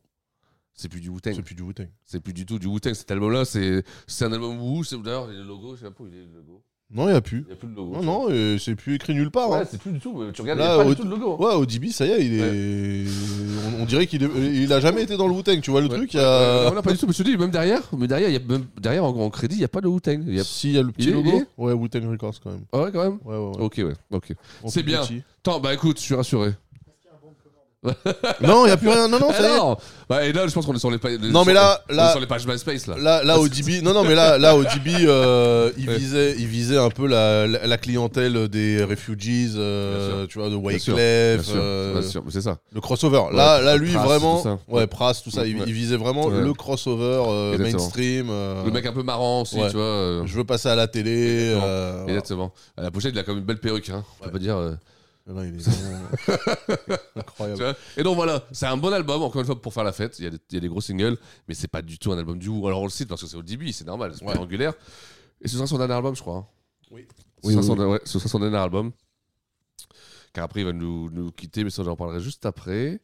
C'est plus du Wu-Tang.
C'est plus du Wu-Tang.
C'est plus du tout du Wu-Tang. Cet album-là, c'est c'est un album Wu. c'est- D'ailleurs, le logo, je sais pas où il est le logo.
Non, il n'y a plus.
Il n'y a plus de logo.
Non, non, euh, c'est plus écrit nulle part.
Ouais,
hein.
c'est plus du tout. euh, Tu regardes, il n'y a
Là,
pas du
au-
tout le logo.
Ouais, ODB, ça y est, il est. On, on dirait qu'il est- il a jamais été dans le Wu-Tang, tu vois le truc. il y a-
Euh, Non, non, pas du tout. Mais je te dis, même derrière, mais derrière, il y a même, derrière en, en crédit, il n'y a pas de Wu-Tang. Il y a-
Si, il y a le
Il
petit
est- il
logo.
est
Ouais, Wu-Tang Records quand même.
Ah ouais, quand même
Ouais, ouais, ouais.
Ok, ouais, ok.
On
C'est
fait
bien.
petit.
Tant, bah écoute, je suis rassuré.
Non, il n'y a plus rien. Non, non, ça y est.
Alors, bah, et là, je pense qu'on est sur les pages.
Non, mais là-
on est
là-
sur les pages MySpace là.
Là, là ODB, non, non, mais là, là ODB, euh, il, visait, il visait un peu la, la, la clientèle des refugees, euh, tu vois, de
Bien sûr,
Wyclef,
bien sûr,
euh,
bien sûr, mais c'est ça.
le crossover. là,
Ouais,
là, lui,
Pras,
vraiment,
tout ça.
ouais, Pras, tout ça, il,
Ouais.
il visait vraiment
Ouais.
le crossover euh,
Exactement.
mainstream. euh,
Le mec un peu marrant aussi,
ouais.
tu vois. euh,
Je veux passer à la télé.
Exactement.
euh, voilà.
Exactement. À la pochette, il a quand même une belle perruque, hein. On peut pas dire. euh,
Non, il est vraiment
tu
incroyable.
vois. Et donc voilà, c'est un bon album, encore une fois, pour faire la fête. Il y a des, il y a des gros singles, mais c'est pas du tout un album du Who. Alors on le cite parce que c'est au début, c'est normal, c'est
Ouais.
angulaire. Et ce sera son dernier album, je crois. hein.
Oui.
Ce
Oui,
sera
oui,
son,
oui.
ouais, ce sera son dernier album. Car après, il va nous, nous quitter, mais ça, j'en parlerai juste après.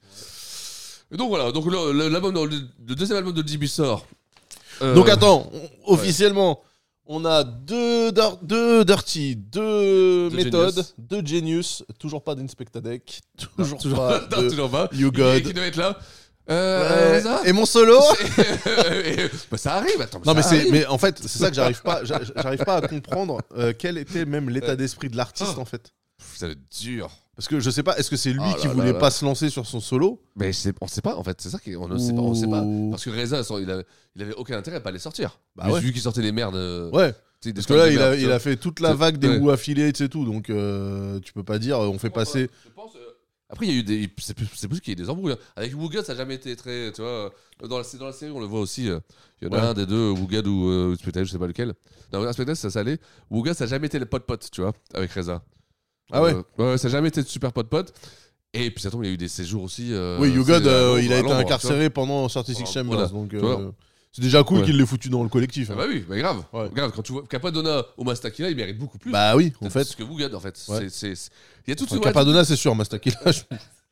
Et donc voilà, donc le, le- l'album, le, le deuxième album de DB sort. Euh,
Donc attends, on-
ouais.
officiellement, on a deux, dir- deux Dirty, deux,
Deux
méthodes,
Genius.
deux Genius, toujours pas d'Inspectadec, toujours,
toujours
pas,
pas,
de
toujours pas.
You
Il y en a
God.
Qui devait être là Euh,
Ouais.
ça
Et mon solo
Et- bah, ça arrive, attends.
Non mais
ça
c'est
arrive.
mais en fait c'est ça que j'arrive pas j'a- j'arrive pas à comprendre euh, quel était même l'état d'esprit de
Ah.
l'artiste en fait
Pff, Ça va être dur.
parce que je sais pas est-ce que c'est lui
Oh
qui
là
voulait
là
pas
là.
se lancer sur son solo
Mais c'est- on sait pas, en fait, c'est ça qu'on ne sait pas. On sait pas. Parce que Reza, son- il avait, il avait aucun intérêt à pas les sortir.
Bah
Mais
ouais.
Vu qu'il sortait des merdes. euh,
ouais
tu sais, des
parce que
trucs
là
de
il a,
merde, tu
il a
vois.
fait toute la
C'est-
vague des
ouais.
goûts affiliés et tout donc euh, tu peux pas dire euh, on fait passer
euh, Après, il y a eu des. C'est plus, c'est plus qu'il y a eu des embrouilles. hein. Avec Wugad, ça n'a jamais été très. Tu vois, euh, dans la, c'est dans la série, on le voit aussi. euh, Il y en a
Ouais.
un des deux, Wugad ou euh, Spectacle, je sais pas lequel. Dans Spectacle, ça, ça allait. Wugad, ça n'a jamais été le pote-pote, tu vois, avec Reza. Euh,
Ah ouais.
ouais, ouais, ça n'a jamais été de super pote-pote. Et puis, ça tombe, il y a eu des séjours aussi. euh,
oui You
c'est
God
à
euh,
Londres,
il a
à
été
Londres, tu vois.
incarcéré pendant Sortie Six
Voilà,
Chambers
voilà,
donc
tu
euh,
vois.
c'est déjà cool
Ouais.
qu'il l'ait foutu dans le collectif
Ah
hein.
bah oui, bah grave. Grave, quand tu vois Capadonna au Mastakila, il mérite beaucoup plus.
Bah oui, en
C'est
fait.
ce que vous gagnez en fait.
Ouais.
C'est- c'est- c'est- Il y a tout
Enfin, Capadonna c'est sûr Mastakila je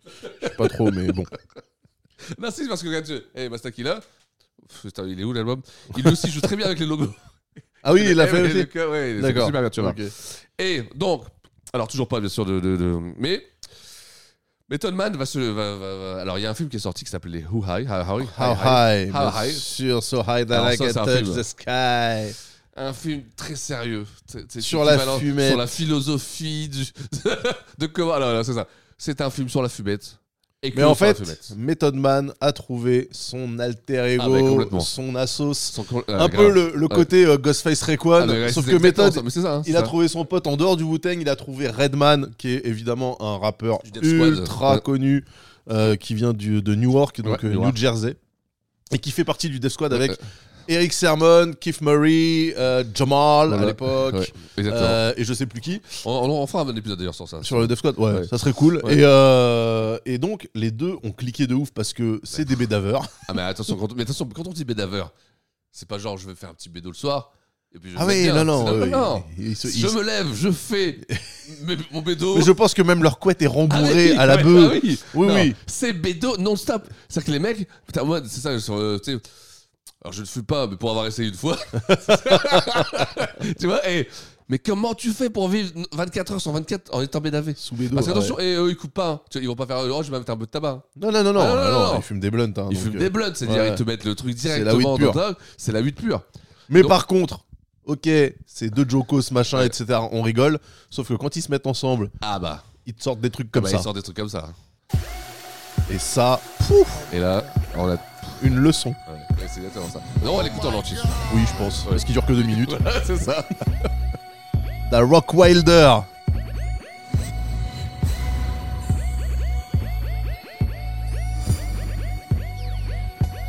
je sais pas trop mais bon
Non, si, parce que regarde, tu- eh, Mastakila. Pff, putain, il est où l'album Il aussi joue très bien avec les logos.
Ah oui, il l'a
Eh,
fait
ouais,
aussi.
le cœur, ouais, c'est
D'accord.
Super bien, tu vois.
Ok.
Et donc, alors toujours pas bien sûr de, de- de- mais Method Man va se, va- va- va- alors il y a un film qui est sorti qui s'appelle les Who High, How High,
How high,
How
bien
High.
sûr, so high that
Alors
I
ça,
can
c'est un
touch
film.
the sky.
un film très sérieux. C'est- c'est
Sur la
équivalent-
fumette.
Sur la philosophie du... de comment. Alors, alors, c'est ça. C'est un film sur la fumette. Écrit
Mais en
sur la
fait,
fumette.
Method Man a trouvé son alter
Ah, mais
ego,
complètement.
son assos,
col-
un
ah,
peu
grave.
le, le
Ouais.
côté euh, Ghostface Rayquan,
Ah, mais ouais,
sauf
c'est
que
exactement
Method,
ça, mais c'est ça, hein,
il
c'est
a
ça.
trouvé son pote en dehors du Wu-Tang, il a trouvé Redman, qui est évidemment un rappeur
Death Squad.
ultra
Ouais.
connu, euh, qui vient du- de Newark, donc
Ouais,
euh,
Newark.
New Jersey, et qui fait partie du Death Squad
Ouais,
avec Eric Sermon, Keith Murray, euh, Jamal
Voilà.
à l'époque,
Ouais, exactement.
euh, et je sais plus qui.
On, on, on fera un épisode d'ailleurs sur ça.
Sur le Death Squad, ouais,
Ouais.
ça serait cool.
Ouais.
Et, euh, et donc, les deux ont cliqué de ouf parce que c'est des bédaveurs.
Ah, mais attention, quand, on- mais attention, quand on dit bédaveur, c'est pas genre je vais faire un petit bédo le soir. Et puis je
Ah
vais
oui,
bien.
non, non,
C'est-
oui,
non.
oui, ils se-
je
ils-
me lève, je fais mes- mon bédo.
Mais je pense que même leur couette est rembourrée
Ah oui,
à la
ouais,
bœuf.
bah oui,
oui,
Non,
oui.
C'est bédo non-stop. C'est-à-dire que les mecs, putain, moi, c'est ça, sur, euh, tu sais, alors je ne fume pas, mais pour avoir essayé une fois, tu vois, et Mais comment tu fais pour vivre 24 heures sur 24 en étant bédavé
Sous bédo,
Parce que
ouais.
attention, et eux ils coupent pas. hein. Tu vois, Ils vont pas faire oh, je vais mettre un peu de tabac.
Non, non, non, non,
Ah,
ah, non, ils fument des blunts. hein,
Ils
donc,
fument
euh,
des blunts, c'est-à-dire
ouais.
ils te mettent le truc
C'est la
directement
weed
dans
pure.
ta- C'est la 8 pure.
Mais
Donc-
par contre, ok, c'est deux jokos, machin, etc. On rigole. Sauf que quand ils se mettent ensemble,
ah bah,
ils te sortent des trucs comme
bah,
ça.
Ils sortent des trucs comme ça.
Et ça, pouf
Et là, on a
une leçon.
Ouais, c'est exactement ça. Non, on l'écoute en entier.
Oui, je pense. Parce qu'il dure que deux minutes.
Voilà, c'est ça.
La Rock Wilder.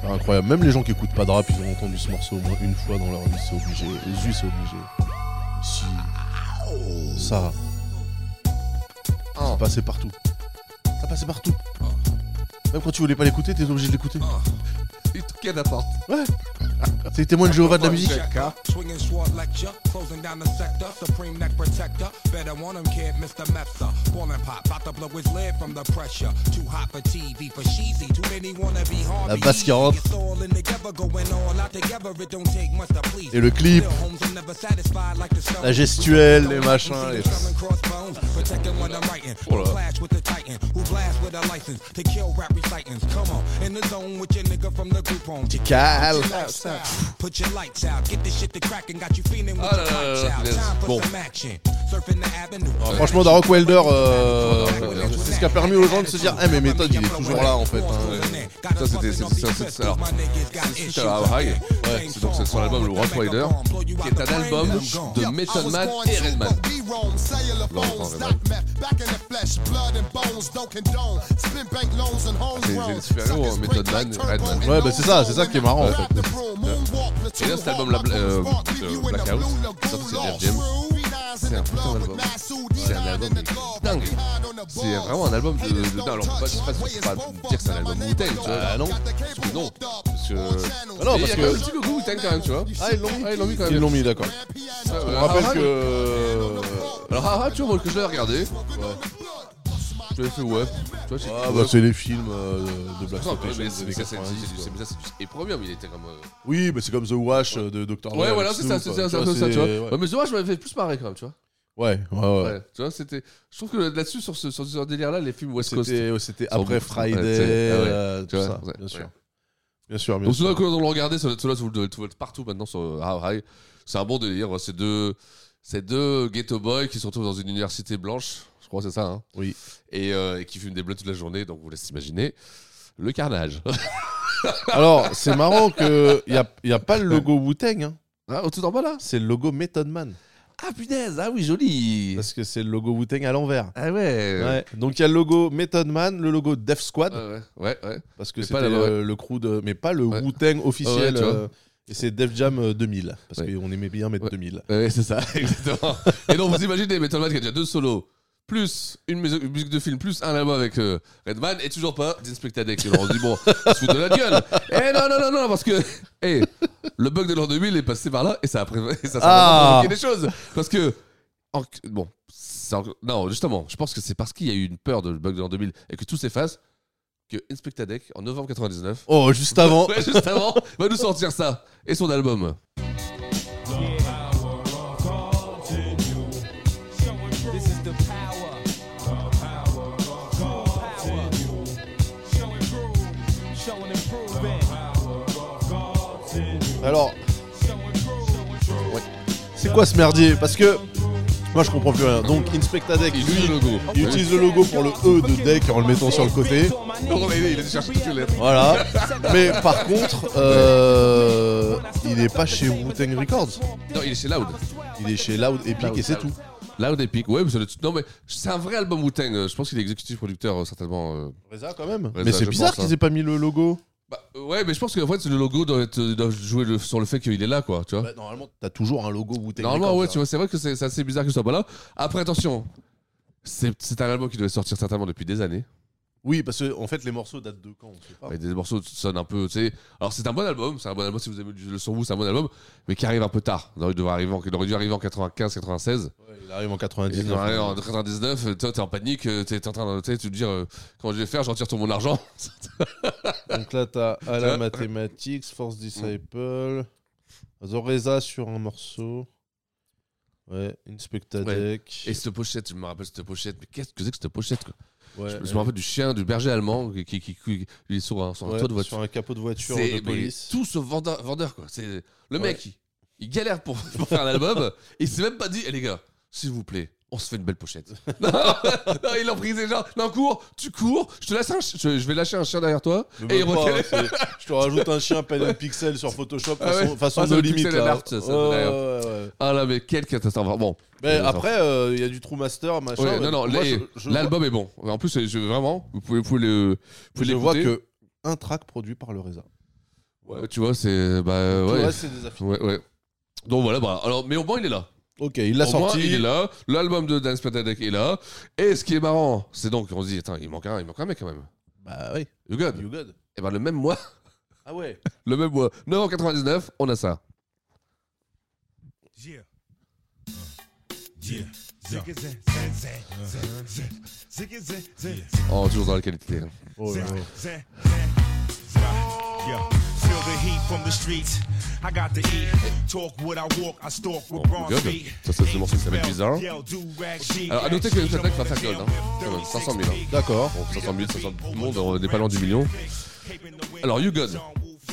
C'est Incroyable, même les gens qui écoutent pas de rap, ils ont entendu ce morceau au moins une fois dans leur vie, c'est obligé. Les yeux, c'est obligé. Si. Ça.
Ah,
Ça passait partout. Ça passait partout. Même quand tu voulais pas l'écouter, t'étais obligé de l'écouter.
Ils toquaient à la porte.
Ouais. C'est les témoins de Jéhovah de la musique.
Checker, Swinging sword lecture, closing down the sector. Supreme neck protector, better want him, kid, Mr. Messer. Ballin' pop, about to blow his lid from the pressure. Too hot for TV, for cheesy. Too many wanna be hard.
La basse qui rentre.
It's all in together, going all out together. It don't take much to please.
Et le clip. La gestuelle, les machins. les-
Oh là. Clash with the titan who blast with a license to kill rap recitants. Come on, in the zone with your nigga from the group home.
Tical.
Put your lights out. Put your lights out. Get this shit to crackin'. Got you feeling with
Ah
your
là là
lights
là,
out.
yes.
Time for
Bon.
some action. Surfing the avenue.
Ah, Franchement, Dark Wilder, euh, c'est ce qui a permis aux gens de se dire Eh, mais méthode, il est toujours là en fait. hein.
Ça, c'était. c'est- c'est- c'est- c'est- Alors, c'est suite à la High. C'est donc c'est sur l'album Le Rock Rider, qui est un album de Method Man et Redman.
D-Rome, cellular
Long time,
phones,
man.
not meth. Back in the flesh, blood and bones, don't condone. Spin bank loans and
C'est
homegrown.
c'est super héros, hein, Method Man et Redman.
Ouais, bah c'est ça, c'est ça qui est marrant en fait.
Et là, cet album, la, Bla- euh, euh, Blackout, ça c'est Def Jam. C'est un putain d'album. C'est un album de dingue. C'est vraiment un album de. de- non, alors, pas, je sais pas si on peut pas dire que c'est un album Wu-Tang, tu vois. Ah non. Parce que non. Parce que.
Ah non,
Mais il y
parce
a
que-
quand même un petit logo Wu-Tang quand même, tu vois.
Ah, ils l'ont mis.
Ah, ils l'ont mis quand même.
Ils l'ont mis, d'accord.
Ouais,
On
ouais.
rappelle
Ah,
que.
Alors, ah, ah, tu vois, moi, que je l'ai regardé. Je l'ai fait, ouais. Tu vois, j'ai
Ah, bah c'est les films euh, de Black
Non, mais
Exploitation
mais
des
c'est-
années
ça, c'est-
90,
c'est-
quoi.
c'est- ça, c'est du- Et premium, il était comme. euh,
Oui, bah c'est comme The Wash euh, de Dr.
Ouais,
Who,
voilà,
avec
c'est ça, c'est
Snoop,
ça,
euh,
c'est un peu ça, tu vois.
c'est-
Ouais, mais The Wash m'avait fait plus marrer quand même, tu vois.
Ouais, ouais, ouais.
Ouais, tu vois, c'était. Je trouve que là-dessus, sur ce, sur ce délire-là, les films West Coast.
C'était- ouais, C'était
sont
après
bons.
Friday,
Ouais, tu sais, ouais,
euh,
tu
tout
vois,
ça,
ouais,
bien sûr.
ouais.
Bien sûr, bien
Donc,
sûr.
celui-là, quand on le regardait, celui-là, celui-là, vous le trouvez partout maintenant sur euh, How High. C'est un bon délire. ouais, C'est deux, c'est deux ghetto boys qui se retrouvent dans une université blanche, je crois, c'est ça. Hein
oui.
Et, euh, et qui fument des bleus toute la journée, donc vous laissez imaginer le carnage.
Alors, c'est marrant qu'il n'y a, y a pas le logo Wu-Tang. Hein.
Ah, tout en bas là
C'est le logo Method Man.
Ah punaise, ah oui, joli
Parce que c'est le logo Wu-Tang à l'envers.
Ah ouais
Ouais. Donc il y a le logo Method Man, le logo Def Squad.
Ouais, ouais, ouais.
Parce que
Mais
c'était
pas là-bas,
euh, le crew de. Mais pas le Wu-Tang
Ouais,
officiel.
tu vois.
euh, et c'est Def Jam euh, 2000. Parce
Ouais.
qu'on aimait bien mettre 2000.
Ouais, c'est ça, exactement. Et donc, vous imaginez Metal Man qui a déjà deux solos, plus une musique, une musique de film, plus un album avec euh, Redman, et toujours pas Dinspectadec. Et alors, on se dit, bon, on se fout de la gueule. Eh non, non, non, non, parce que eh, le bug de l'an 2000 est passé par là, et ça a, pré- et ça, ça
Ah.
a provoqué des choses. Parce que, en- bon, c'est en- non, justement, je pense que c'est parce qu'il y a eu une peur de le bug de l'an 2000 et que tout s'efface que Inspectadec, en novembre 99,
Oh, juste avant.
Ouais, juste avant, va nous sortir ça et son album.
This is the power. Power. Show and prove. Show and improve it.
Alors. Ouais. C'est quoi ce merdier Parce que. Moi je comprends plus rien. Donc Inspectadec, lui,
utilise le logo.
il utilise le logo pour le E de deck en le mettant sur le côté.
Donc, on a- Oh, il a cherché toutes les lettres.
Voilà. Mais par contre, euh, il n'est pas chez Wu-Tang Records.
Non, il est chez Loud.
Il est chez Loud Epic et c'est tout.
Loud Epic, ouais, mais c'est le- non mais c'est un vrai album Wu-Tang. euh, Je pense qu'il est exécutif producteur euh, certainement. euh.
Reza quand même.
Reza,
Mais c'est
je
bizarre
pense, hein.
qu'ils aient pas mis le logo.
Bah, euh, ouais, mais je pense qu'en fait le logo doit, être, euh, doit jouer le- sur le fait qu'il est là, quoi. Tu vois.
Bah, normalement, t'as toujours un logo Wu-Tang
Normalement,
Records,
ouais,
hein.
tu vois, c'est vrai que c'est c'est assez bizarre qu'il soit pas là. Après, attention, c'est c'est un album qui devait sortir certainement depuis des années.
Oui, parce que en fait, les morceaux datent de quand on sait pas.
Ouais, des morceaux sonnent un peu, tu sais. Alors c'est un bon album, c'est un bon album si vous aimez le son vous, c'est un bon album, mais qui arrive un peu tard. Il aurait dû arriver en, il aurait dû arriver en 95, 96.
Il arrive en
Et
99.
quand on arrive en 99, euh, toi t'es en panique, euh, t'es t'es en train de tu sais, tu te dire euh, comment je vais faire, j'en tire tout mon argent.
Donc là, t'as
Tu
Ala
vois Mm.
Mathematics, Force Disciple, The Reza sur un morceau. Ouais, une spectadec.
Ouais. Et cette pochette, je me rappelle cette pochette, mais qu'est-ce que c'est que cette pochette quoi
Ouais,
je, je
ouais.
me rappelle du chien, du berger allemand qui, qui, qui, qui- il est sur un, sur un
Ouais,
toit de voiture.
sur un capot de voiture
C'est-
de
mais
police.
Tout ce vendeur, vendeur quoi. C'est le
Ouais.
mec, il, il galère pour, pour faire l'album. et il s'est même pas dit, eh les gars, s'il vous plaît, on se fait une belle pochette. non, non, il en pris déjà. Non, cours, tu cours, je te laisse un ch- je, je vais lâcher un chien derrière toi.
Mais
Et il
même pas,
recale-
hein, c'est- je te rajoute un chien plein de pixels sur Photoshop
Ah
façon,
ouais.
façon
Ah,
de
c'est le
limite.
pixel
là.
art, ça, ça,
Ouais,
d'ailleurs.
ouais, ouais.
Ah là, mais quelle catastrophe. Bon.
Mais après, euh, il y a du True Master, machin.
Ouais,
mais
non, non,
moi,
les-
je- je
l'album est bon. En plus, je- vraiment, vous pouvez, vous pouvez le. Vous
vois-
pouvez
Je vois
l'écouter.
que un track produit par le Reza.
Ouais, tu vois, c'est. Bah,
Tout le
ouais.
reste, c'est des affiches.
Ouais, ouais. Donc voilà, bah, alors, mais au moins, il est là.
Ok, il l'a
Au moins,
sorti.
il est là. L'album de Dan Spadadek est là. Et ce qui est marrant, c'est donc, on se dit, attends, il manque un, il manque un mec quand même.
Bah oui.
You God.
You God.
Et bah, le même mois,
Ah ouais.
le même mois, 999, on a ça.
Yeah.
Yeah.
Ziggy zin, zin, zin, zin, zin. Ziggy zin, zin,
Oh, toujours dans la qualité.
zin, zin, zin, zin. Yeah. Feel the heat from the streets. I got to eat. Talk what I walk. I stalk with bronze
God.
feet.
Oh, Ça, c'est le morceau qui s'appelle Bizarre. hein.
Yell, do rag, chic.
Alors, à noter que Spadadek va faire gold, hein. Quand même, 500 000. hein.
D'accord.
Bon, 500 000, 500 000 monde, on n'est pas loin du million. Alors, You God,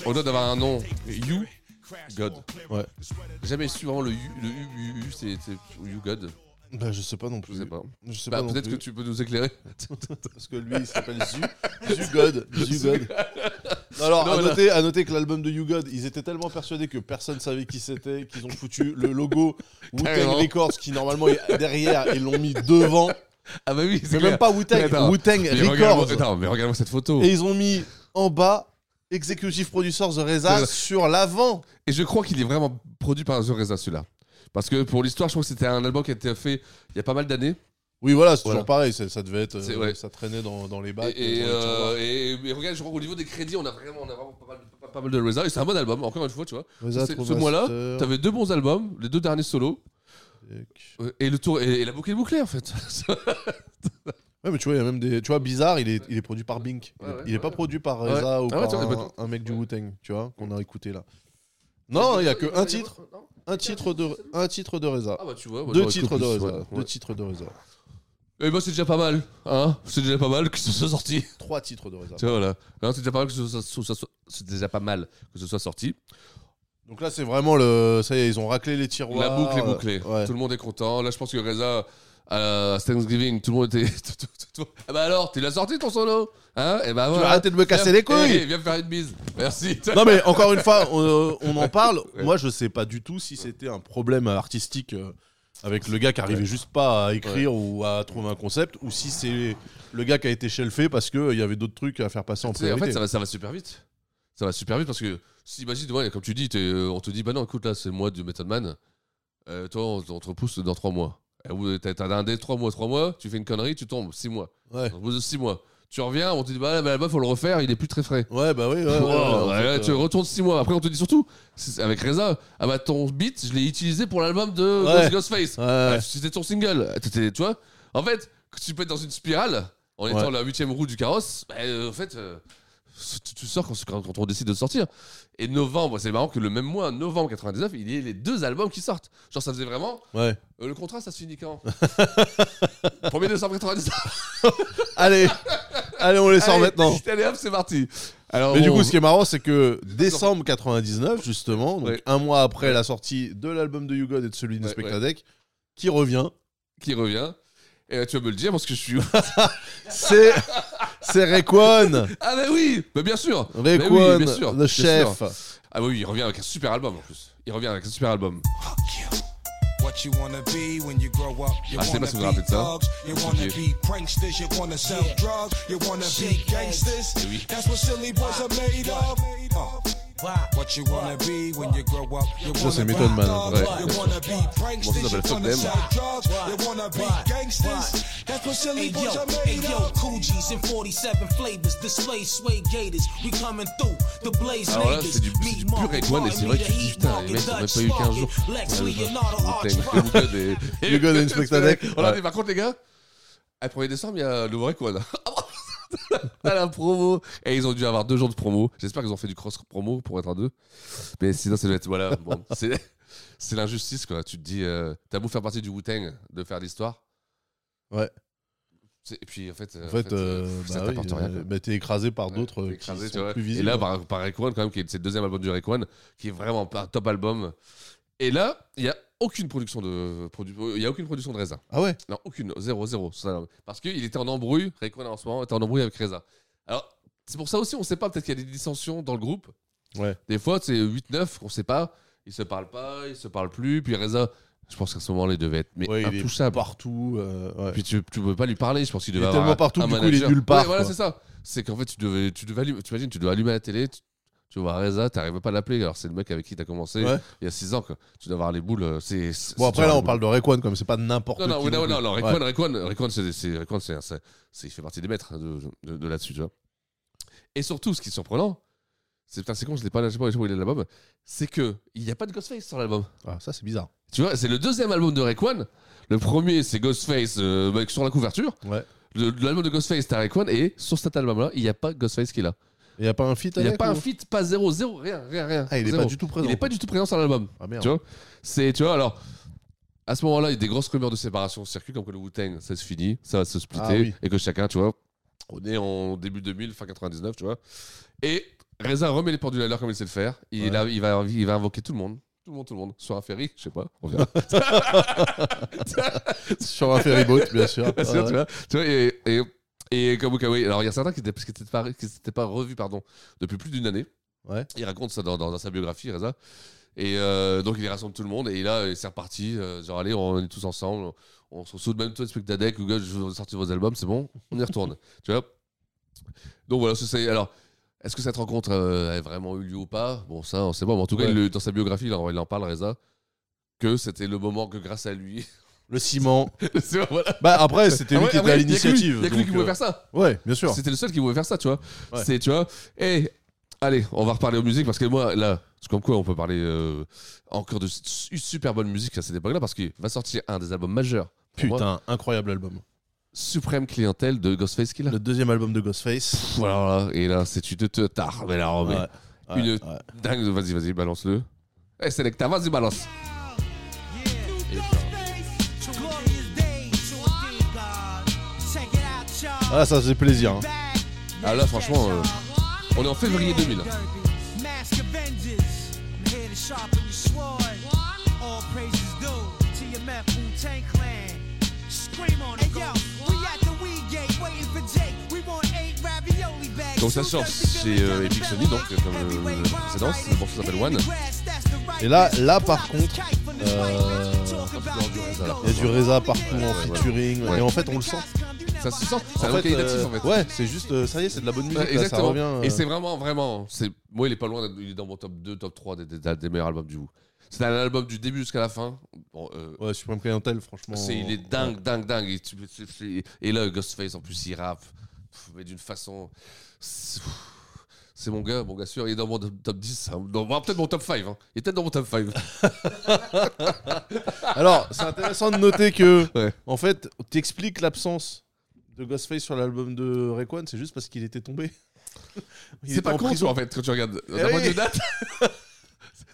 au lieu d'avoir un nom, You God.
Ouais.
Jamais su vraiment le U, le U, U, U, c'est c'est You God.
Bah, je sais pas non plus.
Je sais pas.
Je sais
Bah,
pas non
Peut-être que
plus.
tu peux nous éclairer.
Parce que lui, il s'appelle Zu. Zu God. Zu God. Non, Alors,
Non,
à,
mais là-
noter, à noter que l'album de You God, ils étaient tellement persuadés que personne savait qui c'était qu'ils ont foutu le logo Wu-Tang
Carrément.
Records, qui normalement est derrière, ils l'ont mis devant.
Ah bah oui, c'est
Mais
clair.
même pas Wu-Tang,
Mais attends,
Wu-Tang
mais
Records.
regarde-moi- attends, mais regarde-moi cette photo.
Et
Et,
ils ont mis en bas Executive Producer The Reza
C'est-
sur l'avant.
je crois qu'il est vraiment produit par The Reza celui-là. Parce que pour l'histoire, je crois que c'était un album qui a été fait il y a pas mal d'années.
Oui, voilà, c'est
Voilà.
toujours pareil, ça, ça devait être.
C'est-
euh,
ouais.
Ça traînait dans, dans les bacs.
Et, et,
dans les tiroirs.
euh, et- mais regarde, je crois qu'au niveau des crédits, on a vraiment, on a vraiment pas, mal, pas- pas mal de Reza. Et c'est un bon album, encore une fois, tu vois.
Reza,
C'est- ce
Troubadour.
mois-là, t'avais deux bons albums, les deux derniers solos. Ouais, Et, le tour, et, et la boucle est bouclée en fait.
Ouais, mais tu vois, il y a même des. Tu vois, bizarre, il est, il est produit par Bink. Il est- il est pas produit par
Ouais.
Reza ou
Ah ouais,
par
tu vois,
un,
bah,
un mec du Wu-Tang, tu vois, qu'on a écouté là. Non, il y a que un titre. Un titre de, un titre de Reza.
Ah bah, tu vois, bah,
deux
j'aurais
titres
cru
de
plus,
Reza.
ouais,
Deux
ouais.
titres de Reza.
Et bah, c'est déjà pas mal, hein. C'est déjà pas mal que ce soit sorti.
Trois titres de Reza.
Tu vois, voilà. Non, c'est déjà pas mal que ce soit, ce soit- c'est déjà pas mal que ce soit sorti.
Donc là, c'est vraiment le. Ça y est, ils ont raclé les tiroirs.
La boucle est bouclée.
Ouais.
Tout le monde est content. Là, je pense que Reza, à Thanksgiving, tout le monde était. tout- tout- tout- tout- Ah bah alors, tu l'as sorti ton solo Hein Et bah
Tu
voilà.
as arrêté de me casser
Viens-
les couilles
Eh, Viens me faire une bise. Merci.
Non mais encore une fois, on, on en parle.
Ouais.
Moi, je sais pas du tout si c'était un problème artistique euh, avec le gars qui arrivait juste pas à écrire ou à trouver un concept, ou si c'est le gars qui a été shelfé parce que euh, il y avait d'autres trucs à faire passer en
Tu sais, en
priorité.
fait, ça va, ça va super vite. Ça va super vite parce que, si, imagine, ouais, comme tu dis, t'es- euh, on te dit, bah non, écoute, là, c'est moi du Method Man. Euh, toi, on, on te repousse dans 3 mois. Et au bout de- T'as t'as un dé 3 mois, 3 mois, tu fais une connerie, tu tombes, 6 mois.
Ouais.
Au bout de 6 mois. Tu reviens, on te dit, bah, bah là-bas, faut le refaire, il est plus très frais.
Ouais, bah oui. Ouais, ouais,
Wow,
ouais, en
ouais,
fait,
là,
euh,
tu retournes 6 mois. Après, on te dit surtout, c'est- avec Reza, ah bah ton beat, je l'ai utilisé pour l'album de
Ouais.
Ghost- Ghostface.
Ouais.
Ah, C'était ton single. T'étais- tu vois En fait, que tu peux être dans une spirale en
Ouais.
étant la huitième roue du carrosse. bah, euh, en fait, euh, tu, tu sors quand, quand- quand on décide de sortir. Et novembre, c'est marrant que le même mois, novembre 99, il y ait les deux albums qui sortent. Genre, ça faisait vraiment.
Ouais.
euh, le contrat, ça se finit quand 1er décembre 99.
Allez, allez, on les sort
Allez,
maintenant.
Allez, hop, c'est parti. Alors,
Mais du
on-
coup, ce qui est marrant, c'est que décembre 99, justement, donc un mois après la sortie de l'album de You God et de celui de
Ouais,
Spectadec, qui revient,
qui revient. Et euh, tu vas me le dire parce que je suis.
c'est c'est Rayquan.
Ah bah oui, bah bien sûr.
Ray
Bah oui,
Kwan,
bien sûr,
le
bien
chef.
sûr. Ah bah oui, il revient avec un super album en plus. Il revient avec un super album.
What you wanna be when you grow up? You
Ah, c'est pas
wanna
si vous vous rappelez
be
de ça.
thugs, you wanna be pranksters, you wanna sell drugs, you wanna be gangsters. That's what silly boys are made of. Uh, What you wanna be when you grow up? You
Ça,
wanna
c'est
be
Method Man,
thugs,
ouais.
you wanna be
Bon, ça
pranksters, you
s'appelle Fuck
wanna
Them.
sell drugs, you wanna be gangsters. That's what silly boys are
Hey
made
yo,
of.
Coogis in 47 flavors, display sway gators. We coming through the blaze
Alors là, c'est du, c'est du pur Red One et c'est vrai que tu te dis putain, les mecs, on n'a pas eu 15 jours. Euh, Ouais, ouais.
You God and Spectadec.
On leur
Ouais.
dit, par contre, les gars, à 1er décembre, il y a le vrai quoi là. À la promo. Et ils ont dû avoir deux jours de promo. J'espère qu'ils ont fait du cross promo pour être à deux. Mais sinon, ça doit être. Voilà. Bon, c'est. c'est l'injustice, quoi. Tu te dis, euh, t'as beau faire partie du Wu-Tang, de faire l'histoire.
Ouais.
c'est- Et puis, en fait, euh,
En fait, euh,
ça
bah oui,
t'apporte rien.
euh,
quoi.
bah, t'es écrasé par d'autres
T'es
euh,
écrasé,
qui
tu
sont
vois.
plus
Et
visibles.
là, par, par Ray Kwan, quand même, qui est c'est le deuxième album du Ray Kwan, qui est vraiment un top album. Et là, il n'y a aucune production de produ- euh, il y a aucune production de Reza.
Ah ouais
Non, aucune, zéro, zéro. Ça, Parce qu'il était en embrouille, Ray Kwan en ce moment était en embrouille avec Reza. Alors, c'est pour ça aussi, on ne sait pas, peut-être qu'il y a des dissensions dans le groupe.
Ouais.
Des fois, c'est 8-9, on ne sait pas. Ils se parlent pas, ils se parlent plus. Puis Reza, je pense qu'à ce moment-là, il devait être mais
Ouais, il est
intouchable.
partout. euh, ouais.
Puis tu ne peux pas lui parler, je pense qu'il
Il
devait
est
avoir
tellement
un-
partout
un
que du coup, il est
manager.
nulle part,
Ouais, voilà,
quoi.
c'est ça. C'est qu'en fait, tu devais, tu devais allumer, tu imagines, tu dois allumer la télé, tu, tu vois Reza, t'arrives pas à l'appeler. Alors c'est le mec avec qui t'as commencé
Ouais.
il y a 6 ans, quoi. Tu dois avoir les boules. euh, C'est, c'est-
Bon,
c'est
après,
dur à
là, on
allumer.
parle de Rayquan, comme c'est pas n'importe
Non, non,
qui.
oui, non,
plus.
non, non, Ray
Ouais.
Kwan, Ray Kwan, Ray Kwan, c'est, c'est- Ray Kwan, c'est un- c'est- c'est- il fait partie des maîtres hein, de, de- de là-dessus, tu vois. Et surtout, ce qui est surprenant, c'est, putain, c'est con, je l'ai pas, je sais pas où il est l'album, c'est que il n'y a pas de Ghostface sur l'album.
Ah, ça, c'est bizarre.
Tu vois, c'est le deuxième album de Rayquan. Le premier, c'est Ghostface euh, avec- sur la couverture. Le- L'album de Ghostface, t'as Rayquan. Et sur cet album-là, il n'y a pas Ghostface qui est là.
Il n'y a pas un feat
Il n'y a
avec,
pas
ou-
un feat, pas zéro, zéro, rien, rien, rien.
Ah, il est
Zéro.
pas du tout présent,
Il n'est pas
quoi.
du tout présent sur l'album.
Ah, merde.
Tu vois, c'est, tu vois, alors, à ce moment-là, il y a des grosses rumeurs de séparation au circuit, comme que le Wu-Tang, ça se finit, ça va se splitter,
Ah oui.
et que chacun, tu vois, on est en début 2000, fin 99, tu vois. Et Reza remet les pendules à l'heure comme il sait le faire. Il, est là, il, va, il va invoquer tout le monde. Tout le monde, tout le monde. Sur un ferry, je sais pas, on verra.
Sur un ferryboat, bien sûr.
Bien sûr,
Ouais, ouais.
tu vois. Tu vois, et, et, et Kabukawi, alors il y a certains qui n'étaient qui étaient pas, qui s'étaient pas revus pardon, depuis plus d'une année.
Ouais.
Il raconte ça dans, dans sa biographie, Reza. Et euh, donc il les rassemble tout le monde et là euh, c'est reparti, euh, genre allez on est tous ensemble, on, se saute même toi Spectadec, ou gars je vous ai sorti vos albums, c'est bon, on y retourne. tu vois donc voilà, ce c'est. Alors, est-ce que cette rencontre euh, a vraiment eu lieu ou pas Bon, ça, on sait pas. Mais en tout cas,
Ouais.
il le- dans sa biographie, il en, il en parle, Reza, que c'était le moment que grâce à lui.
Le ciment.
Le ciment, voilà.
Bah, après, c'était lui
Ah ouais,
qui était
après,
à
il y a que lui-
l'initiative,
Il y a que lui
donc,
qui pouvait
euh,
faire ça.
ouais, bien sûr.
C'était le seul qui pouvait faire ça, tu vois.
Ouais.
C'est, tu vois. Et allez, on va reparler aux musiques parce que moi, là, c'est comme quoi on peut parler euh, encore de su- super bonne musique à cette époque-là parce qu'il va sortir un des albums majeurs. pour moi.
Putain, incroyable album.
Suprême clientèle de Ghostface Killer.
Le deuxième album de Ghostface.
Voilà, et là, c'est tu te, te tardes, mais là, oh, mais
Ouais, ouais,
une
ouais.
dingue. de- Vas-y, vas-y, balance-le. Eh, Selecta, vas-y, balance.
Ah, ça faisait plaisir. hein.
Ah là, franchement, euh, on est en février 2000.
Mask of vengeance. I'm here to sharpen your sword. All praises due to your man Wu Tang Clan. Scream on it, yo. We at the weed gate waiting for Jake. We want eight ravioli bags.
Donc ça sort chez euh, Epic Sony, donc euh, comme euh, la précédence, le morceau s'appelle One.
Et là, là par contre, euh,
Ah,
il y a du Reza partout en
ouais.
featuring.
Ouais.
Et en fait, on le sent.
Ça se sent, c'est un qualitatif
euh,
en fait.
Ouais, c'est juste, euh, ça y est, c'est de la bonne musique.
Ouais,
là,
exactement.
ça revient, euh,
Et c'est vraiment, vraiment. c'est- Moi, il est pas loin, d'être- il est dans mon top 2, top 3 des, des- des meilleurs albums du Wu. C'est un album du début jusqu'à la fin. Bon, euh,
Ouais, Supreme Clientèle, franchement.
C'est, il est dingue, dingue, dingue. Et, tu- tu- tu- et là, Ghostface, en plus, il rappe. Pff, Mais d'une façon. C'est c'est mon gars, mon gars sûr. Il est dans mon top 10. hein. Dans- bon, peut-être mon top 5. hein. Il est peut-être dans mon top 5.
Alors, c'est intéressant de noter que,
Ouais.
en fait, t'expliques l'absence de Ghostface sur l'album de Rayquan, c'est juste parce qu'il était tombé. Il
C'est
était
pas
en
con,
prison.
en fait, quand tu regardes.
Eh
D'un point de
oui.
vue date.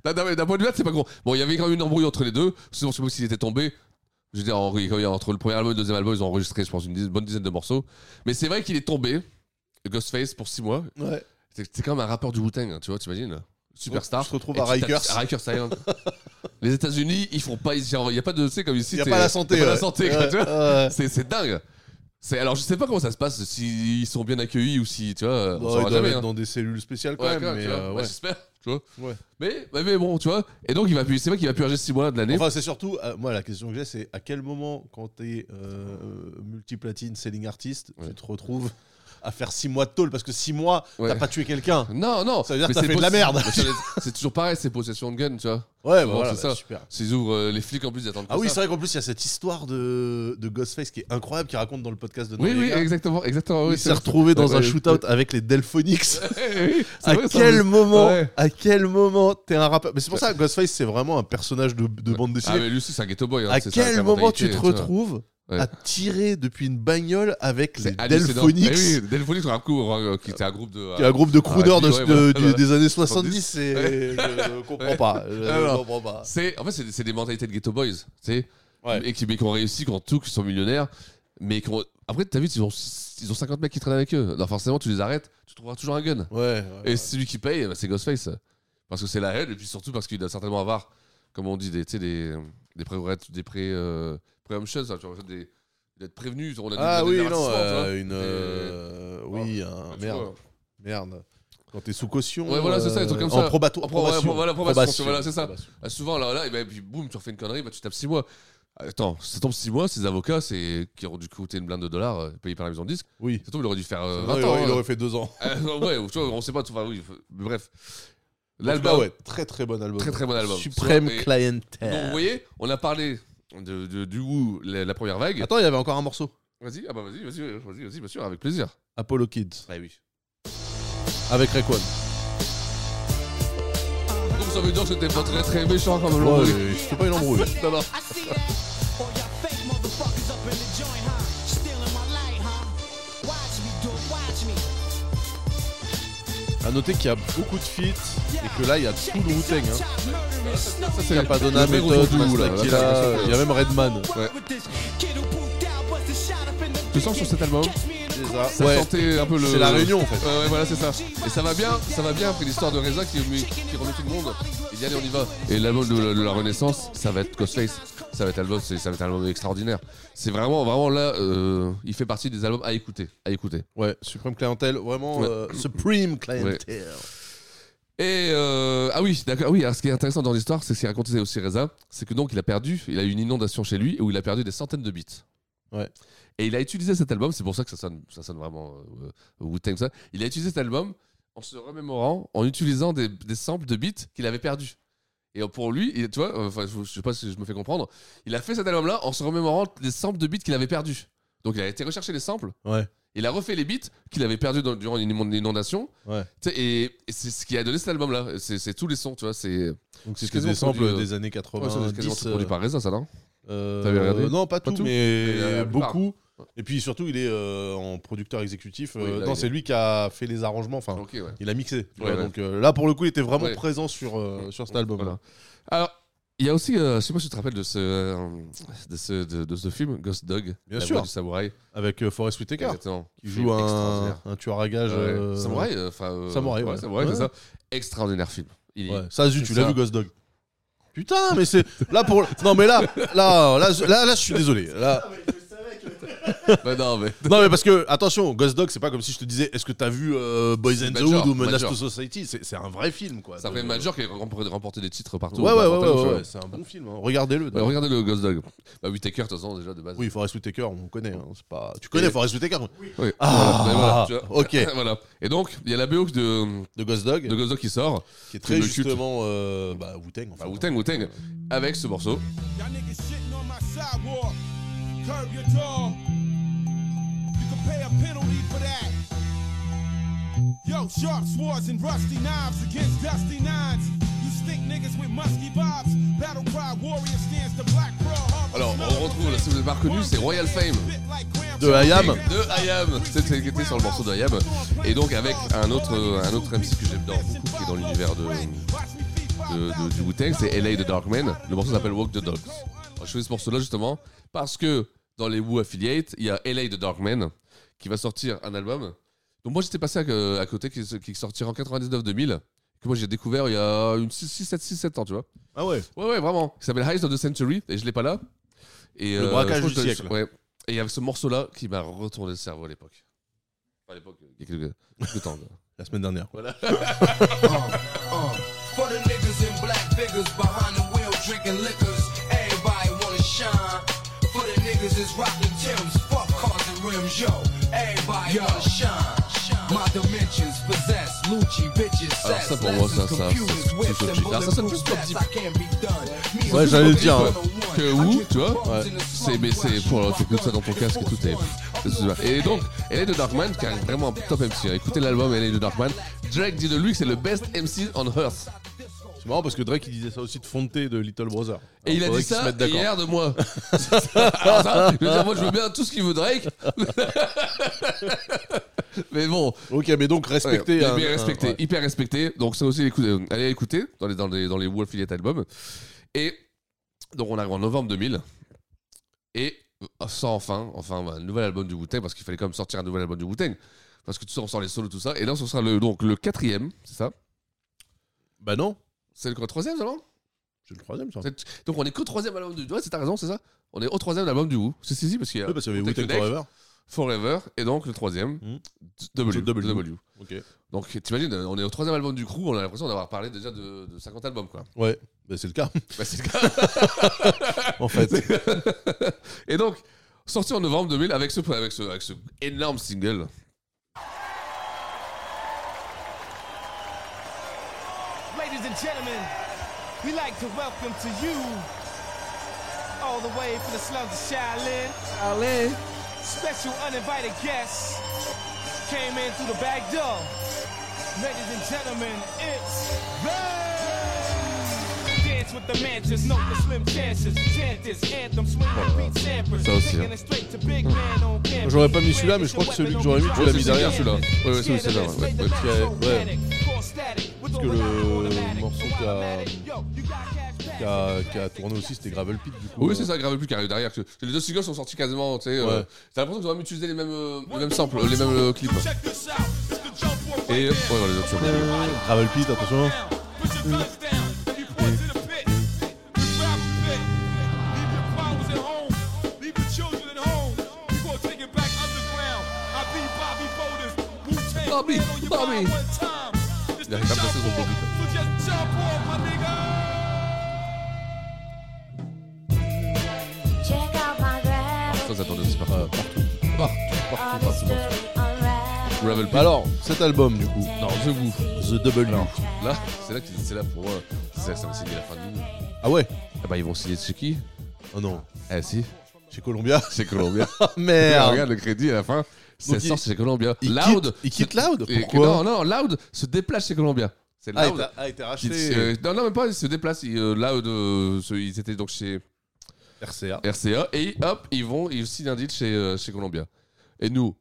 Non, non, mais D'un point de vue date, c'est pas con. Bon, il y avait quand même une embrouille entre les deux. Sinon, je sais pas s'il était tombé. Je veux dire, en- quand il y a- entre le premier album et le deuxième album, ils ont enregistré, je pense, une dizaine- bonne dizaine de morceaux. Mais c'est vrai qu'il est tombé, Ghostface, pour 6 mois.
Ouais.
C'est c'est quand même un rappeur du Wu-Tang, hein, tu vois, t'imagines Superstar.
Tu te retrouves
Et
à
tu tapes-
Rikers.
à Rikers Island. Les États-Unis, ils font pas. ils- genre, Il n'y a pas de. Tu sais, comme ici.
Y a
t'es-
pas la santé,
y a pas la
ouais.
santé,
Ouais,
quoi, tu vois.
ouais.
C'est- C'est dingue. C'est- Alors, je sais pas comment ça se passe, s'ils sont bien accueillis ou si, tu vois. on
Bah,
saura
il doit
jamais,
être
hein.
dans des cellules spéciales quand
Ouais,
même.
quand même,
mais,
tu vois.
euh,
Bah,
ouais.
j'espère, tu vois.
Ouais.
Mais, mais- mais bon, tu vois. Et donc, il va pu- c'est vrai qu'il va purger 6 mois de l'année.
Enfin, c'est surtout, euh, moi, la question que j'ai, c'est à quel moment, quand t'es euh, multiplatine selling artist, tu te retrouves à faire 6 mois de tôle parce que 6 mois,
Ouais.
t'as pas tué quelqu'un.
Non, non.
Ça veut dire
Mais
que t'as
c'est
fait de la
possi-
merde.
Mais ça veut dire- C'est toujours pareil, c'est possession de gun, tu vois.
Ouais, bah
Bon,
voilà,
c'est
bah,
ça.
super.
S'ils ouvrent euh, les flics en plus, ils attendent
Ah
que
oui,
ça.
c'est vrai qu'en plus, il y a cette histoire de, de Ghostface qui est incroyable, qui raconte dans le podcast de
Oui,
Noé
oui,
Léga.
exactement. exactement oui,
Il
c'est
s'est
vrai.
retrouvé dans
Ouais,
un
ouais,
shootout
ouais.
avec les Delphonics.
oui, c'est
à,
vrai, ça,
quel
oui.
moment,
Ouais.
à quel moment t'es un rappeur Mais c'est pour ça que Ghostface, c'est vraiment un personnage de, de bande
Ah,
dessinée.
mais lui aussi, c'est un ghetto boy. hein,
à
c'est sa
quel moment
mentalité,
tu te
vois.
retrouves a tiré depuis une bagnole avec les
C'est hallucinant.
Delphonics.
Eh oui, Delphonics, un coup, euh, qui était un groupe de.
Qui est un groupe de crooners de-
ouais,
de-
voilà,
du-
voilà.
des années 70, et je ne comprends
Ouais.
pas, je
Alors,
ne comprends pas.
C'est, en fait, c'est, c'est des mentalités de Ghetto Boys, tu sais. Et qui, mais qui ont réussi, qui ont tout, qui sont millionnaires. Mais qui ont... Après, t'as vu, ils ont, ils ont 50 mecs qui traînent avec eux. Alors forcément, tu les arrêtes, tu trouveras toujours un gun. et celui qui paye, bah, c'est Ghostface. Parce que c'est la haine, et puis surtout parce qu'il doit certainement avoir, comme on dit, des, tu sais, des, des pré des pré, euh, préemptions, hein, tu vois, des, d'être prévenu. On a des-
Ah
on a des
oui, non,
avertissements, hein, tu vois.
euh,
Et-
une.
oh, bah,
euh, oui, un-
tu
merde.
vois.
Merde. Quand t'es sous caution. euh,
Ouais, voilà, c'est ça, des trucs comme
en
ça.
probato-
En pro-
probation.
ouais, voilà, probation,
Probation.
voilà, c'est ça.
Probation.
Ah, souvent, là, là, et ben, puis boum, tu refais une connerie, bah, tu tapes 6 mois. Attends, ça tombe 6 mois, ces avocats, c'est qui auront dû coûter une blinde de dollars euh, payés par la maison de disque.
Oui.
Ça tombe, il aurait dû faire euh,
Non,
20
il
ans.
aurait- il
hein.
aurait fait deux ans.
Ah, ouais, ou tu vois, on sait pas, tout, enfin, oui, f- mais bref.
En tout cas, ouais, très très bon album.
Très très bon album.
Supreme
Tu vois, et-
Clientele.
Donc, vous voyez, on a parlé de, de- du Woo, la, la première vague.
Attends, il y avait encore un morceau.
Vas-y, ah bah vas-y, vas-y, vas-y, vas-y, bien sûr, avec plaisir.
Apollo Kids.
Ah oui.
Avec Rayquan.
Donc ça veut dire que c'était pas très très méchant comme l'embrouille.
Ouais, c'était pas une embrouille.
Non, non.
À noter qu'il y a beaucoup de feats et que là, il y a tout le Wu-Tang. Hein. Ça, c'est la Padonna
le vrai
méthode
retour de
ou là,
Master,
qui est
là,
là.
c'est-
Il y a même Redman.
Ouais. Tu sens sur cet album Ça
Ouais.
sentait un peu le.
C'est la réunion, en fait.
Ouais, ouais, voilà, c'est ça. Et ça va bien, ça va bien après l'histoire de Reza qui, qui remet tout le monde. Il dit allez, on y va. Et l'album de, la- de la Renaissance, ça va être Ghostface. Ça va être album, c'est- ça va être un album extraordinaire. C'est vraiment, vraiment là, euh, il fait partie des albums à écouter, à écouter.
Ouais, Supreme Clientele, vraiment
Ouais.
euh, Supreme Clientele.
Et euh, ah oui, d'accord. Oui, alors ce qui est intéressant dans l'histoire, c'est ce qu'il racontait aussi Reza, c'est que donc il a perdu, il a eu une inondation chez lui où il a perdu des centaines de bits.
Ouais.
Et il a utilisé cet album, c'est pour ça que ça sonne, ça sonne vraiment euh, Wu-Tang ça. Il a utilisé cet album en se remémorant, en utilisant des, des samples de beats qu'il avait perdus. Et pour lui, il- tu vois, euh, enfin, je, je sais pas si je me fais comprendre, il a fait cet album-là en se remémorant des samples de beats qu'il avait perdus. Donc il a été rechercher les samples.
Ouais.
Il a refait les beats qu'il avait perdus dans- durant une immond- inondation.
Ouais.
Tu sais, Et, et c'est ce qui a donné cet album-là. C'est c'est tous les sons, tu vois. C'est
Donc
c'est
c'était
quasiment
des samples
produit, euh,
des années 80.
ouais, c'est quasiment tout produit par Reza, ça, non
Euh,
T'avais regardé
Non, pas,
Pas
tout,
tout
mais,
Mais, euh, la plupart.
beaucoup. Et puis surtout, il est euh, en producteur exécutif.
Oui,
Euh,
là,
non,
il
c'est
est-
lui qui a fait les arrangements. Enfin,
Ok, ouais.
il a mixé. tu
Ouais,
vois,
ouais.
Donc euh, là, pour le coup, il était vraiment
Ouais.
présent sur, euh, sur cet album.
Voilà. Alors, il y a aussi, euh, je sais pas si tu te rappelles de ce, euh, de ce, de, de ce film, Ghost Dog.
Bien
La
sûr.
voix du samouraï.
Avec euh, Forest Whitaker,
Exactement.
qui
Film
joue un,
extraordinaire.
un tueur à gage.
Ouais. Samouraï, euh, enfin. euh,
samouraï, ouais.
Samouraï,
Ouais.
c'est ça. Extraordinaire film. Il est-
Ouais. Ça, zut,
c'est
tu l'as
ça.
vu, Ghost Dog. Putain, mais c'est là pour non mais là là là là, là, je suis désolé là.
Bah non, mais.
Non mais parce que attention, Ghost Dog, c'est pas comme si je te disais est-ce que t'as vu euh, Boys and the
Major,
Hood ou Menace
Major.
to Society, c'est c'est un vrai film quoi.
Ça fait
De-
Major qui a remporté remporté des titres partout.
Ouais, ouais,
Bah,
ouais,
partout,
ouais,
tu vois.
ouais, c'est un bon film, hein. Regardez-le,
Ouais, regardez-le, Ghost Dog. Bah, Whitaker, de toute façon, déjà, de base.
Oui, Forest Whitaker, on connaît. hein, c'est pas... Tu connais
Et-
Forest Whitaker
Oui.
Ah,
Voilà, voilà, tu vois.
ok.
voilà. Et donc, il y a la BO de,
de Ghost Dog.
De Ghost Dog qui sort.
Qui est très
me culte.
justement euh, bah, Wu-Tang. En fait.
Bah, Wu-Tang, Wu-Tang. Avec ce morceau.
Y'all niggas shitting on my sidewalk. Curb your dog. You can pay a penalty for that. Yo, sharp swords and rusty knives against dusty nines. You stink niggas with musky bobs. Battle cry warrior stands the black bro.
Alors, on retrouve, là, si vous n'avez pas reconnu, c'est Royal Fame.
De IAM.
De IAM. C'est celle qui était sur le morceau de IAM. Et donc, avec un autre, un autre MC que j'adore beaucoup, qui est dans l'univers de, de- de- du Wu-Tang, c'est LA de Darkman. Le morceau s'appelle Walk the Dogs. Alors, je fais ce morceau-là justement parce que dans les Wu Affiliates, il y a LA de Darkman qui va sortir un album. Donc, moi, j'étais passé à, à côté, qui, qui sortira en 99-2000, que moi j'ai découvert il y a 6-7 ans, tu vois.
Ah ouais
Ouais, ouais, vraiment. Qui s'appelle Heist of the Century, et je l'ai pas là. Et, euh,
Le braquage
je crois
du
que je-
siècle.
Ouais. Et avec ce morceau-là qui m'a retourné le cerveau à l'époque. Enfin, à l'époque, il y a quelques, quelques temps. là.
La semaine dernière.
Voilà.
For the niggas in black figures behind the wheel drinking liquors, everybody wanna shine. For the niggas is rocking Tim's, fuck cars and rims, yo. Everybody wanna shine. My dimensions possess Lucci bitches,
Alors
sass,
ça, pour moi, ça,
lances,
ça,
computers,
c'est-
whips,
c'est
and
logique. Ah, ça sonne plus
bulletproof
pop-dip.
vests. I can't be done. Me
Ouais,
and
j'allais le
Super
dire.
Dick
ouais. Que où, tu vois C'est mais c'est pour alors, t'écoutes ça dans ton casque, tout est. c'est super. Et donc, LA de Darkman, qui est vraiment un top MC. hein. Écoutez l'album LA de Darkman. Drake dit de lui que c'est le best MC on earth.
Tu C'est marrant parce que Drake il disait ça aussi de Fonté de Little Brother.
Et il a
Faudrait
dit
qu'ils se
ça
mettent d'accord.
hier de moi. Alors ça, je veux dire, moi je veux bien tout ce qu'il veut Drake. mais bon.
Ok, mais donc respecté.
Ouais,
hein,
hyper
hein,
respecté,
ouais.
hyper respecté. Donc ça aussi, écoutez, euh, allez écouter dans les, dans les, dans les Wolf Elliot albums. Et donc on arrive en novembre 2000. Et euh, sans enfin, enfin un nouvel album du Wu-Tang, parce qu'il fallait quand même sortir un nouvel album du Wu-Tang. Parce que tout ça, on sort les solos, tout ça. Et là, ce sera le, donc le quatrième, c'est ça
Bah non.
C'est le troisième, seulement
C'est le troisième, ça.
C'est- Donc on est qu'au troisième album du. Ouais, c'est ta raison, c'est ça On est au troisième album du Wu. C'est si, si, parce qu'il y a.
Oui, parce qu'il y avait
Contact the
Wu-Tang
Neck,
Forever. Hmm.
Forever, et donc le troisième,
The
W.
W.
Ok. Donc t'imagines, on est au troisième album du crew, on a l'impression d'avoir parlé déjà de, de 50 albums, quoi.
Ouais, bah, c'est le cas.
Bah, c'est le cas.
En fait.
et donc, sorti en novembre 2000 avec ce, avec ce, avec ce énorme single.
Ladies and gentlemen, we like to welcome to you all the way from the slums of Shaolin. Shaolin. Special uninvited guests came in through the back door. Ladies and gentlemen, it's Ray. Dance with the mansions, note the slim chances. Chant this anthem, swing the beat samples.
Ça aussi,
Taking
hein.
it straight to big man on campus.
J'aurais pas mis celui-là, mais je crois que celui que j'aurais mis, tu
Ouais,
l'as
c'est
mis derrière
celui-là. Ouais, ouais, celui- celui-là, ouais. Ouais.
Ok, ouais. Parce que le morceau qui a, qui a, qui a tourné aussi, c'était Gravel Pit, du coup.
Oui, c'est ça, grave plus qui arrive derrière. que- Les deux singles sont sortis quasiment, tu sais. euh,
Ouais.
T'as l'impression qu'ils ont même utilisé les mêmes, euh, les mêmes samples, les mêmes euh, clips. Et. Ouais, voilà, les options.
Gravel Pit, attention.
Fathers at home, leave your children at home. We gonna take it back underground. I be Bobby Bowden, Wu-Tang,
Bobby,
man on your
Bobby.
mind one time. It's
Il
the
arrive à passer
jump
son
off,
public.
so just jump off, my nigga.
Check out my gravel.
Ça, attendez, c'est pas grave.
All this dirty unravel.
Gravel Pit.
Bah Alors, cet album, du coup.
Non, The Woo.
The Double Non.
Là, c'est là, qu'ils- c'est là pour moi. C'est là que ça va signer la fin du monde.
Ah ouais
Ah bah, ils vont signer chez qui
Oh non.
Eh si.
Chez Columbia Ah,
Chez Columbia.
Merde.
Regarde le crédit à la fin. Ça
Donc, il-
sort chez Columbia.
il
Loud.
quitte- il quitte
se-
Loud
et-
Pourquoi
Non, non, Loud se déplace chez Columbia. C'est
Ah, il
Loud.
t'a- ah, il t'a
qui-
racheté.
euh, non, non, même pas. Il se déplace. Il, euh, Loud, euh, ce- ils étaient donc chez
RCA.
RCA. Et hop, ils vont, ils signent un deal chez, euh, chez Columbia. Et nous,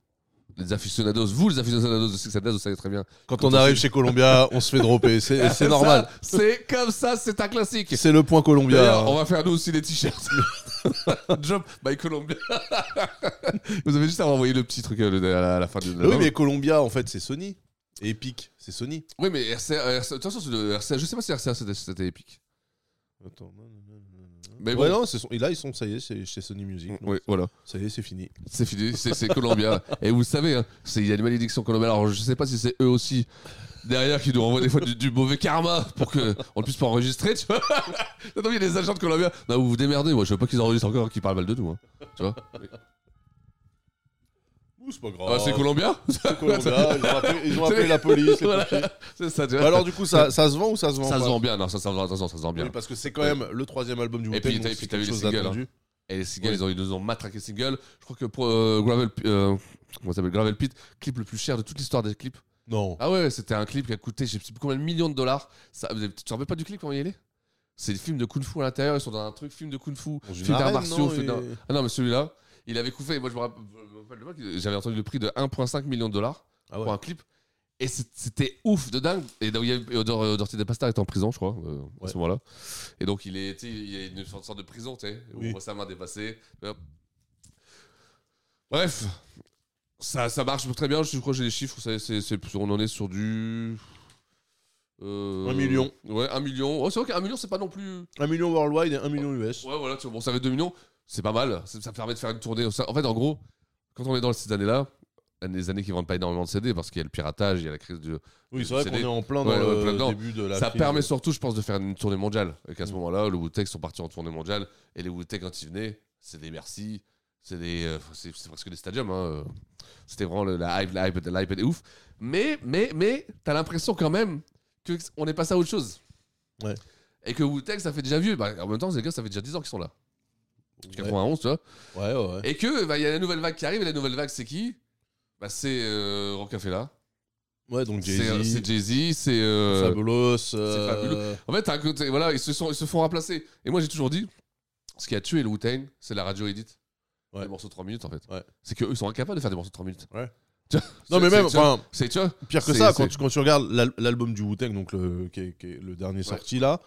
les aficionados, vous les aficionados de Six Senses, vous savez très bien.
Quand on arrive chez Columbia, on se fait dropper. C'est c'est
Ça,
normal.
C'est comme ça, c'est un classique.
C'est le point Columbia.
D'ailleurs, on va faire nous aussi des t-shirts. Job by Columbia. Vous avez juste à renvoyer le petit truc euh, le- à la, à la fin du.
Oui, mais Columbia, en fait, c'est Sony. Et Epic, c'est Sony.
Oui, mais RCA, euh, RCA, de toute façon, c'est le RCA, je sais pas si RCA c'était- c'était épique.
Attends, non, non, non, non, non.
Mais bon.
Ouais,
Mm.
non, c'est son- et là, ils sont, ça y est, c'est chez Sony Music. donc
Oui, voilà.
Ça y est, c'est fini.
C'est fini, c'est c'est Columbia. Et vous le savez, hein, c'est- il y a une malédiction Columbia. Alors je sais pas si c'est eux aussi derrière qui nous renvoient des fois du, du mauvais karma pour qu'on ne puisse pas enregistrer, tu vois. Attends, il y a des agents de Columbia. Non, vous vous démerdez, moi je veux pas qu'ils enregistrent encore, qu'ils parlent mal de nous, hein. tu vois.
Ouh, c'est pas grave.
Ah, c'est Columbia
C'est Columbia, ils ont appelé, ils ont appelé la police, les
Voilà.
pompiers.
C'est ça, tu
Bah
vois.
alors, du coup, ça, ça se vend ou ça se vend
Ça
pas
se vend bien, non, ça, ça, se vend- ça, se vend- ça se vend bien.
Oui, parce que c'est quand même le troisième album du
Et
Wu-Tang.
puis,
donc
t'as- et
c'est
puis t'as vu
quelque
les
chose
singles. hein.
d'attendu.
Et les singles,
Oui.
ils, ont, ils nous ont matraqué les singles. Je crois que pour euh, Gravel, euh, comment ça s'appelle Gravel Pit, clip le plus cher de toute l'histoire des clips.
Non.
Ah ouais, ouais, c'était un clip qui a coûté, je sais plus combien de millions de dollars. Ça, vous avez- tu te rappelles pas du clip quand il y allait C'est des films de kung-fu à l'intérieur. Ils sont dans un truc film de kung-fu,
une
film d'arts
arène,
martiaux.
non,
film
et-
d'art- Ah non, mais celui-là, il avait coûté. Moi, je me rappelle, je me rappelle le mec, j'avais entendu le prix de 1,5 million de dollars
Ah ouais.
pour un clip. Et c'est- c'était ouf de dingue. Et donc, il y avait- et Odor, euh, Dorothy de Pasta est en prison, je crois, euh, à
Ouais.
ce moment-là. Et donc, il est, tu sais, il y a une sorte de prison, tu sais, où
Oui.
on voit sa main dépassée. Hop. Bref, ça, ça marche très bien. Je crois que j'ai les chiffres. ça- c'est- c'est- on en est sur du. euh,
Un million.
Ouais, un million. Oh, c'est vrai qu'un million, c'est pas non plus.
1 million worldwide et 1 million US.
Ouais, voilà, tu vois, bon, ça fait 2 millions, c'est pas mal. Ça, ça permet de faire une tournée. Ça- en fait, en gros, quand on est dans ces années-là, les années qui vendent pas énormément de CD parce qu'il y a le piratage, il y a la crise du.
Oui,
du
c'est vrai qu'on
CD.
est en plein dans le
dedans.
début de la
Ça
crise. Mm.
permet surtout, je pense, de faire une tournée mondiale. Et qu'à ce moment-là, le Wu-Tang sont partis en tournée mondiale. Et les Wu-Tang, quand ils venaient, c'est des merci, c'est des, euh, c'est c'est presque des stadiums. hein, euh. C'était vraiment le- la hype, la hype, la hype était ouf. Mais, mais, mais, t'as l'impression quand même que on est passé à autre chose.
Ouais.
Et que Wu-Tang, ça fait déjà vieux. Bah, en même temps, les gars, ça fait déjà 10 ans qu'ils sont là. 91, tu vois.
Ouais, ouais, ouais.
Et que bah, il y a la nouvelle vague qui arrive, et la nouvelle vague c'est qui Bah c'est euh, Roc Café là,
Ouais, donc
C'est
Jay-Z.
c'est Jay-Z, c'est. euh,
Fabulous,
C'est
euh,
fabuleux. En fait, t'as un côté- voilà, ils se, sont, ils se font remplacer. Et moi, j'ai toujours dit, ce qui a tué le wu c'est la radio edit. Les morceaux de 3 minutes, en fait. C'est qu'eux, ils sont incapables de faire des morceaux de 3 minutes. Tu vois,
Non,
c'est-
mais même,
c'est- tu vois,
enfin,
c'est tu vois,
pire que
c'est-
ça,
c'est-
quand tu, quand tu regardes l'al- l'album du Wu-Tang, donc le, qui est, qui est le dernier sorti là,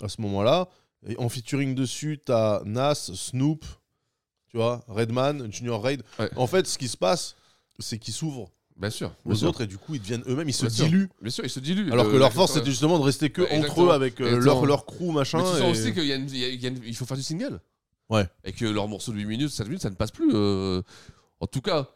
à ce moment-là, et en featuring dessus, t'as Nas, Snoop, tu vois, Redman, Junior Raid. En fait, ce qui se passe, c'est qu'ils s'ouvrent.
Bien sûr.
Aux
bien sûr.
autres, et du coup, ils deviennent eux-mêmes, ils se
Bien sûr.
diluent.
Bien sûr, ils se diluent.
Alors
Le-
que leur
la-
force, c'était justement de rester que
Ouais,
entre
exactement.
eux avec euh,
Exactement.
leur, leur crew, machin.
Mais tu sens
et-
aussi qu'il y a une- il y a- il y a une- il faut faire du single.
Ouais.
Et que leur morceau de 8 minutes, 7 minutes, ça ne passe plus. euh, En tout cas.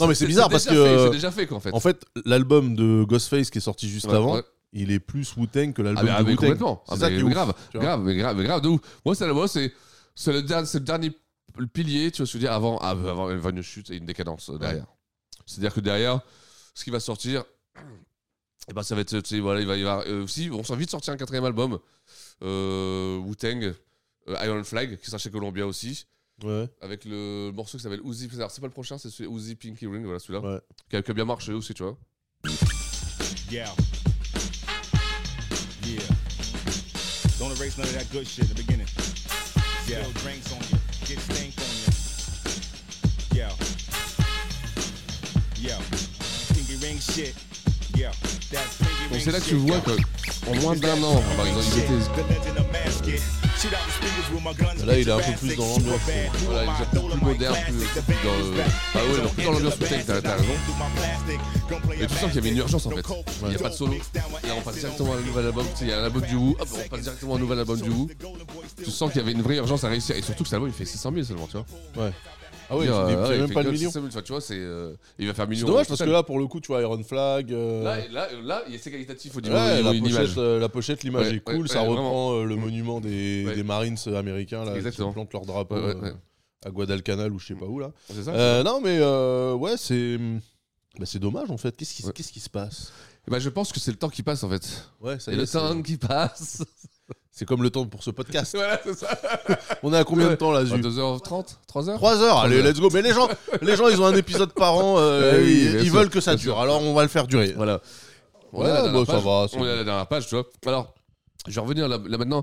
Non mais c'est bizarre parce
déjà
que
fait, C'est déjà fait, quoi, en fait.
l'album de Ghostface qui est sorti juste
Ouais,
avant,
ouais.
il est plus Wu-Tang que l'album
Ah, mais, ah,
de
mais
Wu-Tang.
complètement. Ah,
C'est ça
mais
qui est ouf,
grave,
tu vois.
grave, mais grave, mais grave de ouf. Moi, c'est moi, c'est c'est le dernier, c'est le dernier p- pilier, tu vois ce que je veux dire, avant, av- avant, avant une chute et une décadence euh, derrière. C'est-à-dire que derrière, ce qui va sortir, et ben ça va être, tu sais, voilà, il va, il va euh, si, on s'est vite sortir un quatrième album, euh, Wu Tang, Iron Flag, qui sera chez Columbia aussi.
Ouais.
Avec le morceau qui s'appelle Uzi, alors c'est pas le prochain, c'est celui Uzi Pinky Ring, voilà celui-là, qui, a, qui a bien marché aussi, tu vois.
Yeah. Yeah. Don't erase none of that good shit in the beginning. Yeah. Spill drinks on you. Get stank on you. Yeah. Yeah. Pinky ring shit. Yeah. That pinky
Donc
ring
c'est là que
shit,
tu vois
yo.
que, en moins d'un an, par exemple, ils étaient
The legend of mass kid. Shoot out the speakers with my guns.
Là, il est un peu plus dans l'ambiance. Voilà, Bah, il est un peu plus moderne, plus, plus dans le. Ah ouais, non, plus dans l'ambiance peut-être, t'as t'as raison. Mais tu sens qu'il y avait une urgence en fait. Il n'y a pas de solo. Là, on passe directement à un nouvel album. Tu sais, il y a un album du Wu, hop, on passe directement à un nouvel album du Wu. Tu sens qu'il y avait une vraie urgence à réussir. Et surtout que cet album, il fait 600 000 seulement, tu vois.
Ouais. Ah ouais, il fait- il fait même
euh, fait
pas le
que
million.
600 000, tu vois, c'est. euh, Il va faire
C'est
million. en
dommage parce que
total.
là, pour le coup, tu vois Iron Flag. euh,
Là, là, là, il y a- c'est qualitatif au niveau,
ouais,
au niveau
la,
une
pochette,
image.
euh, la pochette, l'image
Ouais,
est cool,
ouais,
ça
ouais,
reprend
vraiment.
euh, le monument des,
Ouais.
des Marines euh, américains là,
Exactement.
qui plantent leur drapeau
Ouais, ouais,
euh,
ouais.
à Guadalcanal ou je sais pas où là.
C'est ça,
Euh,
c'est
non mais euh, ouais, c'est bah, c'est dommage en fait. Qu'est-ce qui qu'est-ce qui se passe
Eh ben, je pense que c'est le temps qui passe en fait.
Ouais, ça
Et
y
le
est, c'est-
temps qui passe.
C'est comme le temps pour ce podcast.
voilà, c'est ça.
On est à combien de temps là, Zu
2h30 3h
3 heures, allez, let's go. Mais les gens, les gens, ils ont un épisode par an, euh,
Ouais, Ah oui,
ils,
bien
ils
sûr,
veulent que ça
bien sûr.
dure. Alors on va le faire durer.
Voilà. On est
Ouais,
à la dernière
bah, ça
page.
va, c'est
On est à la dernière page, tu vois. Alors, je vais revenir là, là maintenant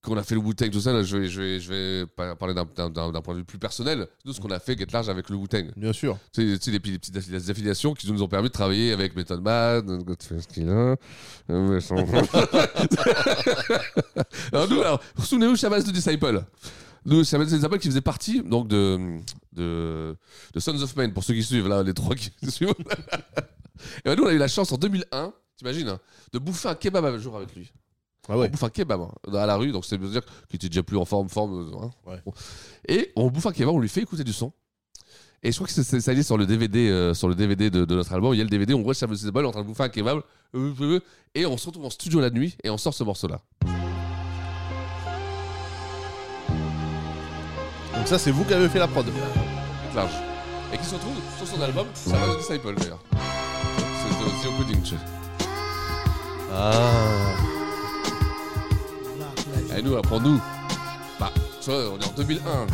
qu'on a fait le Wu-Tang, tout ça, là, je vais, je vais, je vais par- parler d'un- d'un d'un- d'un point de vue plus personnel de ce qu'on a fait Get Large avec le Wu-Tang.
Bien sûr.
Tu sais, tu sais, les, petits- les petites affi- les affiliations qui nous ont permis de travailler avec Method Man, Godface Killer, euh, machin. alors, nous, alors, souvenez-vous, Shabbas de Disciple. Nous, Shabbas de Disciple qui faisait partie donc, de, de, de Sons of Man, pour ceux qui suivent, là, les trois qui suivent. Et ben, nous, on a eu la chance en 2001, t'imagines, hein, de bouffer un kebab un jour avec lui.
Ah ouais.
On bouffe un kebab hein, à la rue, donc c'est veut dire qu'il était déjà plus en forme, forme. hein. Bon. Et on bouffe un kebab, on lui fait écouter du son. Et je crois que c'est- c'est- ça y est sur le DVD, euh, sur le DVD de, de notre album. Il y a le DVD, on voit Samuel Sebal en train de bouffer un kebab. euh, euh, euh, Et on se retrouve en studio la nuit et on sort ce morceau-là.
Donc ça, c'est vous qui avez fait la prod.
Large. Et qui se retrouve sur son album, Samuel Disciple d'ailleurs. C'est aussi opening, tu sais.
Ah.
Et nous, apprends-nous. Bah, tu vois, on est en 2001.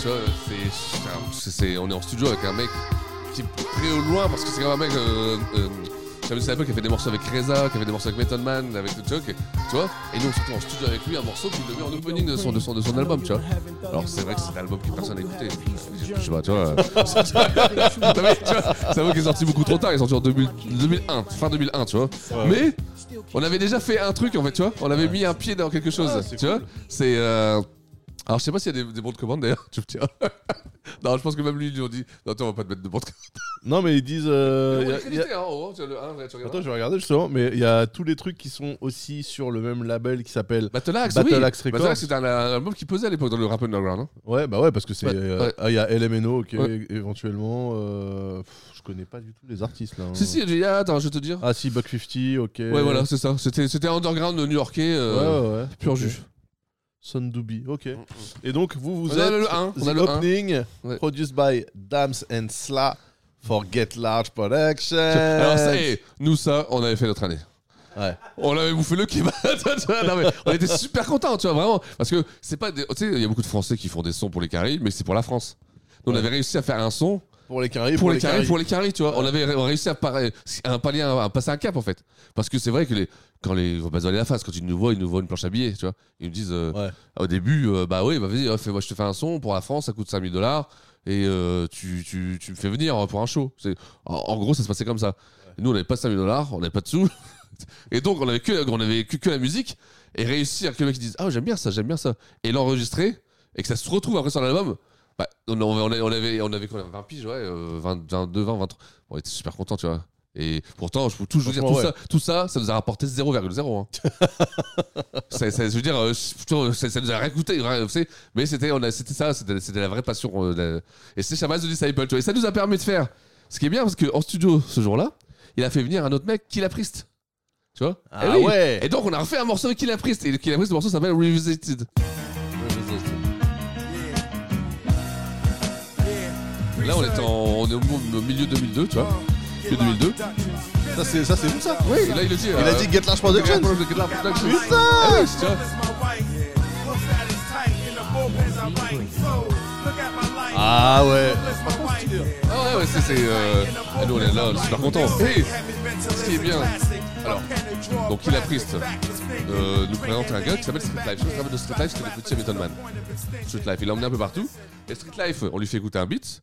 Tu vois, c'est- c'est- c'est- on est en studio avec un mec qui est très au loin parce que c'est quand même un mec. Euh, euh, Samuel Disciple qui a fait des morceaux avec Reza, qui a fait des morceaux avec Method Man, avec The Chuck, tu vois. Et nous, on se retrouve en studio avec lui un morceau qui le met en opening de son, de son, de son album, tu vois. Alors, c'est vrai que c'est un album que personne n'a écouté. Je sais pas, tu vois. Non, mais, tu vois, c'est un mot qui est sorti beaucoup trop tard, il est sorti en 2000 2001, fin 2001, tu vois. Mais on avait déjà fait un truc en fait, tu vois. On avait mis un pied dans quelque chose,
Ah,
tu vois. C'est. euh, Alors, je sais pas s'il y a des, des bons de commande d'ailleurs, tu me diras. non, je pense que même lui, ils lui ont dit Non, toi, on va pas te mettre de bons de commande.
Non mais ils disent. euh,
Mais bon, les
y a- y a-
crédités, hein, en gros, tu vois, le- hein, tu regardes.
Attends, je vais regarder justement, mais il y a tous les trucs qui sont aussi sur le même label qui s'appelle
Battle Axe,
Battle
oui.
Axe Records.
Battle Axe, c'était un, un album qui pesait à l'époque dans le rap underground. hein.
Ouais, bah ouais, parce que c'est.
Ouais,
euh,
ouais.
ah, Il y a LMNO qui est
Ouais.
éventuellement. euh, pff, je connais pas du tout les artistes là. hein.
Si, si, il y a- attends, je vais te dire.
Ah si, Buck 50, ok.
Ouais, voilà, c'est ça. C'était c'était underground new-yorkais, euh,
ouais, ouais.
pur
Ok.
jus.
Son Doobie, ok. Et donc, vous, vous
On a
êtes
le un, on
The
a le un.
Opening, produced by Dams and Sla for Get Large Productions.
Alors ça, hey, nous ça, on avait fait notre année.
Euh, Ouais.
On avait bouffé le kebab. tu vois, non, mais on était super contents, tu vois, vraiment. Parce que c'est pas. des- Tu sais, il y a beaucoup de Français qui font des sons pour les Caraïbes, mais c'est pour la France. Nous, on avait réussi à faire un son
Pour les carrés,
pour, les carrés, pour les carrés, tu vois. On avait ré- réussi à, par- à un palier, à, à passer un cap en fait. Parce que c'est vrai que les, quand les repassants la face, quand ils nous voient, ils nous voient une planche à billets, tu vois. Ils nous disent euh, au début, euh, bah oui, bah vas-y, euh, fais-moi, je te fais un son pour la France, ça coûte 5000 dollars et euh, tu, tu, tu me fais venir euh, pour un show. C'est, en, en gros, ça se passait comme ça. Nous, on n'avait pas 5000 dollars, on n'avait pas de sous. Et donc, on avait que, on avait que, que la musique et réussir que le mec dise Ah, j'aime bien ça, j'aime bien ça, et l'enregistrer et que ça se retrouve après sur l'album. Bah, on, on- on avait, on, avait, on avait quoi, 20 piges, ouais, euh, 20, 22, 20, 23. On était super contents, tu vois. Et pourtant, je peux tout je veux dire, tout,
Franchement,
ça, tout ça, ça nous a rapporté 0,0. hein. ça, ça- je veux dire, euh, putain, ça, ça nous a rien coûté, ouais, vous savez. mais c'était on a- c'était ça, c'était c'était la vraie passion. euh, la- Et c'est Shabazz de Disciple, tu vois. Et ça nous a permis de faire. Ce qui est bien, parce qu'en studio, ce jour-là, il a fait venir un autre mec qui l'a priste. Tu vois
Ah
Eh oui.
ouais.
Et donc on a refait un morceau avec Kill la Priest. Et Kill la Priest, le morceau s'appelle Revisited. Là on est, en, on est au mo- au milieu 2002, tu vois. Milieu 2002. Ça c'est ça c'est vous ça Oui, là il le dit.
Il a dit Get Large Productions.
Get Large Productions.
Putain
Ah oui, tu vois.
Ah ouais.
Ah ouais, ouais, c'est. c'est, Euh... ah, nous, on est là, on est super contents. Et ce qui est bien. Alors, donc, il a Priest euh, nous présente un gars qui s'appelle Street Life. Je me rappelle de Street Life, c'était le petit Method Man. Street Life, il l'a emmené un peu partout. Et Street Life, on lui fait écouter un beat.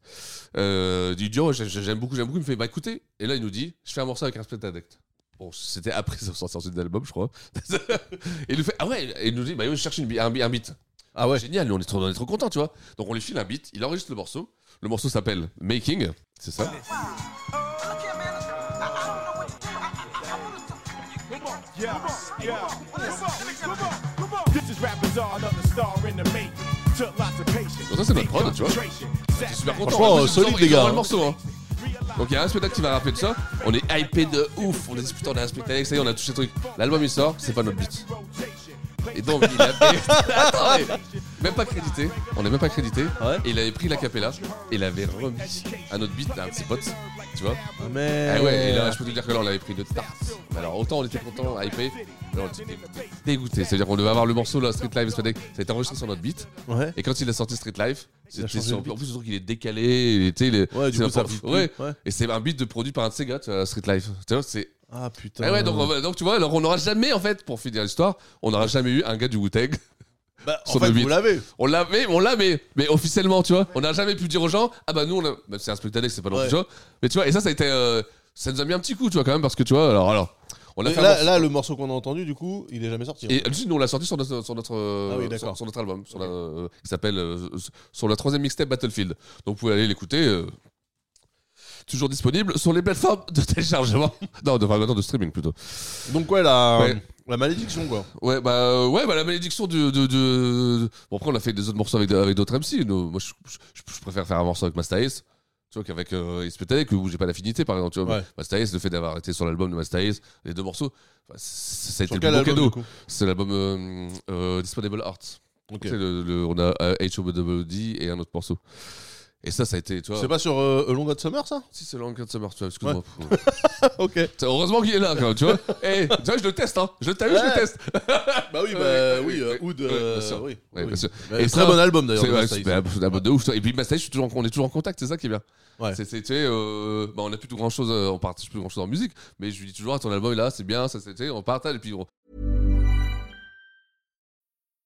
Euh, il dit, oh, j'ai- j'aime beaucoup, j'aime beaucoup. Il me fait, bah écoutez. Et là, il nous dit, je fais un morceau avec un Split Addict. Bon, c'était après sa sortie ensuite d'album, je crois. et il nous fait, ah ouais, et il nous dit, bah, je cherche une bi- un, bi- un beat. Ah ouais. Génial, nous, on est trop, on est trop contents, tu vois. Donc on lui file un beat, il enregistre le morceau. Le morceau s'appelle Making, c'est ça.
Yeah, yeah. This is rap bizarre, another star in the making. Took lots of patience.
Donc ça c'est notre prod, tu vois. Je suis super content.
Franchement,
En plus,
euh,
ils ont-
solide,
ils
les
ont
gars.
vraiment le morceau, hein. Donc il y a un spectacle qui va rappeler de ça. On est hypé de ouf. On est dit putain, on a un spectacle avec ça y est, on a touché le truc. L'album il sort, c'est pas notre beat. Et donc il a Attendez, même pas crédité. On est même pas crédité. Et il avait pris la capella et il avait remis à notre beat à un de ses potes. Tu vois
merde.
Ah ouais, et là je peux te dire que là on l'avait pris de tarte. Mais Alors autant on était content, hypé, là on était dégoûté. dégoûté. C'est-à-dire qu'on devait avoir le morceau là, Street Live et Spectacle. Ça a été enregistré sur notre beat.
Ouais.
Et quand il a sorti Street Life,
Il a
c'était
changé
sur-
le beat.
en plus le truc il est décalé, il était, il est-
Ouais, du
c'est
coup,
un
ça
prof-
fit plus.
ouais.
Ouais.
Et c'est un beat de produit par un de ces gars, tu vois, Street Life. Tu vois, c'est
Ah putain.
Ah ouais, donc, on va- donc, tu vois, alors on n'aura jamais en fait, pour finir l'histoire, on n'aura jamais eu un gars du Wu-Tang.
Bah, en
sur
fait,
le beat.
vous l'avez.
On l'a, mais on l'a, mais, mais officiellement, tu vois. On n'a jamais pu dire aux gens, ah bah nous, on a- bah, c'est un spectacle, c'est pas non
Ouais.
plus, tu vois. Mais tu vois, et ça, ça a été, euh, ça nous a mis un petit coup, tu vois, quand même, parce que tu vois, alors, alors, on a
Mais
fait un
là,
morceau-
là, le morceau qu'on a entendu, du coup, il est jamais sorti. hein.
et juste, nous, on l'a sorti sur notre, sur notre, euh,
Ah oui, d'accord.
sur, sur notre album, sur la- euh, qui s'appelle euh, sur la troisième mixtape Battlefield. Donc, vous pouvez aller l'écouter. euh, toujours disponible sur les plateformes de téléchargement. non, de, enfin, maintenant, de streaming plutôt.
Donc ouais, la,
Ouais.
la malédiction, quoi.
Ouais, bah, euh, ouais, bah la malédiction de, de, de- Bon, après, on a fait des autres morceaux avec, avec d'autres MC. nous. moi, je, je- je- je préfère faire un morceau avec Masta Ace, tu vois, qu'avec euh, Ispetadec, où j'ai pas d'affinité, par exemple. Tu vois,
Ouais.
Masta Ace, le fait d'avoir été sur l'album de Masta Ace, les deux morceaux, enfin, c- ça a
Sur
été
quel
le bon
album,
cadeau.
du coup
C'est l'album euh, euh, Disposable Hearts.
Ok.
Tu sais, le- le- on a euh, H.O.B.D. et un autre morceau. Et ça, ça a été, tu vois.
C'est pas sur euh, A Long Hot Summer, ça
Si, c'est Long Hot Summer, tu vois, excuse-moi.
Ok.
Putain, Heureusement qu'il est là, quand même, tu vois. Eh, tu vois, je le teste, hein. Je le t'avoue, je le
Ouais.
teste.
Bah oui, bah oui, euh, Oud, euh,
bien sûr.
oui.
Ouais,
Oui.
bien sûr.
Bah, très bon album, d'ailleurs,
c'est-
de
ouais,
Mustache.
C'est un un album de ouf. toi. Et puis Mustache, je suis toujours en- on est toujours en contact, c'est ça qui est bien.
Ouais.
C'est, c'est, tu sais, euh, bah, on n'a plus tout grand chose, on partage plus grand chose en musique, mais je lui dis toujours, ah, ton album est là, c'est bien, ça c'était, on partage, et puis on,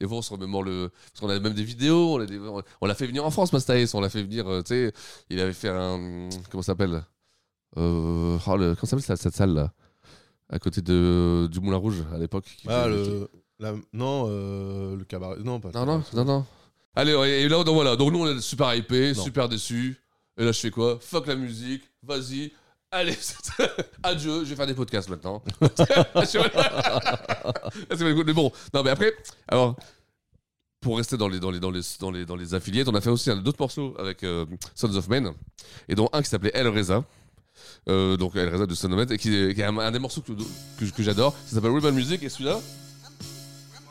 Des fois, on se remémore le. Parce qu'on a même des vidéos, on a des- on on l'a fait venir en France, Mastaïs, on l'a fait venir, euh, tu sais, il avait fait un. Comment ça s'appelle euh... oh, le- Comment ça s'appelle cette, cette salle là À côté de... du Moulin Rouge à l'époque. qui
Ah,
faisait-
le. la- non, euh, le cabaret. Non, pas.
Non, non, non, non. Allez, ouais, et là, donc voilà, donc nous on est super hypé,
Non.
super déçu. Et là, je fais quoi Fuck la musique, vas-y. Allez, adieu, je vais faire des podcasts maintenant. Ah, C'est pas le coup, mais bon, non, mais après, alors, pour rester dans les, dans, les, dans, les, dans, les, dans les affiliates, on a fait aussi un- d'autres morceaux avec euh, Sons of Men, et dont un qui s'appelait El Reza. Euh, donc El Reza de Sons of Men, et qui, est- qui est un, un des morceaux que, que, que j'adore. Ça s'appelle Rebel Music, et celui-là,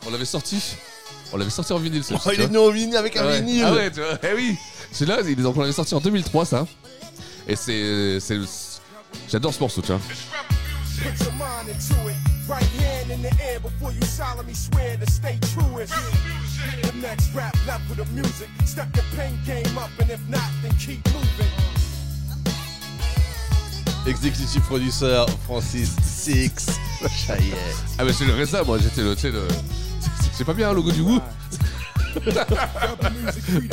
on l'avait sorti. On l'avait sorti en vinyle,
Oh, il est venu en vinyle avec un
Ouais.
vinyle.
Ah ouais, tu vois. Eh oui Celui-là, il- donc on l'avait sorti en 2003, ça. Et c'est. c'est le- J'adore ce morceau, tu vois.
Put your mind into it. Right hand in the air before you solemnly swear to stay truest. The next rap level of music. Step the pen game up, and if not, then keep moving.
Executive producer Francis Six. Chaillet.
Ah, mais c'est le Reza, moi, j'étais le. Tu sais, le. C'est pas bien, le logo du goût ah,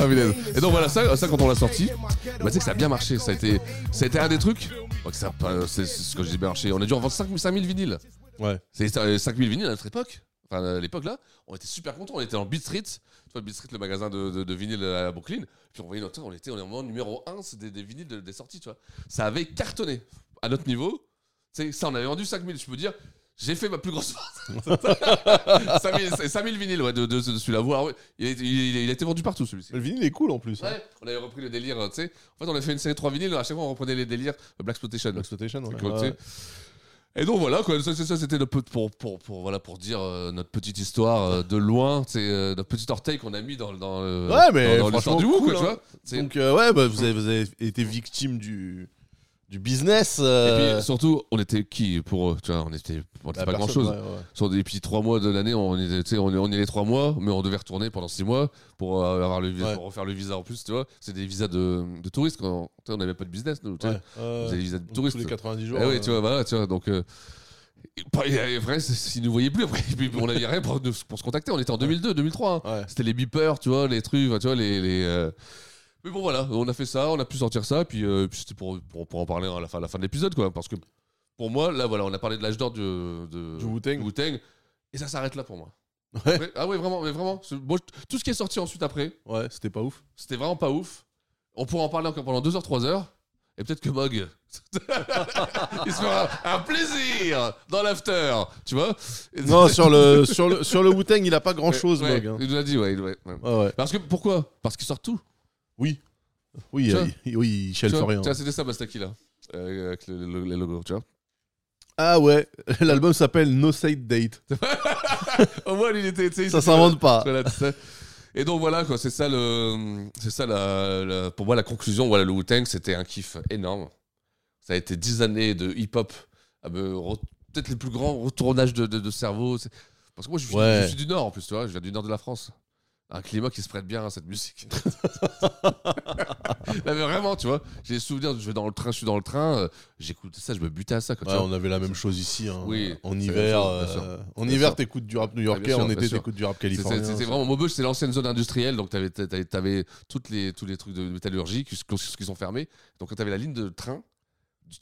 punaise. Et donc voilà, ça, ça quand on l'a sorti, bah, tu sais que ça a bien marché. Ça a été, ça a été un des trucs. Bon, que ça a pas- C'est c'est ce que j'ai bien marché. On a dû en vendre 5000 5000 vinyles.
Ouais.
C'est euh, 5000 vinyles à notre époque. Enfin, à l'époque là, on était super contents. On était en Beat Street. Tu vois, Beat Street, le magasin de, de, de vinyles à Brooklyn. Puis on voyait notre. On était on est au moment numéro 1 c'est des, des vinyles de- des sorties, tu vois. Ça avait cartonné à notre niveau. Tu sais, ça, on avait vendu 5000. Je peux dire. J'ai fait ma plus grosse vente. 5000, 5000 vinyles ouais, de, de, de celui-là. Voilà, ouais. Il, est- il est- il a été vendu partout celui-ci.
Le vinyle est cool en plus. hein.
Ouais, on avait repris le délire, euh, tu sais. En fait, on a fait une série 3 vinyles, à chaque fois on reprenait les délires euh, Black Exploitation. Black
Exploitation, ouais. Ouais.
Et donc voilà, quoi, ça, ça- ça, c'était notre pe- pour, pour, pour, voilà, pour dire euh, notre petite histoire euh, de loin, c'est notre petit orteil qu'on a mis dans, dans, le-
Ouais, mais
dans, dans
franchement,
l'histoire du Wu, quoi,
cool,
tu
hein.
vois. C'est-
Donc, euh, ouais, bah, vous, avez, vous avez été victime du, du business.
Et
euh,
puis surtout, on était qui pour eux Tu vois, on était, on était
Bah,
pas grand
personne,
chose.
ouais, ouais.
Sur des petits trois mois de l'année, on était, tu sais, on, est- on est les trois mois, mais on devait retourner pendant six mois pour euh, avoir le visa,
Ouais.
pour refaire le visa en plus. Tu vois, c'est des visas de, de touristes. Quand, tu sais, on n'avait pas de business, nous. tu sais.
Ouais. Euh,
on faisait des visas de
tous
touristes.
les 90 jours,
Eh oui,
euh.
tu vois, voilà, tu vois. Donc, euh, et pas- et, euh, vrai, c'est- s'ils nous voyaient plus après, et puis on n'avait rien pour, nous- pour se contacter. On était en 2002, 2003. hein. C'était les beepers, tu vois, les trucs, tu vois, les. les, euh, mais bon, voilà, on a fait ça, on a pu sortir ça, puis, euh, puis c'était pour, pour, pour en parler à la fin, à la fin de l'épisode, quoi. Parce que pour moi, là, voilà, on a parlé de l'âge d'or du, de,
Du Wu-Tang.
et ça s'arrête là pour moi. Après- ah ouais, vraiment, mais vraiment. ce- moi, je- tout ce qui est sorti ensuite après.
Ouais, c'était pas ouf.
C'était vraiment pas ouf. On pourra en parler encore pendant 2 heures, 3 heures. Et peut-être que Mog, il se fera un plaisir dans l'after, tu vois
Non, sur le, sur le, sur le Wu-Tang, il a pas grand chose,
Ouais,
Mog. Ah hein.
Il nous a dit, ouais. il- ouais, ouais. Parce que pourquoi Parce qu'il sort tout.
Oui. Oui,
Tu
euh,
vois
il- oui, il chiale
Tu vois,
sur rien.
tu vois, C'était ça, Bastaki, là. euh, avec le- le- les logos, tu vois.
Ah ouais, l'album s'appelle No Side Date.
Au moins, lui, il était. tu sais, il
Ça
était-
s'invente pas.
Voilà, tu sais. Et donc voilà, quoi, c'est ça, le, c'est ça la, la- pour moi la conclusion. Voilà, le Wu-Tang, c'était un kiff énorme. Ça a été 10 années de hip-hop, ah ben, re- peut-être les plus grands retournages de, de- de cerveau. c'est- Parce que moi, je suis,
Ouais.
je suis du Nord en plus, tu vois, je viens du Nord de la France. Un climat qui se prête bien à cette musique. Non, mais vraiment, tu vois, j'ai des souvenirs, je vais dans le train, je suis dans le train, euh, j'écoutais ça, je me butais à ça. Quoi, tu
Ouais,
vois.
on avait la même chose ici. hein.
Oui,
en
c'est
hiver,
la même chose, bien
euh,
sûr.
en
Bien
hiver,
sûr.
t'écoutes du rap
Ah, bien
new-yorkais.
sûr,
En
bien
été,
sûr.
t'écoutes du rap
C'était-
californien.
C'était
ça.
vraiment Maubeuge, c'est l'ancienne zone industrielle, donc t'avais t'avais- t'avais toutes les tous les trucs de métallurgie qui, qui- qui sont fermés. Donc quand t'avais la ligne de train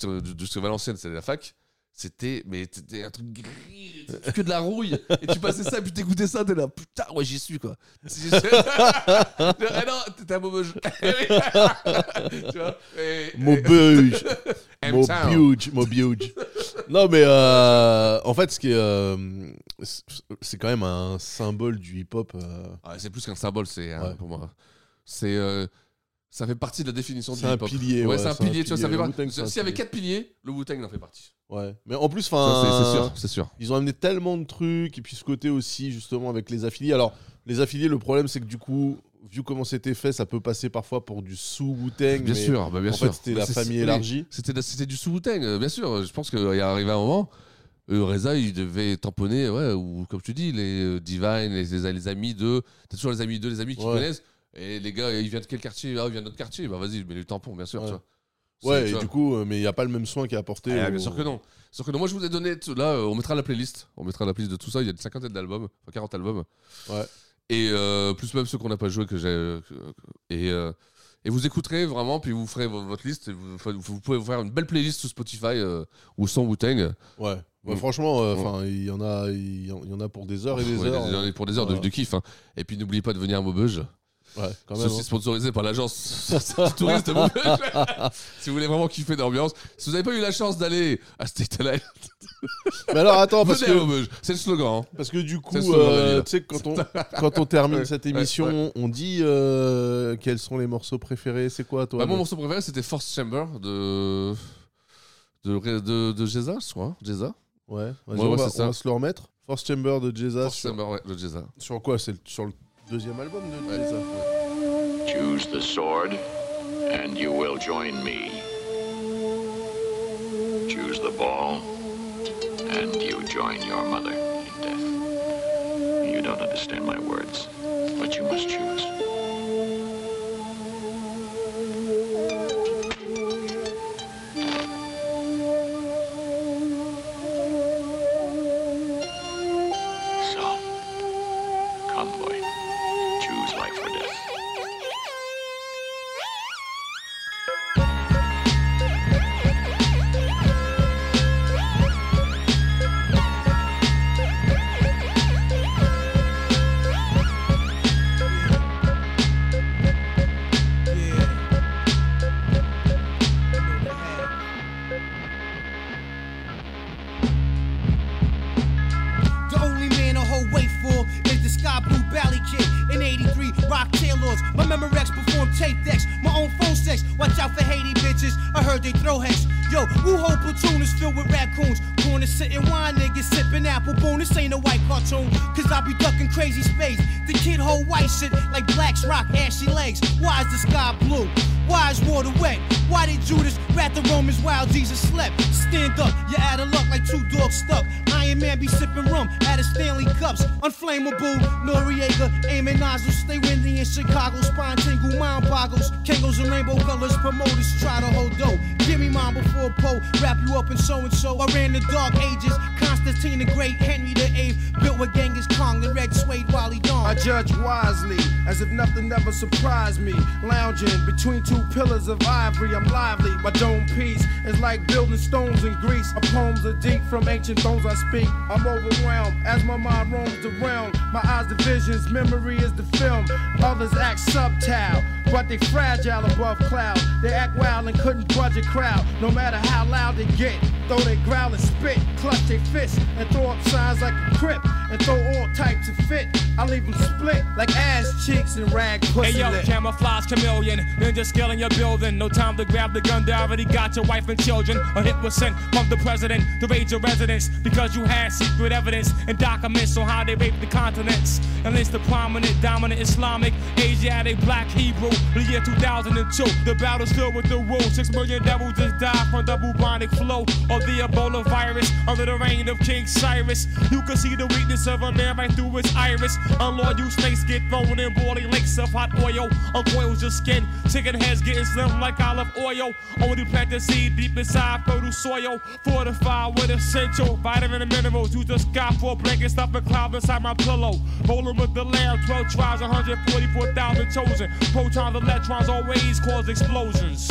de, de, de ce Valenciennes, c'était la fac. C'était mais c'était un truc gris, que de la rouille. Et tu passais ça, et puis t'écoutais ça, t'es là, putain, ouais, j'y suis quoi. J'y suis. ah non, t'étais à Maubeuge. tu vois et- et-
Maubeuge.
M-Town.
Maubeuge. Maubeuge. Non, mais euh, en fait, ce qui est, euh, c'est- c'est quand même un symbole du hip-hop. euh,
Ouais, c'est plus qu'un symbole, c'est hein,
Ouais.
pour moi. C'est euh, ça fait partie de la définition
C'est
du
un
hip-hop.
pilier, ouais,
c'est un pilier. Tu vois, ça
Le
fait
Wu-Tang,
partie.
c'est un
S'il y avait
pilier.
quatre piliers, le Wu-Tang en fait partie.
Ouais. Mais en plus,
Ça,
enfin,
c'est- c'est sûr, c'est sûr.
Ils ont amené tellement de trucs et puis ce côté aussi justement avec les affiliés. Alors les affiliés, le problème c'est que du coup, vu comment c'était fait, ça peut passer parfois pour du sous wu
Bien sûr, bah, bien
en
sûr.
fait, c'était
Mais
la
c'est-
famille
oui,
élargie.
C'était la- c'était du sous bien sûr. Je pense qu'il est arrivé un moment. euh, Reza, il devait tamponner, ouais, ou comme tu dis, les euh, Divine, les, les, les amis de. T'as toujours les amis de, les amis qui
Ouais.
connaissent. Et les gars, il vient de quel quartier Ah, il vient de notre quartier. Bah vas-y, mets le tampon, bien sûr.
Ouais.
tu vois. C'est-
Ouais,
tu
et
vois.
du coup, euh, mais il n'y a pas le même soin qui est apporté.
Ah,
au-
bien sûr que non. Sauf que non, moi je vous ai donné tout- là, euh, on mettra la playlist, on mettra la playlist de tout ça. Il y a une cinquantaine d'albums, enfin 40 albums.
Ouais.
Et euh, plus même ceux qu'on n'a pas joué que j'ai. que- que- Et euh, et vous écouterez vraiment, puis vous ferez vo- votre liste. et vous, enfin, vous- vous pouvez vous faire une belle playlist sur Spotify euh, ou sans wu
Ouais. Ouais,
Mm.
Franchement, euh,
Mm.
enfin, il y en a, il y en il y en a pour des heures et des
Ouais,
heures.
des- pour des heures de, hein.
Voilà.
de kiff. hein. Et puis n'oubliez pas de venir à Maubeuge.
Ouais, quand même,
Ceci
hein.
sponsorisé par l'agence du touriste de Montpellier. si vous voulez vraiment kiffer d'ambiance, si vous n'avez pas eu la chance d'aller à State Island.
hein. Mais alors attends, Oh, parce
venez
que-
à Maubeuge. c'est le slogan. hein.
Parce que du
C'est
coup,
le slogan de
euh,
l'île.
tu sais, quand on, quand on termine
Ouais,
cette
ouais,
émission,
ouais.
on dit euh, quels sont les morceaux préférés. C'est quoi, toi
Bah, mon
le-
morceau préféré, c'était Force Chamber de. de, de, de Jeza, je crois. hein. Jeza
Ouais, vas-y,
ouais,
on,
ouais,
va,
c'est
on
ça.
va se le remettre. Force Chamber de Jeza.
Force
sur,
Chamber, ouais, de Jeza.
sur quoi C'est le- sur le deuxième album de Jeza.
Choose the sword, and you will join me. Choose the ball, and you join your mother in death. You don't understand my words, but you must choose. So, convoy, choose life or death.
The only man the whole wait for is the Sky Blue Valley Kid in 83 Rock Taylors. My Memorex perform tape decks, my own phone sex. Watch out for Haiti bitches, I heard they throw hex. Yo, Wu Ho platoon is filled with raccoons. Corner sitting wine niggas sipping apple boom. This ain't a white cartoon, cause I be ducking crazy space. The kid hold white shit like blacks rock ashy legs. Why is the sky blue? Why is water wet? Why did Judas rat the Romans while Jesus slept? Stand up, you're out of luck like two dogs stuck. Iron Man be sipping rum out of Stanley cups. Unflammable, Noriega, aiming nozzles. Stay windy in Chicago, spine tingle, mind boggles. Kangos and rainbow colors, promoters try to hold dough. Give me mine before a pole, wrap you up in so and so. I ran the dark ages, Constantine the Great, Henry the Eighth, built with Genghis Kong, the red suede while he dawned.
I judge wisely, as if nothing ever surprised me. Lounging between two pillars of ivory, I'm lively. My dome piece is like building stones in Greece. A poems are deep from ancient bones I speak. I'm overwhelmed as my mind roams the realm. My eyes the visions, memory is the film. Others act subtile, but they fragile above cloud. They act wild and couldn't budge a crowd, no matter how loud they get. Though they growl and spit, clutch their fists, and throw up signs like a crip, and throw all types of fit. I leave them split like ass cheeks and rag pussy.
Hey yo,
lips.
camouflage chameleon, ninja skill in your building. No time to grab the gun, they already got your wife and children. A hit was sent from the president to raid your residence because you had secret evidence and documents on how they raped the continents. Unless the prominent, dominant Islamic, Asiatic, black Hebrew, the year 2002. The battle's filled with the wool. Six million devils just died from the bubonic flow of the Ebola virus under the reign of King Cyrus. You can see the weakness of a man right through his iris. Unloyal snakes get thrown in boiling lakes of hot oil. Uncoils your skin. Chicken heads getting slim like olive oil. Only plant the seed deep inside fertile soil. Fortified with essential vitamin and minerals. Use the sky for a blanket, stuff and cloud inside my pillow. Rolling with the lamb, 12 tribes, 144,000 chosen. Protons, electrons always cause explosions.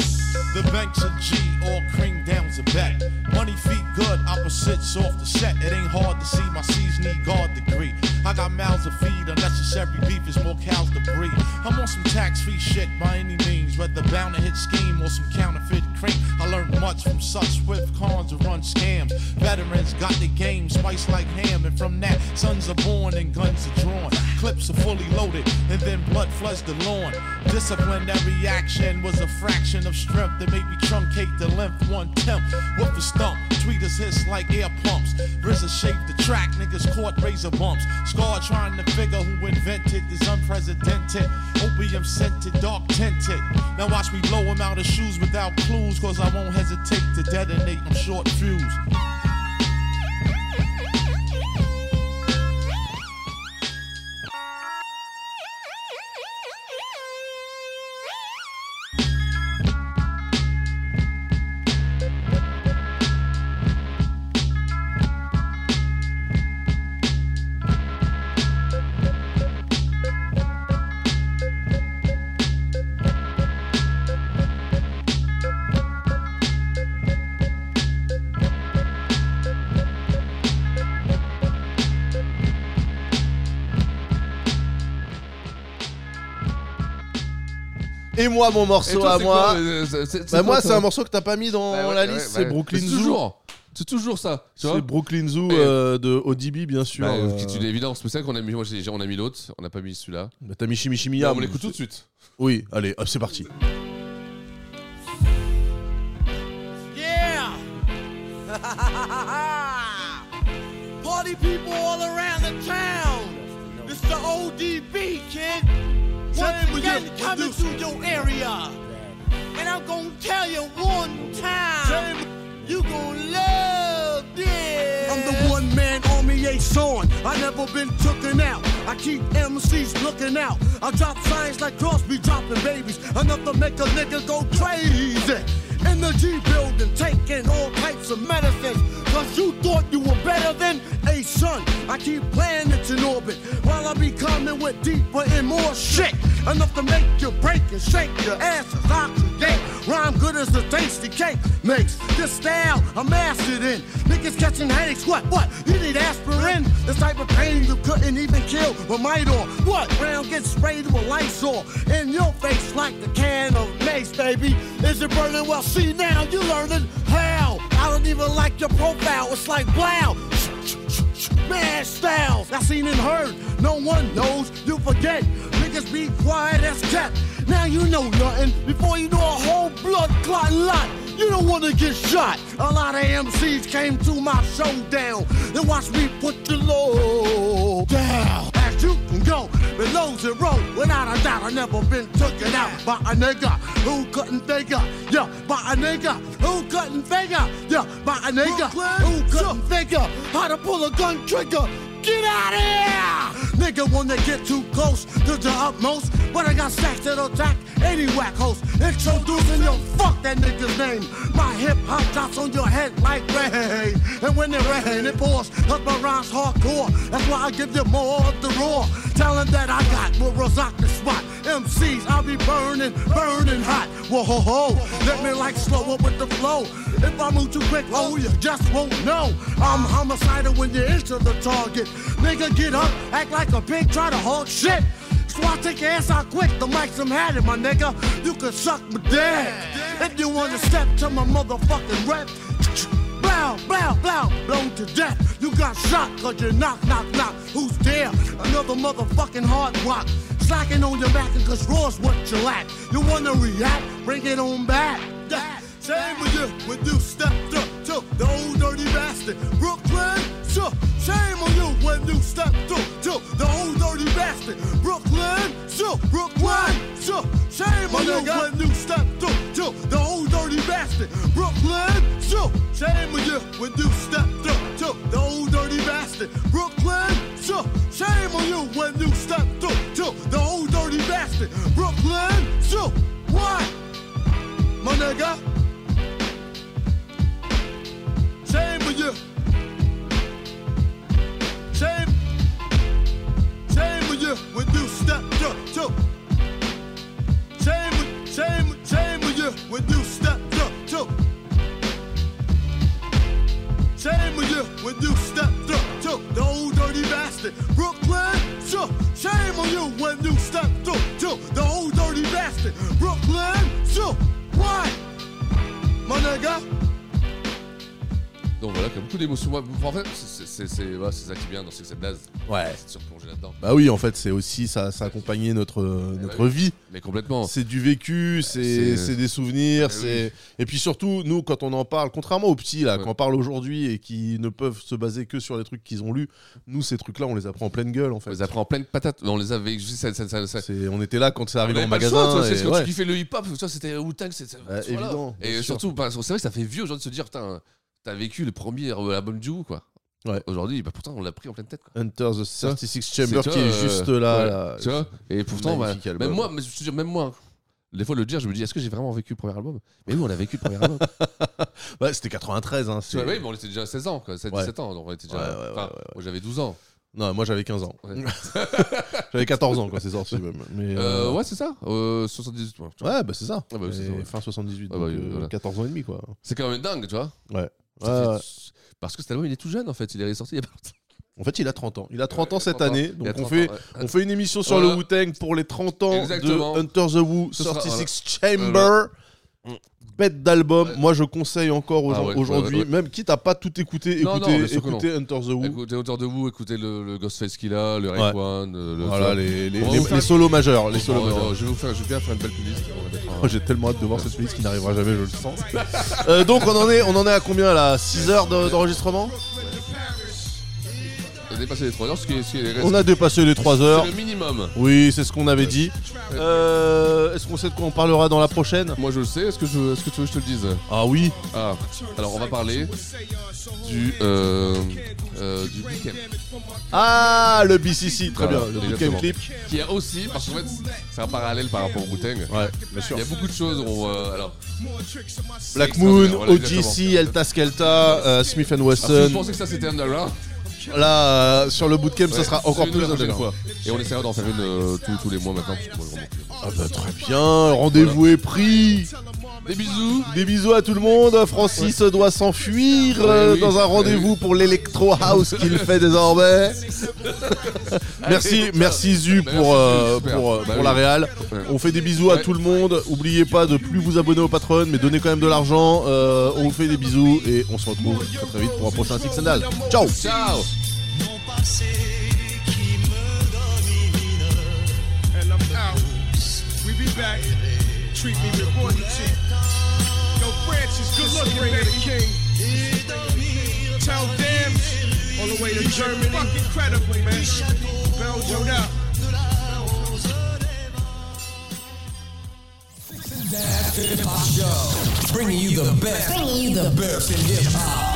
The banks of G, all cream downs are back. Money feet good, opposites off the set. It ain't hard to see my C's need guard degree. I got mouths to feed, unnecessary beef is more cows to breed. I'm on some tax free shit by any means, whether bound to hit scheme or some counterfeit cream. I learned much from such swift cons to run scams. Veterans got the game spiced like ham, and from that, sons are born and guns are drawn. Clips are fully loaded, and then blood floods the lawn. Discipline that reaction was a fraction of strength that made me truncate the length one tenth. With the stump, tweeters hiss like air pumps. RZA shaped the track, niggas caught razor bumps. Scar trying to figure who invented this unprecedented opium scented, dark tinted. Now watch me blow him out of shoes without clues, cause I won't hesitate to detonate them short fuse.
Et moi, mon
Et
morceau
toi,
à
c'est
moi.
quoi, euh, c'est- c'est-
Bah, moi,
quoi,
c'est
toi
un morceau que t'as pas mis dans
Bah ouais,
la
ouais,
liste.
ouais.
C'est Brooklyn
Mais c'est
Zoo.
toujours- C'est toujours ça. tu vois
C'est Brooklyn Zoo
Et-
euh, de ODB, bien sûr.
Bah,
euh,
euh, C'est une évidence. C'est ça qu'on a mis. Moi, j'ai- j'ai- on a mis l'autre. On n'a pas mis celui-là.
bah, T'as mis Shimmy Shimmy Yam.
Non, on l'écoute tout de suite.
Oui, allez, hop, c'est parti.
Yeah! Party people all around the town. It's the ODB, kid. Once again, coming to your area. And I'm gonna tell you one time. You gonna love this.
I'm the one man army ace on. I never been tooken out. I keep MCs looking out. I drop signs like Crosby dropping babies. Enough to make a nigga go crazy. In the G building, taking all types of medicines. Cause you thought you were better than a son. I keep planets in orbit while I be coming with deeper and more shit. Enough to make you break and shake your asses oxidate. Rhyme good as a tasty cake makes. This style I'm mastered in. Niggas catching headaches, what, what? You need aspirin? This type of pain you couldn't even kill with Midor. What? Round gets sprayed with Lysol in your face like the can of mace, baby. Is it burning? Well, see now, you learning how. I don't even like your profile, it's like wow. Mad styles, I seen and heard. No one knows, you forget. Niggas be quiet as kept. Now you know nothing. Before you know a whole blood clot lot, you don't wanna get shot. A lot of MCs came to my showdown. They watched me put the low down. As you can go, below zero. Without a doubt, I never been taken out by a nigga who couldn't figure. Yeah, by a nigga who couldn't figure. Yeah, by a nigga who couldn't figure how to pull a gun trigger. Get out of here! Nigga wanna get too close to the utmost, but I got stacks that'll attack any whack host. Introducing your fuck that nigga's name. My hip hop drops on your head like rain. And when it rain, it pours, cause my rhymes hardcore. That's why I give you more of the roar. Tell 'em that I got will rock the spot. MCs, I'll be burning, burning hot. Whoa ho ho, let me like slow up with the flow. If I move too quick, oh you just won't know. I'm homicidal when you enter the target. Nigga, get up, act like a pig, try to hog shit. So I take your ass out quick, the mic's I'm had it, my nigga. You can suck my dick. If you wanna step to my motherfucking rep, Blow, blow, blow, blown to death. You got shot cause you knock, knock, knock. Who's there? Another motherfucking hard rock. Slacking on your back cause raw's what you lack. You wanna react? Bring it on back. Yeah. Same with you when you stepped up to the old dirty bastard. Brooklyn, so shame on you when you stepped up to the old dirty bastard. Brooklyn, so Brooklyn, so shame on you when you stepped up to the old dirty bastard. Brooklyn, so shame on you when you stepped up to the old dirty bastard. Brooklyn, so shame on you when you stepped up to the old dirty bastard. Brooklyn, so what? my nigga. Shame for you. Shame. Shame for you when you step to. to. Shame, shame, shame for you when you step to. to. Shame for you when you step to. to. The old dirty bastard. Brooklyn, so. Shame on you when you step to. to. The old dirty bastard. Brooklyn, so. What? My nigga.
Donc voilà, comme beaucoup d'émotions. Moi, En fait, c'est- c'est c'est- voilà, c'est ça qui est bien dans ces naze.
Ouais.
C'est de se replonger là-dedans.
Bah oui, en fait, c'est aussi ça, ça a accompagné notre euh, notre
Eh oui.
vie.
Mais complètement.
C'est du vécu, c'est
c'est-
c'est des souvenirs,
Bah oui.
c'est et puis surtout nous quand on en parle, contrairement aux petits là, qu'on parle aujourd'hui et qui ne peuvent se baser que sur les trucs qu'ils ont lus, nous ces trucs-là on les apprend en pleine gueule en fait. On les
apprend en pleine patate. On les avait. Ça, ça, ça, ça-
On était là quand ça
On
arrivait
avait
en
pas le
magasin.
choix, toi, c'est
et-
ce que
ouais.
tu kiffais le hip-hop, tu vois, c'était Wu-Tang, c'est c'est-
Bah,
voilà.
évident, bien
Et
sûr.
surtout, bah, c'est vrai que ça fait vieux aujourd'hui de se dire, putain, t'as vécu le premier euh, album du Wu, quoi.
Ouais.
Aujourd'hui, bah, pourtant, on l'a pris en pleine tête. Quoi.
Enter the 36 Chamber
C'est,
qui est
euh,
juste là.
ouais,
là.
tu vois et pourtant, bah,
Magnifique album.
même moi, mais je te dis, même moi, des fois le dire, je me dis, est-ce que j'ai vraiment vécu le premier album Mais oui, on a vécu le premier album.
ouais, c'était 93. Hein,
Tu vois, oui, mais on était déjà à 16 ans, quoi, 7,
Ouais.
17 ans. donc on était déjà-
Ouais, ouais, ouais,
enfin, moi, j'avais 12 ans.
Non, moi j'avais 15 ans.
Ouais.
j'avais 14 ans quand c'est sorti même. Mais,
Euh, ouais, c'est ça. Euh, 78. Ouais, tu vois.
Ouais, bah c'est ça.
Ah, bah, c'est
Et
ça, ouais.
Fin 78,
Ah, bah,
donc, euh,
voilà.
14 ans et demi quoi.
C'est quand même dingue, tu vois.
Ouais.
Ça
Ouais,
fait- Parce que cet album, il est tout jeune en fait. Il est sorti il y a pas longtemps.
En fait, il a 30 ans. Il a 30
Ouais,
ans
il a
cette
30 ans.
année.
Il
Donc,
a
on
30
fait,
ans, ouais.
on fait une émission sur
Voilà.
le Wu-Tang pour les 30 ans
Exactement.
de Hunter the Wu,
Ce sera-
36
voilà.
Chamber.
Voilà. Mm.
Bête d'album. Moi, je conseille encore aux
Ah
gens
ouais,
aujourd'hui,
ouais, ouais.
même quitte à pas tout écouter,
Non, non,
écoutez,
bien sûr que non.
écoutez Hunter the Wu.
Écoutez Hunter the Wu, écoutez le, le Ghostface qu'il a, le Rake
Ouais.
One, euh, le
Voilà,
Fab.
les- les-
On va
les-
vous faire-
les solos majeurs, les
Oh,
solos
oh,
majeurs.
Je vais vous faire, je vais bien faire une belle playlist. On va mettre un-
Oh, J'ai tellement hâte de voir cette playlist qui n'arrivera jamais, je le sens. Euh, donc on en est, on en est à combien là 6 heures de- d'enregistrement
On a dépassé les 3 heures, ce qui est. ce qui est-
On a dépassé les 3
C'est
heures.
le minimum.
Oui, c'est ce qu'on avait dit. Euh, Est-ce qu'on sait de quoi on parlera dans la prochaine
Moi je le sais, est-ce que, je- est-ce que tu veux que je te le dise
Ah oui
Ah, alors on va parler du, euh, euh, du Big M.
Ah, le BCC, très
Voilà,
bien. Le
exactement.
Bootcamp clip.
Qui a aussi, parce qu'en fait, c'est un parallèle par rapport au wu Il y a beaucoup de choses. on, euh, alors,
Black
c'est
Moon,
extraordinaire, voilà,
OGC,
exactement.
Elta Skelta, euh, Smith
Alors, si vous
Wesson.
pensez que ça c'était underground,
Là, euh, sur le bootcamp, ça
ouais,
sera encore
c'est
plus
la prochaine
underground.
Et on essaiera d'en faire une euh, tous, tous les mois maintenant. parce que moi, je remonte.
Ah bah très bien, rendez-vous est pris.
Des bisous.
Des bisous à tout le monde. Francis doit s'enfuir euh, dans un rendez-vous pour l'Electro House qu'il fait désormais. merci, merci Zu pour, euh,
super.
pour, euh,
Bah
pour
oui.
la Real.
Ouais.
On fait des bisous à tout le monde. Oubliez pas de plus vous abonner au Patreon, mais donnez quand même de l'argent. Euh, on vous fait des bisous et on se retrouve très très vite pour un prochain Six and All. Ciao
Ciao
Mon passé qui me domine. And I'm out. We be back. Treat me with royalty. Yo, Francis, good looking, baby king. Tell them on the way to Germany. Fucking incredible, man. Belgium up.
Bringing you the best. Bringing you the best in hip hop.